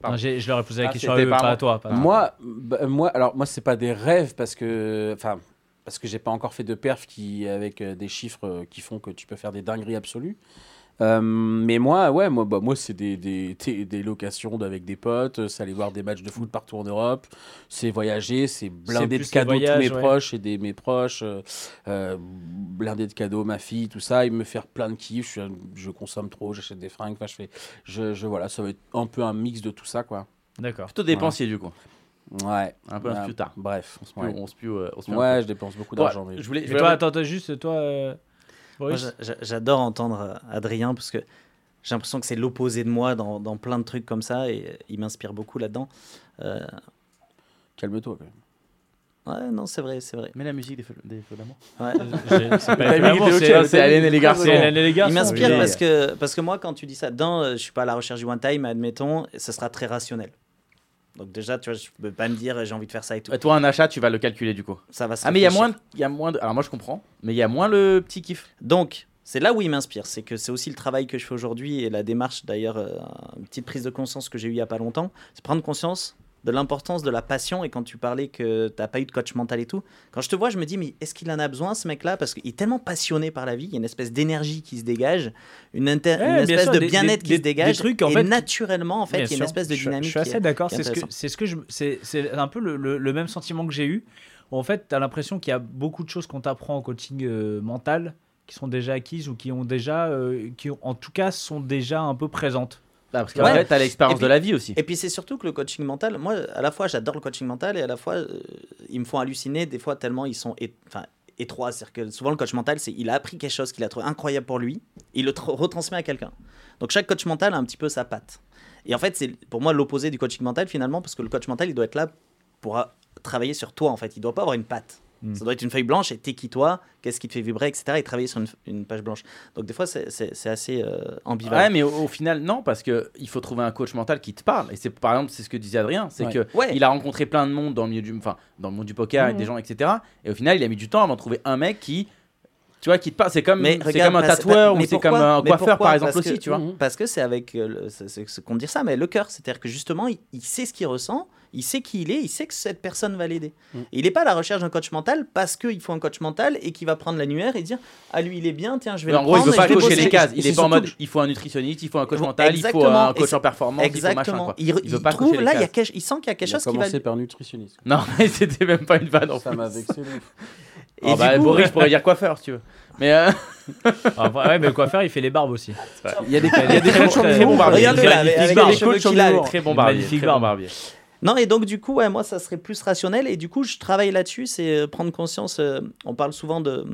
B: Non, j'ai- Je leur ai posé la
C: Ah,
B: question à
C: c'était
B: eux,
C: pas
B: pas,
C: moi.
B: à toi. pas à toi.
E: Moi, bah, moi, alors moi, c'est pas des rêves parce que, enfin, parce que j'ai pas encore fait de perf qui avec euh, des chiffres euh, qui font que tu peux faire des dingueries absolues. Euh, mais moi, ouais, moi, bah, moi, c'est des, des, des- des locations avec des potes, euh, c'est aller voir des matchs de foot partout en Europe, c'est voyager, c'est blindé de
B: plus les
E: cadeaux
B: voyages,
E: tous mes
B: ouais.
E: proches et des mes proches, euh, euh, blindé de cadeaux ma fille, tout ça, et me faire plein de kiff. Je, suis un- je consomme trop, j'achète des fringues, enfin, je fais, je, je- voilà, ça va être un peu un mix de tout ça, quoi.
B: D'accord.
C: Plutôt dépensier, du coup.
E: Ouais.
C: Un peu
E: Ouais,
C: plus tard.
E: Bah, Bref.
C: On se pue- on se pue, euh, on se pue un
E: Ouais, je dépense beaucoup
C: peu. Bon,
E: d'argent. mais-
C: je voulais, je
B: Et
C: voulais
B: toi,
C: avoir-
B: attends, attends, juste, toi, euh,
D: Moi,
B: Boris
D: j'a- j'a- J'adore entendre euh, Adrien parce que j'ai l'impression que c'est l'opposé de moi dans, dans plein de trucs comme ça et euh, il m'inspire beaucoup là-dedans. Euh,
E: Calme-toi. quand même.
D: ouais, non, c'est vrai, c'est vrai.
C: Mets la musique des feux, des feux d'amour.
D: Ouais.
B: J'ai- C'est pas
C: T'as mis
B: vraiment,
C: des
B: c'est-
C: autres,
B: c'est-
C: c'est Hélène et les garçons.
B: c'est Hélène et les garçons.
D: Il m'inspire
B: oui.
D: parce que, parce que moi, quand tu dis ça dedans, euh, je suis pas à la recherche du one time, admettons, et ce sera très rationnel. Donc déjà, tu vois, je peux pas me dire euh, j'ai envie de faire ça et tout.
C: Euh, Toi, un achat, tu vas le calculer, du coup.
D: Ça va se
C: Ah, mais il y a
D: réfléchir.
C: moins de. il Y a moins de... Alors, moi, je comprends. Mais il y a moins le petit kiff.
D: Donc, c'est là où il m'inspire. C'est que c'est aussi le travail que je fais aujourd'hui et la démarche, d'ailleurs, euh, une petite prise de conscience que j'ai eue il n'y a pas longtemps. C'est prendre conscience de l'importance de la passion. Et quand tu parlais que tu n'as pas eu de coach mental et tout, quand je te vois, je me dis, mais est-ce qu'il en a besoin, ce mec-là Parce qu'il est tellement passionné par la vie, il y a une espèce d'énergie qui se dégage, une, inter-
B: Ouais,
D: une
B: bien
D: espèce
B: sûr,
D: de
B: des-
D: bien-être
B: des-
D: qui
B: des-
D: se dégage.
B: des trucs, en
D: et
B: fait, qui-
D: naturellement, en fait,
B: Bien
D: il y a une
B: sûr.
D: espèce de
B: Je-
D: dynamique.
B: Je, suis
D: qui
B: assez
D: est-
B: d'accord.
D: qui est
B: C'est ce que
D: intéressante.
B: c'est ce que je c'est c'est un peu le, le- le même sentiment que j'ai eu. En fait, tu as l'impression qu'il y a beaucoup de choses qu'on t'apprend en coaching euh, mental qui sont déjà acquises ou qui ont déjà euh, qui ont- en tout cas sont déjà un peu
C: (laughs)
B: présentes.
C: Bah, parce
D: Ouais.
C: qu'après, t'as l'expérience
D: Et puis-
C: de la vie aussi.
D: Et puis c'est surtout que le coaching mental, moi à la fois j'adore le coaching mental et à la fois euh, ils me font halluciner des fois tellement ils sont é- enfin, étroits. C'est-à-dire que souvent le coach mental, c'est il a appris quelque chose qu'il a trouvé incroyable pour lui, il le tr- retransmet à quelqu'un. Donc chaque coach mental a un petit peu sa patte. Et en fait c'est pour moi l'opposé du coaching mental finalement parce que le coach mental il doit être là pour euh, travailler sur toi en fait. Il doit pas avoir une patte.
C: Hmm.
B: Mm.
D: Ça doit être une feuille blanche et t'es qui toi, qu'est-ce qui te fait vibrer, etc. Et travailler sur une, f- une page blanche. Donc des fois c'est- c'est c'est assez euh,
C: Ouais,
D: ambivalent.
C: mais au, au final, non, parce que il faut trouver un coach mental qui te parle. Et c'est par exemple, c'est ce que disait Adrien, c'est
E: Ouais.
C: que
D: Ouais.
C: il a rencontré plein de monde dans le milieu du, enfin, dans le monde du poker
D: Mmh.
C: et des gens, etc. Et au final, il a mis du temps avant de trouver un mec qui, tu vois, qui te parle. C'est comme,
D: Mais
C: c'est
D: regarde,
C: comme un
D: parce-
C: tatoueur
D: mais
C: ou c'est
D: pourquoi
C: comme un
D: Mais
C: coiffeur,
D: pourquoi
C: par exemple
D: Parce que- Mm.
C: aussi, tu vois.
E: Mhm.
D: Parce que c'est avec, euh, le- c'est- c'est- c'est qu'on dit ça, mais le cœur, c'est-à-dire que justement, il, il sait ce qu'il ressent, il sait qui il est, il sait que cette personne va l'aider.
E: Mm.
D: Et Il n'est pas à la recherche d'un coach mental parce qu'il faut un coach mental et qui va prendre l'annuaire et dire Ah, lui, il est bien, tiens, je vais
C: Mais en
D: le
C: gros, il
D: prendre
C: veut
D: et
C: pas
D: je vais
C: cocher
D: bosser.
C: les cases. Il
E: et
C: est pas en
E: surtout
C: mode,
E: que-
C: il faut un nutritionniste, il faut un coach
D: Bon,
C: mental, il faut un
D: exactement. Et
C: coach
D: c'est-
C: en performance, il faut machin.
D: Exactement.
C: Quoi.
D: Il,
C: il
D: il
C: veut pas cocher
D: trouve
C: les
D: là, il, y a
C: cases.
D: quelque- il sent qu'il y a quelque
E: Il a
D: chose qui va.
E: commencé par nutritionniste.
C: Non, mais (laughs) c'était même pas une vanne. En
E: Ça
C: plus.
E: m'a vexé. de ouf.
D: Et
C: Ah
D: du
C: bah,
D: coup, euh,
C: Boris, je pourrais dire coiffeur, si tu veux. Mais euh,
B: Ah, ouais, mais le coiffeur, il fait les barbes aussi.
E: Il y a des
B: Il y a des
C: très bon-
B: coachs en
C: très
B: humour.
C: bon barbier.
D: Regarde-le là, avec-
C: Magnifique
D: avec
C: barbe.
D: les cheveux qu'il a.
C: Très bon barbier.
B: Magnifique
C: très bon
B: barbe.
C: barbier.
D: Non, et donc du coup, ouais, moi, ça serait plus rationnel. Et du coup, je travaille là-dessus, c'est euh, prendre conscience. euh, on parle souvent de...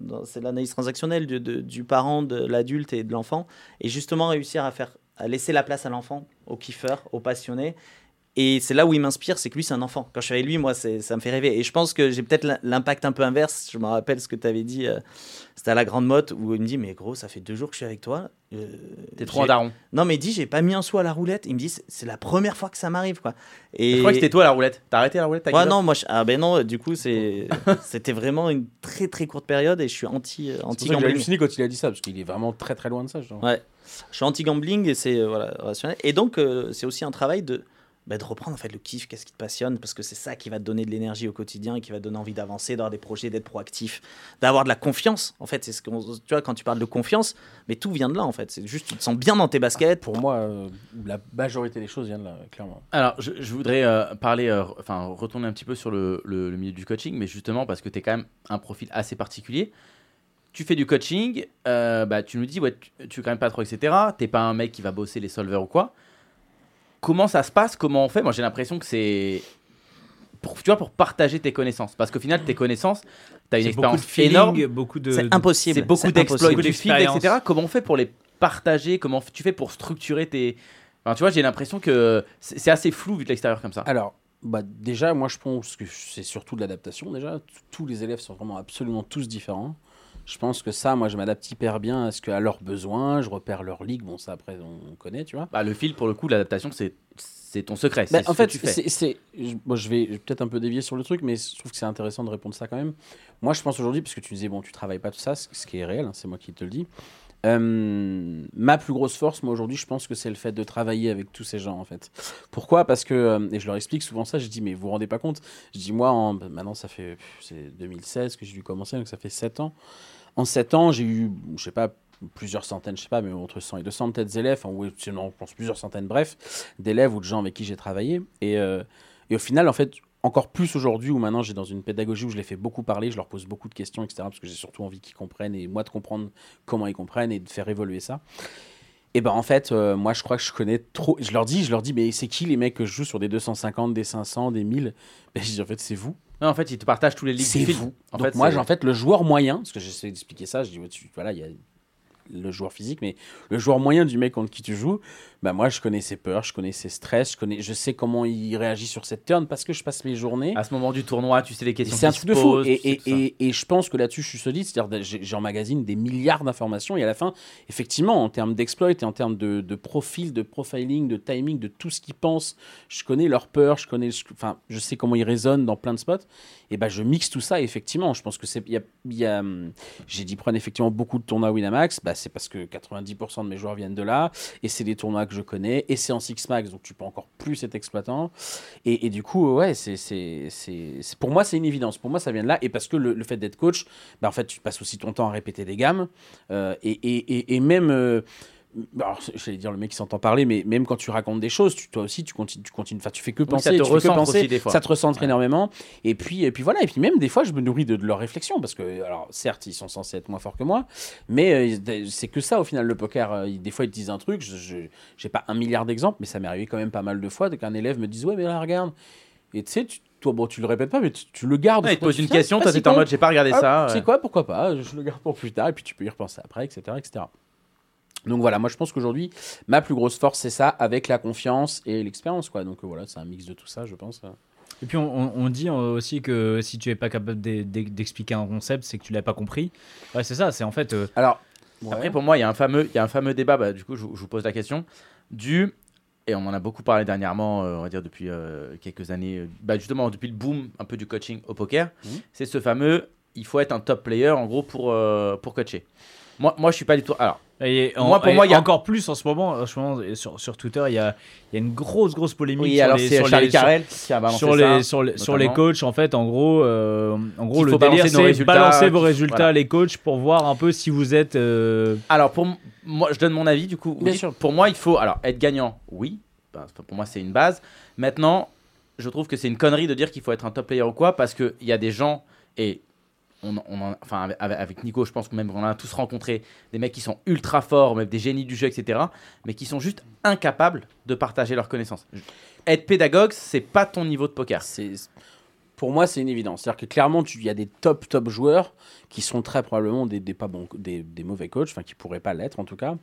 D: dans- C'est l'analyse transactionnelle du, de- du parent, de l'adulte et de l'enfant. Et justement, réussir à, faire, à laisser la place à l'enfant, au kiffeur, au passionné. Et c'est là où il m'inspire, c'est que lui, c'est un enfant. Quand je suis avec lui, moi, c'est- ça me fait rêver. Et je pense que j'ai peut-être l'im- l'impact un peu inverse. Je me rappelle ce que tu avais dit. euh, C'était à la Grande Motte où il me dit Mais gros, ça fait deux jours que je suis avec toi. euh,
C: T'es trop
D: j'ai-
C: un daron.
D: Non, mais il dit J'ai pas mis un sou à la roulette. Il me dit C'est c'est la première fois que ça m'arrive. quoi. Et...
C: Je crois que c'était toi la roulette. T'as arrêté la roulette t'as
D: Ouais,
C: give up
D: non, moi, je- ah ben non, du coup, c'est, (laughs) c'était vraiment une très très courte période et je suis anti, euh, anti
E: C'est pour ça que j'ai
D: gambling.
E: halluciné quand il a dit ça, parce qu'il est vraiment très très loin de ça. genre.
D: Ouais. Je suis anti gambling et c'est euh, voilà rationnel. Et donc, euh, c'est aussi un travail de, bah, de reprendre en fait le kiff, qu'est-ce qui te passionne, parce que c'est ça qui va te donner de l'énergie au quotidien et qui va te donner envie d'avancer, d'avoir des projets, d'être proactif, d'avoir de la confiance. En fait, c'est ce qu'on, tu vois, quand tu parles de confiance, mais tout vient de là en fait. C'est juste, tu te sens bien dans tes
C: Ah,
D: baskets.
E: Pour moi, euh, la majorité des choses viennent de là, clairement.
C: Alors, je, je voudrais euh, parler, euh, re- enfin, retourner un petit peu sur le, le- le milieu du coaching, mais justement parce que tu es quand même un profil assez particulier. Tu fais du coaching, euh, bah, tu nous dis, ouais, tu, tu quand même pas trop, etc. T'es pas un mec qui va bosser les solvers ou quoi. Comment ça se passe Comment on fait Moi, j'ai l'impression que c'est. Pour, tu vois, pour partager tes connaissances. Parce qu'au final, tes connaissances, tu as une
B: C'est beaucoup de
C: expérience
B: feeling,
C: énorme.
B: beaucoup de.
D: C'est impossible.
C: C'est beaucoup d'exploits,
D: impossible.
C: du film,
B: D'expérience.
C: etc. Comment on fait pour les partager Comment f- tu fais pour structurer tes. Enfin, tu vois, j'ai l'impression que c'est c'est assez flou vu de l'extérieur comme ça.
E: Alors, bah, déjà, moi je pense que c'est surtout de l'adaptation. Déjà, T- tous les élèves sont vraiment absolument tous différents. Je pense que ça, moi je m'adapte hyper bien à ce que, à leurs besoins. Je repère leur ligue. Bon, ça après, on on connaît, tu vois.
C: Bah, le fil, pour le coup, l'adaptation, c'est c'est ton secret.
E: Bah,
C: c'est
E: en
C: ce que
E: fait,
C: tu fais.
E: c'est- c'est- je, bon, je vais peut-être un peu dévier sur le truc, mais je trouve que c'est intéressant de répondre ça quand même. Moi, je pense aujourd'hui, parce que tu disais, bon, tu travailles pas tout ça, ce qui est réel, hein, c'est moi qui te le dis. Euh, ma plus grosse force, moi aujourd'hui, je pense que c'est le fait de travailler avec tous ces gens en fait. Pourquoi Parce que, euh, et je leur explique souvent ça, je dis, mais vous vous rendez pas compte Je dis, moi, en, bah, maintenant ça fait, c'est 2016 que j'ai dû commencer, donc ça fait 7 ans. En 7 ans, j'ai eu, je sais pas, plusieurs centaines, je sais pas, mais entre 100 et 200 peut-être d'élèves, enfin, oui, sinon, on pense plusieurs centaines, bref, d'élèves ou de gens avec qui j'ai travaillé. Et, euh, et au final, en fait, encore plus aujourd'hui où maintenant j'ai dans une pédagogie où je les fais beaucoup parler, je leur pose beaucoup de questions, etc. Parce que j'ai surtout envie qu'ils comprennent et moi de comprendre comment ils comprennent et de faire évoluer ça. Et ben en fait, euh, moi je crois que je connais trop. Je leur dis, je leur dis, mais c'est qui les mecs que je joue sur des 250, des 500, des 1000 ben, Je dis en fait c'est vous.
C: Non, en fait, ils te partagent tous les ligues.
E: C'est vous. En Donc fait, moi, en fait, le joueur moyen, parce que j'essaie d'expliquer ça, je dis, voilà, il y a le joueur physique, mais le joueur moyen du mec contre qui tu joues, bah moi je connais ses peurs, je connais ses stress, je, connais, je sais comment il réagit sur cette turn parce que je passe mes journées.
C: À ce moment du tournoi, tu sais les questions.
E: C'est un
C: qui
E: truc
C: se
E: de fou.
C: posent,
E: Et,
C: tu sais
E: et-
C: tout ça.
E: et- et je pense que là-dessus je suis solide, c'est-à-dire ben, j'ai- j'emmagasine des milliards d'informations et à la fin, effectivement, en termes d'exploit et en termes de, de profil, de profiling, de timing, de tout ce qu'ils pensent, je connais leurs peurs, je connais, je- enfin, je sais comment ils résonnent dans plein de spots. Et ben je mixe tout ça, et effectivement, je pense que c'est. il y a- il y a, hum, j'ai dit prennent effectivement beaucoup de tournois Winamax, bah, c'est parce que 90% de mes joueurs viennent de là, et c'est des tournois que je connais, et c'est en Six Max, donc tu peux encore plus être exploitant. Et, et du coup, ouais, c'est, c'est, c'est, c'est- pour moi, c'est une évidence. Pour moi, ça vient de là, et parce que le, le fait d'être coach, bah, en fait, tu passes aussi ton temps à répéter des gammes, euh, et, et- et- et même. euh, alors, j'allais dire le mec qui s'entend parler, mais même quand tu racontes des choses, tu, toi aussi, tu continues, tu continues, enfin, tu fais que
C: Oui, ça
E: penser,
C: te
E: tu fais que
C: recentre
E: penser,
C: aussi des fois.
E: ça te recentre énormément. Et puis, et puis voilà, et puis même des fois, je me nourris de, de leur réflexion parce que, alors certes, ils sont censés être moins forts que moi, mais euh, c'est que ça au final le poker. Euh, ils- des fois, ils te disent un truc, je- je j'ai pas un milliard d'exemples, mais ça m'est arrivé quand même pas mal de fois de qu'un élève me dise ouais, mais là regarde, et tu sais, tu- toi bon, tu le répètes pas, mais tu, tu le gardes.
C: Ouais, il te pose une
E: Putain,
C: question,
E: Ah, c'est
C: toi
E: pas si
C: t'es en
E: con.
C: mode j'ai pas regardé
E: Hop,
C: ça.
E: Tu sais quoi, pourquoi pas Je le garde pour plus tard et puis tu peux y repenser après, etc. etc. Donc voilà, moi je pense qu'aujourd'hui, ma plus grosse force, c'est ça, avec la confiance et l'expérience. quoi. Donc euh, voilà, c'est un mix de tout ça, je pense. euh.
B: Et puis on, on- on dit euh, aussi que si tu es pas capable d'e- d'e- d'expliquer un concept, c'est que tu l'as pas compris. Ouais, c'est ça, c'est en fait. euh,
E: Alors,
C: Après, pour moi, il y a un fameux, il y a un fameux débat. bah, du coup, je, vous- je vous pose la question du et on en a beaucoup parlé dernièrement, euh, on va dire depuis euh, quelques années, euh, bah, justement depuis le boom un peu du coaching au poker.
E: Mhm.
C: C'est ce fameux, il faut être un top player en gros pour euh, pour coacher. Moi, moi, je suis pas du tout. Alors,
B: et en-
C: Moi, pour
B: et
C: moi, il y a-
B: encore plus en ce moment. en ce moment, et sur, sur Twitter, il y a, il y a une grosse, grosse polémique
C: oui,
B: sur
C: alors
B: les-
C: c'est
B: sur
C: Charlie
B: les- sur-
C: Carrel qui a balancé
B: sur
C: ça.
B: les, sur, les, sur les
C: notamment.
B: coachs, en fait, en gros, euh, en gros
C: Qu'il
B: le
C: faut balancer
B: délire,
C: nos
B: c'est
C: résultats,
B: balancer vos
C: qu'il-
B: résultats
C: voilà.
B: à les coachs pour voir un peu si vous êtes. euh,
C: Alors pour m- moi, je donne mon avis du coup.
E: Bien
C: Oui,
E: sûr.
C: Pour moi, il faut alors être gagnant. Oui, Ben, c'est pas- pour moi c'est une base. Maintenant, je trouve que c'est une connerie de dire qu'il faut être un top player ou quoi parce que il y a des gens et on, on en- enfin avec- avec Nico, je pense que même on a tous rencontré des mecs qui sont ultra forts, même des génies du jeu, etc. Mais qui sont juste incapables de partager leurs connaissances. Je- Être pédagogue, c'est pas ton niveau de poker.
E: c'est pour moi c'est une évidence. C'est-à-dire que clairement tu- il y a des top top joueurs qui sont très probablement des, des pas bons, des, des mauvais coachs, enfin qui pourraient pas l'être en tout cas.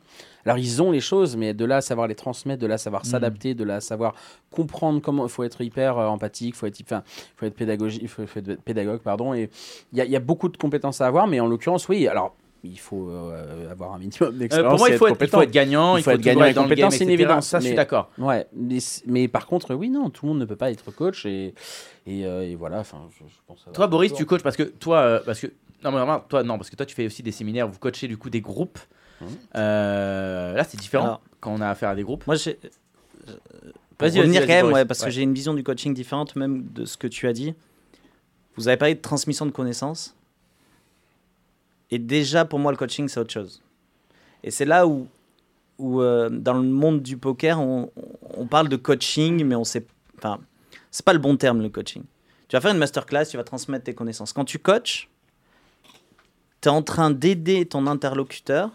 E: Alors ils ont les choses, mais de là à savoir les transmettre, de là à savoir
C: Mm.
E: s'adapter, de là à savoir comprendre comment il faut être hyper euh, empathique, faut être, enfin, faut être pédagogie, faut, faut être pédagogue pardon. Et il y, a- il y a beaucoup de compétences à avoir, mais en l'occurrence oui. Alors il faut euh, avoir un minimum
C: Euh,
E: d'expérience.
C: pour moi,
E: et
C: il faut être, il faut
E: compétent.
C: être gagnant, il faut, être gagnant,
E: et
C: dans le
E: compétent,
C: game,
E: c'est une
C: etc.
E: évidence,
C: Ça, je suis
E: mais-
C: d'accord.
E: Ouais, mais, c- mais par contre, oui, non, tout le monde ne peut pas être coach et, et, euh, et voilà. Enfin, je, je pense avoir
C: Toi,
E: fait
C: Boris,
E: le
C: tu
E: tour.
C: coaches parce que toi, euh, parce que non, mais remarque, toi, non, parce que toi, tu fais aussi des séminaires, vous coachez du coup des groupes.
E: Mhm.
C: Euh, là, c'est différent
D: Alors.
C: quand on a affaire à des groupes.
D: Moi, j'ai-
C: euh, Vas-y,
D: pour
C: vas-y,
D: revenir
C: vas-y,
D: quand même,
C: Boris.
D: ouais, parce
C: Ouais.
D: que j'ai une vision du coaching différente même de ce que tu as dit. Vous avez parlé de transmission de connaissances. Et déjà, pour moi, le coaching, c'est autre chose. Et c'est là où, où euh, dans le monde du poker, on, on parle de coaching, mais on sait. Enfin, c'est pas le bon terme, le coaching. Tu vas faire une masterclass, tu vas transmettre tes connaissances. Quand tu coaches, tu es en train d'aider ton interlocuteur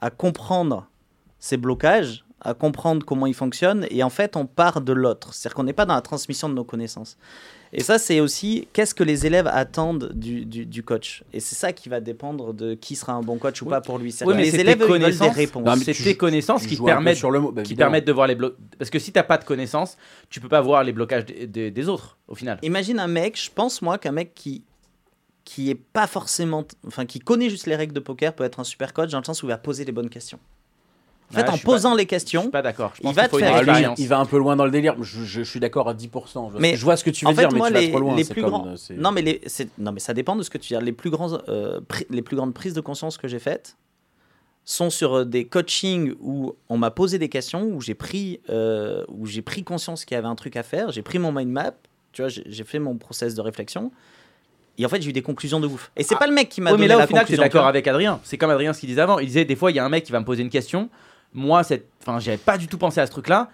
D: à comprendre ses blocages, à comprendre comment ils fonctionnent, et en fait, on part de l'autre. C'est-à-dire qu'on n'est pas dans la transmission de nos connaissances. Et ça, c'est aussi qu'est-ce que les élèves attendent du, du- du coach. Et c'est ça qui va dépendre de qui sera un bon coach ou
E: Oui.
D: pas pour lui.
C: Oui,
D: C'est-à-dire que
C: mais
D: les
C: c'est
D: élèves
C: tes
D: eux, ils veulent des
C: connaissances.
D: réponses.
E: Non, mais
C: C'est
E: tu
C: tes
E: joues-
C: connaissances
E: Tu
C: qui te
E: joues un peu
C: permettent,
E: sur le mot, bah,
C: qui te
E: évidemment.
C: permettent de voir les blocs. Parce que si t'as pas de connaissances, tu peux pas voir les blocages des, des- des autres au final.
D: Imagine un mec, je pense moi qu'un mec qui qui est pas forcément, enfin qui connaît juste les règles de poker peut être un super coach dans le sens où il va poser les bonnes questions. En fait,
C: Ouais,
D: en
C: je suis pas-
D: posant les
C: Je suis
D: questions,
C: pas d'accord. Je
D: Il
C: pense
D: va
C: qu'il faut
D: te
C: une
D: faire-
E: Ah, lui,
C: expérience.
E: il va un peu loin dans le délire. Je, je- je suis d'accord à 10%. Je vois,
D: Mais-
E: je vois ce que tu veux
D: en fait,
E: dire, mais
D: moi,
E: tu vas
D: les,
E: trop loin.
D: les
E: c'est
D: plus
E: comme,
D: grands.
E: euh, c'est-
D: Non mais, les- c'est- non, mais ça dépend de ce que tu veux dire. Les plus, grands, euh, pri- les plus grandes prises de conscience que j'ai faites sont sur euh, des coachings où on m'a posé des questions, où j'ai pris, euh, où j'ai pris conscience qu'il y avait un truc à faire, j'ai pris mon mind map, tu vois, j'ai j'ai fait mon process de réflexion. Et en fait, j'ai eu des conclusions de ouf. Et c'est pas le mec qui m'a
C: Ah. Oui,
D: donné
C: mais là,
D: la
C: au final, tu es
D: conclusion.
C: d'accord
D: tu vois.
C: avec Adrien. C'est comme Adrien ce qu'il disait avant. Il disait des fois, il y a un mec qui va me poser une question. Moi, cette... enfin, j'avais pas du tout pensé à ce truc-là.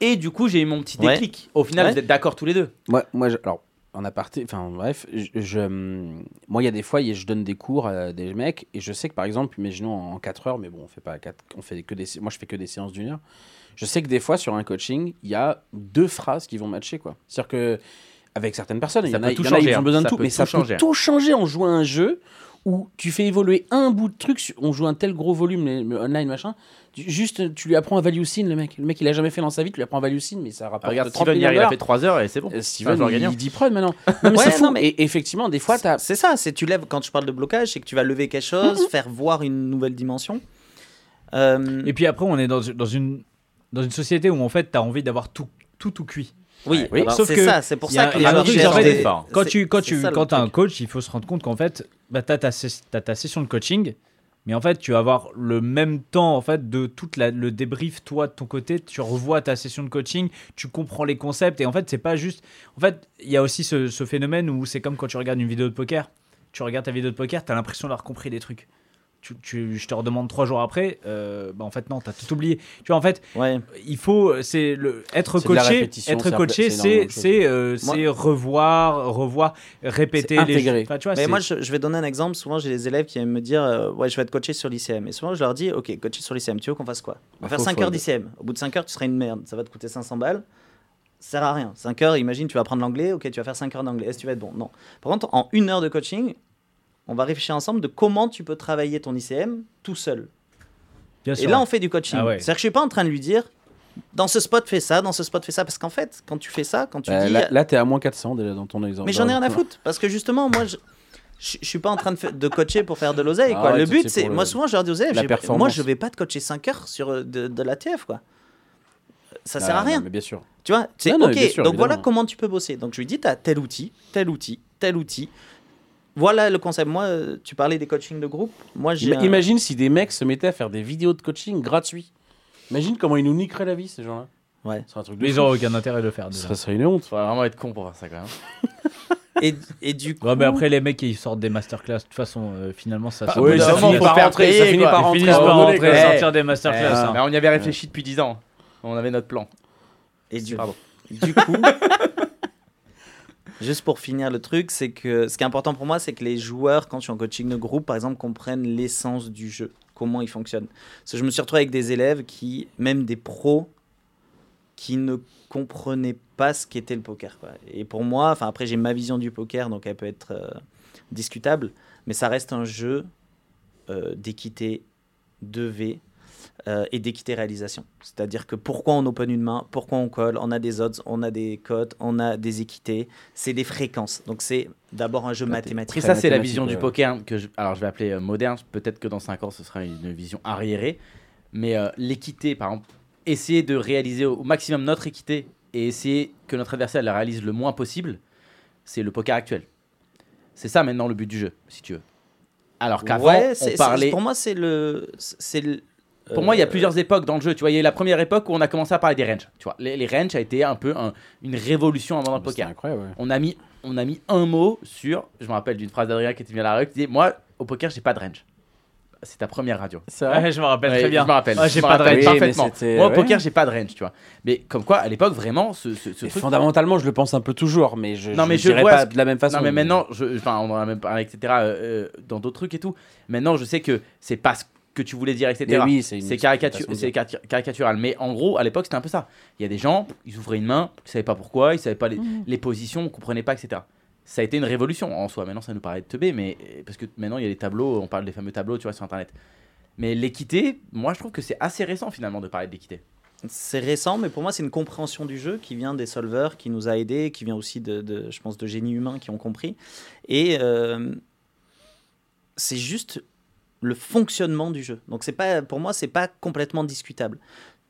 C: Et du coup, j'ai eu mon petit
D: Ouais.
C: déclic. Au final,
D: Ouais.
C: vous êtes d'accord tous les deux.
E: Moi, moi je- alors, en aparté, enfin bref, je, je- hum, moi, il y a des fois, il y a- je donne des cours à des mecs et je sais que par exemple, imaginons en 4 heures, mais bon, on fait pas quatre- on fait que des, sé- moi, je fais que des séances d'une heure. Je sais que des fois, sur un coaching, il y a deux phrases qui vont matcher, quoi. C'est-à-dire que, avec certaines personnes, il y
C: Ça
E: en
C: peut
E: a, il
C: tout
E: y en a,
C: changer,
E: ils ont
C: hein.
E: besoin de
C: Ça
E: tout,
C: peut
E: mais
C: tout
E: ça
C: changer.
E: peut tout changer. On joue à un jeu où tu fais évoluer un bout de truc, sur- on joue un tel gros volume les- le online, machin. Tu- Juste, tu lui apprends à value sign, le mec. Le mec, il a jamais fait dans sa vie, tu lui apprends à value sign, mais ça rapporte
C: Ah, Regarde,
E: 30
C: Steven,
E: millions
C: hier, il a
E: d'heures.
C: fait 3 heures et c'est bon.
E: Euh,
C: C'est un
E: Steven,
C: joueur
E: il,
C: gagnant.
E: il dit prod maintenant. Non, mais c'est
D: Ouais,
E: fou.
D: non, mais-
E: Et effectivement, des fois, t'as.
D: Ah, C'est ça, c'est tu lèves quand je parle de blocage, c'est que tu vas lever quelque chose, faire voir une nouvelle dimension.
C: Mm.
D: Euh,
B: Et puis après, on est dans, dans une, dans une société où en fait, t'as envie d'avoir tout, tout, tout cuit.
D: oui,
B: oui.
D: alors,
B: Sauf
D: c'est
B: que
D: ça, c'est pour
B: il y a
D: ça que
B: un
D: les
B: truc,
D: marchés
B: c'est en fait,
D: des-
C: d'effort.
B: Quand
D: c'est-
B: tu, quand
D: c'est
B: tu
D: ça, le
B: quand as un
D: truc.
B: coach, il faut se rendre compte qu'en fait, bah, t'as ta, ses- t'as ta session de coaching, mais en fait, tu vas avoir le même temps en fait de toute la, le débrief toi de ton côté. Tu revois ta session de coaching, tu comprends les concepts et en fait, c'est pas juste. En fait, il y a aussi ce, ce phénomène où c'est comme quand tu regardes une vidéo de poker. Tu regardes ta vidéo de poker, t'as l'impression d'avoir compris des trucs. Tu, tu- je te redemande trois jours après, euh, bah en fait non, t'as tout oublié. Tu vois, en fait,
D: Ouais.
B: il faut euh, c'est le être
E: C'est de la
B: coaché
E: répétition,
B: être
E: c'est un peu-
B: coaché
E: c'est
B: c'est
E: énormément de choses.
B: c'est euh,
D: Moi-
B: c'est revoir revoir répéter
E: C'est
B: les
E: intégré.
B: enfin, tu vois,
D: Mais
B: c'est-
D: moi, je, je vais donner un exemple. Souvent, j'ai des élèves qui aiment me dire euh, Ouais, je vais être coaché sur l'ICM. Et souvent, je leur dis Ok, coaché sur l'ICM, tu veux qu'on fasse quoi On va
E: Bah,
D: faire
E: faut-
D: 5
E: faut-
D: heures d'ICM. Au bout de 5 heures, tu seras une merde. Ça va te coûter 500 balles. Ça sert à rien. 5 heures, imagine, tu vas apprendre l'anglais. Ok, tu vas faire 5 heures d'anglais. Est-ce que tu vas être bon Non. Par contre, en une heure de coaching, on va réfléchir ensemble de comment tu peux travailler ton ICM tout seul.
B: bien sûr.
D: Et là, on fait du coaching.
B: Ah ouais.
D: C'est-à-dire que je suis pas en train de lui dire Dans ce spot, fais ça. Dans ce spot, fais ça. Parce qu'en fait, quand tu fais ça, quand tu
E: Bah,
D: dis euh,
E: là, là, t'es à moins 400 déjà dans ton exemple. Bah,
D: mais j'en ai rien à foutre parce que justement, moi, je, je, je suis pas en train de, fa- de coacher pour faire de l'oseille.
E: Ah
D: quoi.
E: ouais,
D: le
E: toi,
D: but,
E: c'est
D: c'est
E: pour le-
D: moi souvent je leur dis aux élèves,
E: la
D: j'ai-
E: performance.
D: moi je vais pas te coacher 5 heures sur euh, de, de la TF quoi. Ça
E: Ah,
D: sert à
E: non,
D: rien.
E: mais bien sûr.
D: Tu vois, c'est
E: Non, non,
D: ok.
E: bien sûr,
D: donc voilà
E: évidemment.
D: comment tu peux bosser. Donc je lui dis, tu as tel outil, tel outil, tel outil. Voilà le concept. Moi, euh, tu parlais des coachings de groupe. Moi, j'ai.
E: Ima-
D: un-
E: Imagine si des mecs se mettaient à faire des vidéos de coaching gratuits. Imagine comment ils nous niqueraient la vie, ces gens-là.
D: Ouais.
E: Ce serait un truc de
B: mais
E: fou.
B: ils ont aucun intérêt de le faire déjà.
E: Ça serait une honte.
C: Faut vraiment être con pour faire ça quand même.
D: Et, et
E: (laughs)
D: du coup.
B: Ouais, mais après les mecs ils sortent des masterclass de toute façon euh, finalement ça
E: Bah,
B: se-
E: au bout
B: ils
E: d'un
B: finissent
E: moment, faut
B: par-
E: faire
C: rentrer,
E: payer,
C: ça finit
E: quoi.
C: par
B: ils
C: rentrer,
B: finissent
C: à un
B: par
C: moment donné,
B: rentrer
C: quoi.
B: et
C: Ouais.
B: sortir des masterclass.
C: Eh,
B: hein.
C: mais on y avait réfléchi depuis 10 ans. On avait notre plan.
D: Et du,
C: Pardon.
D: du coup, (laughs) juste pour finir le truc, c'est que ce qui est important pour moi, c'est que les joueurs, quand je suis en coaching de groupe, par exemple, comprennent l'essence du jeu, comment il fonctionne. Parce que je me suis retrouvé avec des élèves qui, même des pros, qui ne comprenaient pas ce qu'était le poker. quoi. Et pour moi, enfin après j'ai ma vision du poker, donc elle peut être euh, discutable, mais ça reste un jeu euh, d'équité 2V euh, et d'équité réalisation. C'est-à-dire que pourquoi on open une main, pourquoi on colle, on a des odds, on a des cotes, on a des équités, c'est des fréquences. Donc c'est d'abord un jeu
E: Là, t'es
D: mathématique.
C: Et ça, c'est la
E: mathématique,
C: vision du
E: ouais.
C: poker que je, alors je vais appeler euh, moderne. Peut-être que dans 5 ans, ce sera une vision arriérée. Mais euh, l'équité, par exemple, essayer de réaliser au au maximum notre équité et essayer que notre adversaire la réalise le moins possible, c'est le poker actuel. C'est ça maintenant le but du jeu, si tu veux. Alors qu'avant,
D: Ouais, c'est-
C: on
D: c'est-
C: parlait.
D: Pour moi, c'est le. c'est le-
C: Pour moi, il y a
D: euh,
C: plusieurs époques dans le jeu. Tu vois, il y a eu la première époque où on a commencé à parler des ranges. Tu vois, les, les ranges a été un peu un- une révolution avant le
E: Mais C'est
C: poker.
E: incroyable. ouais.
C: On a mis, on a mis un mot sur. Je me rappelle d'une phrase d'Adrien qui était venu à la radio qui disait Moi, au poker, j'ai pas de range. C'est ta première radio.
B: Ouais, je me rappelle
C: Ouais,
B: très bien.
C: Je me rappelle.
B: Ah, j'ai
C: Je me
B: pas de
C: rappelle
B: range.
E: Oui, mais
C: parfaitement.
E: c'était-
C: Moi, au
E: ouais.
C: poker, j'ai pas de range, tu vois. Mais comme quoi, à l'époque, vraiment, ce, ce, ce
E: Mais
C: truc.
E: fondamentalement, je le pense un peu toujours, mais je
C: Non, mais
E: je
C: je
E: dirais
C: vois
E: pas
C: ce-
E: de la même façon.
C: Non, mais maintenant, je, enfin, on en a même parlé, etc., euh, euh, dans d'autres trucs et tout. Maintenant, je sais que c'est pas ce que tu voulais dire,
E: Mais
C: etc.
E: oui, c'est une-
C: C'est caricatur-
E: façon de
C: c'est
E: dire.
C: cari- caricatural. Mais en gros, à l'époque, c'était un peu ça. Il y a des gens, ils ouvraient une main, ils savaient pas pourquoi, ils savaient pas les,
D: Mhm.
C: les positions, on comprenait pas, etc. Ça a été une révolution en soi. Maintenant, ça nous paraît de teubé, mais euh, parce que maintenant, il y a les tableaux, on parle des fameux tableaux, tu vois, sur Internet. Mais l'équité, moi, je trouve que c'est assez récent finalement de parler de l'équité.
D: C'est récent, mais pour moi, c'est une compréhension du jeu qui vient des solvers, qui nous a aidés, qui vient aussi de, de- je pense, de génies humains qui ont compris. Et euh, c'est juste le fonctionnement du jeu. Donc c'est pas, pour moi, c'est pas complètement discutable.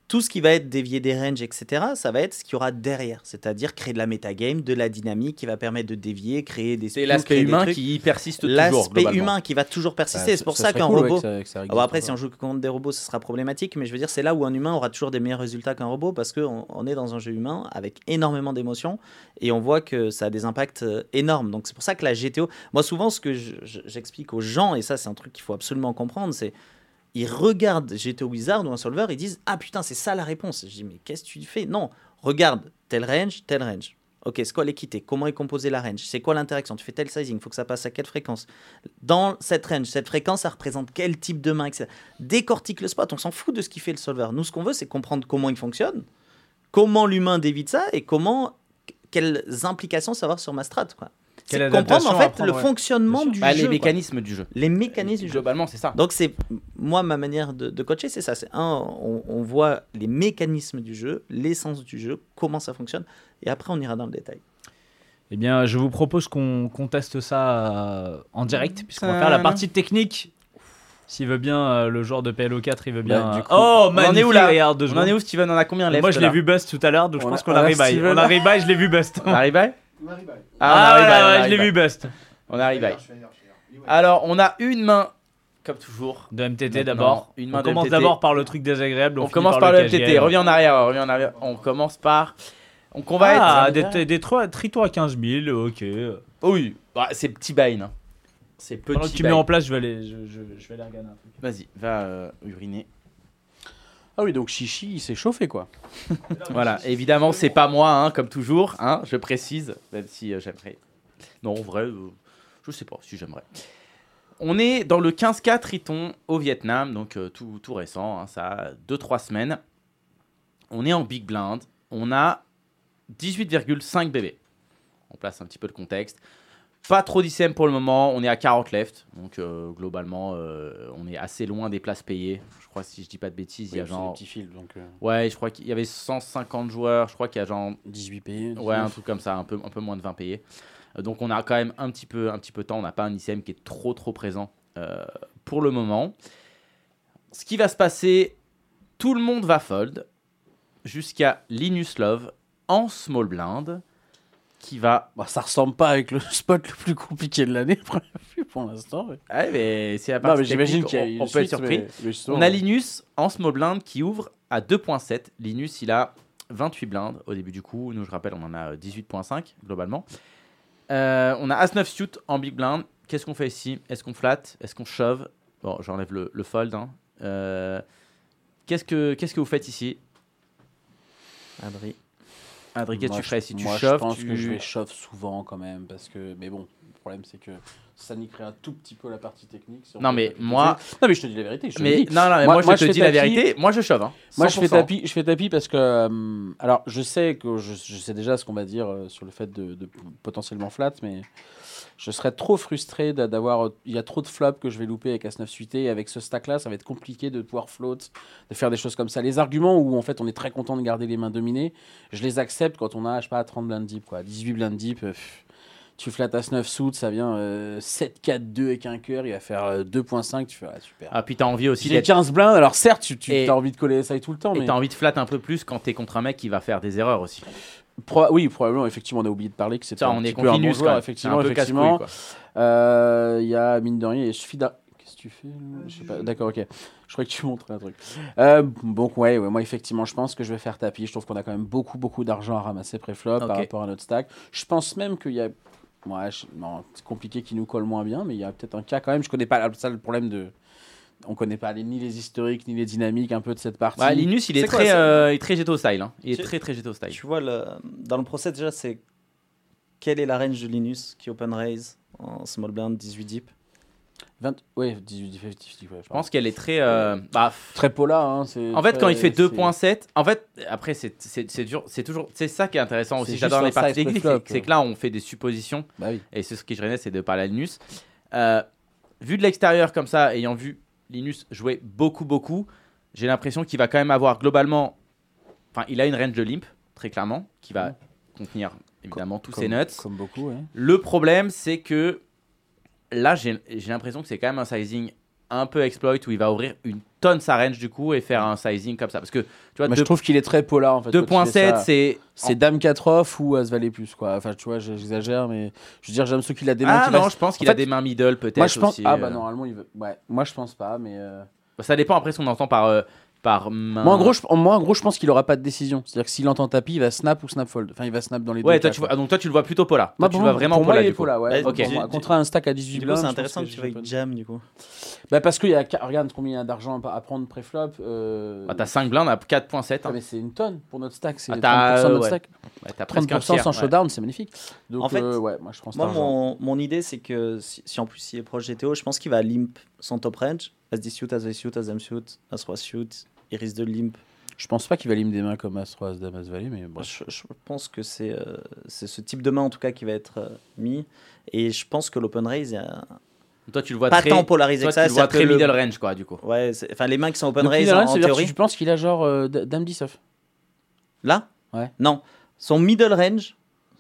D: Tout ce qui va être dévié des ranges, etc., ça va être ce qu'il y aura derrière, c'est-à-dire créer de la métagame, de la dynamique qui va permettre de dévier, créer des.
C: C'est l'aspect
D: créer des
C: humain
D: trucs.
C: qui persiste toujours.
D: L'aspect
C: globalement.
D: humain qui va toujours
E: Bah,
D: persister. c'est pour ça,
E: serait
D: qu'un
E: cool, ouais,
D: robot.
E: que ça- que ça
D: Ah
E: rigole
D: bon, après, si
E: toujours.
D: on joue contre des robots, ce sera problématique, mais je veux dire, c'est là où un humain aura toujours des meilleurs résultats qu'un robot parce qu'on on est dans un jeu humain avec énormément d'émotions et on voit que ça a des impacts euh, énormes. Donc, c'est pour ça que la GTO. Moi, souvent, ce que je- je- j'explique aux gens, et ça, c'est un truc qu'il faut absolument comprendre, c'est. Ils regardent GTO Wizard ou un solver, ils disent Ah putain, c'est ça la réponse. Je dis Mais qu'est-ce que tu fais Non, regarde, tel range, tel range. Ok, c'est quoi l'équité Comment est composée la range C'est quoi l'interaction Tu fais tel sizing, il faut que ça passe à quelle fréquence Dans cette range, cette fréquence, ça représente quel type de main, etc. Décortique le spot, on s'en fout de ce qu'il fait le solver. Nous, ce qu'on veut, c'est comprendre comment il fonctionne, comment l'humain dévite ça et comment quelles implications ça va avoir sur ma strat. quoi. C'est
B: Quelle
D: comprendre
B: adaptation
D: en
B: à
D: fait
B: prendre,
D: le
B: ouais.
D: fonctionnement du
C: Bah,
D: jeu.
C: les
D: quoi.
C: mécanismes du jeu.
D: Les mécanismes du jeu.
C: Globalement, c'est ça.
D: Donc c'est moi ma manière de, de coacher, c'est ça. C'est un, on, on voit les mécanismes du jeu, l'essence du jeu, comment ça fonctionne, et après on ira dans le détail.
B: Eh bien, je vous propose qu'on qu'on teste ça euh, en direct, puisqu'on va faire la partie technique. S'il veut bien, euh, le joueur de PLO4, il veut bien.
E: du
B: euh,
E: coup,
B: oh,
C: en est où,
B: magnifique,
C: là
B: regarde, deux
C: On en est
B: secondes.
C: où, Steven On a combien left
B: Moi, je
C: là
B: l'ai vu bust tout à l'heure, donc je
E: On
B: pense
E: a-
B: qu'on
E: on
B: la
E: a
B: rebuy.
E: Steven.
B: On la rebuy, je l'ai vu bust.
C: On arrive
F: On arrive à-
B: Ah,
C: on a rebuy,
B: voilà,
C: on a
B: je l'ai
C: rebuy.
B: vu bust.
C: On arrive
F: Je suis ailleurs, je suis ailleurs. Oui, ouais.
C: Alors, on a une main, comme toujours.
B: De MTT
C: Maintenant,
B: d'abord.
C: une main
B: On
C: de
B: commence
C: MTT.
B: d'abord par le truc désagréable.
C: On
B: finit
C: commence par le
B: KGL.
C: MTT. Reviens en arrière, reviens en arrière. On commence par. Donc, on va
B: Ah,
C: être.
B: des, des, des trois- tris-toi à 15 000, ok.
C: Oui, bah, c'est petit Bane. hein. C'est petit.
B: Pendant que tu
C: Bane.
B: mets en place, je vais aller, je, je, je vais aller regarder un truc.
C: Vas-y, va euh, uriner.
E: Ah oui, donc Chichi, il s'est chauffé quoi.
C: Voilà, évidemment, c'est pas moi, hein, comme toujours, hein, je précise, même si euh, j'aimerais. Non, en vrai, euh, je sais pas si j'aimerais. On est dans le 15K Triton au Vietnam, donc euh, tout, tout récent, hein, ça a 2-3 semaines. On est en Big Blind, on a 18,5 bébés. On place un petit peu le contexte. Pas trop d'ICM pour le moment, on est à 40 left, donc euh, globalement, euh, on est assez loin des places payées. Je crois, si je dis pas de bêtises, il y a genre
E: petits fils, donc
C: Ouais, je crois qu'il y avait 150 joueurs, je crois qu'il y a genre
E: 18 pays.
C: ouais, un truc comme ça, un peu, un peu moins de 20 payés. Euh, Donc on a quand même un petit peu, un petit peu de temps, on n'a pas un ICM qui est trop trop présent euh, pour le moment. Ce qui va se passer, tout le monde va fold jusqu'à Linus Love en small blind qui va...
E: Bah, ça ressemble pas avec le (laughs) spot le plus compliqué de l'année, (laughs) pour pour l'instant. ouais.
C: Ouais, eh, mais c'est à
E: Non,
C: part
E: mais j'imagine qu'il y a une
C: on, peut être
E: suite,
C: surpris.
E: mais- mais justement,
C: On a Linus en small blind qui ouvre à 2.7. Linus, il a 28 blindes au début du coup. Nous, je rappelle, on en a euh, 18.5 globalement. Euh, on a As-9 suit en big blind. Qu'est-ce qu'on fait ici Est-ce qu'on flatte Est-ce qu'on shove Bon, j'enlève le, le fold. hein. Euh, qu'est-ce, que, qu'est-ce que vous faites ici
D: Adri.
C: Adrien, qu'est-ce que tu
E: je-
C: ferais si tu
E: moi,
C: shoves
E: Je pense
C: tu-
E: que je vais shove souvent quand même, parce que. Mais bon, le problème c'est que ça niquerait un tout petit peu la partie technique. si on
C: Non,
E: fait
C: mais
E: pas tout
C: moi-
E: de suite. Non mais je te dis la vérité. Je te le
C: mais,
E: dis.
C: non, non, mais moi,
E: Moi-
C: je
E: moi,
C: te
E: je fais
C: dis la
E: tapis.
C: vérité. Moi, je shove. hein.
E: Moi, je fais
C: 100%.
E: tapis, je fais tapis parce que. euh, alors, je sais que je, je sais déjà ce qu'on va dire euh, sur le fait de, de potentiellement flat, mais je serais trop frustré d'a- d'avoir. euh, Il y a trop de flops que je vais louper avec As-9 suité. Et avec ce stack-là, ça va être compliqué de pouvoir float, de faire des choses comme ça. Les arguments où, en fait, on est très content de garder les mains dominées, je les accepte quand on a, je sais pas, 30 blind deep, quoi. 18 blind deep. euh, pff, tu flattes As-9 suit, ça vient euh, 7-4-2 avec un cœur, il va faire euh, 2.5, tu fais ah, super.
C: Ah, puis t'as envie aussi
E: Il est
C: d'être
E: 15 blindes, alors certes, tu, tu
C: Et-
E: as envie de coller ça tout le temps.
C: Et
E: mais...
C: t'as envie de flatter un peu plus quand t'es contre un mec qui va faire des erreurs aussi.
E: Proba- oui, probablement. Effectivement, on a oublié de parler que c'était
C: Ça,
E: un
C: on
E: petit
C: est
E: peu un bon
C: continu.
E: joueur. Effectivement, effectivement. Euh, Il y a mine de rien, il suffit d'un. Qu'est-ce que tu fais là Je sais pas. D'accord, ok. Je croyais que tu montrais un truc. Euh, donc ouais, ouais, moi effectivement, je pense que je vais faire tapis. Je trouve qu'on a quand même beaucoup, beaucoup d'argent à ramasser pré-flop
C: Ok.
E: par rapport à notre stack. Je pense même qu'il y a. Ouais, je- non, c'est compliqué qui nous colle moins bien, mais il y a peut-être un cas quand même. Je connais pas ça le problème de. On connaît pas les- ni les historiques ni les dynamiques un peu de cette partie.
C: Ouais, Bah, Linus, il est,
D: C'est quoi,
C: très,
D: ça
C: euh, il est très Geto style. hein. Il est
D: Tu-
C: très très Geto style.
D: Tu vois, le- dans le procès déjà, c'est quelle est la range de Linus qui open raise en small blind 18 deep
E: 20... Ouais, 18, 50, ouais,
C: Je pense qu'elle est très. euh, bah, pff.
E: Très pola, hein, c'est.
C: en fait, quand il fait
E: très- c'est-
C: 2.7, en fait, après, c'est c'est- c'est dur. C'est toujours. C'est ça qui est intéressant
E: C'est
C: aussi.
E: juste
C: J'adore
E: un
C: les parties
E: size
C: techniques.
E: flop,
C: C'est c'est que là, on fait des suppositions.
E: Bah oui.
C: Et c'est ce qui je rêvais, c'est de parler à Linus. Euh, vu de l'extérieur comme ça, ayant vu Linus jouer beaucoup, beaucoup, j'ai l'impression qu'il va quand même avoir globalement. Enfin, il a une range de limp, très clairement, qui va contenir évidemment tous ses
E: Comme-
C: nuts.
E: Comme beaucoup, ouais.
C: Le problème, c'est que là, j'ai j'ai l'impression que c'est quand même un sizing un peu exploit où il va ouvrir une tonne sa range du coup et faire un sizing comme ça. Parce que tu vois,
E: Moi, je trouve qu'il est très polar en fait. quand tu fais
C: 2.7,
E: ça.
C: c'est.
E: C'est Dame 4 off ou As Valet plus quoi. Enfin, tu vois, j'exagère, mais je veux dire, j'aime ceux qui la démontent.
C: Ah non, je pense qu'il a
E: fait,
C: des mains middle peut-être.
E: Moi, je pense.
C: aussi,
E: Ah
C: euh. bah,
E: bah normalement, il veut. Ouais. Moi, je pense pas, mais. euh,
C: Ça dépend après ce qu'on entend par, euh, par main.
E: Moi, en gros, je, moi, en gros, je pense qu'il aura pas de décision. C'est-à-dire que s'il entend tapis, il va snap ou snap fold. Enfin, il va snap dans les
C: Ouais,
E: deux.
C: toi
E: cas,
C: tu,
E: quoi.
C: vois, ah, donc toi tu le vois plutôt Pola. Toi,
E: Moi,
C: tu
E: pour
C: le
E: moi,
C: vois vraiment
E: pour moi,
C: Pola
E: il
C: du
E: est
C: coup.
E: pour là, ouais.
D: Bah,
E: Ok.
D: du-
E: Pour moi,
D: du-
E: Contre un stack à 18
D: Du coup,
E: blindes,
D: c'est
E: je pense
D: intéressant
E: que
D: que tu
E: j'ai
D: vois
E: pas
D: avec
E: de-
D: Jam, du coup.
E: Bah, parce qu'il y a. Regarde combien il y a d'argent à à prendre pré-flop. euh,
C: Ah, t'as 5 blindes à 4.7.
E: Ah,
C: hein.
E: mais c'est une tonne pour notre stack, c'est
C: Ah,
E: 30%
C: t'as,
E: de
C: euh,
E: notre
C: ouais.
E: stack.
C: Ouais, t'as presque un
E: 30%
C: tiers.
E: sans
C: ouais.
E: showdown, c'est magnifique. Donc,
D: En fait,
E: euh, ouais, moi je pense
D: Moi,
E: que c'est argent.
D: mon, mon idée, c'est que si, si en plus il est proche GTO, je pense qu'il va limp son top range. As-10 suit, As-8 suit, As-M suit, As-3 suit. Il risque de limp.
E: Je pense pas qu'il va limiter des mains comme As-3, As-Dame, As-Valet, mais bon.
D: Je, je pense que c'est euh, c'est ce type de main, en tout cas, qui va être euh, mis. Et je pense que l'open raise, est un-
C: Toi tu le vois
D: pas
C: très.
D: tant
C: Toi tu
D: polarisé que ça.
C: le vois
D: c'est-à-dire
C: très
D: que le-
C: middle range quoi du coup.
D: Ouais, c'est- enfin, les mains qui sont open
E: Donc,
D: raise,
E: middle range,
D: en, en
E: ça veut dire que
D: théorie.
E: tu penses qu'il a genre euh, d- Dame 10 off
D: Là
E: Ouais.
D: Non. Son middle range,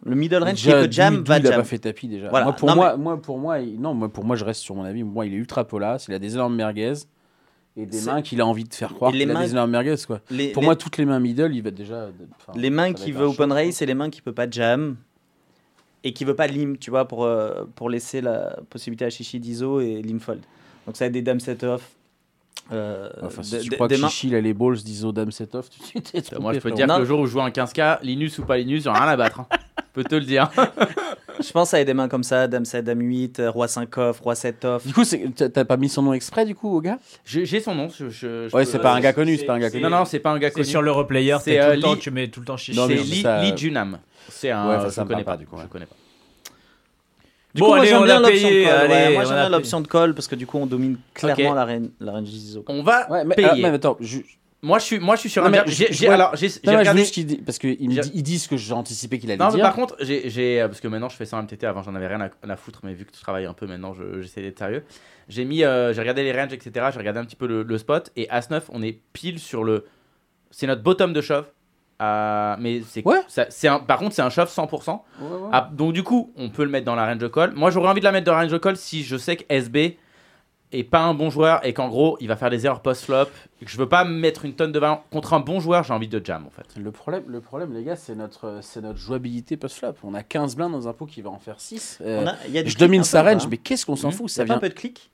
D: le middle range,
E: Déjà,
D: c'est que Jam
E: d'où- d'où
D: va
E: il a
D: Jam.
E: pas fait tapis déjà.
D: Voilà.
E: Moi, pour
D: Non,
E: moi, moi, pour moi, il- non, moi, pour moi, je reste sur mon avis. Moi, il est ultra polace, il a des énormes merguez et des
D: C'est-
E: mains qu'il a envie de faire croire.
D: Et les
E: qu'il a
D: mains-
E: des énormes merguez quoi.
D: Les-
E: Pour
D: les-
E: moi, toutes les mains middle, il va déjà. euh, enfin,
D: Les
E: ça
D: mains
E: va
D: qui
E: être
D: veut
E: un
D: open
E: choc.
D: raise, c'est les mains qui peut pas jam et qui veut pas lim, tu vois, pour, euh, pour laisser la possibilité à Chichi d'ISO et lim fold. Donc ça va être des dames set off. euh,
E: Enfin, si
D: des-
E: tu
D: des-
E: crois que
D: des mains-
E: Chichi, il a les balls, d'ISO, Dame, set off, tu (laughs) t'es trompé.
C: Moi je peux te
E: frérot.
C: dire que
D: Non.
C: le jour où je joue un 15K, Linus ou pas Linus, j'en ai rien à battre. hein. Je peux te le
E: (laughs)
C: dire.
D: Je pense à des mains comme ça, dame 7, dame 8, euh, roi 5 off, roi 7 off.
E: Du coup, c'est- t'as t'as pas mis son nom exprès, du coup, au gars
C: J'ai j'ai son nom. je- je- je
E: Ouais,
C: peux-
E: c'est pas un gars connu, c'est pas un gars
B: c'est-
E: connu.
C: Non, non, c'est pas un gars
B: C'est
C: connu.
B: sur le replayer,
C: C'est,
B: c'est tout
C: euh,
B: le temps,
C: Lee-
B: tu mets tout le temps chichi.
E: Non, mais
C: C'est
E: on dit
C: Lee,
E: ça,
C: Lee
E: euh,
C: Junam. C'est un.
E: Ouais, ça,
C: je
E: ça me
C: connais pas
E: parle pas,
C: du coup.
E: ouais.
C: Je connais pas.
D: Du
B: Bon,
D: coup, moi
B: allez, on
D: j'aime bien
B: l'a
D: l'option
B: payé,
D: call. ouais.
B: allez,
D: moi
B: on
D: j'aime
B: l'a
D: bien l'option de call parce que du coup on domine clairement la, reine, la range d'ISO.
C: On va
E: Ouais, mais,
C: payer.
E: ah, mais attends, je,
C: Moi, je suis, moi, je suis sur
E: Non,
C: un.
E: mais
C: verbe.
E: je-
C: J'ai-
E: je
C: j'ai-
E: vois-
C: alors, j'ai j'ai
E: Non, ouais, je veux
C: regardé.
E: juste qu'il dit- parce qu'ils me
C: J'ai-
E: dit- ils disent que j'ai anticipé qu'il allait
C: Non, mais
E: dire.
C: par contre, j'ai, j'ai- euh, parce que maintenant je fais ça en MTT. Avant, j'en avais rien à, à foutre, mais vu que je travaille un peu maintenant, je- j'essaie d'être sérieux. J'ai mis, euh, j'ai regardé les ranges, etc. J'ai regardé un petit peu le, le spot et As 9, on est pile sur le. C'est notre bottom de shove. Euh, mais c'est,
E: Ouais.
C: ça- c'est un, par contre, c'est un shove 100%.
E: Ouais, ouais.
C: Ah, donc du coup, on peut le mettre dans la range de call. Moi, j'aurais envie de la mettre dans la range de call si je sais que SB est pas un bon joueur et qu'en gros, il va faire des erreurs post-flop. et que Je veux pas mettre une tonne de valeur contre un bon joueur. J'ai envie de jam en fait.
E: Le problème, le problème, les gars, c'est notre, euh, c'est notre jouabilité post-flop. On a 15 blindes dans un pot qui va en faire 6.
D: On a- il y a des
E: je
D: clics
E: domine
D: un
E: sa
D: peu,
E: range,
D: hein.
E: mais qu'est-ce qu'on s'en
C: Mmh.
E: fout
D: Ça
E: Ça
D: vient
E: vient.
D: un peu de clic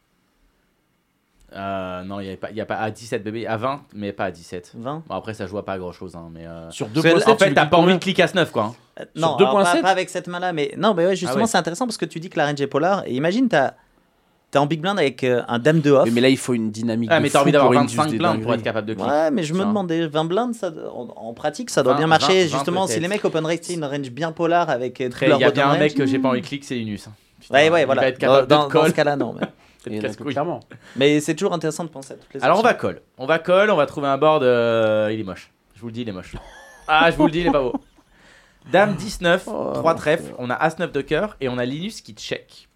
C: Euh, non, il n'y a, pas- il y a pas à 17 bébé, à 20, mais pas à 17.
D: 20
C: Bon, après, ça joue à pas grand chose. Hein, mais euh,
E: Sur
C: parce que,
E: 2.7,
C: en fait, t'as pas envie de cliquer à 9 quoi. hein.
D: Euh,
E: Sur
D: Non, alors, pas,
E: 2.7?
D: pas avec cette main-là, mais non, mais ouais, justement,
C: Ah ouais.
D: c'est intéressant parce que tu dis que la range est polar. Et imagine, t'as t'es en big blind avec euh, un dame de off.
E: Mais, mais là, il faut une dynamique.
C: Ah,
E: de
C: mais
E: fou
C: t'as envie
E: pour
C: d'avoir
E: induce
C: 25
E: des
C: blindes pour
E: dingueries.
C: être capable de cliquer.
D: ouais, mais je me
C: Ça.
D: demandais, 20 blindes, ça, en, en pratique, ça doit
C: 20,
D: bien marcher.
C: 20,
D: justement, si
C: peut-être.
D: les mecs open rate, c'est une range bien polar avec euh, tout
C: Après,
D: leur
C: il y a
D: bottom
C: bien un
D: range.
C: mec que j'ai pas envie de cliquer, c'est Linus. hein. Putain,
D: Ouais, ouais,
C: il
D: voilà.
C: va être capable
D: dans,
C: de
D: dans
C: call.
D: ce cas-là, non. Mais,
C: Peut-être
E: Et donc,
C: casse-couille.
E: Clairement.
D: mais c'est toujours intéressant de penser à toutes les
C: Alors on va
D: options.
C: call. On va call, on va trouver un board. euh, il est moche. Je vous le dis, il est moche. Ah, je vous le dis, il est pas beau. Dame 19,
D: Oh,
C: 3 trèfles, on a As 9 de cœur et on a Linus qui check.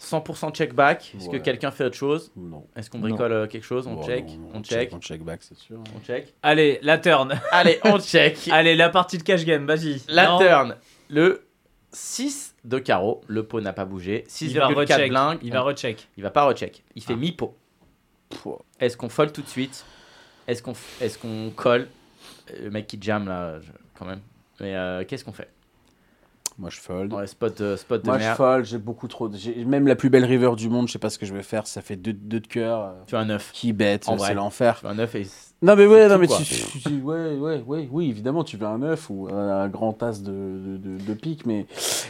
C: 100% check back. Est-ce
E: Ouais.
C: que quelqu'un fait autre chose
E: Non.
C: Est-ce qu'on bricole euh, quelque chose On
E: Bon,
C: check,
E: non,
C: on check,
E: On check back, c'est sûr.
C: on check.
B: Allez, la turn.
C: Allez, on check.
B: (laughs) Allez, la partie de cash game, vas-y.
C: La
B: Non,
C: turn. Le 6 de carreau. Le pot n'a pas bougé.
B: Il va
C: 6,4
B: recheck.
C: blindes.
B: Il va Ah. recheck.
C: Il va pas recheck. Il fait mi-pot.
E: Pouah.
C: Est-ce qu'on fold tout de suite Est-ce qu'on est qu'on colle Euh, Le mec qui jam là, je- quand même. Mais euh, qu'est-ce qu'on fait
E: Moi, je fold.
C: Ouais, Spot, de- spot de
E: Moi, je
C: merde.
E: fold. J'ai beaucoup trop. de- j'ai- Même la plus belle river du monde, je sais pas ce que je vais faire. Ça fait 2 de cœur. euh,
C: Tu as un 9.
E: Qui bête,
C: En vrai.
E: c'est l'enfer.
C: Tu as un 9 et.
E: Non mais ouais,
C: C'est
E: non
C: tout,
E: mais
C: quoi.
E: tu, tu- tu- ouais, ouais, ouais, oui, évidemment, tu veux un œuf ou un grand as de, de, de- de pique, mais,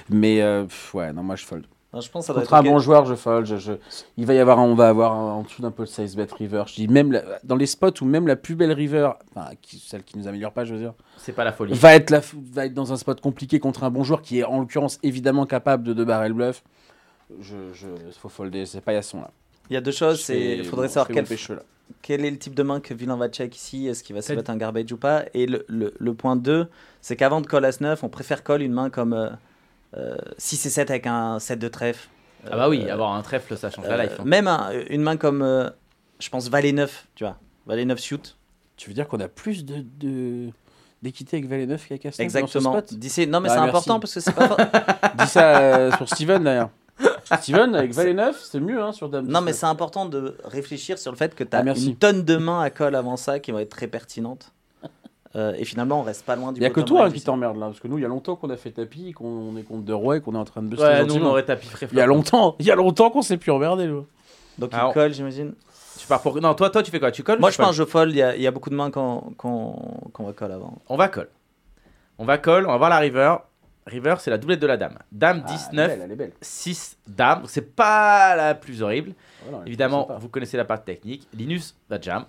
E: mais euh, pff, ouais, non, moi je fold.
D: Non, je pense que ça doit
E: Contre un
D: être
E: bon
D: ok.
E: joueur, je fold. Je, je- il va y avoir, un- on va avoir un- en dessous d'un peu de size bet river. Je dis même la- dans les spots où même la plus belle river, enfin, qui- celle qui nous améliore pas, je veux dire,
C: C'est pas la folie.
E: va être la, f- va être dans un spot compliqué contre un bon joueur qui est en l'occurrence évidemment capable de deux barrer le bluff. Je, je, faut folder, c'est pas Yasson là.
D: Il y a deux choses.
E: Je
D: c'est- Il
E: fais-
D: faudrait
E: je
D: savoir
E: fais
D: quel,
E: mon pécheux, là.
D: quel est le type de main que Villain va check ici Est-ce qu'il va se
B: Peut-être-
D: mettre un garbage ou pas Et le, le- le point 2, c'est qu'avant de call As-9, on préfère call une main comme euh, euh, 6 et 7 avec un 7 de trèfle.
C: Ah bah oui,
D: Euh,
C: avoir un trèfle ça change
D: euh,
C: la life. hein.
D: Même un- une main comme, euh, je pense, Valet 9, tu vois. Valet 9 shoot.
E: Tu veux dire qu'on a plus de, de- d'équité avec Valet 9 qu'avec Aston
D: Exactement.
E: Dans ce spot
D: D'ici- Non, mais
E: Ah,
D: c'est
E: (laughs) merci.
D: important parce que c'est pas. for-
E: Dis ça euh, sur Steven d'ailleurs. Steven, avec Valet 9, c'est mieux hein, sur Dame.
D: Non, mais c'est important de réfléchir sur le fait que tu as
E: Ah, merci.
D: une tonne de mains à colle avant ça qui vont être très pertinentes. Euh, et finalement, on reste pas loin du
E: Il n'y a que
D: bottom
E: toi hein,
D: range
E: qui
D: ici.
E: t'emmerde là, parce que nous, il y a longtemps qu'on a fait tapis, et qu'on est contre deux rois et qu'on est en train de booster.
C: Ouais, nous, on
E: gentiment.
C: aurait tapis frais.
E: Il y a
C: frais.
E: longtemps, il y a longtemps qu'on s'est plus regardé. nous.
D: Donc
C: Alors-
D: il colle, j'imagine.
C: Tu pars pour. Non, toi, toi, tu fais quoi Tu colles ou
D: Moi,
C: tu
D: je pense que
C: colles
D: je folle. Il y, a- il y a beaucoup de mains qu'on qu'on- qu'on va colle avant.
C: On va colle. On va colle, on va voir la river. River, c'est la doublette de la dame.
E: Ah,
C: Dame 19, 6 dames. C'est pas la plus horrible. Évidemment, vous connaissez la part technique. Linus va jam.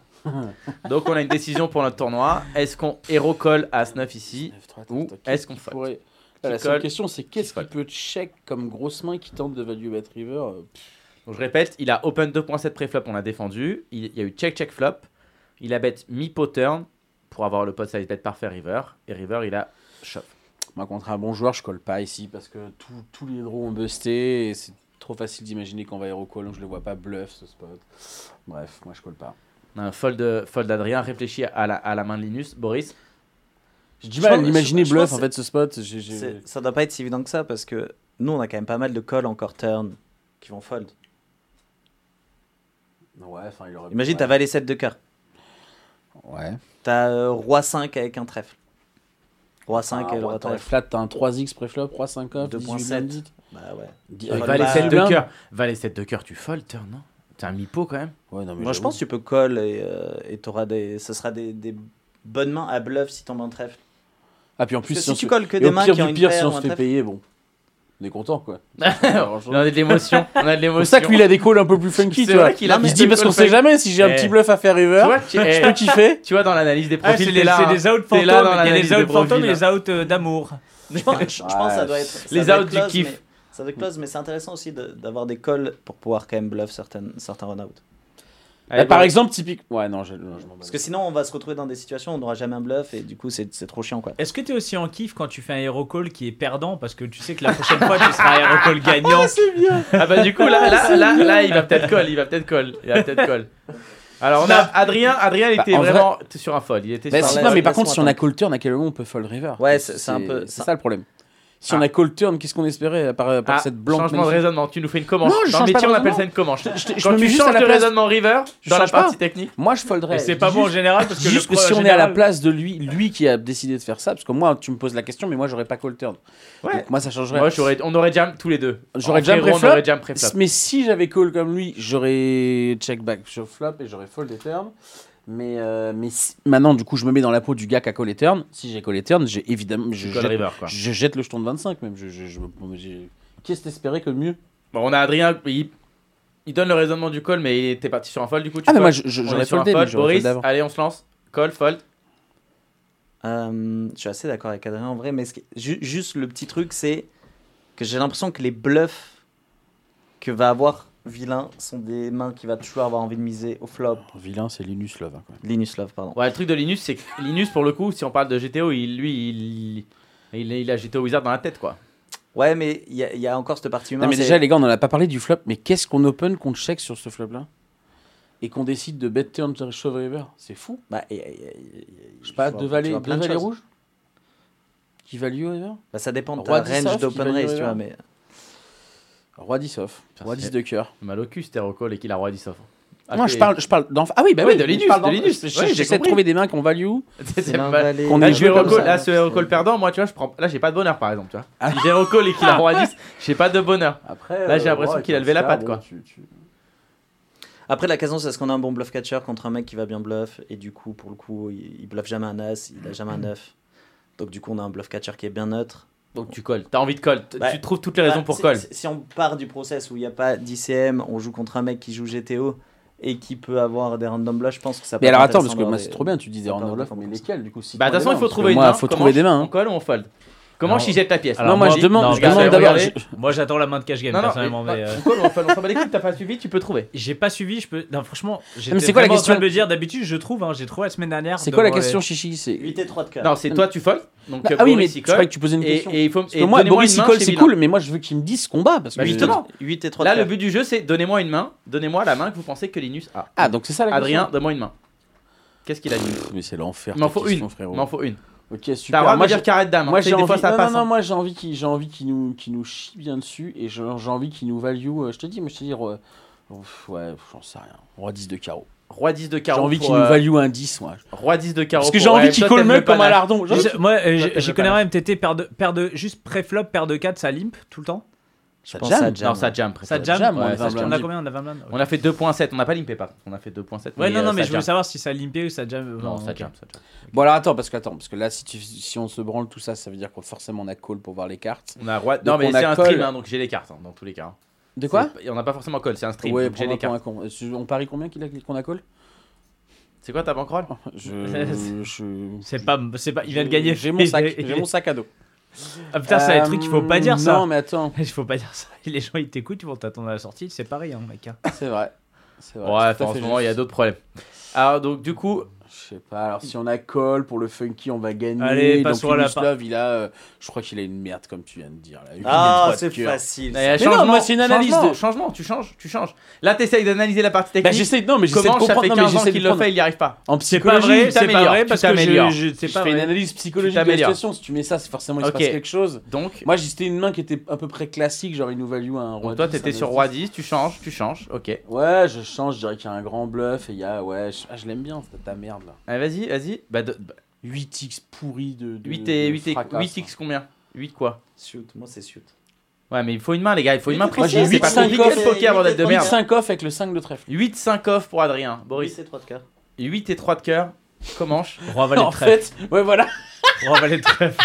C: Donc, on a une décision pour notre tournoi. Est-ce qu'on héros colle à As-9 ici Ou est-ce qu'on fold
E: La
C: Qui
E: seule
C: colle
E: question, c'est qu'est-ce
C: fold.
E: qu'il peut check comme grosse main qui tente de value bet river euh, pff,
C: Donc, je répète, il a open 2.7 pré-flop, on l'a défendu. Il, il y a eu check, check, flop. Il a bet mi-pot-turn pour avoir le pot size bet parfait river. Et river, il a shove.
E: Moi, contre un bon joueur, je colle pas ici parce que tous- tous les draws ont busté et c'est trop facile d'imaginer qu'on va hero call, donc je le vois pas bluff ce spot. Bref, moi, je colle pas.
C: On a un fold, fold Adrien, réfléchis à la, à la main de Linus. Boris,
E: J'ai du
D: Je
E: mal à
D: pense-
E: l'imaginer
D: je- je pense
E: bluff en
D: que
E: fait ce spot. j'ai- j'ai-
D: C'est- Ça doit pas être si évident que ça parce que nous, on a quand même pas mal de calls encore turn qui vont fold.
E: Ouais, enfin, il aurait
D: Imagine,
E: ouais.
D: t'as valet 7 de cœur.
E: Ouais.
D: T'as euh, roi 5 avec un trèfle. Roi 5
E: Ah,
D: et le
E: ouais,
D: roi
E: t'as
D: trèfle.
E: Flat, t'as un 3x préflop, roi 5 off,
D: 2.7.
E: 18
D: Bah ouais.
E: lundi.
D: Avec
E: Avec
D: valet
C: valet
D: bah,
C: 7
D: sept
C: de
E: blindes.
C: cœur. Valet 7 de cœur, tu fold, turn, non T'es un mi-pot quand même
E: Ouais, non, mais
D: Moi, je
E: j'avoue.
D: pense que tu peux call et, euh, et t'auras des, ce sera des, des bonnes mains à bluff si tombes en trèfle.
E: Ah, puis en
D: Parce
E: plus,
D: que
E: si,
D: si
E: on
D: tu
E: se-
D: colles que
E: et
D: des
E: au
D: mains
E: pire
D: qui ont
E: du
D: une
E: pire, si
D: paire ou
E: on
D: un
E: se fait
D: trèfle.
E: payer, bon. On est content, quoi.
C: On a de l'émotion, on a de
E: C'est pour
C: l'émotion.
E: ça que lui, il a des calls un peu plus funky,
C: C'est
E: tu vois.
C: vrai qu'il a
E: Il
C: des
E: se dit, parce
C: calls
E: qu'on sait
C: funky.
E: jamais, si j'ai un
C: Eh.
E: petit bluff à faire
C: tu
E: river,
C: vois, tu,
E: je peux
C: eh,
E: kiffer.
C: tu vois, dans l'analyse des
B: Ah,
C: profils,
B: c'est
C: t'es
B: les,
C: là.
B: c'est les outs fantômes, il
C: T'es là dans
B: y a
C: l'analyse
B: les
C: de
B: outs fantômes
C: profil.
B: et les outs euh, d'amour.
D: Je pense, je pense que ça doit être. ça
C: Les
D: doit être
C: outs du
D: close,
C: kiff.
D: mais- Ça doit être close, mais c'est intéressant aussi de- d'avoir des calls pour pouvoir quand même bluff certaines, certains run-out.
C: Allez,
E: Là, par
C: Boris.
E: exemple, typique. Ouais, non, je, non, je m'en bats.
D: Parce que sinon, on va se retrouver dans des situations où on n'aura jamais un bluff et du coup, c'est c'est trop chiant quoi.
B: Est-ce que t'es aussi en kiff quand tu fais un hero call qui est perdant parce que tu sais que la prochaine fois tu seras un hero
C: (laughs)
B: call gagnant
C: Ah bah du coup là là là, là, il va peut-être call, il va peut-être call, il va peut-être call. Alors on a Adrien, Adrien il
E: Bah,
C: était
E: en vrai-
C: vraiment sur un fold, il était
E: Bah,
C: sur
E: si-
C: un
D: laisse-
E: non, mais par
D: laisse-moi
E: contre, si on a call turn, à quel moment on peut fold river
D: Ouais, c'est- c'est un peu-
E: C'est ça le problème. Si on a call turn, qu'est-ce qu'on espérait à part, à part
C: Ah,
E: cette blanche
C: changement de
E: magnifique
C: raisonnement, tu nous fais une comanche.
E: Non, je
C: dans
E: change
C: le
E: pas
C: métier
E: de
C: on appelle ça une
E: raisonnement.
C: comanche.
E: je- je
C: Quand
E: me
C: tu
E: mets juste à
C: changes
E: la
C: de
E: place-
C: raisonnement river
E: je
C: dans la
E: change pas.
C: partie technique.
E: Moi, je folderais.
B: Mais c'est pas
E: Juste-
B: bon en général parce que
E: Juste
B: le
E: que si
B: pro-
E: on est à la
B: général-
E: place de lui, lui qui a décidé de faire ça, parce que moi, tu me poses la question, mais moi, j'aurais pas call turn.
C: Ouais.
E: Donc moi, ça changerait.
C: Moi j'aurais on aurait jam tous les deux.
E: J'aurais
C: En
E: jam
C: frérot,
E: préflop.
C: on aurait jam préflop.
E: mais si j'avais call comme lui, j'aurais check back, je flop et j'aurais fold et turn. Mais, euh, mais si- maintenant, du coup, je me mets dans la peau du gars qui a call et turn. Si j'ai call et turn, j'ai évidemment, je,
C: Call
E: jette,
C: river quoi.
E: je jette le jeton de 25 même. Je, je, je- j'ai- Qu'est-ce que t'espérais que de mieux
C: Bon on a Adrien il, il donne le raisonnement du call mais il était parti sur un fold du coup tu
E: Ah, mais
C: fold.
E: moi, je- je-
C: On est
E: j'aurais
C: sur un
E: foldé, mais
C: fold.
E: j'aurais
C: Boris,
E: foldé avant.
C: allez on se lance. Call fold.
D: Euh, je suis assez d'accord avec Adrien en vrai, mais ce qui- ju- juste le petit truc, c'est que j'ai l'impression que les bluffs que va avoir Vilain sont des mains qui va toujours avoir envie de miser au flop.
C: Ah,
E: Vilain, c'est Linus Love. hein, quand même.
D: Linus Love, pardon.
C: Ouais, le truc de Linus, c'est que Linus, pour le coup, si on parle de GTO, il, lui, il, il, il a GTO Wizard dans la tête, quoi.
D: Ouais, mais il y, a- il y a encore cette partie humaine.
E: Non, mais
D: c'est-
E: déjà, les gars, on en a pas parlé du flop, mais qu'est-ce qu'on open, qu'on check sur ce flop-là Et qu'on décide de bet turn shove river C'est fou.
D: Bah, et- et- et- et-
E: Je sais pas,
D: vois-
E: deux
D: tu
E: valets,
D: vois
E: deux
D: plein de
E: valets
D: choses.
E: rouges Qui value river
D: Bah, ça dépend de
E: Roi
D: ta range
E: 10 off qui
D: d'open
E: value
D: raise, tu
E: river.
D: vois,
E: (laughs)
D: mais
E: Roi 10 off,
C: Ça,
E: roi
C: c'est-
E: 10 de cœur.
C: Mal au cul, Call et qu'il a roi 10 off.
E: Non, je parle, je parle d'enf- Ah oui, bah
C: Oui,
E: oui,
C: de
E: je
C: Linus,
E: parle
C: de
E: d'enf-
C: Linus.
E: je-
C: Oui, j'ai
E: J'essaie de
C: compris.
E: trouver des mains qu'on value.
C: (laughs) C'est
D: l'un
C: mal.
D: valet,
E: qu'on
D: l'autre
C: Là,
E: ait
C: je vais
E: joué
D: comme
E: recall,
C: recall,
D: ça.
C: là, ce recall perdant, moi, tu vois, je prends. Là, j'ai pas de bonheur, par exemple, tu vois.
E: Ah.
C: Si j'ai recall et qu'il a roi
E: (laughs)
C: 10, j'ai pas de bonheur.
E: Après,
C: Là, j'ai euh, l'impression ouais, qu'il a levé la patte, bon, quoi.
D: Après, la question, c'est est-ce qu'on a un bon bluff catcher contre un mec qui va bien bluff Et du coup, pour le coup, il, il bluffe jamais un as, il a jamais un 9. Donc, du coup, on a un bluff catcher qui est bien neutre.
C: Donc, tu colles. T'as envie de call. T-
D: Bah,
C: tu trouves toutes les raisons
D: Bah,
C: pour
D: si-
C: call.
D: Si, si on part du process où il n'y a pas d'ICM, on joue contre un mec qui joue GTO et qui peut avoir des random bluffs, je pense que ça peut
E: Mais
D: être
E: alors attends, parce
D: intéressant
E: que moi,
D: d'avoir
E: c'est
D: des-
E: trop bien, tu disais
D: ça
E: en
D: peut
E: Olaf,
D: avoir
E: mais
D: des
E: lesquels du coup si
C: Bah, de
E: tu
C: toute façon, il
E: prends
C: faut
E: des mains,
C: trouver
E: parce que
C: une
E: moi,
C: main.
E: faut
C: Comment
E: trouver des mains.
C: On
E: hein.
C: colle ou on fold Comment
B: Alors-
C: je jette la pièce
E: Non, moi, je demande-
B: non,
E: je
B: regarde,
E: demande d'abord,
B: regardez.
E: je-
B: Moi j'attends la main de cash game
C: Non, non,
B: personnellement,
C: mais-
B: mais. euh,
C: on colle ou on fold On s'en bat les couilles, t'as pas suivi, tu peux trouver.
B: J'ai pas suivi, je peux. Non, franchement, j'étais
E: mais c'est quoi la
B: vraiment en train
E: question
B: de me dire d'habitude, je trouve, hein, j'ai trouvé la semaine dernière. euh,
E: C'est quoi la
B: devant les-
E: question, Chichi C'est
D: 8 et 3 de cœur.
C: Non, c'est toi, tu fold. Donc, euh,
E: Ah oui, mais
C: Boris, il
E: je
C: colle.
E: croyais que tu posais une
C: Et,
E: question.
C: et il faut.
E: Parce que moi, Boris il colle, c'est
C: cool
E: cool, mais moi, je veux qu'il me dise combat. Parce
C: Bah,
E: que
C: justement.
D: 8 et 3
C: Là,
D: de
C: le
D: cœur.
C: but du jeu, c'est donnez-moi une main, donnez-moi la main que vous pensez que Linus a.
E: Ah, donc c'est ça la question.
C: Adrien, donne-moi une main. Qu'est-ce qu'il a dit
E: Pff, Mais c'est l'enfer.
C: Il m'en
E: tes
C: faut
E: questions,
C: une. Il
E: frérot.
C: m'en faut une.
E: Ok,
C: T'as
E: super.
C: le droit de
E: Moi,
C: me dire
E: j'ai-
C: carré de dame. hein.
E: Oh. moi,
C: Tu sais,
E: j'ai
C: des
E: envie...
C: fois, ça
E: non,
C: passe,
E: non, non,
C: hein.
E: moi j'ai envie qu'il j'ai envie qu'il nous qu'il nous chie bien dessus et je- j'ai envie qu'il nous value. euh, je te dis, mais je te dis, euh, ouf, ouais, j'en sais rien. Roi 10 de carreau.
C: Roi 10 de
E: J'ai
C: carreau.
E: envie
C: pour,
E: qu'il
C: euh,
E: nous value un 10, moi.
C: Roi 10 de carreau.
E: Parce que
C: pour-
E: j'ai envie
C: ouais,
E: qu'il
C: toi,
E: colle le
C: t'aimes
E: mec comme un
C: panache.
E: lardon. J'ai envie-
B: Je- Moi, euh,
C: Toi,
B: j-
C: t'aimes
B: j'y
C: le
B: connais
C: panache.
B: rien, MTT, paire de, paire de, juste pré-flop, paire de 4, ça limp tout le temps.
D: Je
E: Ça
D: pense
E: jam
D: à Jam.
C: Non, ça
D: ouais.
C: jam.
B: Ça
C: préfère.
B: jam
E: jam,
C: ouais,
E: on
C: ça
E: va
C: jam.
B: On a combien On a 20 blindes
C: On a fait 2.7, on n'a pas limpé par contre, on a fait 2.7.
B: Ouais, non, non,
C: euh,
B: mais
C: ça
B: je voulais
C: jam.
B: savoir si ça limpait ou ça jam. euh,
C: Non,
B: Bon,
C: ça
B: ok.
C: jam, ça jam.
E: Bon, alors attends, parce que, attends, parce que là, si, tu, si on se branle tout ça, ça veut dire que forcément on a call pour voir les cartes.
C: On a roi.
E: Donc
C: Non, mais
E: on a
C: c'est un
E: call.
C: stream, hein, donc j'ai les cartes hein, dans tous les cas. hein.
E: De quoi
C: C'est- On n'a pas forcément call, c'est un stream,
E: Ouais,
C: donc j'ai
E: prends-moi
C: les
E: pour
C: cartes.
E: un con. Euh, su- On parie combien qu'il a- qu'on a call (laughs)
C: C'est quoi ta banquerolle
E: Je. je...
B: C'est pas, c'est pas, il vient de gagner.
E: J'ai
B: (laughs)
E: mon sac, j'ai mon sac à dos.
B: Ah, putain, c'est un
E: Euh,
B: truc qu'il faut pas dire ça.
E: Non, mais attends,
B: (laughs) Il faut pas dire ça. Les gens ils t'écoutent, ils vont t'attendre à la sortie. C'est pareil, hein, mec.
E: (laughs)
B: hein.
E: c'est vrai. C'est vrai,
C: Ouais,
E: tout à
C: en
E: fait
C: ce moment, il y a
E: juste.
C: d'autres problèmes. Alors, donc, du coup,
E: Je sais pas, alors si on a call pour le funky, on va gagner.
B: Allez, passons
E: Donc,
B: à la
E: Linus
B: par-
E: Love, il a. euh, je crois qu'il a une merde, comme tu viens de dire. Là. Il a une
D: Ah,
E: droite
D: c'est
E: de cœur.
D: facile.
C: Mais
E: non,
C: changement,
E: moi, c'est une analyse
C: Changement,
E: de-
C: changement, tu changes, tu changes. Là, t'essayes d'analyser la partie
E: Bah,
C: technique.
E: j'essaie non, mais j'essaie de
C: Comment ça fait
E: comprendre. Non, mais
C: 15 ans
E: j'essaie de
C: qu'il le
E: comprendre.
C: fait, il n'y arrive pas.
E: En
B: C'est pas
E: psychologie,
B: vrai, c'est pas
C: t'améliores,
B: vrai
C: tu
B: parce que je,
C: t'améliores.
B: je- c'est
E: je
B: pas
E: fais une
B: vrai.
E: analyse psychologique de la
C: t'améliores.
E: situation. Si tu mets ça, c'est forcément il
C: Ok.
E: se passe quelque chose.
C: Donc,
E: Moi, j'étais une main qui était un peu près classique, genre il nous value un roi.
C: donc toi,
E: 10,
C: t'étais
E: un
C: sur
E: ace
C: roi
E: 10.
C: 10, tu changes, tu changes, ok.
E: Ouais, je change, je dirais qu'il y a un grand bluff et il y a. Ouais, je, ah, je l'aime bien, cette- ta merde là.
C: Allez, vas-y, vas-y. Bah, de- bah,
E: 8x pourri de. de
C: 8 et
E: de
C: 8 et
E: fracas,
C: 8x combien 8 quoi
D: Shoot, moi c'est shoot.
C: Ouais, mais il faut une main, les gars, il faut une main
E: Moi, j'ai
C: précise. C'est
E: huit,
C: pas
E: cinq
C: compliqué
E: off.
C: le poker, bordel de
E: ça.
C: merde.
E: 5 off avec le 5 de trèfle.
C: 8-5 off pour Adrien, Boris.
D: c'est 3 de cœur.
C: 8 et 3 de cœur, Comanche.
B: Roi valet
E: (laughs) En
B: trèfle.
E: fait, ouais, voilà.
B: Roi valet trèfle.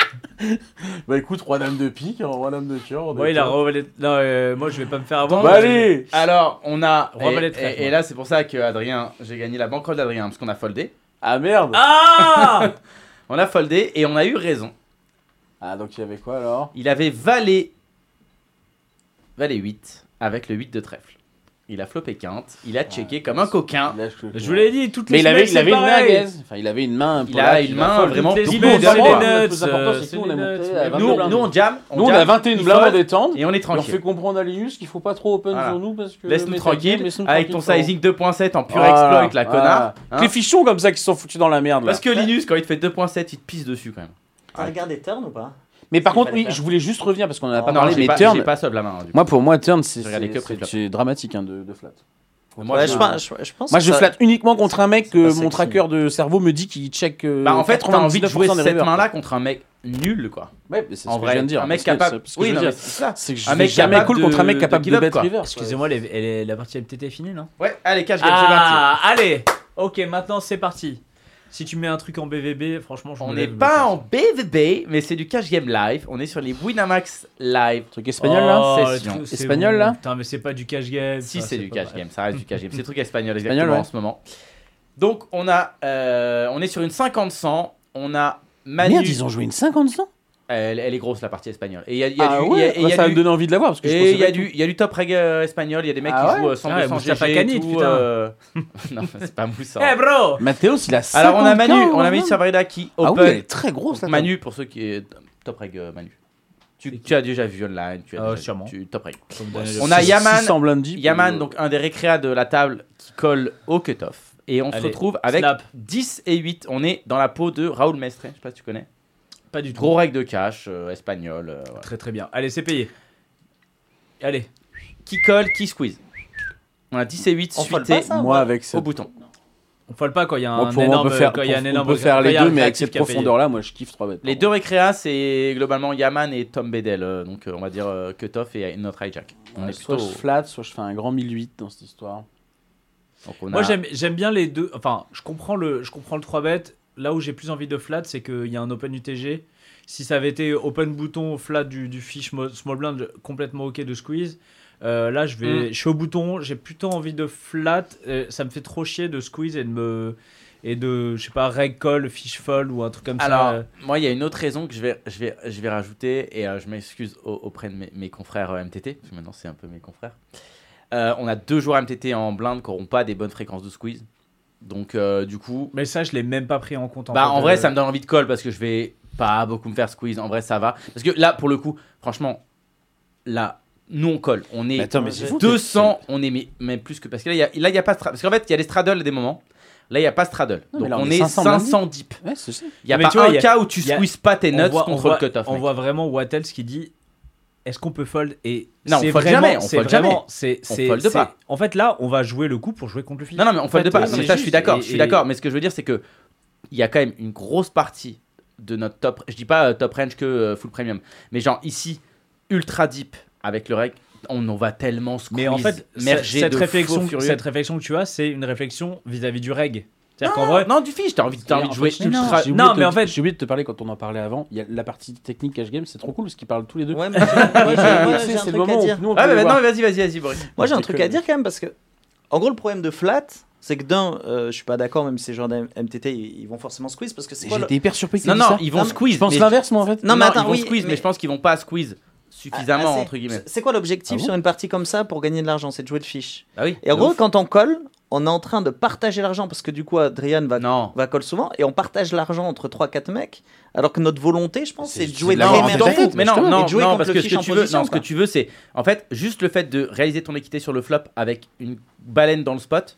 E: Bah écoute, roi dame de pique, hein, roi dame de cœur. on est
B: Ouais, il a
E: d'accord.
B: roi valet. Non, euh, moi je vais pas me faire avoir.
E: Bah allez
C: Alors, on a.
B: Roi,
C: et-
B: valet, trèfle,
C: et, et
B: ouais.
C: là, c'est pour ça que Adrien, j'ai gagné la banquerolle d'Adrien, parce qu'on a foldé.
E: Ah merde
B: Ah
C: On a foldé et on a eu raison.
E: Ah donc il y avait quoi alors
C: Il avait valet. Valet 8 avec le 8 de trèfle. Il a flopé quinte, il a checké comme un coquin.
E: Il lâche le
B: Je
E: cœur.
B: vous l'ai dit, toutes
E: Mais
B: les
E: il avait,
B: semaines,
E: il avait
B: c'est
E: une main
B: pareil.
E: agaise. Enfin, il avait une main.
C: Il a une main vraiment
B: les
C: tout
B: semaines,
C: bon,
B: c'est
C: bon,
B: les
C: bon.
B: nuts,
E: Le plus important,
B: euh,
E: c'est que
B: c'est
E: nous, on
B: les
E: est
B: nuts.
E: montés à
B: Nous,
E: 22
C: Nous,
E: blindes.
C: nous, on jam, on
E: Nous, on
C: jam,
E: a 21
C: il
E: blindes en
C: fold, Et
E: détente.
C: on est
E: Et on fait
C: tranquille.
E: comprendre à Linus qu'il faut pas trop open
C: Voilà.
E: sur nous parce que.
C: Laisse-nous
E: mais
C: tranquille
E: laisse-nous
C: avec ton
E: tranquille,
C: sizing 2.7 en pur
E: Voilà,
C: exploit, la
E: voilà.
C: connard. hein.
E: Les fichons comme ça qui se sont foutus dans la merde là.
C: Parce que Linus, quand il te fait 2.7, il te pisse dessus quand même.
D: T'as regardé turn ou pas
E: Mais par
D: qu'il
E: contre,
D: fallait
E: oui,
D: faire.
E: je voulais juste revenir parce qu'on en a
D: Non,
E: Ah, pas
C: non,
E: parlé.
C: j'ai
E: Mais
C: pas,
E: turn,
C: j'ai pas sub la main. hein, du coup.
E: moi pour moi, turn, c'est
C: Je regardais que
E: c'est-
C: pré-flop.
E: c'est dramatique hein, de, de flat.
C: Moi,
D: ouais,
C: je-
D: je, pense- je- je pense
E: Moi,
D: que
E: je
D: ça-
E: flatte uniquement contre un mec
D: pas
E: que
D: sexy.
E: mon tracker de cerveau me dit qu'il check. euh,
C: Bah en fait, t'as envie de
E: 99%
C: jouer
E: des
C: cette
E: rivers.
C: main-là contre un mec nul quoi.
E: Ouais, mais c'est ce
C: En
E: que je
C: vrai,
E: viens de dire.
C: un mec
E: Parce que
C: capable.
E: c'est- Ce que
C: Oui,
E: je
C: non,
E: veux
C: mais
E: dire,
C: c'est ça.
E: c'est que je
C: Un
E: un
C: mec
E: mec jamais
C: capable
E: cool
C: de-
E: contre un mec
C: de
E: capable
C: kill
E: de
C: up,
E: bet
C: quoi.
E: river.
B: Excusez-moi, les- les- la partie MTT est finie là
C: Ouais, allez, cash game, c'est parti.
B: Ah, allez Ok, maintenant c'est parti. Si tu mets un truc en BVB, franchement, je me
C: On n'est
B: lève, je me
C: pas
B: casse.
C: en BVB, mais c'est du cash game live. On est sur les Winamax live.
E: Truc espagnol là
B: Oh,
C: c'est
B: le
C: sûr.
B: truc, c'est
E: Espagnol,
B: bon.
E: là
B: Putain, mais c'est pas du cash game.
C: Si
B: ça,
C: c'est du
B: pas
C: cash
B: vrai.
C: game, ça reste du cash game. C'est le truc espagnol exactement
E: Espagnol, ouais.
C: en ce moment. Donc on a, euh, on est sur une 50-100. On a Manu.
E: Merde, ils ont joué une 50 cents
C: elle, elle est grosse la partie espagnole. Et il y a, il y a
E: Ah
C: du, il y a-
E: ouais
C: et il y a
E: Ça va
C: du-
E: me donner envie de la voir parce que je
C: et il y, a
E: pensais pas
C: du- il y a du top reg euh, espagnol. Il y a des mecs
E: Ah
C: qui
E: ouais
C: jouent euh, 100%
B: Ah ouais, Mustafa
C: GG et
B: Kanit,
C: tout,
B: putain. (laughs)
C: euh, (laughs) non, c'est pas
B: Eh
C: Moussa.
B: bro
E: Mathéos, il a 50
C: Alors on a Manu, on a Manu
E: mis
C: Savareda qui
E: Ah
C: open.
E: oui, elle est très grosse
C: Donc,
E: là.
C: Manu pour ceux qui est top reg euh, Manu. Tu, tu as déjà vu online, tu as
B: Ah,
C: déjà vu-
B: sûrement.
C: tu- top reg.
B: On
C: On a Yaman. Yaman,
E: Yaman,
C: donc un des récréas de la table qui colle au cutoff. Et on se
B: Allez,
C: retrouve avec
B: snap.
C: 10 et 8. On est dans la peau de Raoul Mestre. Je sais pas si tu connais.
B: Pas du
C: Gros
B: tout.
C: règle de cash, euh, espagnol. euh, voilà.
B: Très très bien. Allez, c'est payé. Allez.
C: Qui colle, qui squeeze. On a 10 et 8
D: On fold
C: suité
D: pas, ça,
E: Moi avec
C: au
E: cette.
C: bouton.
B: On folle pas quand il y a
E: Moi,
B: un
E: pour moi, on
B: énorme.
E: peut faire,
B: quand il y a un
E: pour- on
B: énorme
E: peut faire
B: quand il
E: les
B: y a un
E: deux, mais avec
B: créatif
E: cette
B: qui a payé.
E: profondeur-là, moi je kiffe 3 bêtes.
C: Les deux récréas, c'est globalement Yaman et Tom Bedell. euh, donc euh, on va dire euh, cutoff et notre hijack. On est
E: Soit
C: plutôt.
E: je flatte, soit je fais un grand 1008 dans cette histoire.
C: donc on
B: Moi,
C: a-
B: j'aime j'aime bien les deux. Enfin, je comprends le, je comprends le 3 bet. Là où j'ai plus envie de flat, c'est qu'il y a un open UTG. Si ça avait été open bouton, flat du, du fish mo- small blind, complètement ok de squeeze. euh, là, je vais,
E: Mm.
B: je suis au bouton. J'ai plutôt envie de flat. euh, ça me fait trop chier de squeeze et de me et de, je sais pas, reg call, fish fold ou un truc comme
C: Alors,
B: ça. Euh,
C: moi, il y a une autre raison que je vais, je vais, je vais rajouter, et euh, je m'excuse au- auprès de mes, mes confrères euh, MTT, parce que maintenant c'est un peu mes confrères. Euh, on a deux joueurs MTT en blind qui n'auront pas des bonnes fréquences de squeeze. Donc, euh, du coup,
B: Mais ça, je l'ai même pas pris en compte.
C: bah,
B: fait, euh,
C: en
B: de-
C: vrai, ça me donne envie de call parce que je vais pas beaucoup me faire squeeze. En vrai, ça va. Parce que là, pour le coup, franchement, là, nous on colle. On
E: Bah,
C: est
E: Mais attends, mais
D: c'est
E: c'est fou.
C: 200, on est mais- même plus que. Parce que là, il n'y a, là, il y a pas de. stra- Parce qu'en fait, il y a des straddles à des moments. Là, il n'y a pas straddle.
E: Non,
C: Donc
E: mais là,
C: on,
E: on
C: est
E: est
C: 500,
E: 500
C: deep.
E: Ouais, c'est ça.
C: Il n'y a
B: Mais
C: pas
B: tu vois,
C: un
B: il y a-
C: cas où tu
B: il y a-
C: squeezes pas tes
B: on
C: nuts
B: voit, on
C: contre le
B: voit-
C: cutoff.
B: on
C: mec.
B: voit vraiment Wattels qui dit est-ce qu'on peut fold et
C: Non,
B: c'est
C: on fold
B: vraiment-
C: jamais, on
B: c'est
C: fold
B: vraiment-
C: jamais.
B: c'est-
C: On
B: c'est-
C: fold
B: c'est-
C: pas.
B: En fait, là, on va jouer le coup pour jouer contre le fil.
C: Non, non, mais on fold
B: fait,
C: pas.
B: euh,
C: Non, mais
B: c'est
C: ça, je suis
B: juste,
C: d'accord.
B: et-
C: Je suis
B: et-
C: d'accord. Mais ce que je veux dire, c'est que il y a quand même une grosse partie de notre top. Je dis pas euh, top range que euh, full premium, mais genre ici ultra deep avec le reg, on en va tellement squeeze,
B: Mais en fait, cette,
C: merger
B: cette
C: de
B: réflexion,
C: faux furieux.
B: cette réflexion que tu as, c'est une réflexion vis-à-vis du reg.
C: non,
B: C'est-à-dire qu'en vrai,
C: non, du fiche, t'as envie, t'as envie de jouer
E: Mais non,
C: ultra.
E: j'ai oublié
B: Non,
E: de te-
B: mais en fait-
E: j'ai oublié de te parler quand on en parlait avant. Il y a la partie technique cash game, c'est trop cool parce qu'ils parlent tous les deux.
D: Ouais, mais j'ai-
E: (laughs)
D: moi, j'ai-
E: Et
D: moi,
E: tu sais,
D: j'ai un
E: c'est le
D: truc à
E: moment où
D: dire.
E: nous, on peut
C: Ouais,
E: aller
C: mais
E: voir.
C: Ah, bah, non, mais vas-y, vas-y, vas-y, Boris.
D: Moi j'ai un
E: C'est
D: truc
E: que-
D: à dire quand même parce que en gros le problème de flat c'est que d'un euh, je suis pas d'accord même si c'est genre MTT ils, ils vont forcément squeeze parce que c'est quoi le-
E: J'étais hyper surpris que
C: Non,
E: tu
C: non,
E: dises ça.
C: ils vont
D: Non, mais-
C: squeeze.
E: Je pense
C: mais-
E: l'inverse, moi, en fait.
D: Non, mais attends,
C: ils vont
D: oui,
C: squeeze, mais,
D: mais-
C: je pense qu'ils vont pas squeeze suffisamment
D: Ah, c'est-
C: entre guillemets.
D: C'est quoi l'objectif
E: Ah bon
D: sur une partie comme ça pour gagner de l'argent C'est de jouer le fiche.
C: Ah oui.
D: Et en
C: de
D: gros
C: ouf.
D: quand on colle, on est en train de partager l'argent parce que du coup Adrian
E: Bah,
D: va
C: non.
D: va colle souvent et on partage l'argent entre 3 4 mecs alors que notre volonté je pense
E: C'est-
D: c'est de
E: c'est
D: jouer
E: de la
D: dans
C: Non,
D: les
E: merde,
C: on
D: mêmes
C: s'en
E: justement,
D: têtes
C: fout. Mais
D: et
C: non,
D: jouer
C: non,
D: contre
C: non, parce
D: le
C: que ce
D: fiche
C: que
D: en
C: tu veux,
D: position,
C: non, ce que
D: quoi.
C: tu veux, c'est en fait juste le fait de réaliser ton équité sur le flop avec une baleine dans le spot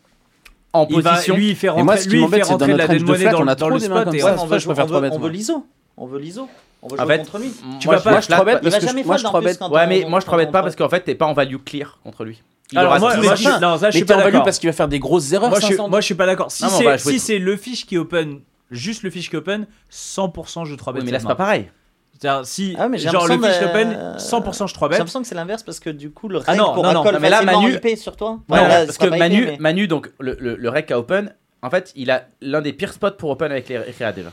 C: en
B: il va,
C: position.
B: lui, il fait
E: Et moi,
B: rentrer,
E: ce qui
B: lui, il fait
E: m'embête, c'est dans
B: rentrer de
E: notre
B: la
E: range
B: dead
E: de
B: money
E: flat,
B: dans,
E: on a
B: dans
E: trop
B: le
E: des mains
B: spot.
E: comme
B: et
E: ça.
B: ouais,
D: Ouais, mais on
E: ça,
D: veut
E: je préfère
D: on veut-
E: trois bêtes,
D: on veut
E: moi.
D: l'ISO. On veut l'ISO. On veut
C: En
D: jouer
C: fait,
D: contre lui.
C: moi,
E: Tu vois,
C: je-
E: moi, je
C: flat-
E: 3 bêtes
D: Il
E: parce
D: va
E: que je-
D: jamais
E: moi,
D: fold
E: je
D: en
E: 3
D: plus
E: bêtes.
D: quand
C: Ouais,
D: on-
C: mais moi je
D: quand
C: te
D: on
C: rebête pas
D: fold.
C: parce qu'en fait t'es pas en value clear contre lui. Il
B: Alors,
C: aura
B: moi,
C: tous
B: moi,
C: les
B: je
C: chiffres.
B: suis- non, ça, Ah, je
E: Mais
B: suis
E: t'es
B: pas
E: en value
B: d'accord.
E: parce qu'il va faire des grosses erreurs.
B: Moi je, suis,
E: 500.
B: moi, je suis pas d'accord. Si
C: Non, mais on
B: c'est
C: va jouer
B: si
C: tout.
B: c'est le fiche qui open, juste le fiche qui open, 100% je 3
C: Ouais,
B: bêtes.
C: mais là c'est pas pareil.
B: C'est-à-dire, si
D: Ah, mais j'ai
B: genre le
D: l'impression
B: fiche
D: de-
B: open, 100% je 3
D: J'ai
B: bêtes.
D: l'impression que c'est l'inverse parce que du coup le
B: Ah
D: règle
B: non,
D: qu'on
B: non, non,
D: raccole
C: non, mais là,
D: facilement
C: Manu-
D: IP sur toi.
C: Ouais,
D: Voilà,
C: parce
D: c'est
C: que
D: pas IP,
C: Manu,
D: mais-
C: Manu donc le, le, le rec à open, en fait il a l'un des pires spots pour open avec les récréas déjà.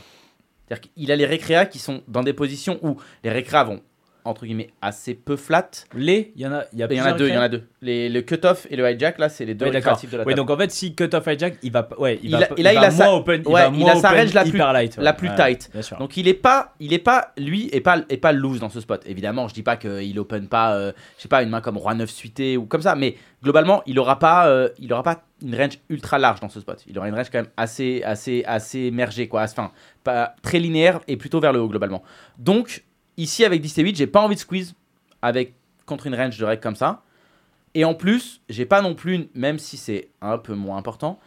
C: C'est-à-dire qu'il a les récréas qui sont dans des positions où les récréas vont entre guillemets assez peu flat.
B: Les, il y en a, il y a
C: Il y en a
B: plusieurs
C: deux, il y en a
B: effets.
C: deux. Les, le cut-off et le hijack, là, c'est les deux
B: Ouais, d'accord.
C: récréatifs de la
B: Ouais,
C: table.
B: donc en fait, si cut off hijack, il va, pas- ouais, il
C: Il
B: va,
C: a-
B: pas-
C: et là, il
B: va
C: a sa-
B: moins open,
C: ouais,
B: il va
C: il
B: moins
C: a sa
B: open,
C: range la plus-
B: hyper light, ouais.
C: la plus
B: Ouais,
C: tight.
B: Bien sûr.
C: Donc il est pas, il est pas, lui est pas, est pas loose dans ce spot. Évidemment, je dis pas qu'il open pas, euh, je sais pas, une main comme roi 9 suité ou comme ça, mais globalement, il aura pas, euh, il aura pas une range ultra large dans ce spot. Il aura une range quand même assez, assez, assez émergée quoi. Enfin, pas très linéaire et plutôt vers le haut globalement. Donc ici avec 10 et 8, j'ai pas envie de squeeze avec contre une range de règles comme ça. Et en plus, j'ai pas non plus, une- même si c'est un peu moins important,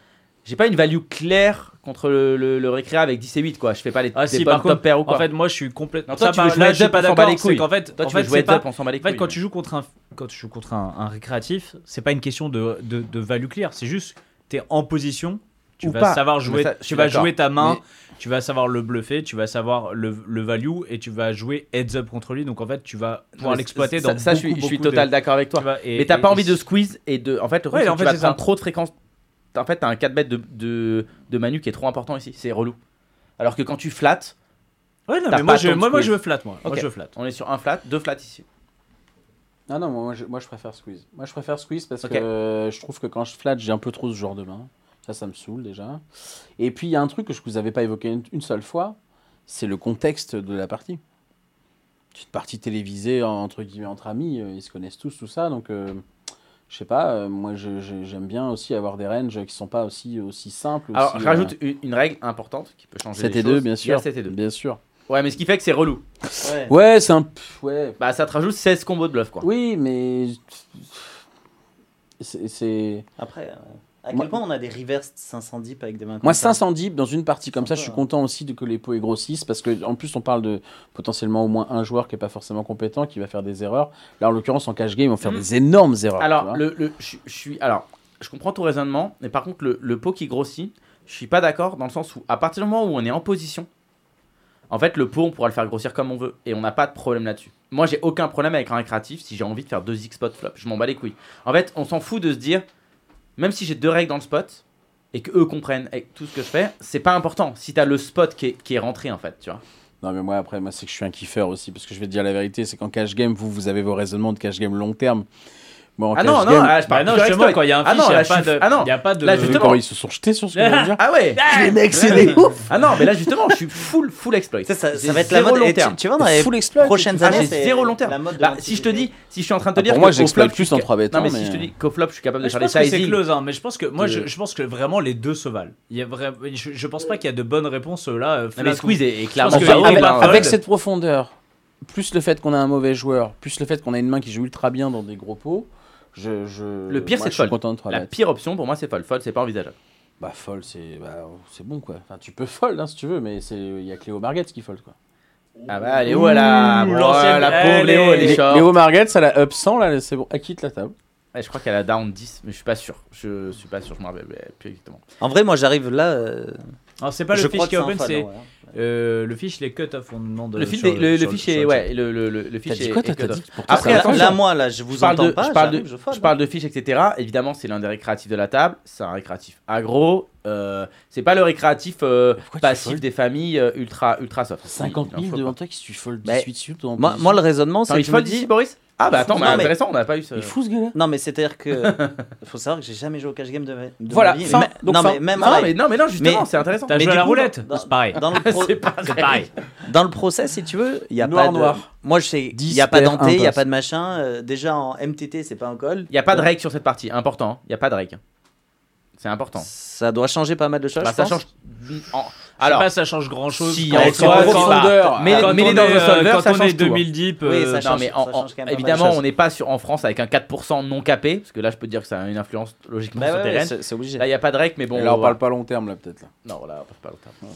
C: j'ai pas une value claire contre le, le, le récréa avec 10 et 8 quoi. Je fais pas les
B: Ah
C: des
B: si,
C: bonnes
B: par contre,
C: top pairs ou quoi.
B: En fait, moi, je suis complètement.
C: Non, toi,
B: Ça,
C: tu
B: par-
C: veux jouer
B: là,
C: heads
B: je suis
C: up, on
B: pas
C: s'en bat
B: d'accord.
C: les
B: c'est
C: couilles.
B: qu'en fait,
C: Toi,
B: en
C: tu
B: fait,
C: veux jouer
B: c'est
C: heads up,
B: pas-
C: on s'en bat les
B: En fait,
C: couilles, hein.
B: quand
C: mais-
B: tu joues contre un, quand tu joues contre un, un récréatif, c'est pas une question de, de, de value clear. C'est juste, t'es en position, tu
C: Ou
B: vas
C: pas.
B: savoir
C: Mais
B: jouer,
C: ça, je
B: tu
C: suis
B: vas
C: d'accord.
B: jouer ta main,
C: Mais-
B: tu vas savoir le bluffer, tu vas savoir le, le value et tu vas jouer heads up contre lui. Donc en fait, tu vas pouvoir
C: Non, mais
B: l'exploiter
C: ça-
B: dans
C: ça, je suis,
B: beaucoup,
C: je suis
B: beaucoup de-
C: total d'accord avec toi.
B: tu vois, et-
C: mais t'as
B: et-
C: pas envie de squeeze et de. En fait, le
B: Ouais,
C: risque,
B: en
C: c'est que
B: fait,
C: tu
B: c'est
C: vas prendre
B: ça.
C: trop de fréquences. En fait, t'as un 4 bêtes de, de, de Manu qui est trop important ici. C'est relou. Alors que quand tu flattes,
B: Ouais, non,
C: t'as
B: mais moi,
C: pas
B: je,
C: tant de
B: moi, moi,
C: squeeze.
B: je flatte, moi. Moi,
C: Ok.
B: je flatte.
C: on est sur un flat, deux flats ici.
E: Non, non, moi je, moi, je préfère squeeze. Moi je préfère squeeze parce
C: Ok.
E: que euh, je trouve que quand je flatte, j'ai un peu trop ce genre de main. Ça, ça me saoule déjà. Et puis il y a un truc que je vous avais pas évoqué une, une seule fois, c'est le contexte de la partie. C'est une partie télévisée en- entre guillemets entre amis, euh, ils se connaissent tous, tout ça. Donc euh, je sais pas, euh, moi je- je- j'aime bien aussi avoir des ranges qui sont pas aussi, aussi simples.
C: Alors,
E: aussi,
C: je
E: euh,
C: rajoute une, une règle importante qui peut changer. les
E: C'était deux,
C: choses.
E: bien
C: Il y a
E: sûr.
C: cet et deux.
E: Bien sûr.
C: Ouais, mais ce qui fait que c'est relou.
D: Ouais.
E: Ouais, c'est un. pff, Ouais.
C: Bah, ça te rajoute 16 combos de bluff quoi.
E: Oui, mais. C'est. c'est-
D: Après euh, à
E: Moi-
D: quel point on a des reverse 500 deep avec des mains comme
E: Moi,
D: ça
E: 500 dips dans une partie comme ça,
D: Sympa,
E: je suis
D: hein.
E: content aussi de que les pots grossissent parce que en plus, on parle de potentiellement au moins un joueur qui est pas forcément compétent, qui va faire des erreurs. Là, en l'occurrence, en cash game, on va faire
C: Mhm.
E: des énormes erreurs. tu
C: Alors,
E: vois.
C: le, le- je, je suis, alors, je comprends ton raisonnement, mais par contre, le, le pot qui grossit, je suis pas d'accord dans le sens où, à partir du moment où on est en position, en fait, le pot, on pourra le faire grossir comme on veut et on n'a pas de problème là-dessus. Moi, j'ai aucun problème avec un récréatif si j'ai envie de faire deux X spot flop. Je m'en bats les couilles. En fait, on s'en fout de se dire, même si j'ai deux règles dans le spot et que eux comprennent eh, tout ce que je fais, c'est pas important si t'as le spot qui est, qui est rentré en fait, tu vois.
E: Non, mais moi, après, moi, c'est que je suis un kiffeur aussi parce que je vais te dire la vérité, c'est qu'en cash game, vous, vous avez vos raisonnements de cash game long terme. Moi, en
C: Ah
E: cash
C: non, non,
E: game,
C: ah, je
B: Bah
C: parle
B: non,
C: plus avec
B: justement,
C: toi.
B: quand il y a un
C: Ah
B: fiche,
C: non,
B: il y
C: là,
B: a
C: je
B: pas
C: suis-
B: de-
C: ah non.
B: il y a pas de.
C: Là,
E: vous avez vu
C: justement.
E: comment ils se sont jetés sur ce que je
C: (laughs)
E: viens de dire
C: Ah ouais
E: Les mecs, c'est des ouf
C: Ah non, mais là justement, je suis full, full exploit.
D: Ça, ça,
C: J'ai
D: ça va être la
C: zéro
D: mode
C: long
D: et tu,
C: terme.
D: tu vois dans les
E: Full exploit.
D: prochaines
C: Ah,
D: années
C: j'ai
D: c'est
C: zéro long terme.
D: la mode de
C: Bah, si je te dis, si je suis en train de te
E: Ah,
C: dire
E: pour moi,
C: que au
E: j'exploite
C: flop,
E: plus
C: je suis
E: en trois bêtes,
C: Non, mais,
E: hein,
C: si je te
E: mais-
C: dis qu'au flop, je suis capable de
B: Mais je
C: faire des
B: pense que c'est
C: sizing.
B: close, hein, mais je pense que moi,
C: De-
B: je, je pense que vraiment les deux se valent. Il y a vra- je, je pense pas qu'il y a de bonnes réponses euh, là. euh,
C: Non, mais
B: flat
C: squeeze est, est
B: pense
C: clairement
B: que
C: pas
B: j'ai-
C: horrible,
E: avec,
B: bah,
C: hein.
B: Fold.
E: avec cette profondeur, plus le fait qu'on a un mauvais joueur, plus le fait qu'on a une main qui joue ultra bien dans des gros pots, je, je-
C: Le pire,
E: moi,
C: c'est
E: je suis
C: fold.
E: content de trois
C: La
E: bêtes.
C: pire option pour moi, c'est fold. Fold, c'est pas envisageable.
E: Bah, folle, c'est bah, c'est bon, quoi. Enfin, tu peux folle, hein, si tu veux, mais il y a que Léo Marguerite qui folle, quoi.
C: Ah bah Léo, elle a... Bon, euh, la pauvre Léo, elle est short.
E: Léo Marguerite, ça la up 100, là, c'est bon. Elle quitte la table.
C: Ouais, je crois qu'elle a down 10, mais je suis pas sûr. Je suis pas sûr, je me rappelle plus exactement.
D: En vrai, moi, j'arrive là. euh,
B: Alors, c'est pas
D: je
B: le
D: crois
B: fiche qui est
D: que
B: open,
D: c'est un
B: c'est
D: fan, ouais.
B: euh, le fiche, les cut-off, on demande.
C: Le,
B: euh,
C: fil
B: sur
C: des- le, le
B: sur
C: fiche
B: sur
C: est,
B: le
C: ouais,
B: chat.
C: le, le, le, le fiche
E: T'as dit
C: est-
E: quoi
C: est
E: T'as t'as
C: cut-off.
E: dit pour toi,
C: Après,
E: ça
C: attends,
E: folle.
C: là,
D: là, moi, là, je vous
C: je parle,
D: entends
C: de,
D: pas.
C: je, parle de,
D: j'arrive, je folle.
C: je parle de fiches, etc. Évidemment, c'est l'un des récréatifs de la table. C'est un récréatif agro. Euh, c'est pas le récréatif euh,
E: Pourquoi tu
C: passif
E: voles
C: des familles euh, ultra, ultra soft.
E: 50
C: Il en
E: 000
C: faut
E: devant
C: pas.
E: toi qui se folle
D: Mais-
E: 18 sub. toi, en
D: Moi,
E: position.
D: moi, le raisonnement,
C: T'as
D: c'est
C: envie de
D: que je me
C: folle d'ici,
D: dis.
C: Boris Ah bah attends,
D: Non,
C: mais
D: mais-
C: intéressant, on n'a pas eu ce.
E: Il est fou ce gars-là.
D: Non, mais c'est-à-dire que. faut savoir que j'ai jamais joué au cash game de ma, de ma
C: Voilà,
D: vie.
C: fin.
D: Mais-
C: Donc
D: non,
C: fin.
D: mais même
C: non,
D: pareil.
C: mais non, mais non, justement,
D: Mais-
C: c'est intéressant.
B: T'as
D: Mais
B: joué à
D: du
B: la
D: coup,
B: roulette
D: dans-
B: C'est pareil.
D: Dans, le pro-
C: C'est pareil.
B: C'est pareil.
D: dans le procès, si tu veux, il n'y a
E: Noir,
D: pas de.
E: noir.
D: Moi, je sais, il
E: 10
D: n'y a pas
E: paires,
D: d'anté, il n'y a
E: impasse.
D: pas de machin. euh, déjà en MTT, c'est pas un col.
C: Il n'y a pas de règle sur cette partie, important. Il n'y a pas de règle. C'est important.
D: Ça doit changer pas mal de choses.
C: Bah,
D: je
C: ça
D: pense.
C: change. en-
B: Alors,
C: Alors,
B: pas, ça change grand chose.
C: si,
D: en
B: quand,
D: soi,
B: quand,
E: Ah,
C: mais-
B: quand
C: mais
B: on
C: les dans
B: est,
C: un
B: euh,
C: solver,
B: quand
C: ça
B: on
C: change
B: est
C: tout, hein.
B: 2000 deep,
D: Oui,
B: euh,
D: ça
C: non,
D: change-
C: mais en-
D: ça
C: en-
D: change quand même pas mal de
C: évidemment,
D: choses.
C: on n'est pas sur, en France avec un 4% non capé, parce que là, je peux te dire que ça a une influence logiquement
D: Bah
C: sur
D: ouais,
C: tes
D: ouais,
C: rênes.
D: c'est c'est obligé.
C: Là, il n'y a pas de règle, mais bon.
E: Et Là, on
C: euh,
E: parle pas long terme, là, peut-être. là.
C: Non, là, on parle pas au terme.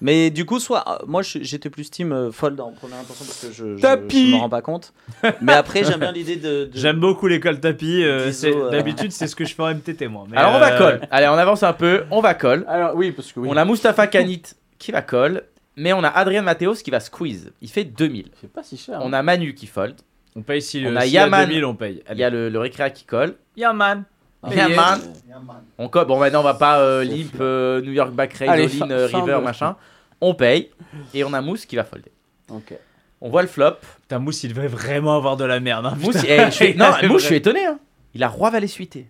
D: Mais du coup, soit euh, moi je- j'étais plus team euh, fold en première intention parce que je, je,
E: Tapis.
D: je me rends pas compte. Mais après, j'aime bien l'idée de. de-
B: J'aime beaucoup l'école tapis. euh,
D: Diso,
B: c'est-
D: euh.
B: D'habitude, c'est ce que je fais en MTT, moi. Mais,
C: Alors, on va
B: euh,
C: colle. Allez, on avance un peu. On va colle.
E: Alors, oui, parce que oui.
C: On a Mustapha Kanit qui va colle, mais on a Adrien Mateos qui va squeeze. Il fait 2000.
E: C'est pas si cher.
C: On a Manu qui fold.
B: On paye si
C: On
B: le
C: a
B: si à
C: Yaman.
B: 2000, on paye.
C: Il y a le, le récréa qui colle.
B: Yaman.
E: Ah,
C: Yaman.
E: yes.
C: On colle. Bon, maintenant, on va pas euh,
E: C'est
C: Limp,
E: sûr.
C: euh, New York Back Race,
E: Allez,
C: All-in,
E: fin-
C: euh,
E: fin
C: River,
E: de-
C: machin. On paye. Et on a Mousse qui va folder.
E: Ok.
C: On voit le flop.
E: Ah,
B: Putain, Mousse, il devrait vraiment avoir de la merde. hein, putain.
C: Mousse, eh,
B: (laughs)
C: je
E: (laughs)
C: suis... non,
B: C'est
C: Mousse, je suis
B: vrai.
C: étonné. hein. Il a Roi Valet suité.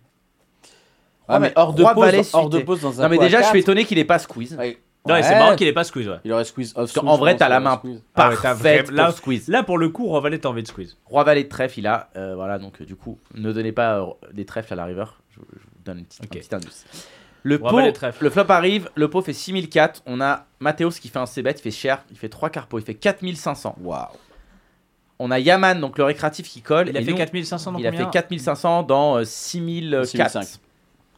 E: Ah, mais hors de
C: Roi valet
E: pause, hors de
C: suité.
E: pause dans un.
C: Non, mais
E: pot à
C: déjà, je
E: quatre.
C: suis étonné qu'il ait pas squeeze.
E: Ouais.
B: Non, et c'est marrant qu'il ait pas squeeze, ouais.
E: Il aurait squeeze
C: Parce
E: off.
C: qu'en vrai, t'as la main.
B: Ah ouais, t'as
C: Parfait.
B: vraiment- là-
C: squeeze.
B: Là, pour le coup, Revalet, t'as envie de squeeze.
C: Roi Valet de trèfle, il a. euh, voilà, donc euh, du coup, ne donnez pas euh, des trèfles à la river. Je, je vous donne une petite,
B: Ok.
C: un petit indice. Le,
B: Roi
C: pot,
B: Valet de trèfle.
C: le flop arrive, le pot fait 6004. On a Mathéos qui fait un c il fait cher, il fait 3 carpeaux, il fait 4500.
E: Waouh.
C: On a Yaman, donc le récréatif qui colle.
B: Il a
C: et
B: fait
C: nous,
B: 4500 dans
C: il a
B: combien
C: fait 4500 dans euh, 6004.
E: 6005.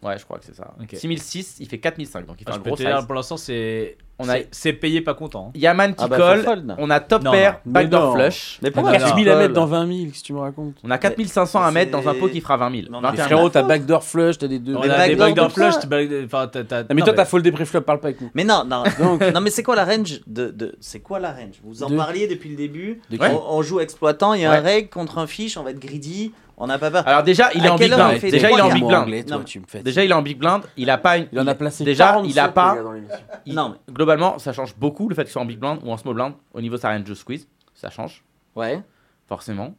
C: Ouais, je crois que c'est ça.
B: Ok.
C: 6006, il fait 4500. Donc il fait
B: Ah,
C: un
B: je peux
C: gros
B: te
C: size.
B: dire, pour l'instant, c'est
C: On a-
B: c'est- c'est payé pas content. hein.
C: Yaman qui
D: Ah bah, faut
C: colle.
D: fold.
C: On a top
B: Non,
C: pair,
E: non. Mais
C: backdoor
E: non.
C: flush.
D: Mais
B: Non,
D: pourquoi
B: non.
E: 15 000 à
D: Paul
E: mettre dans 20 000, qu'est-ce que tu me racontes
C: On a 4500 à
D: Mais
C: mettre dans un pot
D: c'est-
C: qui fera 20 000.
D: Mais on a-
E: Mais
C: 21 000.
E: frérot, t'as backdoor flush, t'as des deux.
B: On
D: Mais
B: a des
D: backdoor
B: backdoor
D: de quoi
B: flush. back- enfin, t'as- t'as-
E: Non, mais
B: non,
E: toi, t'as fold des préflops, parle pas avec nous.
D: Mais
C: (laughs)
D: non, non,
E: Donc,
D: non, mais c'est quoi la range de, de- C'est quoi la range Vous en
E: De-
D: parliez depuis le début. On,
E: De qui
D: on joue exploitant, il y a
C: Ouais.
D: un reg contre un fiche, on va être greedy, on n'a pas peur.
C: Alors déjà, il est
D: À
C: en
D: quelle
C: big
D: heure on
C: blind.
D: fait
C: Déjà,
D: des
C: il est en
D: points
C: big
E: Mot
C: blind.
E: anglais, toi,
D: Non.
E: tu me fais.
C: Déjà, il est en big blind. Il a pas une.
E: il en a placé
C: Déjà,
E: 47,
C: il a
E: le
C: pas-
E: gars, dans l'émission.
C: Ah, il-
D: Non, mais-
C: Globalement, ça change beaucoup le fait qu'il soit en big blind ou en small blind au niveau de sa range de squeeze. Ça change,
D: Ouais.
C: forcément.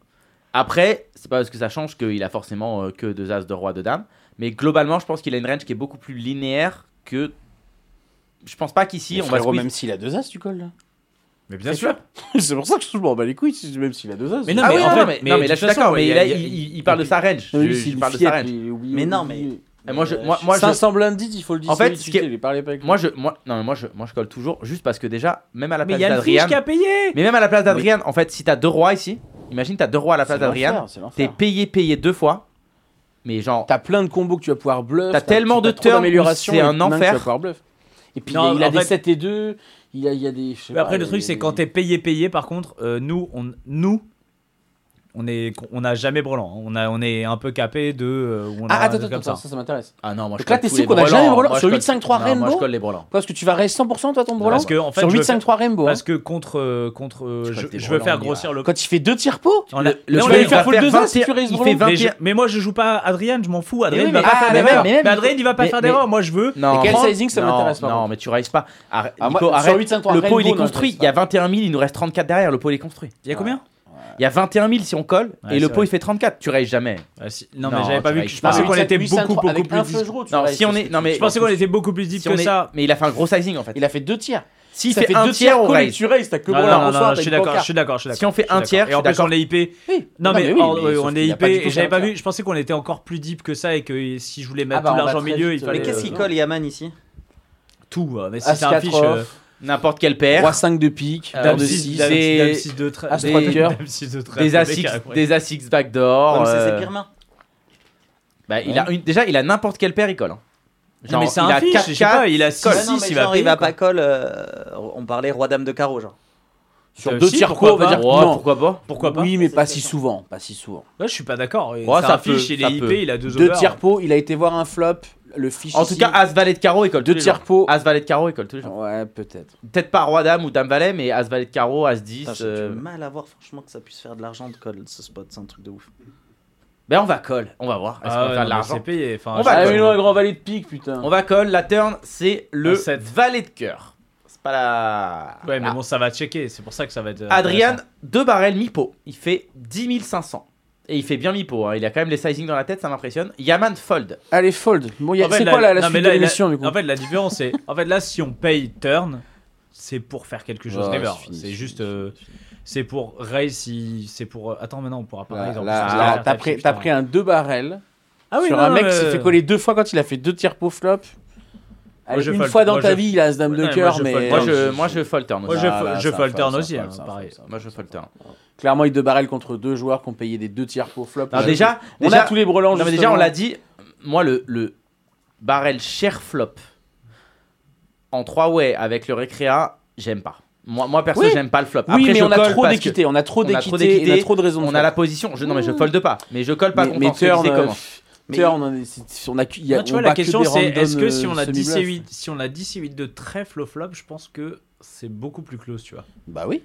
C: Après, c'est pas parce que ça change qu'il a forcément euh, que deux as, de roi, de dame. Mais globalement, je pense qu'il a une range qui est beaucoup plus linéaire que. Je pense pas qu'ici
E: Mais
C: on va
E: frérot,
C: squeeze.
E: même s'il a deux as, tu colles là.
B: Mais bien
E: C'est
B: sûr.
E: C'est pour ça que je m'en bats les couilles, si- même s'il a deux as.
B: Mais non,
C: ah
B: mais
C: oui,
B: en
C: non,
B: fait-
C: non, mais,
B: mais
C: non, mais
B: de
C: là,
B: toute
C: je suis
B: façon,
C: d'accord. Mais
B: il y a-
C: là,
B: il y a-
C: il, il- il parle de sa range.
E: Non,
C: Je-
E: lui,
C: je
E: c'est une
C: parle de sa
E: fillette,
C: range.
E: il- oui,
D: Mais
E: oui,
D: non,
E: oui,
D: mais-
E: oui.
C: Et Eh, moi, je-
D: Euh,
C: moi,
D: je-
C: moi, je-
E: 500 blinded, il faut le dire.
C: En fait, ce qui est-
E: il est parlé pas avec
C: Moi je moi non mais moi je moi je colle toujours juste parce que déjà même à la
B: Mais
C: place
B: il y a le fiche
C: d'Adrian
B: qui a payé
C: mais même à la place d'Adrian en fait si t'as deux rois ici imagine t'as deux rois à la place d'Adrian t'es payé payé deux fois mais genre
E: T'as plein de combos que tu vas pouvoir bluff.
C: T'as tellement de
E: trop
C: turns où
E: d'améliorations
C: c'est
E: et
C: un
E: de nains que
C: enfer.
E: Tu vas pouvoir bluff. Et puis
B: Non,
E: il a- il a
B: en
E: des
B: fait-
E: 7 et 2, il a, il y a des. je sais
B: Mais
E: pas,
B: après,
E: il y
B: le
E: a
B: truc,
E: des-
B: c'est quand t'es payé, payé, par contre, euh, nous, on, nous, on est, on a jamais brelant. hein. On a, on est un peu capé de, euh, où on a
E: Ah, attends,
B: des
E: attends,
B: comme
E: attends,
B: ça.
E: ça, ça m'intéresse.
C: ah non moi je
E: Donc là,
C: colle
E: t'es
C: tous
E: sûr
C: les
E: qu'on a jamais brelans
C: Moi,
E: Sur
C: je colle-
E: 8-5-3
C: Non, moi je
E: Rainbow
C: colle les brelans
E: Parce que tu vas rester 100% toi, ton brelan
B: Parce que, en fait,
E: Sur
B: je veux
E: 8-5-3 Rainbow. hein.
B: Parce que contre, euh, contre, euh,
C: Je crois
B: je,
C: que t'es
B: je veux
C: brelant,
B: faire
C: on y
B: grossir le.
E: Quand il fait deux tirs pots.
B: On a-
C: le-
B: Non,
E: tu
B: mais
E: vas
B: on
E: lui faire
B: va
E: fold
C: faire
E: 2 as si
C: 21,
E: tu raises
C: il
E: brelan.
C: fait 20
B: mais, je- mais moi je joue pas Adrien, je m'en fous. Adrien
E: oui,
B: il va
E: mais-
B: pas
E: ah,
B: faire
E: mais
B: d'erreur.
E: même-
B: Mais,
E: mais même-
B: Adrien il va pas
C: mais-
B: faire
C: mais-
B: d'erreur. Moi je veux.
C: non
E: Et quel
C: prends-
E: sizing, ça m'intéresse
C: non,
E: pas,
C: non
E: moi.
C: mais tu rises pas Arrête,
E: Ah, moi,
C: Nico
E: sur
C: arrête
E: 8-5-3
C: le pot il est
E: Rainbow, non,
C: construit
E: je
C: il y a 21 000 il nous reste 34 derrière le pot il est construit
B: Il y a combien
C: il y a 21 000 si on colle
B: Ouais,
C: et le
B: c'est
C: pot
B: vrai.
C: il fait 34 tu raises jamais
B: Ah, si- Non
C: Non,
B: mais j'avais pas
C: tu
B: vu.
C: vas-
B: que- Je
C: tu vas-
B: pensais
C: Ah,
B: qu'on était
E: 8-5-3
B: beaucoup beaucoup
E: avec
B: plus.
E: un
B: dis-
E: feugereau, tu
C: non
E: restes.
C: si on est non mais
B: Je pensais qu'on était beaucoup plus deep
C: si on
B: que
C: est-
B: ça.
C: mais il a fait un gros sizing en fait
E: Il a fait deux tiers.
C: s'il
E: Ça
C: fait un
E: deux
C: tiers on
E: collés,
C: raise
E: Tu restes, t'as que
B: Non,
E: brelan.
B: non, non,
E: bonsoir,
B: non,
E: t'as
B: je suis
E: une
B: d'accord, je
E: pancarte.
B: suis d'accord, je suis d'accord.
C: Si on fait
B: je suis
C: un
B: d'accord.
C: tiers, je
B: et en
C: suis
B: plus
C: d'accord.
B: on est IP.
E: Oui.
B: Non, mais,
E: oui,
B: en-
E: mais
B: euh,
E: sauf
B: on
E: qu'il
B: est
E: a
B: IP
E: pas du tout
B: et j'avais
E: fait
B: pas
E: un
B: vu.
E: tiers.
B: Je pensais qu'on était encore plus deep que ça et que si je voulais
E: Ah
B: mettre
E: bah,
B: tout
E: on va
B: l'argent au
E: très
B: milieu, il
E: vite,
B: fallait.
D: Mais qu'est-ce qui
B: euh,
D: colle, Yaman, ici
B: Tout. euh, Mais si
E: As
B: c'est un
E: quatre
B: fiche.
E: off,
B: euh,
C: n'importe quel
E: Roi
C: paire
E: 5 de pique,
C: Euh,
E: paire
B: Dame
E: de
C: Dame
B: 6,
E: 6.
B: Dame
C: des-
B: 6, Dame 6 de tra-
E: As
B: des-
C: trois de
E: cœur.
B: Dame 6 de traite,
C: euh, des
B: le mec
C: A6
B: a- ouais.
C: des A6 backdoor
D: Ouais, mais ça,
C: euh,
D: c'est pire main.
C: bah, il a une- déjà il a n'importe quelle paire il colle hein.
B: Non, mais c'est un fiche, je sais pas, il a 6
D: non,
B: 6,
D: mais
B: il va
D: genre, il
B: payer,
D: va
B: quoi.
D: pas colle. euh, on parlait roi dame de carreau, genre.
E: Sur
B: Euh,
E: deux
B: si,
E: tiers
B: pourquoi
E: courts, on va
B: pas.
E: dire que
C: Ouais,
E: non.
C: pourquoi pas
B: Pourquoi pas
E: Oui, mais
D: Ça,
E: pas
D: c'est
E: si
D: ça.
E: souvent, pas si souvent.
B: Là, je suis pas d'accord.
C: Ouais,
B: c'est
C: ça
B: un fiche,
C: peut,
B: il
C: ça
B: est
C: peut.
B: IP, il a deux
E: Deux
B: overs.
E: tiers pot, il a été voir un flop, le fiche.
C: En tout
E: ici.
C: cas, As Valet de Carreau école.
E: Deux
C: tous les gens.
E: tiers pot.
C: As Valet de Carreau école tous les gens.
E: Ouais, peut-être.
C: Peut-être pas Roi Dame ou Dame Valet, mais As Valet de Carreau, As 10.
D: Putain, J'ai
C: euh,
D: du mal à voir, franchement, que ça puisse faire de l'argent de colle, ce spot. C'est un truc de ouf.
C: Ben on va call, on va voir. Est-ce qu'on
B: Ah,
C: va
B: ouais,
C: faire
B: non,
C: de
B: mais
C: l'argent
B: c'est payé. enfin,
C: On
B: je
C: va-
B: sais
E: Ah,
B: pas.
E: mais non, un grand valet de pique, putain.
C: On va call, la turn c'est le
B: Un sept.
C: Valet de cœur. C'est pas la.
B: Ouais, mais
C: Ah.
B: bon, ça va checker, c'est pour ça que ça va être. euh,
C: Adrian,
B: intéressant.
C: deux barrels mi-pot. Il fait 10 500. Et il fait bien mi-pot. hein. Il a quand même les sizing dans la tête, ça m'impressionne. Yaman fold.
E: Allez, fold. Bon, y a-
B: En fait,
E: c'est quoi la, la
B: non, mais
E: suite
B: là,
E: de l'émission, du coup
B: En fait, la différence, c'est. En fait, là, si on paye turn, c'est pour faire quelque chose
E: Ouais,
B: river.
E: c'est fini,
B: C'est
E: c'est
B: juste.
E: fini,
B: euh, C'est pour raise si. C'est pour. Attends, maintenant, on pourra pas.
E: Là,
B: raise en
E: là,
B: plus,
E: là,
B: c'est
E: t'as
B: la
E: pris,
B: putain.
E: t'as pris un deux barrel
B: Ah oui,
E: sur
B: non,
E: un
B: non,
E: mec
B: mais-
E: qui s'est fait coller deux fois quand il a fait deux tiers pot flop. Allez,
B: je
E: une
B: fold.
E: fois dans
B: Moi,
E: ta
B: je-
E: vie, il a as dame
B: Ouais,
E: de
B: moi,
E: cœur,
B: je
E: mais
B: fold.
C: Moi
B: non,
C: je, moi je fold turn
B: Moi,
C: aussi.
B: je,
E: Ah, là,
B: je
E: ça
B: fold
E: fold,
B: turn
E: ça
B: aussi,
E: fold,
B: hein,
E: ça
B: pareil.
E: fold, ça
C: Moi je fold turn.
E: clairement, il deux barrel contre deux joueurs qui ont payé des deux tiers pot flop.
C: Non, déjà,
E: on
C: déjà,
E: a tous les brelans.
C: non, mais déjà on l'a dit, moi le, le barrel cher flop en 3 way avec le récréa, j'aime pas. Moi, moi perso
E: Oui.
C: j'aime pas le flop.
E: Oui,
C: Après,
E: mais
C: je
E: on a
C: colle
E: trop
C: parce que
E: d'équité, on a trop
C: on a trop
E: d'équité, et on a
C: d'équité,
E: trop de raisons. de
C: On a
E: flop.
C: la position. Je, non mais je fold pas. Mais je colle pas
E: mais,
C: contre.
E: mais turn, euh,
C: comment.
E: pff,
D: Mais-
E: turn, on a- c'est- on a, il y a-
B: Non, tu
E: on
B: vois,
E: bat
B: la
E: que
B: question
E: des
B: c'est
E: random,
B: est-ce que si on
E: euh,
B: a 10 et
E: semi-bluff.
B: 8, si on a 10 et 8 de trèfle au flop, je pense que c'est beaucoup plus close, tu vois.
E: Bah oui.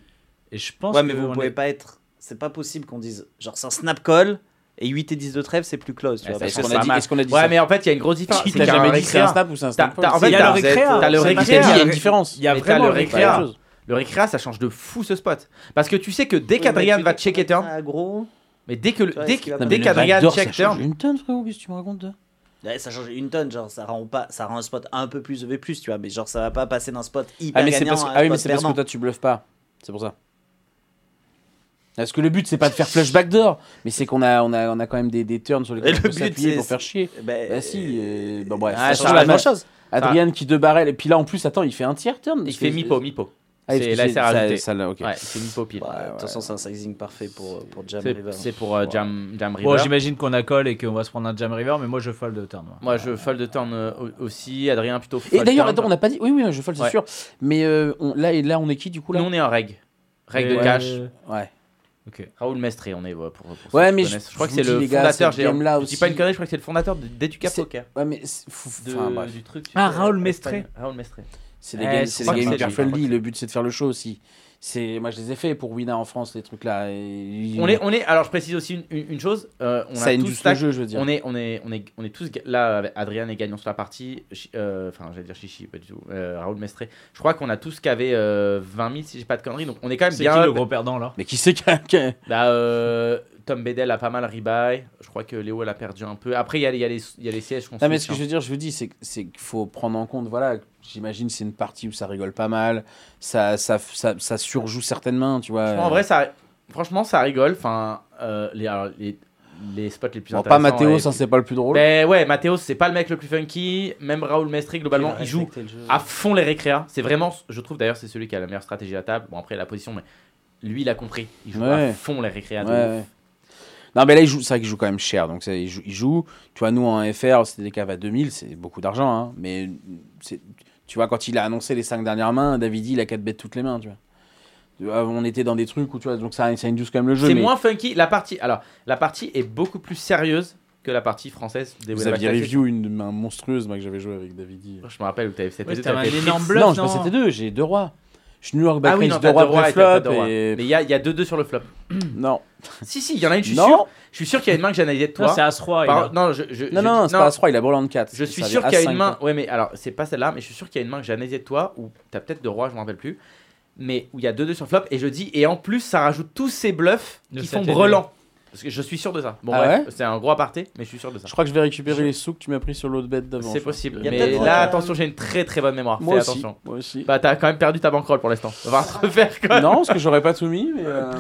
B: Et je pense
D: Ouais, mais
B: que
D: vous
B: on
D: pouvez
B: est-
D: pas être. C'est pas possible qu'on dise. Genre, c'est un snap call et 8 et 10 de trèfle, c'est plus close. Tu
C: Ouais,
D: vois,
C: ça
D: parce
E: Est-ce
D: que
E: qu'on
C: change
D: ça-
E: a
C: pas
E: dit
C: mal.
E: Est-ce qu'on a dit
C: Ouais
E: ça
C: mais en fait il y a une grosse différence.
E: Qui
C: c'est
E: t'a
C: qu'un
E: jamais dit que c'est un
C: récréa-
E: snap ou c'est un
C: T'as-
E: snap
C: t'as- en fait,
B: Il y a
C: t'as-
B: le récréa.
C: t'as le
B: c'est
E: Il
B: pas
C: récréa.
B: pareil.
E: y a une différence.
B: Il y a
C: Mais t'as
B: vraiment
C: le
B: le
C: récréa.
B: récréa.
C: Le récréa, ça change de fou ce spot. Parce que tu sais que dès
D: Oui, mais
C: qu'Adrian
D: tu
C: va
D: dis
C: checker
D: qu'on a
C: turn,
D: un gros.
C: mais dès que le-
D: Tu vois,
C: dès
D: est-ce qu'il va
C: que-
D: pas
C: dès
D: le
C: qu'Adrian check turn,
E: une tonne, frérot, qu'est-ce que tu me racontes de
D: Ouais, ça change une tonne, genre ça rend pas, ça rend un spot un peu plus EV+, tu vois, mais genre ça va pas passer d'un spot hyper
E: Ah, mais c'est
D: gagnant
E: parce,
D: à un
E: que-
C: euh,
E: ah oui, mais
D: spot
E: c'est parce que
D: perdant.
E: toi, tu bluffes pas. C'est pour ça. Parce que le but, c'est pas de faire flush backdoor, mais c'est qu'on a, on a, on a quand même des, des turns sur
D: Et
E: lesquels
D: le
E: on peut
D: but,
E: s'appuyer
D: c'est-
E: pour faire chier.
D: Ben,
E: Bah si, euh, bon bref.
C: Ah,
E: ça
C: ça
E: change
C: change
E: la
C: pas
E: même
C: grand-chose.
E: chose. Adrien qui deux barrels, et puis là en plus, attends, il fait un tiers turn.
C: il
E: parce
C: fait
E: que-
C: mi-pot, mi-pot.
E: Ah, est-ce
C: C'est-
E: que
C: là, c'est rajouté.
E: Ça, ça, ok.
C: Ouais, c'est mi-pot pile.
D: bah, de toute façon, c'est un sizing parfait pour, pour Jam
C: C'est-
D: River.
C: C'est pour euh, Jam Jam
B: Bon,
C: River.
B: j'imagine qu'on a call et qu'on va se prendre un jam river, mais moi je fold de turn. moi.
C: Moi, je fold turn euh, au- aussi. Adrien plutôt fold
E: Et d'ailleurs,
C: turn.
E: attends, on n'a pas dit. Oui, oui, je fold, c'est
C: Ouais.
E: sûr. Mais euh, on- là, et là, on est qui du coup là
C: Nous, on est en règle. Règle de
B: Et-
C: cash.
E: Ouais.
B: Ok.
C: Raoul Mestré, on est ouais, pour, pour ceux
E: Ouais,
C: qui
E: mais
C: connaissent.
E: je-
C: je crois
E: je
C: que
E: vous
C: c'est le
E: dis, les gars,
C: fondateur.
E: cette game-là
C: Jérôme. Je dis pas
E: aussi.
C: une connerie, je crois que c'est le fondateur de- d'Educa
E: C'est-
C: Poker.
E: Ouais, mais c'est fou- fou-
C: De-
E: enfin, bref.
C: du truc, tu
B: Ah,
C: sais,
B: Raoul
C: euh,
B: Mestré.
C: Espagne. Raoul Mestré.
E: C'est des
B: Eh,
E: games,
B: c'est
E: c'est
B: pas
E: des games
B: que c'est
E: hyper
C: dur, je
E: friendly.
C: crois.
E: Le but, c'est de faire le show aussi. C'est, moi, je les ai fait pour Wina en France, les trucs là. et-
C: On est, on est. Alors, je précise aussi une, une- une chose. euh, on
E: ça
C: a
E: induit
C: tous
E: le
C: la
E: jeu, je veux dire.
C: On est, on est, on est, on est tous ga- là. avec Adrien est gagnant sur la partie. Chi- euh, Enfin, j'allais dire Chichi, pas du tout. euh, Raoul Mestré. Je crois qu'on a tous cavé euh, 20 000 si j'ai pas de conneries. Donc on est quand même
B: C'est qui
C: bien.
B: le
C: up.
B: gros perdant là
E: Mais qui c'est qu'un qu'un-
C: Bah, euh, Tom Bedel a pas mal rebuy. Je crois que Léo elle a perdu un peu. Après il y a, il y a les, il y a les sièges qu'on
E: Non,
C: se
E: mais ce que je
C: soutient.
E: veux dire, je vous dis, c'est que- c'est qu'il faut prendre en compte. Voilà, j'imagine c'est une partie où ça rigole pas mal. Ça, ça, ça, ça surjoue certaines mains, tu vois.
C: Franchement, hein. en vrai, ça, franchement, ça rigole. Enfin, euh, les, alors, les, les spots les plus
E: Bon, pas
C: intéressants.
E: Mathéo,
C: et- Ben,
E: ça, c'est pas le plus drôle.
C: Mais ouais, Mathéo, c'est pas le mec le plus funky. Même Raoul Mestré, globalement, il joue
D: Respecter le jeu.
E: Mm.
C: à fond les récréas. C'est vraiment, je trouve d'ailleurs, c'est celui qui a la meilleure stratégie à table. Bon, après, la position, mais lui, il a compris. Il joue
E: Ouais.
C: à fond les récréas.
E: Ouais,
C: de ouf.
E: ouais. Non, mais là, il joue, c'est vrai qu'il joue quand même cher. Donc, c'est- il joue, il joue. Tu vois, nous, en FR, c'était des caves à 2000, c'est beaucoup d'argent. hein. Mais c'est- tu vois, quand il a annoncé les 5 dernières mains, Davidi, il a 4 bêtes toutes les mains, tu vois. Tu vois, On était dans des trucs où, tu vois, donc ça, ça induit quand même le jeu.
C: C'est
E: mais
C: moins funky. La partie, alors, la partie est beaucoup plus sérieuse que la partie française des
E: Vous
C: Winamax
E: aviez
C: Classic.
E: review une main monstrueuse, moi, que j'avais joué avec Davidi.
C: Je me rappelle où t'avais fait cette
B: Ouais,
C: vidéo,
B: t'avais
C: t'avais fait
B: un énorme
C: Fritz.
B: bluff.
E: non, je
B: non
E: passais tes deux, j'ai deux rois. Je suis New York
C: Ah oui,
E: backraise,
C: non,
E: deux
C: t'as
E: rois
C: deux rois et t'as deux
E: pré-flop.
C: rois.
E: et-
C: Mais il y a, il y a deux deux sur le flop.
E: Non,
C: si, si, il y en a une, je suis
E: Non.
C: sûr. Je suis sûr qu'il y a une main que j'ai analysée de
B: Non,
C: toi.
B: c'est As-Roi. il
C: Par-
B: a-
C: Non, je, je- je-
E: non, non,
C: non,
E: c'est pas As-3, il a Borland 4.
C: Je suis
E: Ça avait
C: sûr qu'il y a
E: As-5,
C: une main. Ouais, mais alors, c'est pas celle-là, mais je suis sûr qu'il y a une main que j'ai analysée de toi, ou t'as peut-être deux rois, je m'en rappelle plus. Mais où il y a deux deux sur flop, et je dis, et en plus, ça rajoute tous ces bluffs
B: De
C: qui
B: cet
C: sont
B: élément.
C: brelants. Parce que je suis sûr de ça. Bon,
E: Ah
C: bref,
E: ouais
C: c'est un gros aparté, mais je suis sûr de ça.
E: Je hein. crois que je vais récupérer les sous que tu m'as pris sur l'autre bête d'avant.
C: C'est
E: je crois.
C: possible.
D: Il y a
C: Mais
D: peut-être,
C: là,
D: euh,
C: attention, j'ai une très très bonne mémoire.
E: Moi
C: Fais
E: aussi,
C: attention.
E: moi aussi. (laughs)
C: Bah, t'as quand même perdu ta bankroll pour l'instant. On va se (laughs) refaire quand même.
E: Non, parce que j'aurais pas tout mis, mais. euh,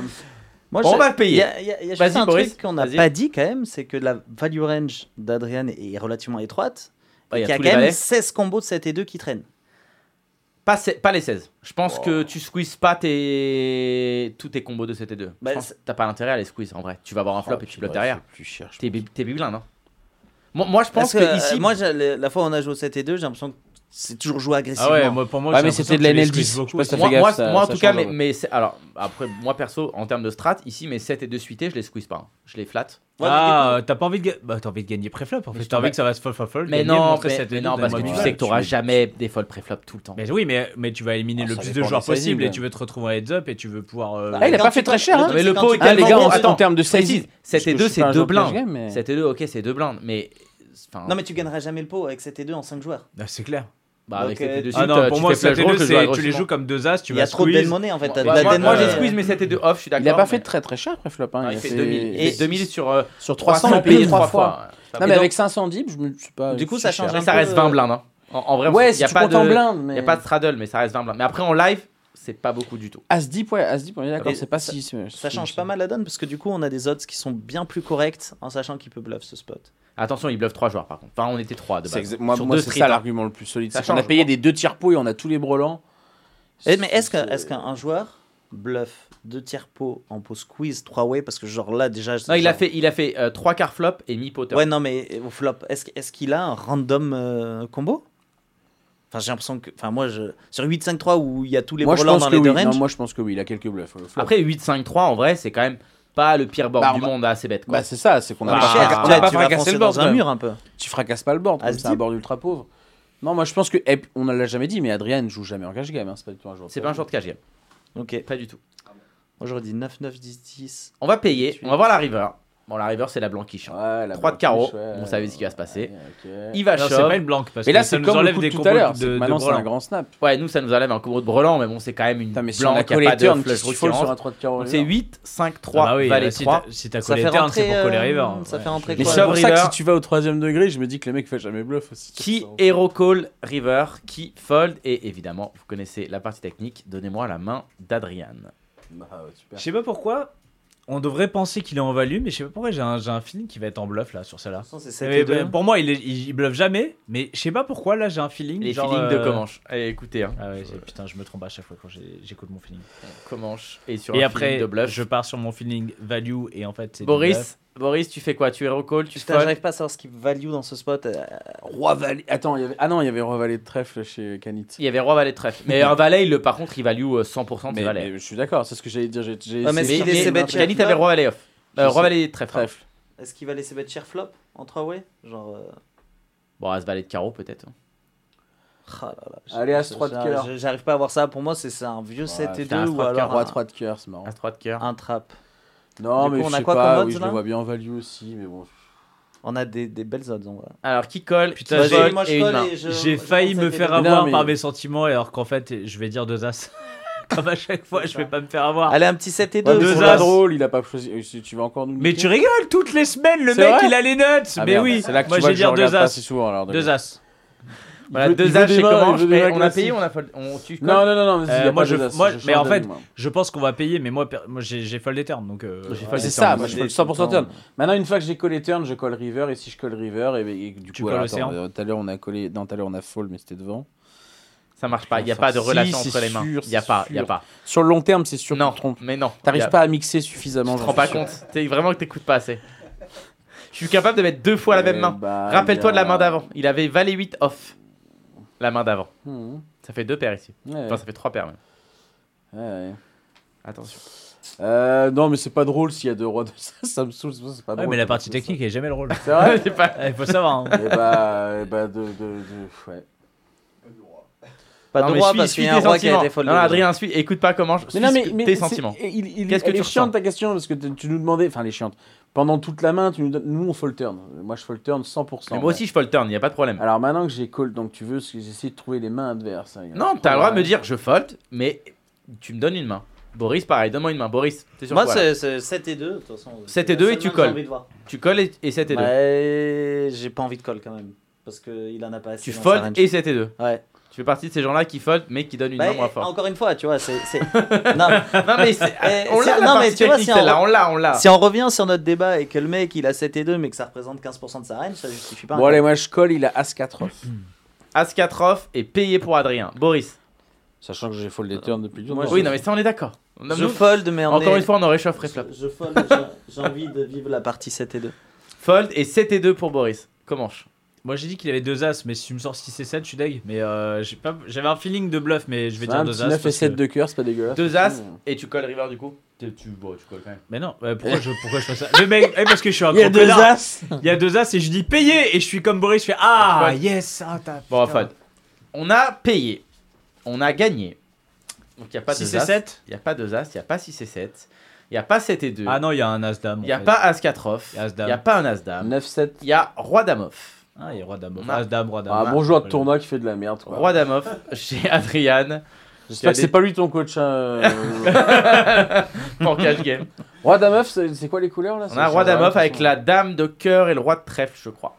D: Moi,
C: Bon,
D: je-
C: on va le payer.
D: Il y a, il y a- il y a
C: Vas-y,
D: juste un
C: Boris,
D: truc qu'on n'a
C: vas-y.
D: pas dit quand même, c'est que la value range d'Adrian est relativement étroite.
C: Bah,
D: et
C: il y a
D: qu'il y
C: tous les
D: a quand même
C: valets.
D: 16 combos de 7 et 2 qui traînent.
C: Pas, se- pas les 16. Je
E: Oh.
C: pense que tu squeezes pas tes... tous tes combos de 7 et 2.
D: Bah,
C: T'as pas l'intérêt à les squeeze en vrai. Tu vas avoir un flop
E: oh,
C: et tu bluffes
E: ouais,
C: derrière.
E: c'est Plus cher, je
C: T'es bi- t'es biblin, non Moi, moi, je pense
D: Parce
C: que,
D: que,
C: ici.
D: euh, moi, j'ai- la la fois où on a joué au 7 et 2, j'ai l'impression que c'est toujours joué
B: Ah
D: agressivement.
B: ouais, moi, pour moi,
E: Ouais,
B: j'ai
E: mais c'était de
B: l'impression
E: la
B: que je les
E: NL10,
B: squeeze beaucoup.
E: je sais pas si
C: moi,
E: Fais
C: moi,
E: gaffe, ça-
C: moi, en
E: ça
C: tout cas,
E: change,
C: mais,
E: ouais.
C: mais c'est- alors après, moi perso, en termes de strat, ici, mes 7 et 2 suités, je les squeeze pas. hein. Je les flatte.
D: Ouais,
B: ah, euh, t'as pas envie de, ga- bah, t'as envie de gagner préflop en
C: Mais
B: fait.
C: je
B: T'as envie
C: trouve-
B: que ça va se folle folle folle.
C: Mais
B: gagner,
C: non,
B: montrer
C: mais,
B: cette
C: mais
B: ligne
C: non,
B: dans
C: parce
B: les
C: que
B: modes
C: tu
B: du
C: sais
B: jeu.
C: que t'auras jamais des folles préflop tout le temps.
B: Mais oui, mais, mais tu vas éliminer
E: Ah,
B: le
E: ça
B: plus de
E: dépend
B: joueurs
E: des sizing,
B: possible et
E: ouais.
B: tu veux te retrouver à heads up et tu veux pouvoir. euh,
D: Bah,
E: Ah, il a
D: quand
E: pas
D: tu
E: fait
D: te-
E: très cher,
D: le
E: hein.
D: truc,
C: Mais
D: c'est
C: le
D: quand
C: pot
D: tu
C: est
D: te
E: Ah, les
D: prends
E: gars,
D: pour-
E: en,
C: attends,
E: en termes de sizing.
C: 7 et
E: je- je
C: 2,
E: suis pas
C: c'est
E: un
C: deux
E: joueur
C: blindes.
E: PSG, mais-
C: 7 et 2, ok, c'est deux blindes. Mais. enfin,
D: Non, mais tu gagneras jamais le pot avec 7 et 2 en 5 joueurs.
B: Ah, c'est clair.
C: bah, avec
D: donc,
C: 7 et 2
D: euh,
C: suites,
B: Ah non,
C: euh,
B: pour
C: tu
B: moi,
C: fais flash
B: cette
C: draw,
B: deux,
C: je le joue
B: c'est- tu les
C: agressivement.
B: joues comme deux as, tu
D: Il y
B: vas
D: a trop de dead
B: squeeze.
D: money en fait.
C: Moi,
D: t'as de
C: moi,
D: la
C: moi,
D: dead
C: bah, moi,
D: money. euh,
C: j'ai squeeze mes 7 et 2 off, je suis d'accord.
E: euh, Il a pas
C: mais-
E: fait très très cher après flop. Hein.
C: Ah, il fait
E: C'est-
C: 2000, il
E: et-
C: fait 2000 sur, euh,
E: sur 300,
C: 300
E: le pays
C: payé
E: 3
C: 3
E: fois.
C: fois. ouais.
E: Non,
C: Mais
E: mais
C: donc-
E: avec 500 dips, je me suis pas.
D: Du coup,
E: si
D: ça
E: cher.
D: change
C: Mais
D: un
C: ça
D: peu,
C: reste
D: euh,
C: 20 blindes. hein. En, en vrai,
E: Ouais,
C: il
E: si
C: n'y a,
E: tu
C: pas
E: comptes en
C: de-
E: blindes.
C: il
E: Mais...
C: y a pas de straddle, mais ça reste 20 blindes. Mais après, en live, c'est pas beaucoup du tout.
E: As deep, ouais, As deep, on est d'accord,
D: Et
E: c'est pas si. c'est-
D: Ça
E: c'est-
D: change pas mal la donne parce que du coup, on a des odds qui sont bien plus corrects en sachant qu'il peut bluff ce spot.
C: Attention, il bluffe 3 joueurs par contre. Enfin, on était 3 de
E: C'est
C: base.
E: exa- Moi,
C: Sur
E: moi,
C: deux
E: c'est
C: streets,
E: ça
C: hein.
E: l'argument le plus solide.
C: Ça
E: c'est qu'on a
C: change,
E: payé
C: je
E: des deux tiers pots et on a tous les brelans.
D: Eh, mais est-ce qu'un est qu'un joueur bluff 2 tiers pot en pot squeeze 3 way parce que genre là déjà.
C: Non, il
D: genre-
C: a fait, il a fait 3 quarts flop et mi potter.
D: Ouais, non, mais euh, au flop, est-ce que- est-ce qu'il a un random euh, combo Enfin, j'ai l'impression que. Enfin, moi, je... sur 8-5-3 où il y a tous les
E: Moi, je
D: brelans
E: pense
D: dans
E: que
D: les deux
E: oui. Non,
D: ranges.
E: moi, je pense que oui, il a quelques bluffs. le flop.
C: Après 8-5-3 en vrai, c'est quand même pas le pire board
E: Bah, on
C: du
E: va-
C: monde assez bête quoi.
E: Bah, c'est ça, c'est qu'on a
C: Ah,
D: Mais
E: pas-
D: cher,
C: ah,
D: tu
E: on a
D: vas-
E: pas
D: tu vas
E: fracassé
D: foncer
E: le board.
D: dans un
E: quand même.
D: mur un peu.
E: Tu fracasses pas le board,
D: Ah,
E: comme c'est un
D: deep.
E: board ultra pauvre. Non, moi, je pense que. et on ne l'a jamais dit, mais Adrien ne joue jamais en cash game. hein, C'est pas du tout un joueur.
C: C'est pas un joueur de KGM,
D: Ok.
C: pas du tout.
D: Moi, j'aurais dit 9-9-10-10.
C: On va payer, on va voir la river. Bon, la river c'est la blanquiche. hein.
E: Ouais, la
C: Trois de
E: blanquiche,
C: carreau,
E: ouais,
C: on savait ce qui va se passer.
E: ouais, ok.
C: Il va
B: Non, c'est pas
C: shove.
B: une blanque parce
E: Mais là,
B: que ça
E: c'est
B: nous
E: comme le
B: enlève
E: coup
B: des
E: de tout à
B: combos
E: l'heure.
B: de-
E: c'est que
B: de Ah
E: Maintenant, c'est un
B: brelans.
E: grand snap.
C: Ouais, nous ça nous enlève un combo de brelan, mais bon, c'est quand même une
E: Putain, mais si on a
C: blanque, y a
E: collé
C: pas de
E: turn,
C: flush
E: qu'est-ce
C: draw
E: qu'il
C: qui
E: faut sur un
C: rentre.
E: 3 de carreau
C: Donc c'est 8, 5, 3,
B: Ah bah oui,
C: valet
B: euh, si
C: 3.
B: t'as- si t'as
D: Ça
B: collé
D: fait
B: turn, c'est
D: rentrer,
B: pour coller
D: euh,
B: river.
D: ça
B: Ouais.
D: fait rentrer
E: Mais
D: quoi
E: c'est
C: Shove
E: pour ça que
C: River.
E: si tu vas au troisième degré, je me dis que le mec fait jamais bluff aussi.
C: Qui
E: Ça,
C: hero call river, qui fold et évidemment, vous connaissez la partie technique, donnez-moi la main d'Adrian.
E: Bah, ouais, super.
B: Je sais pas pourquoi. On devrait penser qu'il est en value, mais je sais pas pourquoi j'ai un, j'ai un feeling qui va être en bluff là sur celle-là.
D: C'est
B: Mais,
D: 7 et 2.
B: bah, pour moi, il, est- il bluffe jamais, mais je sais pas pourquoi là j'ai un feeling.
C: Les
B: genre,
C: feelings de
B: euh,
C: Comanche. Allez, écoutez, hein.
B: Ah ouais, c'est- putain, je me trompe à chaque fois quand j'ai- j'écoute mon feeling.
C: Comanche et sur
B: Et
C: un
B: après,
C: feeling de bluff.
B: je pars sur mon feeling value et en fait, c'est. du bluff.
C: Boris, Boris, tu fais quoi Tu hero call, tu
D: Putain,
C: fold
D: j'arrive pas à savoir ce qui value dans ce spot. euh,
E: Roi Valet. Attends, il y avait... ah non, il y avait Roi Valet de trèfle chez Canit.
C: Il y avait roi valet trèfle. Mais un valet, il le- par contre, il value euh, 100% de
E: Mais,
C: valet.
E: mais je suis d'accord, c'est ce que j'allais dire. J'ai, j'ai
D: Ouais, mais
C: Mais,
D: est-ce
E: essayé
D: qu'il laissait
C: mais,
E: de-
D: bet
C: mais
D: cher
C: Cani, t'avais
D: flop
C: roi valet off. Euh,
E: Je
C: roi
E: sais.
C: valet trèfle.
E: trèfle.
D: Est-ce qu'il va laisser bet cher flop en 3 way Genre. euh,
C: Bon, as valet de carreau peut-être.
D: ah là là, j'ai-
E: Allez, As trois de
D: j'ai-
E: cœur.
D: j'ai- J'arrive pas à voir ça. Pour moi, c'est c'est un vieux 7 et
C: putain,
D: 2
C: As
D: ou
C: trois de
B: Ah.
D: alors
C: cœur,
E: Roi
D: un,
E: 3 de cœur, c'est marrant.
C: As 3 de cœur.
D: un trap.
E: Non,
D: Du
E: mais
D: coup, on
E: je
D: a
E: sais
D: quoi
E: pas,
D: comme
E: oui,
D: odds,
E: je
D: là
E: le vois bien en value aussi, mais bon.
D: On a des, des belles odds. on va-
C: Alors, qui colle
B: Putain,
C: qui
B: j'ai-
C: fold
D: moi, je
C: et une
D: colle
C: main.
D: et je-
B: J'ai
D: je
B: failli
D: pense
B: me
D: que
B: faire
D: t'es-
B: avoir
E: Non, mais-
B: par mes sentiments, alors qu'en fait, je vais dire deux as. (laughs) Comme à chaque fois, je vais pas me faire avoir.
E: Ah,
D: Allez, un petit 7 et 2.
E: Ouais, mais
B: deux
E: c'est
B: as.
E: pas drôle, il a pas choisi. Euh, si Tu vas encore nous.
B: Mais
E: niquer
B: tu rigoles, toutes les semaines, le
E: C'est
B: mec,
E: vrai
B: il a les nuts.
E: Ah
B: mais
E: merde,
B: oui,
E: c'est là que
B: moi
E: tu vois
B: j'ai
E: que
B: dire
E: je regarde
B: deux
E: pas
B: as.
E: assez souvent alors.
B: Deux as.
C: Voilà,
E: Il veut- il
C: deux
E: veut
C: as
E: des
C: chez
E: mains,
C: Comanche,
E: il veut des
C: mais
E: mains
C: on a payé,
E: classiques.
C: on a fold. On tu colles
E: Non, non, non, non. vas-y,
B: Euh,
E: y a
B: moi,
E: pas
B: je-
E: deux as,
B: moi-
E: change
B: mais en
E: de
B: fait,
E: ligne, moi.
B: Je pense qu'on va payer, mais moi, per- moi j'ai j'ai fold les turns, donc. euh,
C: J'ai
B: ouais.
C: fold
E: c'est
C: les
E: ça,
C: turns,
E: moi je
D: c'est
E: colle
D: des
E: 100% turn.
D: temps.
E: Maintenant, une fois que j'ai collé turn, je colle river, et si je colle river, et, ben, et du
B: Tu
E: coup,
B: colles
E: alors,
B: océan.
E: attends, euh, tout à l'heure on a collé, non, tout à l'heure on a fall, mais c'était devant.
C: Ça marche pas, il n'y a
E: Ça,
C: pas de
E: si,
C: relation
E: c'est
C: entre les mains.
E: sûr,
C: Il n'y a
E: c'est
C: pas, il n'y a
E: sûr.
C: pas.
E: Sur le long terme, c'est sûr
C: Non,
E: que tu te trompes.
C: mais non. y
E: T'arrives
C: a-
E: pas à mixer suffisamment.
C: Tu te
E: j'en
C: rends
E: suis
C: pas
E: sûr.
C: compte. T'es vraiment que t'écoutes pas assez. Je suis capable de mettre deux fois la même
D: Euh,
E: Eh
C: main.
E: bah,
C: Rappelle-toi de la
E: bien.
C: main d'avant. Il avait valet 8 off. La main d'avant.
E: Mhm.
C: Ça fait deux paires ici.
E: Ouais,
C: Enfin, ça fait trois paires même.
E: ouais, ouais.
C: Attention.
E: Euh, non, mais c'est pas drôle s'il y a deux rois de ça, ça me saoule. c'est pas- c'est pas
B: Ouais,
E: drôle,
B: mais la
E: ça,
B: partie
E: c'est ça.
B: technique est jamais le (laughs) rôle.
E: C'est (laughs) vrai
C: Ah, C'est pas-
B: Il faut savoir. hein.
E: Et bah, eh bah, de, de, de- ouais.
D: Pas
C: Non,
D: de
C: mais
D: roi
C: suis-
D: parce qu'il y
C: suis
D: a un
C: tes
D: roi qui a
C: sentiments.
D: été foldé.
C: Non, Adrien, suis, écoute pas comment je.
E: Mais non,
C: suis
E: mais,
C: ce que-
E: mais
C: tes
E: c'est-
C: sentiments.
E: et Il, il,
C: Qu'est-ce que
E: elle
C: tu
E: est
C: ressens
E: chiante ta question parce que tu tu nous demandais, enfin, les chiantes. Pendant toute la main, tu nous donnes- nous on fold turn. Moi je fold turn 100%.
C: Mais
E: ouais.
C: moi aussi, je fold turn, il a pas de problème.
E: Mm. Alors maintenant que j'ai call, donc tu veux, parce que j'essaie de trouver les mains adverses. hein, y a un
C: Non, t'as le droit de me
E: problème.
C: dire je fold, mais tu me donnes une main. Boris, pareil, donne-moi une main. Boris, t'es sur
D: Moi,
C: quoi, là
D: c'est c'est 7 et 2. de toute façon.
C: 7
D: C'est
C: et
D: la
C: 2 et
D: seule
C: tu
D: main que
C: colles.
D: j'ai envie de voir.
C: Tu colles et, et 7 et 2.
D: Ouais, j'ai pas envie de call quand même. Parce qu'il en a pas assez.
C: tu
D: dans sa
C: fold
D: range.
C: et 7 et 2.
D: Ouais.
C: Tu fais partie de ces gens-là qui fold, mais qui donnent une
D: Bah,
C: main moins
D: eh,
C: forte.
D: encore une fois, tu vois, c'est.
C: (laughs)
D: c'est- non, mais-
C: Non, mais c'est-
D: Eh,
C: on
D: c'est-
C: l'a, la
D: non, mais
C: partie
D: tu vois,
C: technique,
D: si on-
C: celle-là, on l'a, on l'a.
E: Ah.
D: si on revient sur notre débat et que le mec il a 7 et 2 mais que ça représente 15% de sa range, ça justifie pas. un
E: Bon,
D: call.
E: allez, moi je colle, il a As-4 off.
C: Mm. Ascatroff est payé pour Adrien. Boris.
E: Sachant que j'ai fold des turns depuis le
D: Moi,
E: temps.
D: je-
C: Oui, non, mais ça, on est d'accord. Non,
D: je
C: nous,
D: fold, mais on
C: Encore
D: est-
C: une fois, on aurait chauffe flop.
D: Je, je fold, j'ai- j'ai envie de vivre la partie 7 et 2.
C: Fold et 7 et 2 pour Boris. Comanche.
B: Moi j'ai dit qu'il avait deux as, mais si tu me sors 6 et 7, je suis deg. Mais euh, j'ai pas- j'avais un feeling de bluff, mais je vais dire
E: un
B: deux
E: petit
B: as.
E: 9 et
B: parce
E: 7
B: que-
E: de cœur, c'est pas dégueulasse. Mm.
C: Deux as et tu colles River du coup tu, tu, bon, tu colles quand même.
B: Mais non, euh, pourquoi, je, pourquoi je fais ça Mais mec, eh, parce que je suis un
E: Il y a
B: gros
E: deux
B: connard.
E: as
B: Il y a deux as et je dis payé Et je suis comme Boris, je fais Ah,
C: Fun.
B: yes ah, t'as-
C: Bon,
B: putain.
C: Raphaël, on a payé, on a gagné. Donc il n'y a pas de
B: Six et 7
C: Il n'y a pas deux as, il n'y a pas 6 et 7. Il n'y a pas 7 et 2.
B: Ah non, il y a un as dame.
C: Il
B: en
C: n'y a
B: fait.
C: pas as 4 off.
B: Y a as
C: Il
B: dame.
C: n'y a pas un as dame.
E: 9 7.
C: Il y a roi dame off.
B: Ah, il y a roi dame.
C: On a-
B: As dame, roi dame.
E: Ah, bon joueur de tournoi qui fait de la merde. quoi.
C: Roi dame off chez Adrian.
E: J'espère que
C: des-
E: c'est pas lui ton
C: (laughs)
E: coach. hein, euh,
C: Pancage game.
E: Roi dame œuf, c'est c'est quoi les couleurs là
C: On a roi dame off avec la dame de cœur et le roi de trèfle, je crois.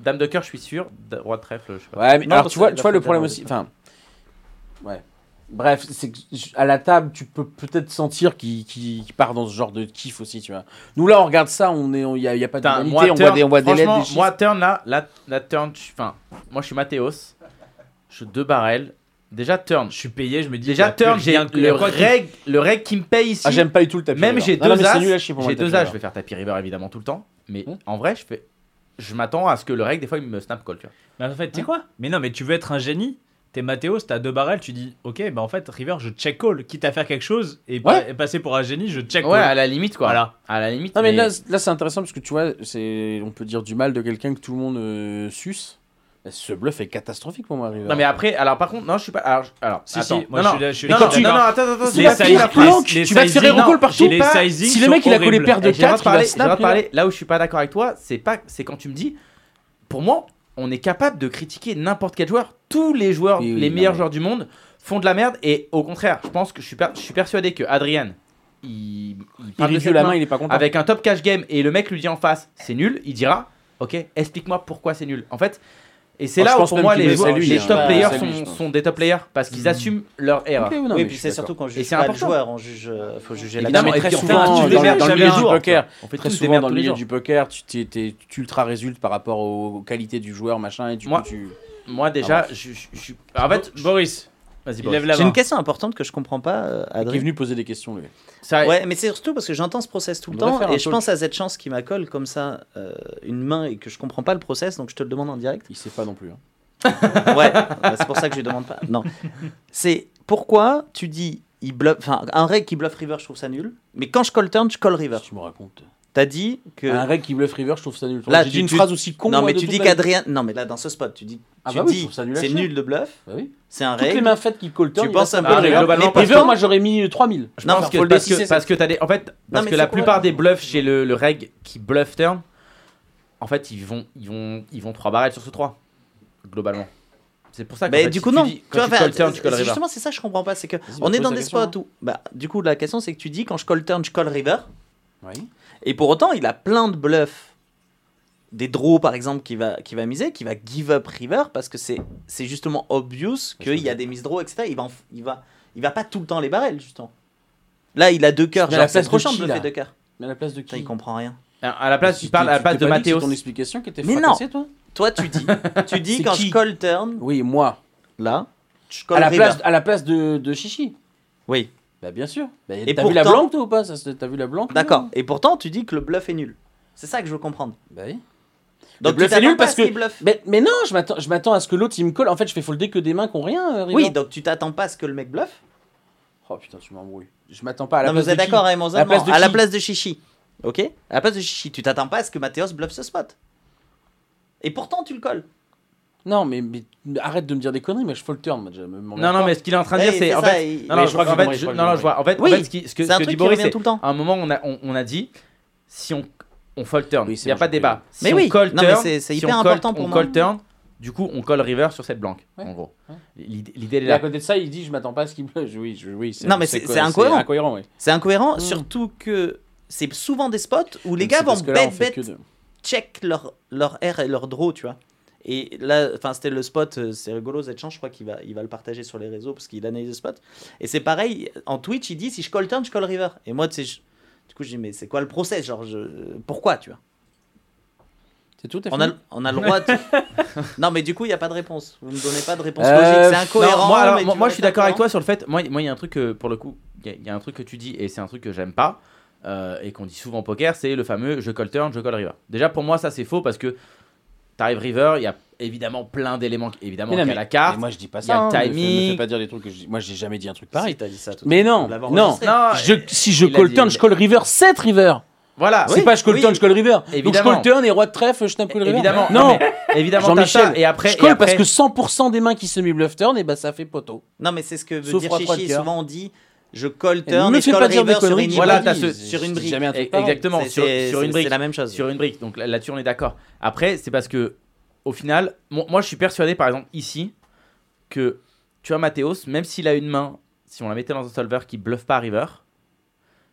C: Dame de cœur, je suis sûr. D- roi de trèfle, je sais pas.
E: Ouais, mais
D: Non,
E: alors
D: parce
E: tu vois,
D: que
E: tu vois le
D: la
E: problème
D: fête
E: aussi. Enfin, ouais. Bref, c'est que j- à la table, tu peux peut-être sentir qu'il qu'il- qu'il part dans ce genre de kiff aussi, tu vois. Nous là, on regarde ça, on est, il y, a- y a pas de
C: Putain,
E: dualité,
C: moi,
E: on voit
C: turn-
E: des, on voit des lettres,
C: franchement,
E: des chiffres.
C: moi, turn là, la, la turn, je- enfin, moi je suis Mathéos. Je suis deux barrels. Déjà turn.
B: Je suis payé, je me dis. y
C: Déjà
B: a plus
C: turn, j'ai
B: rien que- y a
C: le
B: quoi qui-
C: reg, le reg qui me paye ici.
E: ah, j'aime pas du tout le tapis.
C: Même
E: river.
C: j'ai
E: Non, non,
C: deux
E: mais c'est
C: as,
E: nul à chier pour moi,
C: j'ai
E: le tapis
C: deux as, je
E: river.
C: vais faire tapis river évidemment tout le temps, mais
E: Hmm.
C: en vrai, je fais je m'attends à ce que le reg des fois il me snap call, tu vois.
B: Mais en fait, tu sais quoi Mais non, mais tu veux être un génie T'es Mathéos, t'as deux barrels, tu dis Ok, bah en fait, River, je check call. Quitte à faire quelque chose et, pa- et passer pour un génie, je check
C: Ouais, à
B: call.
C: la limite quoi.
B: Voilà.
C: À la limite.
E: Non, mais, là, c- là, c'est intéressant parce que tu vois, c'est, on peut dire du mal de quelqu'un que tout le monde euh, suce. Mais Ce bluff est catastrophique pour moi, River.
C: Non mais après, alors par contre, non, je suis pas alors, je- alors
B: Si,
C: attends.
B: si, moi, je
C: non,
B: suis
C: non.
B: là- je suis-
C: non,
B: je
C: non,
B: suis
C: non,
B: d'accord.
C: non, attends, attends,
E: C'est
B: Les
C: attends,
E: la
C: attends,
B: sizing-
E: pire
C: attends, attends.
E: planque.
B: les
E: Tu vas te faire
B: sizing-
E: héros
B: non,
E: call partout.
B: les
E: pas-
B: sizing
E: Si le mec
B: sont
E: il a collé
B: horribles.
E: paire de
C: Et j'ai
E: 4, il va
C: reparlé-
E: snap.
C: j'ai
E: River.
C: reparlé- là où je suis pas d'accord avec toi, c'est pas c'est quand tu me dis pour moi, on est capable de critiquer n'importe quel joueur, tous les joueurs,
E: Oui, oui,
C: les
E: non,
C: meilleurs
E: mais-
C: joueurs du monde font de la merde et au contraire, je pense que je suis per- je suis persuadé que Adrian il il
E: Il
C: parle de
E: réduit
C: cette
E: la
C: main.
E: main, il est pas content.
C: avec un top cash game et le mec lui dit en face c'est nul, il dira ok explique-moi pourquoi c'est nul. En fait, et c'est
E: Ah, je
C: là où
E: pense
C: pour
E: même
C: moi
E: qu'il
C: les,
E: le
C: joueurs-
E: salue,
C: les
E: hein.
C: top
D: Ouais,
C: players
E: salue, je
C: sont,
E: pense. Hmm.
C: sont des top players parce qu'ils assument leur erreur.
E: Ok, non,
D: oui,
E: mais
D: puis
E: je
D: c'est
E: suis
D: surtout quand je
C: Et
D: juge
C: c'est
D: pas le
C: important.
D: joueur, on juge, euh, faut juger la
E: Non, mais
D: personne.
E: très
C: puis on
E: souvent,
C: fait un
E: dans,
C: petit débat,
E: dans le
C: j'avais
E: milieu
C: un
E: du
C: jour,
E: poker,
C: On fait
E: très
C: tous des
E: souvent
C: merdes
E: dans le
C: tous les
E: milieu
C: jours.
E: du poker, tu t'es- t'es- tu ultra résultes par rapport aux, aux qualités du joueur, machin, et du
C: Moi-
E: coup tu.
C: Moi
E: Ah,
C: déjà, je je- je suis. En fait,
B: Bo- Boris,
C: vas-y.
B: il
C: Boris.
B: lève la
D: J'ai
B: main.
D: une question importante que je comprends pas, euh,
E: Qui est
D: Adrien.
E: venu poser des questions lui.
C: Ça-
D: Ouais, mais c'est surtout parce que j'entends ce process tout le
E: On devrait
D: temps
E: faire un
D: et je
E: talk.
D: pense à cette chance qui m'accole comme ça euh, une main et que je comprends pas le process donc je te le demande en direct.
E: Il sait pas non plus. hein.
D: Ouais, bah, c'est pour ça que je lui demande pas. Non. C'est pourquoi tu dis il bluffe enfin un reg qui bluffe river, je trouve ça nul, mais quand je call turn, je call river.
E: Qu'est-ce que tu me racontes
D: T'as dit que
C: Euh,
E: Un reg qui bluffe river, je trouve ça nul.
D: Là,
E: J'ai
D: tu-
E: dit une
D: tu-
E: phrase aussi Ah, con.
D: Non,
E: moi,
D: mais
E: de
D: tu
E: toute
D: dis
E: ma vie.
D: qu'adrien Non, mais là dans ce spot, tu dis
E: Ah
D: tu
E: bah oui, je
D: dis
E: trouve ça nul à
D: c'est
E: chier.
D: nul de bluff,
E: Bah oui.
D: c'est un
E: Toutes les
D: reg.
E: mains faites qui call turn.
D: Tu
E: il
D: penses
E: reste
D: à
E: un
D: peu
E: peu de
C: mais
E: river.
C: globalement,
E: Mais
C: parce
E: river,
C: que-
E: moi j'aurais mis euh, 3000.
C: Je
D: Non,
C: pense
D: mais
C: que
D: faut le
C: parce que
D: préciser.
C: parce que t'as des en fait parce
D: mais
C: que
D: c'est
C: la
D: quoi,
C: plupart
D: là
C: des bluffs chez le, le reg qui bluff turn, en fait ils vont ils vont ils vont trois barrettes sur ce 3 globalement. C'est
E: Ah,
C: pour ça que
D: Mais du coup non,
C: tu, dis- quand tu
D: enfin,
C: call turn, tu call
D: c'est
C: river.
D: justement c'est ça que je comprends pas, c'est que
E: Vas-y,
D: on
E: pose
D: est dans
E: la
D: des
E: question,
D: spots où bah du coup la question c'est que tu dis quand je call turn, je call river.
E: Oui.
D: Et pour autant, il a plein de bluffs. Des draws, par exemple, qui va, qui va miser, qui va give up river, parce que c'est c'est justement obvious qu'il y a des mises draws, etc. Il va, en f- il, va, il va pas tout le temps les barrels, justement. Là, il a deux cœurs.
E: Mais à
D: Genre,
E: la
D: c'est
E: place
D: trop
E: de
D: chiant de
E: qui,
D: bluffer
E: là
D: deux cœurs.
E: Mais à la place de
D: Putain,
E: qui
D: il comprend rien.
C: À la place,
E: Si
C: tu parles à la
E: t'es
C: place de
E: pas dit, c'est
C: Mathéos.
E: ton explication qui était
D: Mais non.
E: fracassée, toi
D: Toi, tu dis, tu
E: (laughs)
D: dis
E: C'est
D: quand
E: qui
D: je call turn,
E: Oui, moi.
D: là, je call
E: À la
D: river.
E: place, à la place de, de Chichi
D: Oui.
E: Bah bien sûr. Bah,
D: Et
E: t'as vu la
D: pourtant-
E: blanque toi ou pas ça, c'est- T'as vu la blanque toi
D: D'accord. Et pourtant, tu dis que le bluff est nul. C'est ça que je veux comprendre.
E: Bah oui.
D: Donc,
E: bluff
D: tu
E: est nul
D: t'attends pas à ce
E: parce
D: qu'il
E: que-
D: bluffe.
E: Mais, mais non, je m'attends, je m'attends à ce que l'autre il me colle. En fait, je fais folder que des mains qui ont rien. euh, River.
D: Oui, donc tu t'attends pas à ce que le mec bluffe.
E: Oh putain, tu m'embrouilles. Je m'attends pas à la
D: non, mais
E: place
D: vous êtes
E: de qui
D: d'accord, hein, Monza
E: À la place
D: Non,
E: de
D: À la
E: qui
D: place de Chichi. Ok À la place de Chichi, tu t'attends pas à ce que Mathéos bluffe ce spot. Et pourtant, tu le colles. hein.
E: Non, mais, mais- mais arrête de me dire des conneries, mais je fold turn. moi, je me- m'emmerde
C: Non non,
E: pas.
C: mais ce qu'il est en train de
D: Eh,
C: dire c'est en
D: ça,
C: fait
D: il-
C: non
E: Mais
C: non,
E: je crois que
C: en
E: j'ai
C: fait,
E: compris,
C: je-
E: je crois que
C: non, non,
E: j'ai
C: je vois. En fait, en
D: Oui,
C: fait, ce qui- ce que
D: C'est un
C: ce que
D: truc
C: dit
D: qui
C: Boris,
D: revient
C: c'est
D: tout le temps.
C: à un moment on a on, on a dit si on on fold turn, il
E: Oui, c'est
C: n'y a
E: bon,
C: pas
E: j'ai
C: de débat.
E: compris.
C: Si
D: Mais
C: on
D: oui.
C: call
D: Non, mais
C: turn,
D: c'est- c'est
C: si
D: hyper
C: on call-
D: important pour
C: on
D: moi.
C: call turn, du coup on call river sur cette blanque
E: Ouais.
C: en gros.
E: Ouais.
C: L'idée l'idée, elle est
E: Et à
C: là.
E: côté de ça, il dit je m'attends pas à ce qu'il me. Oui, je- oui.
D: Non, mais c'est- c'est incohérent.
E: C'est incohérent, oui.
D: C'est incohérent,
E: Hmm.
D: surtout que c'est souvent des spots où les
E: Mais
D: Mm. gars
E: c'est
D: vont
E: parce que là, on
D: bête
E: fait
D: bête
E: que deux.
D: check leur, leur air et leur draw, tu vois. Et là, enfin, c'était le spot, euh, c'est rigolo, Zetchan, je crois qu'il va, il va le partager sur les réseaux parce qu'il analyse le spot. Et c'est pareil, en Twitch, il dit si je call turn, je call river. Et moi, tu sais, je- du coup, je dis, mais c'est quoi le process Genre, je- pourquoi, tu vois
E: C'est tout, t'as
D: On a,
E: fini
D: on a le
C: (laughs)
D: droit. de- non, mais du coup, il n'y a pas de réponse. Vous me donnez pas de réponse
E: Euh,
D: logique. C'est
E: non,
D: incohérent.
C: Non, moi, alors,
D: mais
C: moi,
D: tu
C: moi,
D: veux
C: je suis d'accord
D: être
C: avec toi sur le fait. Moi, moi, il y a un truc que, pour le coup, il y a- il y, a un truc que tu dis et c'est un truc que j'aime pas euh, et qu'on dit souvent au poker, c'est le fameux je call turn, je call river. Déjà, pour moi, ça c'est faux parce que T'arrives River, il y a évidemment plein d'éléments, évidemment,
E: Mais non,
C: qu'il y a
E: mais-
C: la carte.
E: mais moi je dis pas
C: Il y a
E: ça.
C: le
E: hein, me fais- Me
C: timing.
E: fais pas dire des trucs que je dis. Moi j'ai jamais dit un truc
D: Pareil,
E: pareil.
D: t'as dit ça tout à
E: Mais
D: l'heure.
E: non,
D: On l'avait
E: non.
D: enregistré.
C: Non,
E: Je,
C: et-
E: si je
C: il a
E: call
C: dit-
E: turn, je call river 7 river.
C: Voilà.
E: c'est
C: oui,
E: pas je call
C: oui.
E: turn, je call river. Donc je
C: Évidemment.
E: call turn et roi de trèfle, je tape call river.
C: Évidemment.
E: Non,
C: mais- évidemment. t'as ça.
E: Jean-Michel.
C: Et après,
E: je colle
C: et après-
E: parce que 100% des mains qui se mis bluff turn, et bah ça fait poteau.
D: Non, mais c'est ce que veut
E: Sauf
D: dire
E: Roi Trois de
D: Chichi.
E: Cœur.
D: Souvent, on dit je colle
E: Et
D: turn
E: me
D: et
E: fais
D: je
E: pas
D: colle
E: dire des
D: river sur
E: conneries.
D: une
C: Voilà,
D: brique.
C: t'as ce-
D: C'est-
E: sur une brique. Jamais un truc
C: Et-
E: pareil.
C: Exactement.
D: c'est-
C: Sur,
D: c'est-
C: sur une
D: C'est
C: brique.
D: la même chose.
C: Sur une brique. Donc là- là-dessus, on est d'accord. Après, c'est parce que, au final, moi, moi, je suis persuadé, par exemple, ici, que tu vois, Mathéos, même s'il a une main, si on la mettait dans un solver qui bluffe pas river,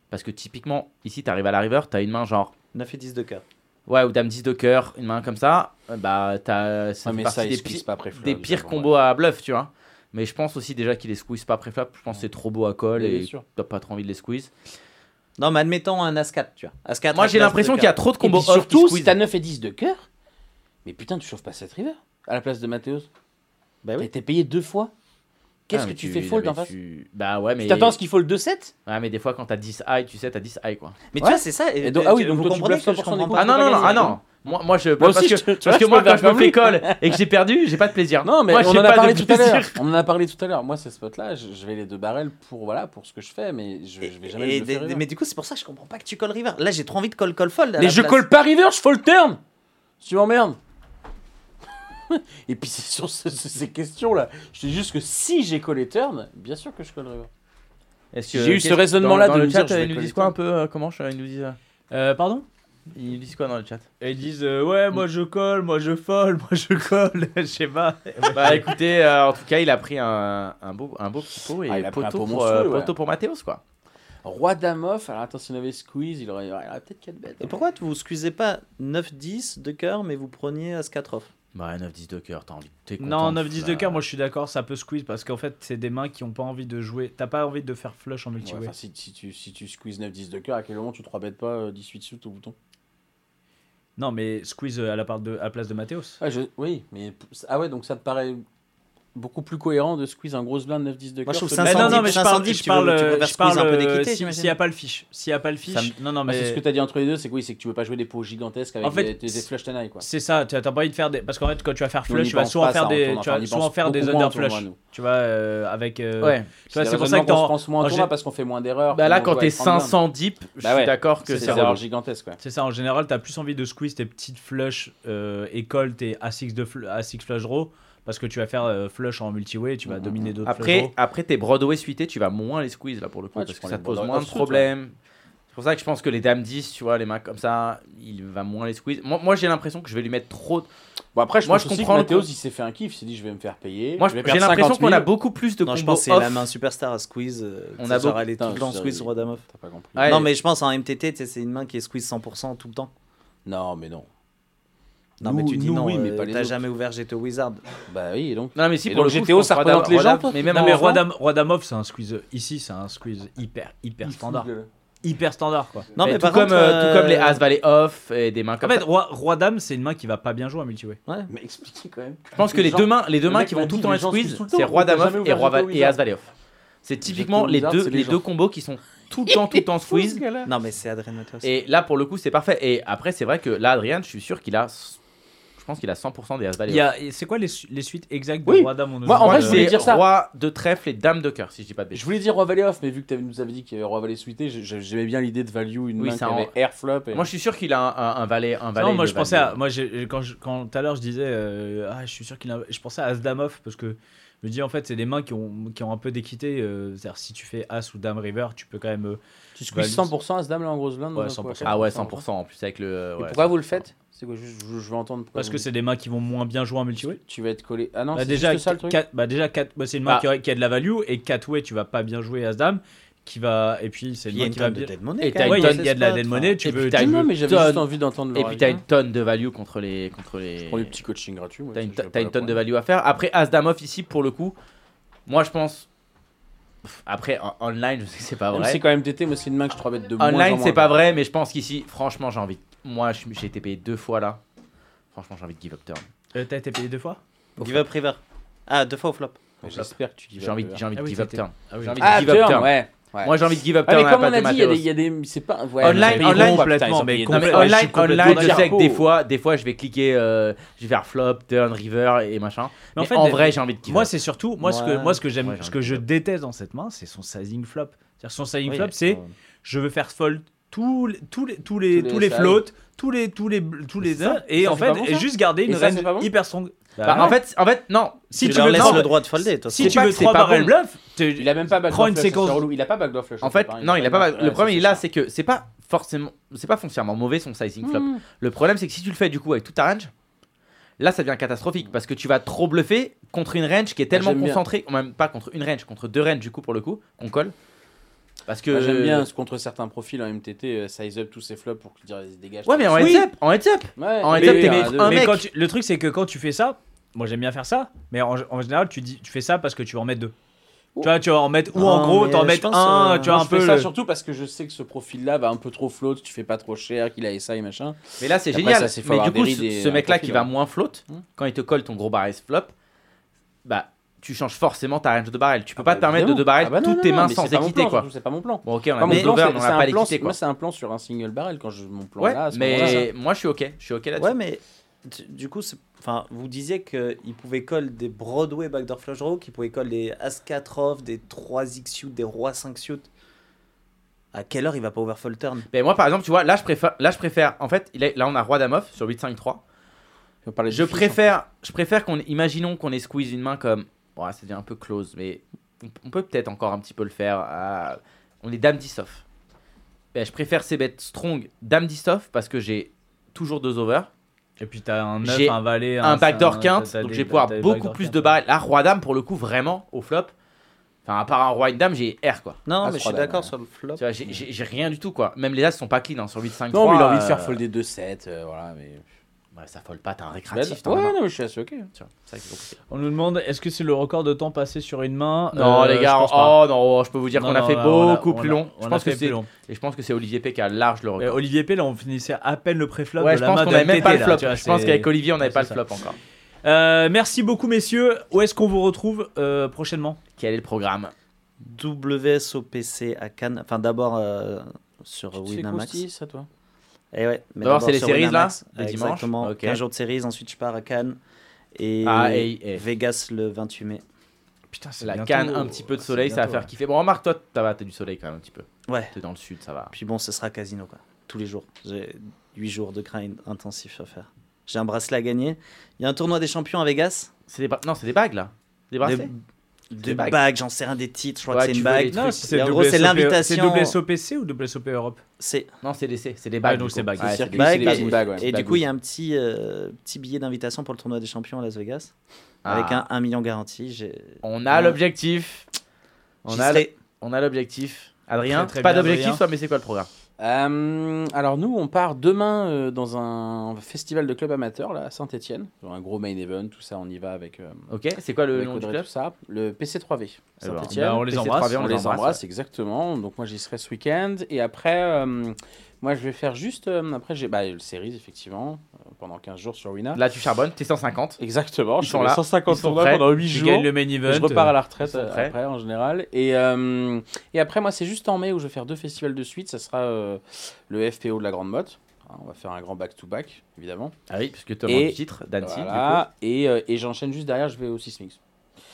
C: parce que typiquement, ici, t'arrives à la river, t'as une main genre.
D: 9 et 10 de cœur.
C: Ouais, ou dame 10 de cœur, une main comme ça, euh, bah, t'as. Ça fait
E: Ouais, Ah, mais
C: partie
E: ça,
C: des
E: ils se glissent
C: pi-
E: pas après fleur,
C: des
E: ils
C: pires
E: savent,
C: combos à bluff, tu vois. Mais je pense aussi déjà qu'il les squeeze pas pré-flop. Je pense que c'est trop beau à call
E: Bien
C: et
E: sûr.
C: t'as pas trop envie de les squeeze.
D: Non, mais admettons un As-4, tu vois. As-4
C: Moi
D: avec
C: j'ai
D: neuf
C: l'impression
D: de
C: qu'il y a
D: cœur.
C: trop de
E: Et
C: combos
E: puis
C: off qui
E: surtout,
C: squeeze.
E: si t'as 9 et 10 de cœur, mais putain, tu chauffes pas 7 river à la place de Mathéos.
D: Bah oui.
E: T'as été payé deux fois.
C: Ah,
E: Qu'est-ce que tu fais fold
C: d'en
E: en face
C: Bah ouais, mais.
E: Tu t'attends à ce qu'il fold 2-7
C: Ouais, mais des fois quand t'as 10 high, tu sais, t'as 10 high quoi.
D: Mais
E: Ouais.
D: tu vois, c'est ça.
E: Et donc- ah oui, donc
D: vous
E: toi, tu
D: comprenez
E: bluffes
D: que je
E: 100% des
D: comprends
E: coups.
D: pas
C: Ah non, non, non,
D: pourquoi
C: ah
D: gagner.
C: non. Moi, moi je.
E: Moi
C: parce
E: aussi,
C: que,
E: je- tu vois,
C: parce que
E: je
C: moi,
E: peux faire
C: quand je me
E: comme
C: fais
E: lui.
C: call et que j'ai perdu, j'ai pas de plaisir.
E: Non, mais
C: moi,
E: on
C: j'ai
E: en a
C: pas de
E: parlé tout à
C: plaisir.
E: l'heure. On en a parlé tout à l'heure. Moi, c'est spot-là, je, je vais les deux barrels pour voilà pour ce que je fais, mais je, je vais jamais
D: Et
E: le
D: des-
E: faire. hein.
D: des- mais du coup, c'est pour ça que je comprends pas que tu colles river. Là, j'ai trop envie de call call fold. à
E: Mais
D: la
E: je
D: place.
E: colle pas river, je fold turn. Tu m'emmerdes. (laughs) Et puis c'est sur ce- ce- ces questions-là. Je te dis juste que si j'ai collé turn, bien sûr que je colle river.
C: Est-ce
E: J'ai eu
C: qu'est-ce-
E: ce raisonnement-là
C: dans-
E: de
C: dans
E: me
C: le
E: dire,
C: chat.
E: je vais
C: Ils nous disent
E: collecter.
C: quoi un peu euh, Comment je- Ils nous disent. euh,
B: Euh, pardon
C: Ils nous disent quoi dans le chat
B: Et Ils disent euh, ouais moi je colle, moi je folle, moi je colle, je sais pas.
C: Bah écoutez, euh, en tout cas, il a pris un, un beau, un beau petit pot et
E: Ah, il a pris un
C: poteau,
E: pot
C: pour,
E: monstrueux,
C: euh,
E: ouais.
C: poteau pour Mathéos quoi.
E: Roi dame off. Alors attention, il avait squeeze, il aurait, il aurait peut-être 4 bêtes. hein.
D: Et pourquoi vous excusez pas 9-10 de cœur, mais vous preniez As-4 off
C: Bah 9-10 de cœur, t'as envie. t'es
B: Non
C: content,
B: 9-10 de
C: là.
B: cœur, moi je suis d'accord, ça peut squeeze parce qu'en fait c'est des mains qui ont pas envie de jouer. T'as pas envie de faire flush en
E: Ouais,
B: multi
E: enfin, si, si tu, si tu squeeze 9-10 de cœur, à quel moment tu 3 bêtes pas euh, 18 sous au bouton
B: Non mais squeeze euh, à la part de à la place de Mathéos.
E: Ah, je- Oui, mais. Ah ouais, donc ça te paraît beaucoup plus cohérent de squeeze un gros blind 9-10 de cœur.
D: Moi, je trouve
E: que-
D: ça
B: Mais non non mais je
D: 510,
B: parle je
D: tu veux-
B: parle
D: tu
B: euh,
D: préfères
B: je parle
D: squeeze un peu
B: euh,
D: d'équité,
B: si-
D: j'imagine.
B: s'il y a pas le fiche, s'il y a pas le fiche. Non non
E: Bah, C'est
B: mais
E: ce que t'as dit entre les deux, c'est que oui, c'est que tu veux pas jouer des pots gigantesques avec
B: En fait,
E: des, des- des
B: c'est-
E: flush ten eye, quoi.
B: c'est ça, t'as t'as pas envie de faire des. Parce qu'en fait, quand tu vas faire
E: Nous, on y
B: flush, tu vas
E: pense
B: souvent
E: pas, ça,
B: faire
E: en
B: des.
E: tournoi.
B: Tu
E: Enfin, on
B: vas
E: y
B: souvent
E: pense
B: faire des
E: beaucoup moins en
B: under flush.
E: tournoi, nous.
B: Tu vas euh, avec. euh,
C: Ouais.
B: Tu vois,
E: des
B: c'est pour ça que
E: raisonnements qu'on se
B: t'en.
E: pense moins en
B: en
E: tournoi
B: gé-
E: parce qu'on fait moins d'erreurs.
C: Bah là,
E: qu'on
C: quand
E: joue
C: t'es
E: avec 30 blindes.
C: 500 deep, je
E: Bah ouais,
C: suis d'accord que
E: c'est
C: c'est
E: des
C: rare.
E: erreurs gigantesques, ouais.
B: C'est ça, en général, t'as plus envie de squeeze tes petites flush euh, et call tes A6, de fl- A6 flush draw parce que tu vas faire euh, flush en multiway, tu vas
E: Mhm.
B: dominer d'autres flush
C: Après,
B: draw.
C: après tes Broadway suités, tu vas moins les squeeze là pour le coup
E: Ouais, tu
C: parce que
E: prends
C: ça
E: les
C: te pose
E: Broadway
C: moins de
E: offsuit, ouais.
C: problèmes. C'est pour ça que je pense que les dames 10, tu vois, les mains comme ça, il va moins les squeeze. Moi, moi j'ai l'impression que je vais lui mettre trop.
E: Bon, après, je
C: Moi,
E: pense
C: je
E: aussi que
C: comprends le
E: Mathéos,
C: coup.
E: il s'est fait un kiff, il s'est dit, je vais me faire payer.
C: Moi,
E: je vais
C: j'ai
E: perdre
C: l'impression
E: 50 000.
C: qu'on a beaucoup plus de
D: Non, je
C: combos
D: pense que c'est la
C: off.
D: main superstar à squeeze. euh,
C: On
D: ce
C: a
D: soir,
C: beau-
D: Elle est tout
E: Putain,
D: le temps
E: je-
D: squeeze roi dame off.
E: T'as pas compris.
C: Ouais.
D: Non,
C: et-
D: mais je pense en MTT, tu sais, c'est une main qui est squeeze 100% tout le temps.
E: Non, mais non.
D: Non,
E: Nous-
D: mais tu dis
E: nous,
D: non,
E: oui, mais
D: euh,
E: pas les
D: t'as
E: autres.
D: jamais ouvert GTO Wizard.
E: Bah oui, et donc.
C: Non, mais si
E: Et
C: pour
E: donc,
C: le coup, je
E: GTO,
C: pense
E: ça
C: pas
E: représente
C: d'avoir-
E: les
C: Roi
E: gens,
C: Dame-
E: toi
C: Mais même
B: Non, mais Roi
C: Roi
B: Dame- Roi Dame off, c'est un squeeze. Ici, c'est un squeeze hyper, hyper standard. Hyper standard, quoi.
D: Non, mais,
C: tout
D: par
C: comme
D: contre,
C: euh, tout comme les
D: euh,
C: As Valet off et des mains
B: En
C: comme
B: fait,
C: ça.
B: Roi, Roi Dame, c'est une main qui va pas bien jouer en multiway.
E: Mais expliquez quand même.
C: Je pense que les
E: gens-
C: deux mains, les deux
E: le
C: mains
E: mec
C: qui
E: m'a
C: vont
E: dit,
C: tout le
E: les
C: temps les
E: gens
C: squeeze,
E: squeezent tout le
C: c'est
E: temps,
C: Roi
E: vous avez
C: Dame off
E: jamais
C: et
E: ouvert
C: Roi
E: Jeto
C: Va- et
E: Wizard.
C: As Valet off. C'est typiquement les
E: Wizard,
C: deux
E: c'est les
C: les
E: gens.
C: deux combos qui sont tout le temps tout le temps squeeze.
D: Non, mais c'est Adrien Matos.
C: Et là, pour le coup, c'est parfait. Et après, c'est vrai que là, Adrien, je suis sûr qu'il a. Je pense qu'il a 100% des as
B: Il
C: valets.
B: y a- et C'est quoi les, su- les suites exactes de
E: Oui.
B: Roi Dame on
E: Moi,
B: nous
E: en
B: dit,
E: vrai,
B: euh,
E: je voulais
C: c'est
E: dire ça.
C: roi de trèfle et dame de cœur, si je dis pas de
E: Je
C: bêtises.
E: voulais dire Roi Valley off, mais vu que t'avais- nous avais dit qu'il y avait Roi Valley suité, je- je- j'aimais bien l'idée de value une
C: Oui,
E: main qui
C: ça en-
E: avait air flop. et-
C: Moi, je suis sûr qu'il a un, un, un valet. Un valet
B: non, moi
C: et
B: je
C: deux
B: pensais à.
C: valets.
B: Moi, j'ai- quand je- quand tout à l'heure je disais. euh, ah, je suis sûr qu'il a. Je pensais à As Dame Off parce que je me dis en fait, c'est des mains qui ont, qui ont un peu d'équité. euh, C'est-à-dire, si tu fais As ou Dame River, tu peux quand même. euh,
E: Tu squeezes
B: Value.
E: 100% à ce dame là en grosse blinde
B: Ouais,
E: dans un pot à
B: 100%.
E: quatre,
C: Ah ouais,
E: 100%.
C: 100% en plus avec le.
E: Et
C: ouais,
E: pourquoi vous le
C: 100%.
E: faites C'est quoi je, je- je veux entendre. pourquoi
B: parce
E: vous-
B: que c'est des mains qui vont moins bien jouer en multiway.
E: Tu vas être collé. Ah non,
B: Bah,
E: c'est
B: déjà,
E: juste ça le truc.
B: quatre- bah, déjà quatre- bah, c'est une main
C: Ah.
B: qui, a, qui a de la value et 4 way, tu vas pas bien jouer As Dame. Qui va, et puis, c'est
D: il
B: une
D: y a
B: main
D: une
B: qui va
D: tonne de
B: bien.
D: dead money.
C: Et t'as
D: quand même,
C: une
B: Ouais, il y a-
D: dans
B: il y a de la
D: ces
B: dead
D: spots.
B: money,
C: Et
B: tu
C: puis
B: veux.
C: t'as
B: tu
C: une-
B: veux-
E: Non, mais j'avais juste
C: Tonne.
E: envie d'entendre leur
C: Et puis t'as une
E: avis.
C: tonne de value contre les. Contre les...
E: Pour les petits coachings gratuits. ouais,
C: T'as
E: ça,
C: une,
E: je vais
C: t'as
E: pas
C: une tonne de
E: leur
C: value à faire. Après, As Dame off ici, pour le coup, moi je pense. Pff, Après, en- online, je sais que c'est pas
E: prendre. Même
C: vrai.
E: si quand même t'étais, moi c'est une main que je 3 bêtes de moins en
C: Online, c'est
E: moins.
C: pas vrai, mais je pense qu'ici, franchement, j'ai envie. Moi, je suis- j'ai été payé deux fois là. Franchement, j'ai envie de give up turn.
B: Euh, T'as été payé deux fois
D: Give up river. Ah, deux fois au flop.
E: J'espère que tu dis.
C: J'ai envie, j'ai envie
B: Ah
C: de
B: oui,
C: give up
B: t'étais-
C: turn.
B: Ah oui.
C: J'ai envie de
E: Ah,
C: give up
E: turn,
C: turn.
E: ouais.
C: Ouais. Moi j'ai envie de give up
F: Ah,
C: time
F: mais
C: à
F: comme
C: la
F: on
C: pâte
F: a
C: de
F: dit, il y a
C: Mathéos.
F: des- il y a des. C'est pas. ouais,
C: Online,
F: mais-
E: ils ont
C: online,
E: gros, putain, ils
C: complètement,
E: ont
C: mais
E: payé
C: complètement.
E: non, mais
C: online,
E: je suis complètement
C: online, je sais que
E: d'accord.
C: des fois, des fois, je vais cliquer, euh, je vais faire flop, turn, river et machin. Mais,
B: Mais en
C: en,
B: fait, des-
C: vrai, j'ai envie de Bah, give
B: Moi,
C: up.
B: c'est surtout moi ce
D: Ouais.
B: que moi ce que j'aime,
C: Ouais, j'ai
B: ce que
C: envie
B: je
C: de-
B: déteste dans cette main, c'est son sizing flop. C'est-à-dire son sizing
D: Oui,
B: flop, c'est je veux faire fold tous les tous les tous les
F: Tous
B: tous
F: les
B: les floats, tous les tous les tous les uns, et
E: ça,
B: en
E: c'est
B: fait
E: pas bon,
B: et
E: ça
B: juste garder une
E: Et ça,
B: range
E: c'est pas bon
B: hyper strong.
C: Bah, en fait, en fait, non.
B: si
D: tu
B: tu
D: leur
B: veux
D: laisses
B: non,
D: le droit de folder. de toute
B: si
D: façon.
B: tu
C: pas
B: veux
C: que c'est
B: 3
C: pas
B: barrel
C: bon.
B: bluff,
E: Il a même pas backdoor
B: Prends une
E: flush, ça,
B: séquence.
E: c'est relou. Il a pas backdoor flush.
C: En fait, non, il a pas.
E: back-
C: Le
E: ouais,
C: problème,
E: ça,
C: il est là,
E: chiant.
C: c'est que c'est pas forcément, c'est pas foncièrement mauvais son sizing flop.
A: Mm.
C: Le problème, c'est que si tu le fais du coup avec toute ta range, là, ça devient catastrophique parce que tu vas trop bluffer contre une range qui est tellement
E: J'aime bien.
C: concentrée, ou même pas contre une range, contre deux ranges du coup pour le coup qu'on colle. Parce que
E: Moi, Bah, J'aime bien ce contre certains profils en MTT, euh, size up tous ces flops pour qu'ils se dégagent.
C: Ouais, mais en
E: Ouais,
C: heads up, en heads up. en
E: mais-
C: heads up, t'es
E: mais-
C: mettre
E: mais-
C: un
B: mais
C: mec.
B: quand tu- le truc c'est que quand tu fais ça, moi j'aime bien faire ça, mais en, en général tu dis tu fais ça parce que tu vas en mettre deux. Tu vois, tu vas en mettre ou en
D: Ah,
B: gros
D: mais,
B: t'en
D: euh,
B: mets
D: je pense,
B: un,
D: euh,
B: tu
E: Tu
B: vois
E: vois,
B: un peu
E: je fais ça
B: le-
E: surtout parce que je sais que ce profil-là va un peu trop float, tu fais pas trop cher, qu'il a ça et machin.
C: Mais là, c'est
E: Après,
C: génial.
E: ça, c'est faut
C: mais
E: avoir
C: du coup,
E: des
C: ce,
E: rides et
C: ce
E: un
C: mec-là
E: profil,
C: qui va
E: hein.
C: moins float,
E: Hmm.
C: quand il te colle ton gros barrel flop, bah, tu changes forcément ta range de barrel. Tu peux
E: Ah
C: pas
E: bah,
C: te permettre de
E: évidemment.
C: deux barrels
E: Ah bah non,
C: toutes
E: non,
C: tes
E: non,
C: mains
E: mais
C: sans
E: c'est pas mon
C: équité,
E: plan,
C: quoi.
E: surtout, C'est pas mon plan.
C: Bon, ok, on
E: Moi,
C: a
E: mon
C: mis
E: plan,
C: over,
E: c'est-
C: on
E: c'est
C: a
E: un
C: pas
E: plan-
C: l'équité, quoi.
E: Moi, c'est un plan sur un single barrel quand je mon plan
C: Ouais,
E: là. à ce moment-là,
C: mais moi, je suis ok. Je suis ok là-dessus.
D: Ouais, mais tu- du coup, c'est- enfin, vous disiez qu'il pouvait coller des Broadway backdoor flush draw, qu'il pouvait coller des As-4 off, des 3 x suit, des Roi 5 suit. À quelle heure il va pas overfold turn
C: Mais moi, par exemple, tu vois, là, je préfère. Là, je préfère en fait, il est- là, on a Roi Damoff sur 8-5-3.
E: on va parler
C: Je
E: du fils,
C: préfère, je préfère qu'on. Imaginons qu'on ait squeeze une main comme. Ouais, c'est déjà un peu close, mais on, on peut peut-être encore un petit peu le faire. à- On est Dame 10 off. Ben, je préfère ces bêtes strong Dame 10 off parce que j'ai toujours deux over.
B: Et puis t'as un 9,
C: J'ai
B: un valet,
C: un backdoor quinte,
B: t'as
C: donc
B: des-
C: je vais pouvoir
B: t'as des
C: beaucoup
B: backdoor
C: plus
B: quinte.
C: de barrel. Là, roi dame, pour le coup, vraiment, au flop. Enfin, à part un roi et une dame, j'ai R quoi.
D: Non,
E: As
D: mais je suis
E: trois dames,
D: d'accord
E: ouais.
D: sur le flop.
C: Tu vois, j'ai- j'ai j'ai rien du tout quoi. Même les as sont pas clean hein, sur 8-5-3.
E: Non, mais il a envie de faire
C: euh,
E: folder 2-7, euh, voilà, mais.
C: Ouais, ça folle pas, t'as un
E: Ouais,
C: récréatif. t'en as marre.
E: non, mais je suis assez ok.
C: Tu vois, c'est ça qui est compliqué.
B: On nous demande est-ce que c'est le record de temps passé sur une main
C: Non,
B: Euh,
C: les
B: je
C: gars,
B: pense pas.
C: oh non, je peux vous dire
B: Non,
C: qu'on a
B: non,
C: fait
B: non, on a-
C: beaucoup
B: on a-
C: plus long.
B: on
C: Je
B: a
C: pense, que
B: fait plus
C: c'est,
B: long.
C: et je pense que c'est Olivier P qui a large le
B: Euh,
C: record.
B: Olivier Pell, on finissait à peine le pré-flop.
C: ouais,
B: de
C: je
B: la
C: pense
B: main
C: qu'on
B: de
C: avait même
B: MTT,
C: pas le
B: là,
C: flop.
B: tu vois,
C: je pense
B: c'est-
C: qu'avec Olivier, on n'avait
B: Ouais,
C: pas le
B: c'est
C: flop encore.
B: Euh, merci beaucoup, messieurs. Où est-ce qu'on vous retrouve euh, prochainement
C: Quel est le programme
D: WSOPC à Cannes, enfin d'abord euh, sur
E: Tu sais
D: Winamax.
E: qu'aussi, ça, toi
D: Eh ouais, mais
C: D'abord, c'est les
D: sur
C: séries, là,
D: Winamax.
C: le dimanche.
D: Exactement,
C: Ok.
D: 15 jours de séries, ensuite je pars à Cannes. Et,
C: Ah, et- et-
D: Vegas le 28 mai.
B: Putain, c'est
C: La
B: bientôt.
C: canne, un petit peu de
B: C'est
C: soleil, ça va
B: bientôt,
C: faire
B: ouais.
C: kiffer. Bon, remarque, toi, t'as t'as du soleil quand même un petit peu.
D: Ouais,
C: T'es dans le sud, ça va.
D: puis bon, ce sera casino quoi. Tous les jours. J'ai 8 jours de grind intensif à faire. J'ai un bracelet à gagner. Il y a un tournoi des champions à Vegas.
C: C'est des bra- Non, c'est des bagues là. Des
D: Des,
C: bracelets.
D: des
C: Des bagues.
D: bagues, j'en sais rien des titres, je crois
C: Ouais,
D: que
C: tu
D: c'est une
C: veux les
D: bague.
C: trucs.
B: Non, si c'est
D: Et en gros, c'est
B: WSOP
D: l'invitation.
B: C'est WSOPC ou WSOP Europe
D: C'est
C: Non, c'est des C, c'est des
B: Ah,
C: bagues.
B: donc
C: du
B: c'est
C: coup.
B: bagues.
C: Ouais,
E: C'est
C: c'est
E: circuit,
C: des-
E: c'est
D: bague,
E: les petites bagues, ouais.
D: Et du coup, il y a un petit, euh, petit billet d'invitation pour le tournoi des champions à Las Vegas.
C: Ah.
D: Avec un 1 million garanti. j'ai-
C: On a
D: Ouais.
C: l'objectif. On
D: J'y
C: a,
D: serai.
C: on a l'objectif. Adrien,
B: Très, très
C: pas
B: bien,
C: d'objectif,
B: Adrien.
C: toi, mais c'est quoi le programme
E: Euh, alors nous, on part demain euh, dans un festival de club amateur là, à Saint-Étienne. Un gros main event, tout ça, on y va avec, euh,
C: Ok, c'est quoi le
E: avec
C: nom du
E: Audrey,
C: club
E: tout ça. Le PC3V.
C: Eh ben,
E: Saint-Étienne.
B: bah, on les
C: PC3V,
B: embrasse,
E: on, les embrasse,
C: ouais.
E: exactement. Donc moi, j'y serai ce week-end. Et après, euh, moi, je vais faire juste... euh, après, j'ai bah, le series, effectivement, euh, pendant 15 jours sur Wina.
C: Là, tu charbonnes, t'es 150.
E: Exactement,
C: Ils
E: je
C: sont
E: fais les
C: là, ils
E: 150
C: sont
E: tournois
C: prêts,
E: pendant 8
B: Tu
E: jours.
B: gagnes le main event.
E: Et je repars à la retraite
C: sont
E: euh,
C: prêts.
E: après en général. Et, euh, et après, moi, c'est juste en mai où je vais faire deux festivals de suite. Ça sera euh, le FPO de la Grande Motte. Hein, On va faire un grand back-to-back, évidemment.
C: Ah oui, puisque toi,
E: Et-
C: le titre d'Annecy. du
E: Voilà. Et, euh, et j'enchaîne juste derrière, je vais au Sismix.
C: coup.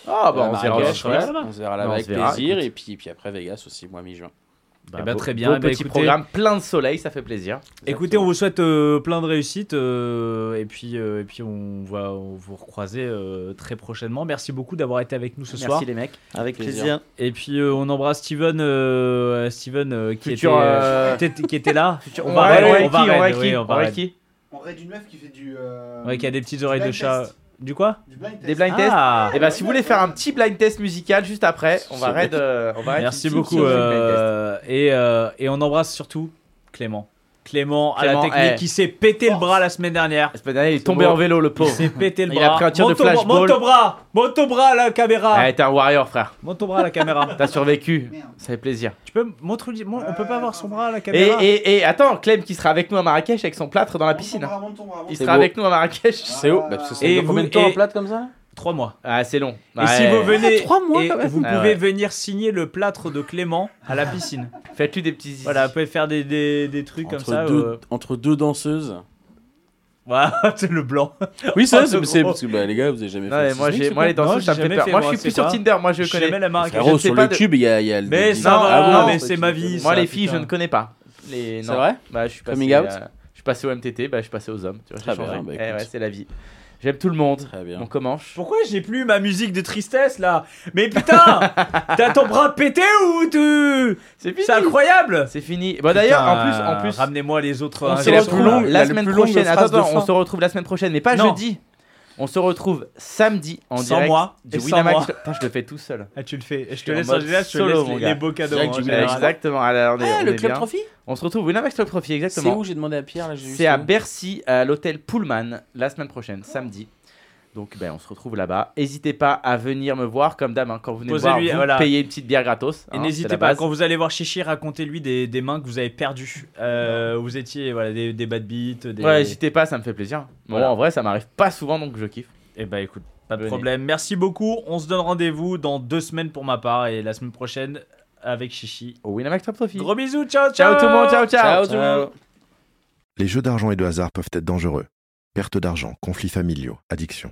C: Ah, bah,
E: Euh,
C: on
E: Marrakech,
C: verra.
B: on se verra
E: ouais.
B: là-bas.
E: On se verra là
C: Non, on
E: avec
C: se verra,
E: plaisir.
C: écoute.
E: Et puis, puis après, Vegas aussi, moi, mi-juin.
C: Ah.
B: Eh ben,
C: Bah, beau-
B: très bien.
C: beau
B: Eh ben,
C: petit
B: écoutez-
C: programme, plein de soleil, ça fait plaisir.
B: Écoutez, on vous souhaite euh, plein de réussites euh, et puis euh, et puis on va on vous recroiser euh, très prochainement. Merci beaucoup d'avoir été avec nous ce
C: Merci
B: soir.
C: les mecs.
D: Avec
E: Plaisir.
D: plaisir.
B: Et puis euh, on embrasse Steven, euh, Steven euh, qui,
C: Futur,
B: était,
C: euh,
B: qui était- qui était
C: (laughs)
B: là.
C: On va
B: raid,
C: raid,
B: on va
C: qui, on
B: raid,
C: raid
B: oui,
C: qui,
B: on
C: on
B: va
C: raid
B: raid.
C: qui
G: On raid une meuf qui fait du. euh,
B: Ouais, qui a des petites
G: du
B: oreilles de
G: blind
B: chat.
G: test.
B: Du quoi
G: Du blind test.
C: Des blind tests.
B: Ah
C: Et bah, si vous voulez faire un petit blind test musical juste après, on va raid. euh, on va raid
B: Merci
C: une petite
B: beaucoup
C: session de blind test.
B: euh, et euh, et on embrasse surtout Clément. Clément à la
C: Clément,
B: technique
C: eh.
B: qui s'est pété le bras la semaine dernière.
C: La semaine dernière, il est tombé
B: beau.
C: en vélo, le
B: Il
C: pauvre.
B: s'est pété le
C: Il
B: bras.
C: a pris un tir de
B: Monte au bras,
C: flashball.
B: Monte au bras, monte au bras à la caméra.
C: Ouais, t'es Ah, un warrior, frère.
B: Monte au bras à la caméra.
C: (laughs) T'as survécu.
G: Merde.
C: Ça fait plaisir.
B: Tu peux montrer on peut pas voir son bras à la
C: Et,
B: caméra.
C: et, et attends, Clem qui sera avec nous à Marrakech avec son plâtre dans la
G: Monte ton
C: piscine.
G: bras, monte ton bras, monte
C: Il
G: ton
C: sera
E: beau.
C: avec nous à Marrakech.
E: C'est haut. Bah, parce que ça
B: Et
E: dure
B: vous-
E: combien de temps
B: et-
E: en plate comme ça
B: Trois mois.
C: Ah, c'est long.
B: Et si
C: Ouais.
B: vous venez,
E: trois mois,
B: et
E: quand même.
B: vous
C: Ah
B: pouvez
C: ouais.
B: venir signer le plâtre de Clément à la
C: (laughs)
B: piscine.
C: Faites-lui des petits.
B: voilà, vous pouvez faire des, des, des trucs
E: entre,
B: comme ça.
E: deux,
B: euh, (laughs)
E: entre deux danseuses.
B: Voilà, c'est le blanc.
E: Oui,
B: ça,
E: ça,
B: c'est-
E: c'est
B: c'est-
E: parce que bah, les gars, vous avez jamais
C: Non,
E: fait
C: mais
E: le
C: moi,
E: sismique,
C: j'ai,
E: ou
C: moi,
E: quoi
C: les danseuses,
B: Non,
C: ça me
B: j'ai
C: fait
B: jamais
C: peur.
B: fait,
C: Moi, je
B: moi,
C: suis
B: c'est
C: plus sur
B: pas-
C: Tinder. Moi, je
B: Je
C: connais.
B: connais la marque.
C: je
E: Frérot,
C: ne sais
E: sur
C: pas
E: le
C: de-
E: cube, il y a, il y a le.
B: Mais
E: des-
B: ça
E: Ah
B: va,
E: bon
B: non, mais
E: Putain.
B: c'est ma vie.
C: Moi,
B: ça,
C: les filles, je
B: putain.
C: ne connais pas. Les...
E: C'est
C: non.
E: vrai
C: Bah, je suis passé.
E: Coming out
C: euh, je suis passé au MTT. Bah, je suis passé aux hommes. Tu vois,
E: Très
C: j'ai changé.
E: bien, bah,
C: Eh
E: écoute.
C: ouais, c'est la vie. J'aime tout le monde.
E: Très bien.
C: On commence.
B: Pourquoi j'ai plus ma musique de tristesse là Mais
C: (laughs)
B: putain T'as ton bras pété ou tu
C: C'est fini.
B: C'est incroyable
C: C'est fini. Bah, d'ailleurs, en plus,
B: Putain,
C: en plus,
B: Ramenez-moi les autres.
C: on
B: hein,
C: se
E: c'est la
B: les
E: plus
C: retrouve
B: autres,
E: longue-
B: là.
C: la
E: la
C: semaine
E: plus longue
C: prochaine.
E: phrase
C: Attends,
E: de
C: attends, on
E: fin.
C: se retrouve la semaine prochaine, mais pas
B: Non.
C: jeudi. On se retrouve samedi en
B: Sans
C: direct
B: moi
C: du
B: et sans
C: Winamax.
B: moi.
C: Putain, je le fais tout seul.
B: Ah, tu le fais. Je te
C: en
B: laisse en
C: mode
B: général, je te
C: solo,
B: laisse
C: mon
B: les,
C: gars.
B: les beaux cadeaux.
E: Direct
B: en
E: du
B: général.
E: Winamax.
C: Exactement. Alors, on est-
E: Ah,
C: on
E: le
C: est
E: club
C: bien.
E: trophy
C: On se retrouve Winamax Club Trophy,
E: C'est
C: exactement.
E: où J'ai demandé à Pierre, là, j'ai juste-
C: C'est à Bercy, à l'hôtel Pullman, la semaine prochaine,
B: Ah.
C: samedi. Donc, ben, on se retrouve là-bas. N'hésitez pas à venir me voir, comme dame, hein, quand vous venez me voir,
B: Posez-lui,
C: vous
B: voilà.
C: payez une petite bière
B: Et
C: gratos. hein, c'est
B: n'hésitez
C: la
B: pas,
C: base.
B: quand vous allez voir Chichi, racontez-lui des, des mains que vous avez perdues. Euh, vous étiez voilà, des, des bad beats, des.
C: Ouais, n'hésitez pas, ça me fait plaisir. Bon,
B: Voilà.
C: en vrai, ça m'arrive pas souvent, donc je kiffe.
B: Et bah écoute, pas de
C: Venez.
B: problème. Merci beaucoup. On se donne rendez-vous dans deux semaines pour ma part et la semaine prochaine avec Chichi.
C: Au Winamax Club Trophy.
B: Gros bisous, ciao, ciao.
C: Ciao tout le monde, ciao, ciao.
E: Ciao tout le monde.
F: Les jeux d'argent et de hasard peuvent être dangereux. Perte d'argent, conflits familiaux, addiction.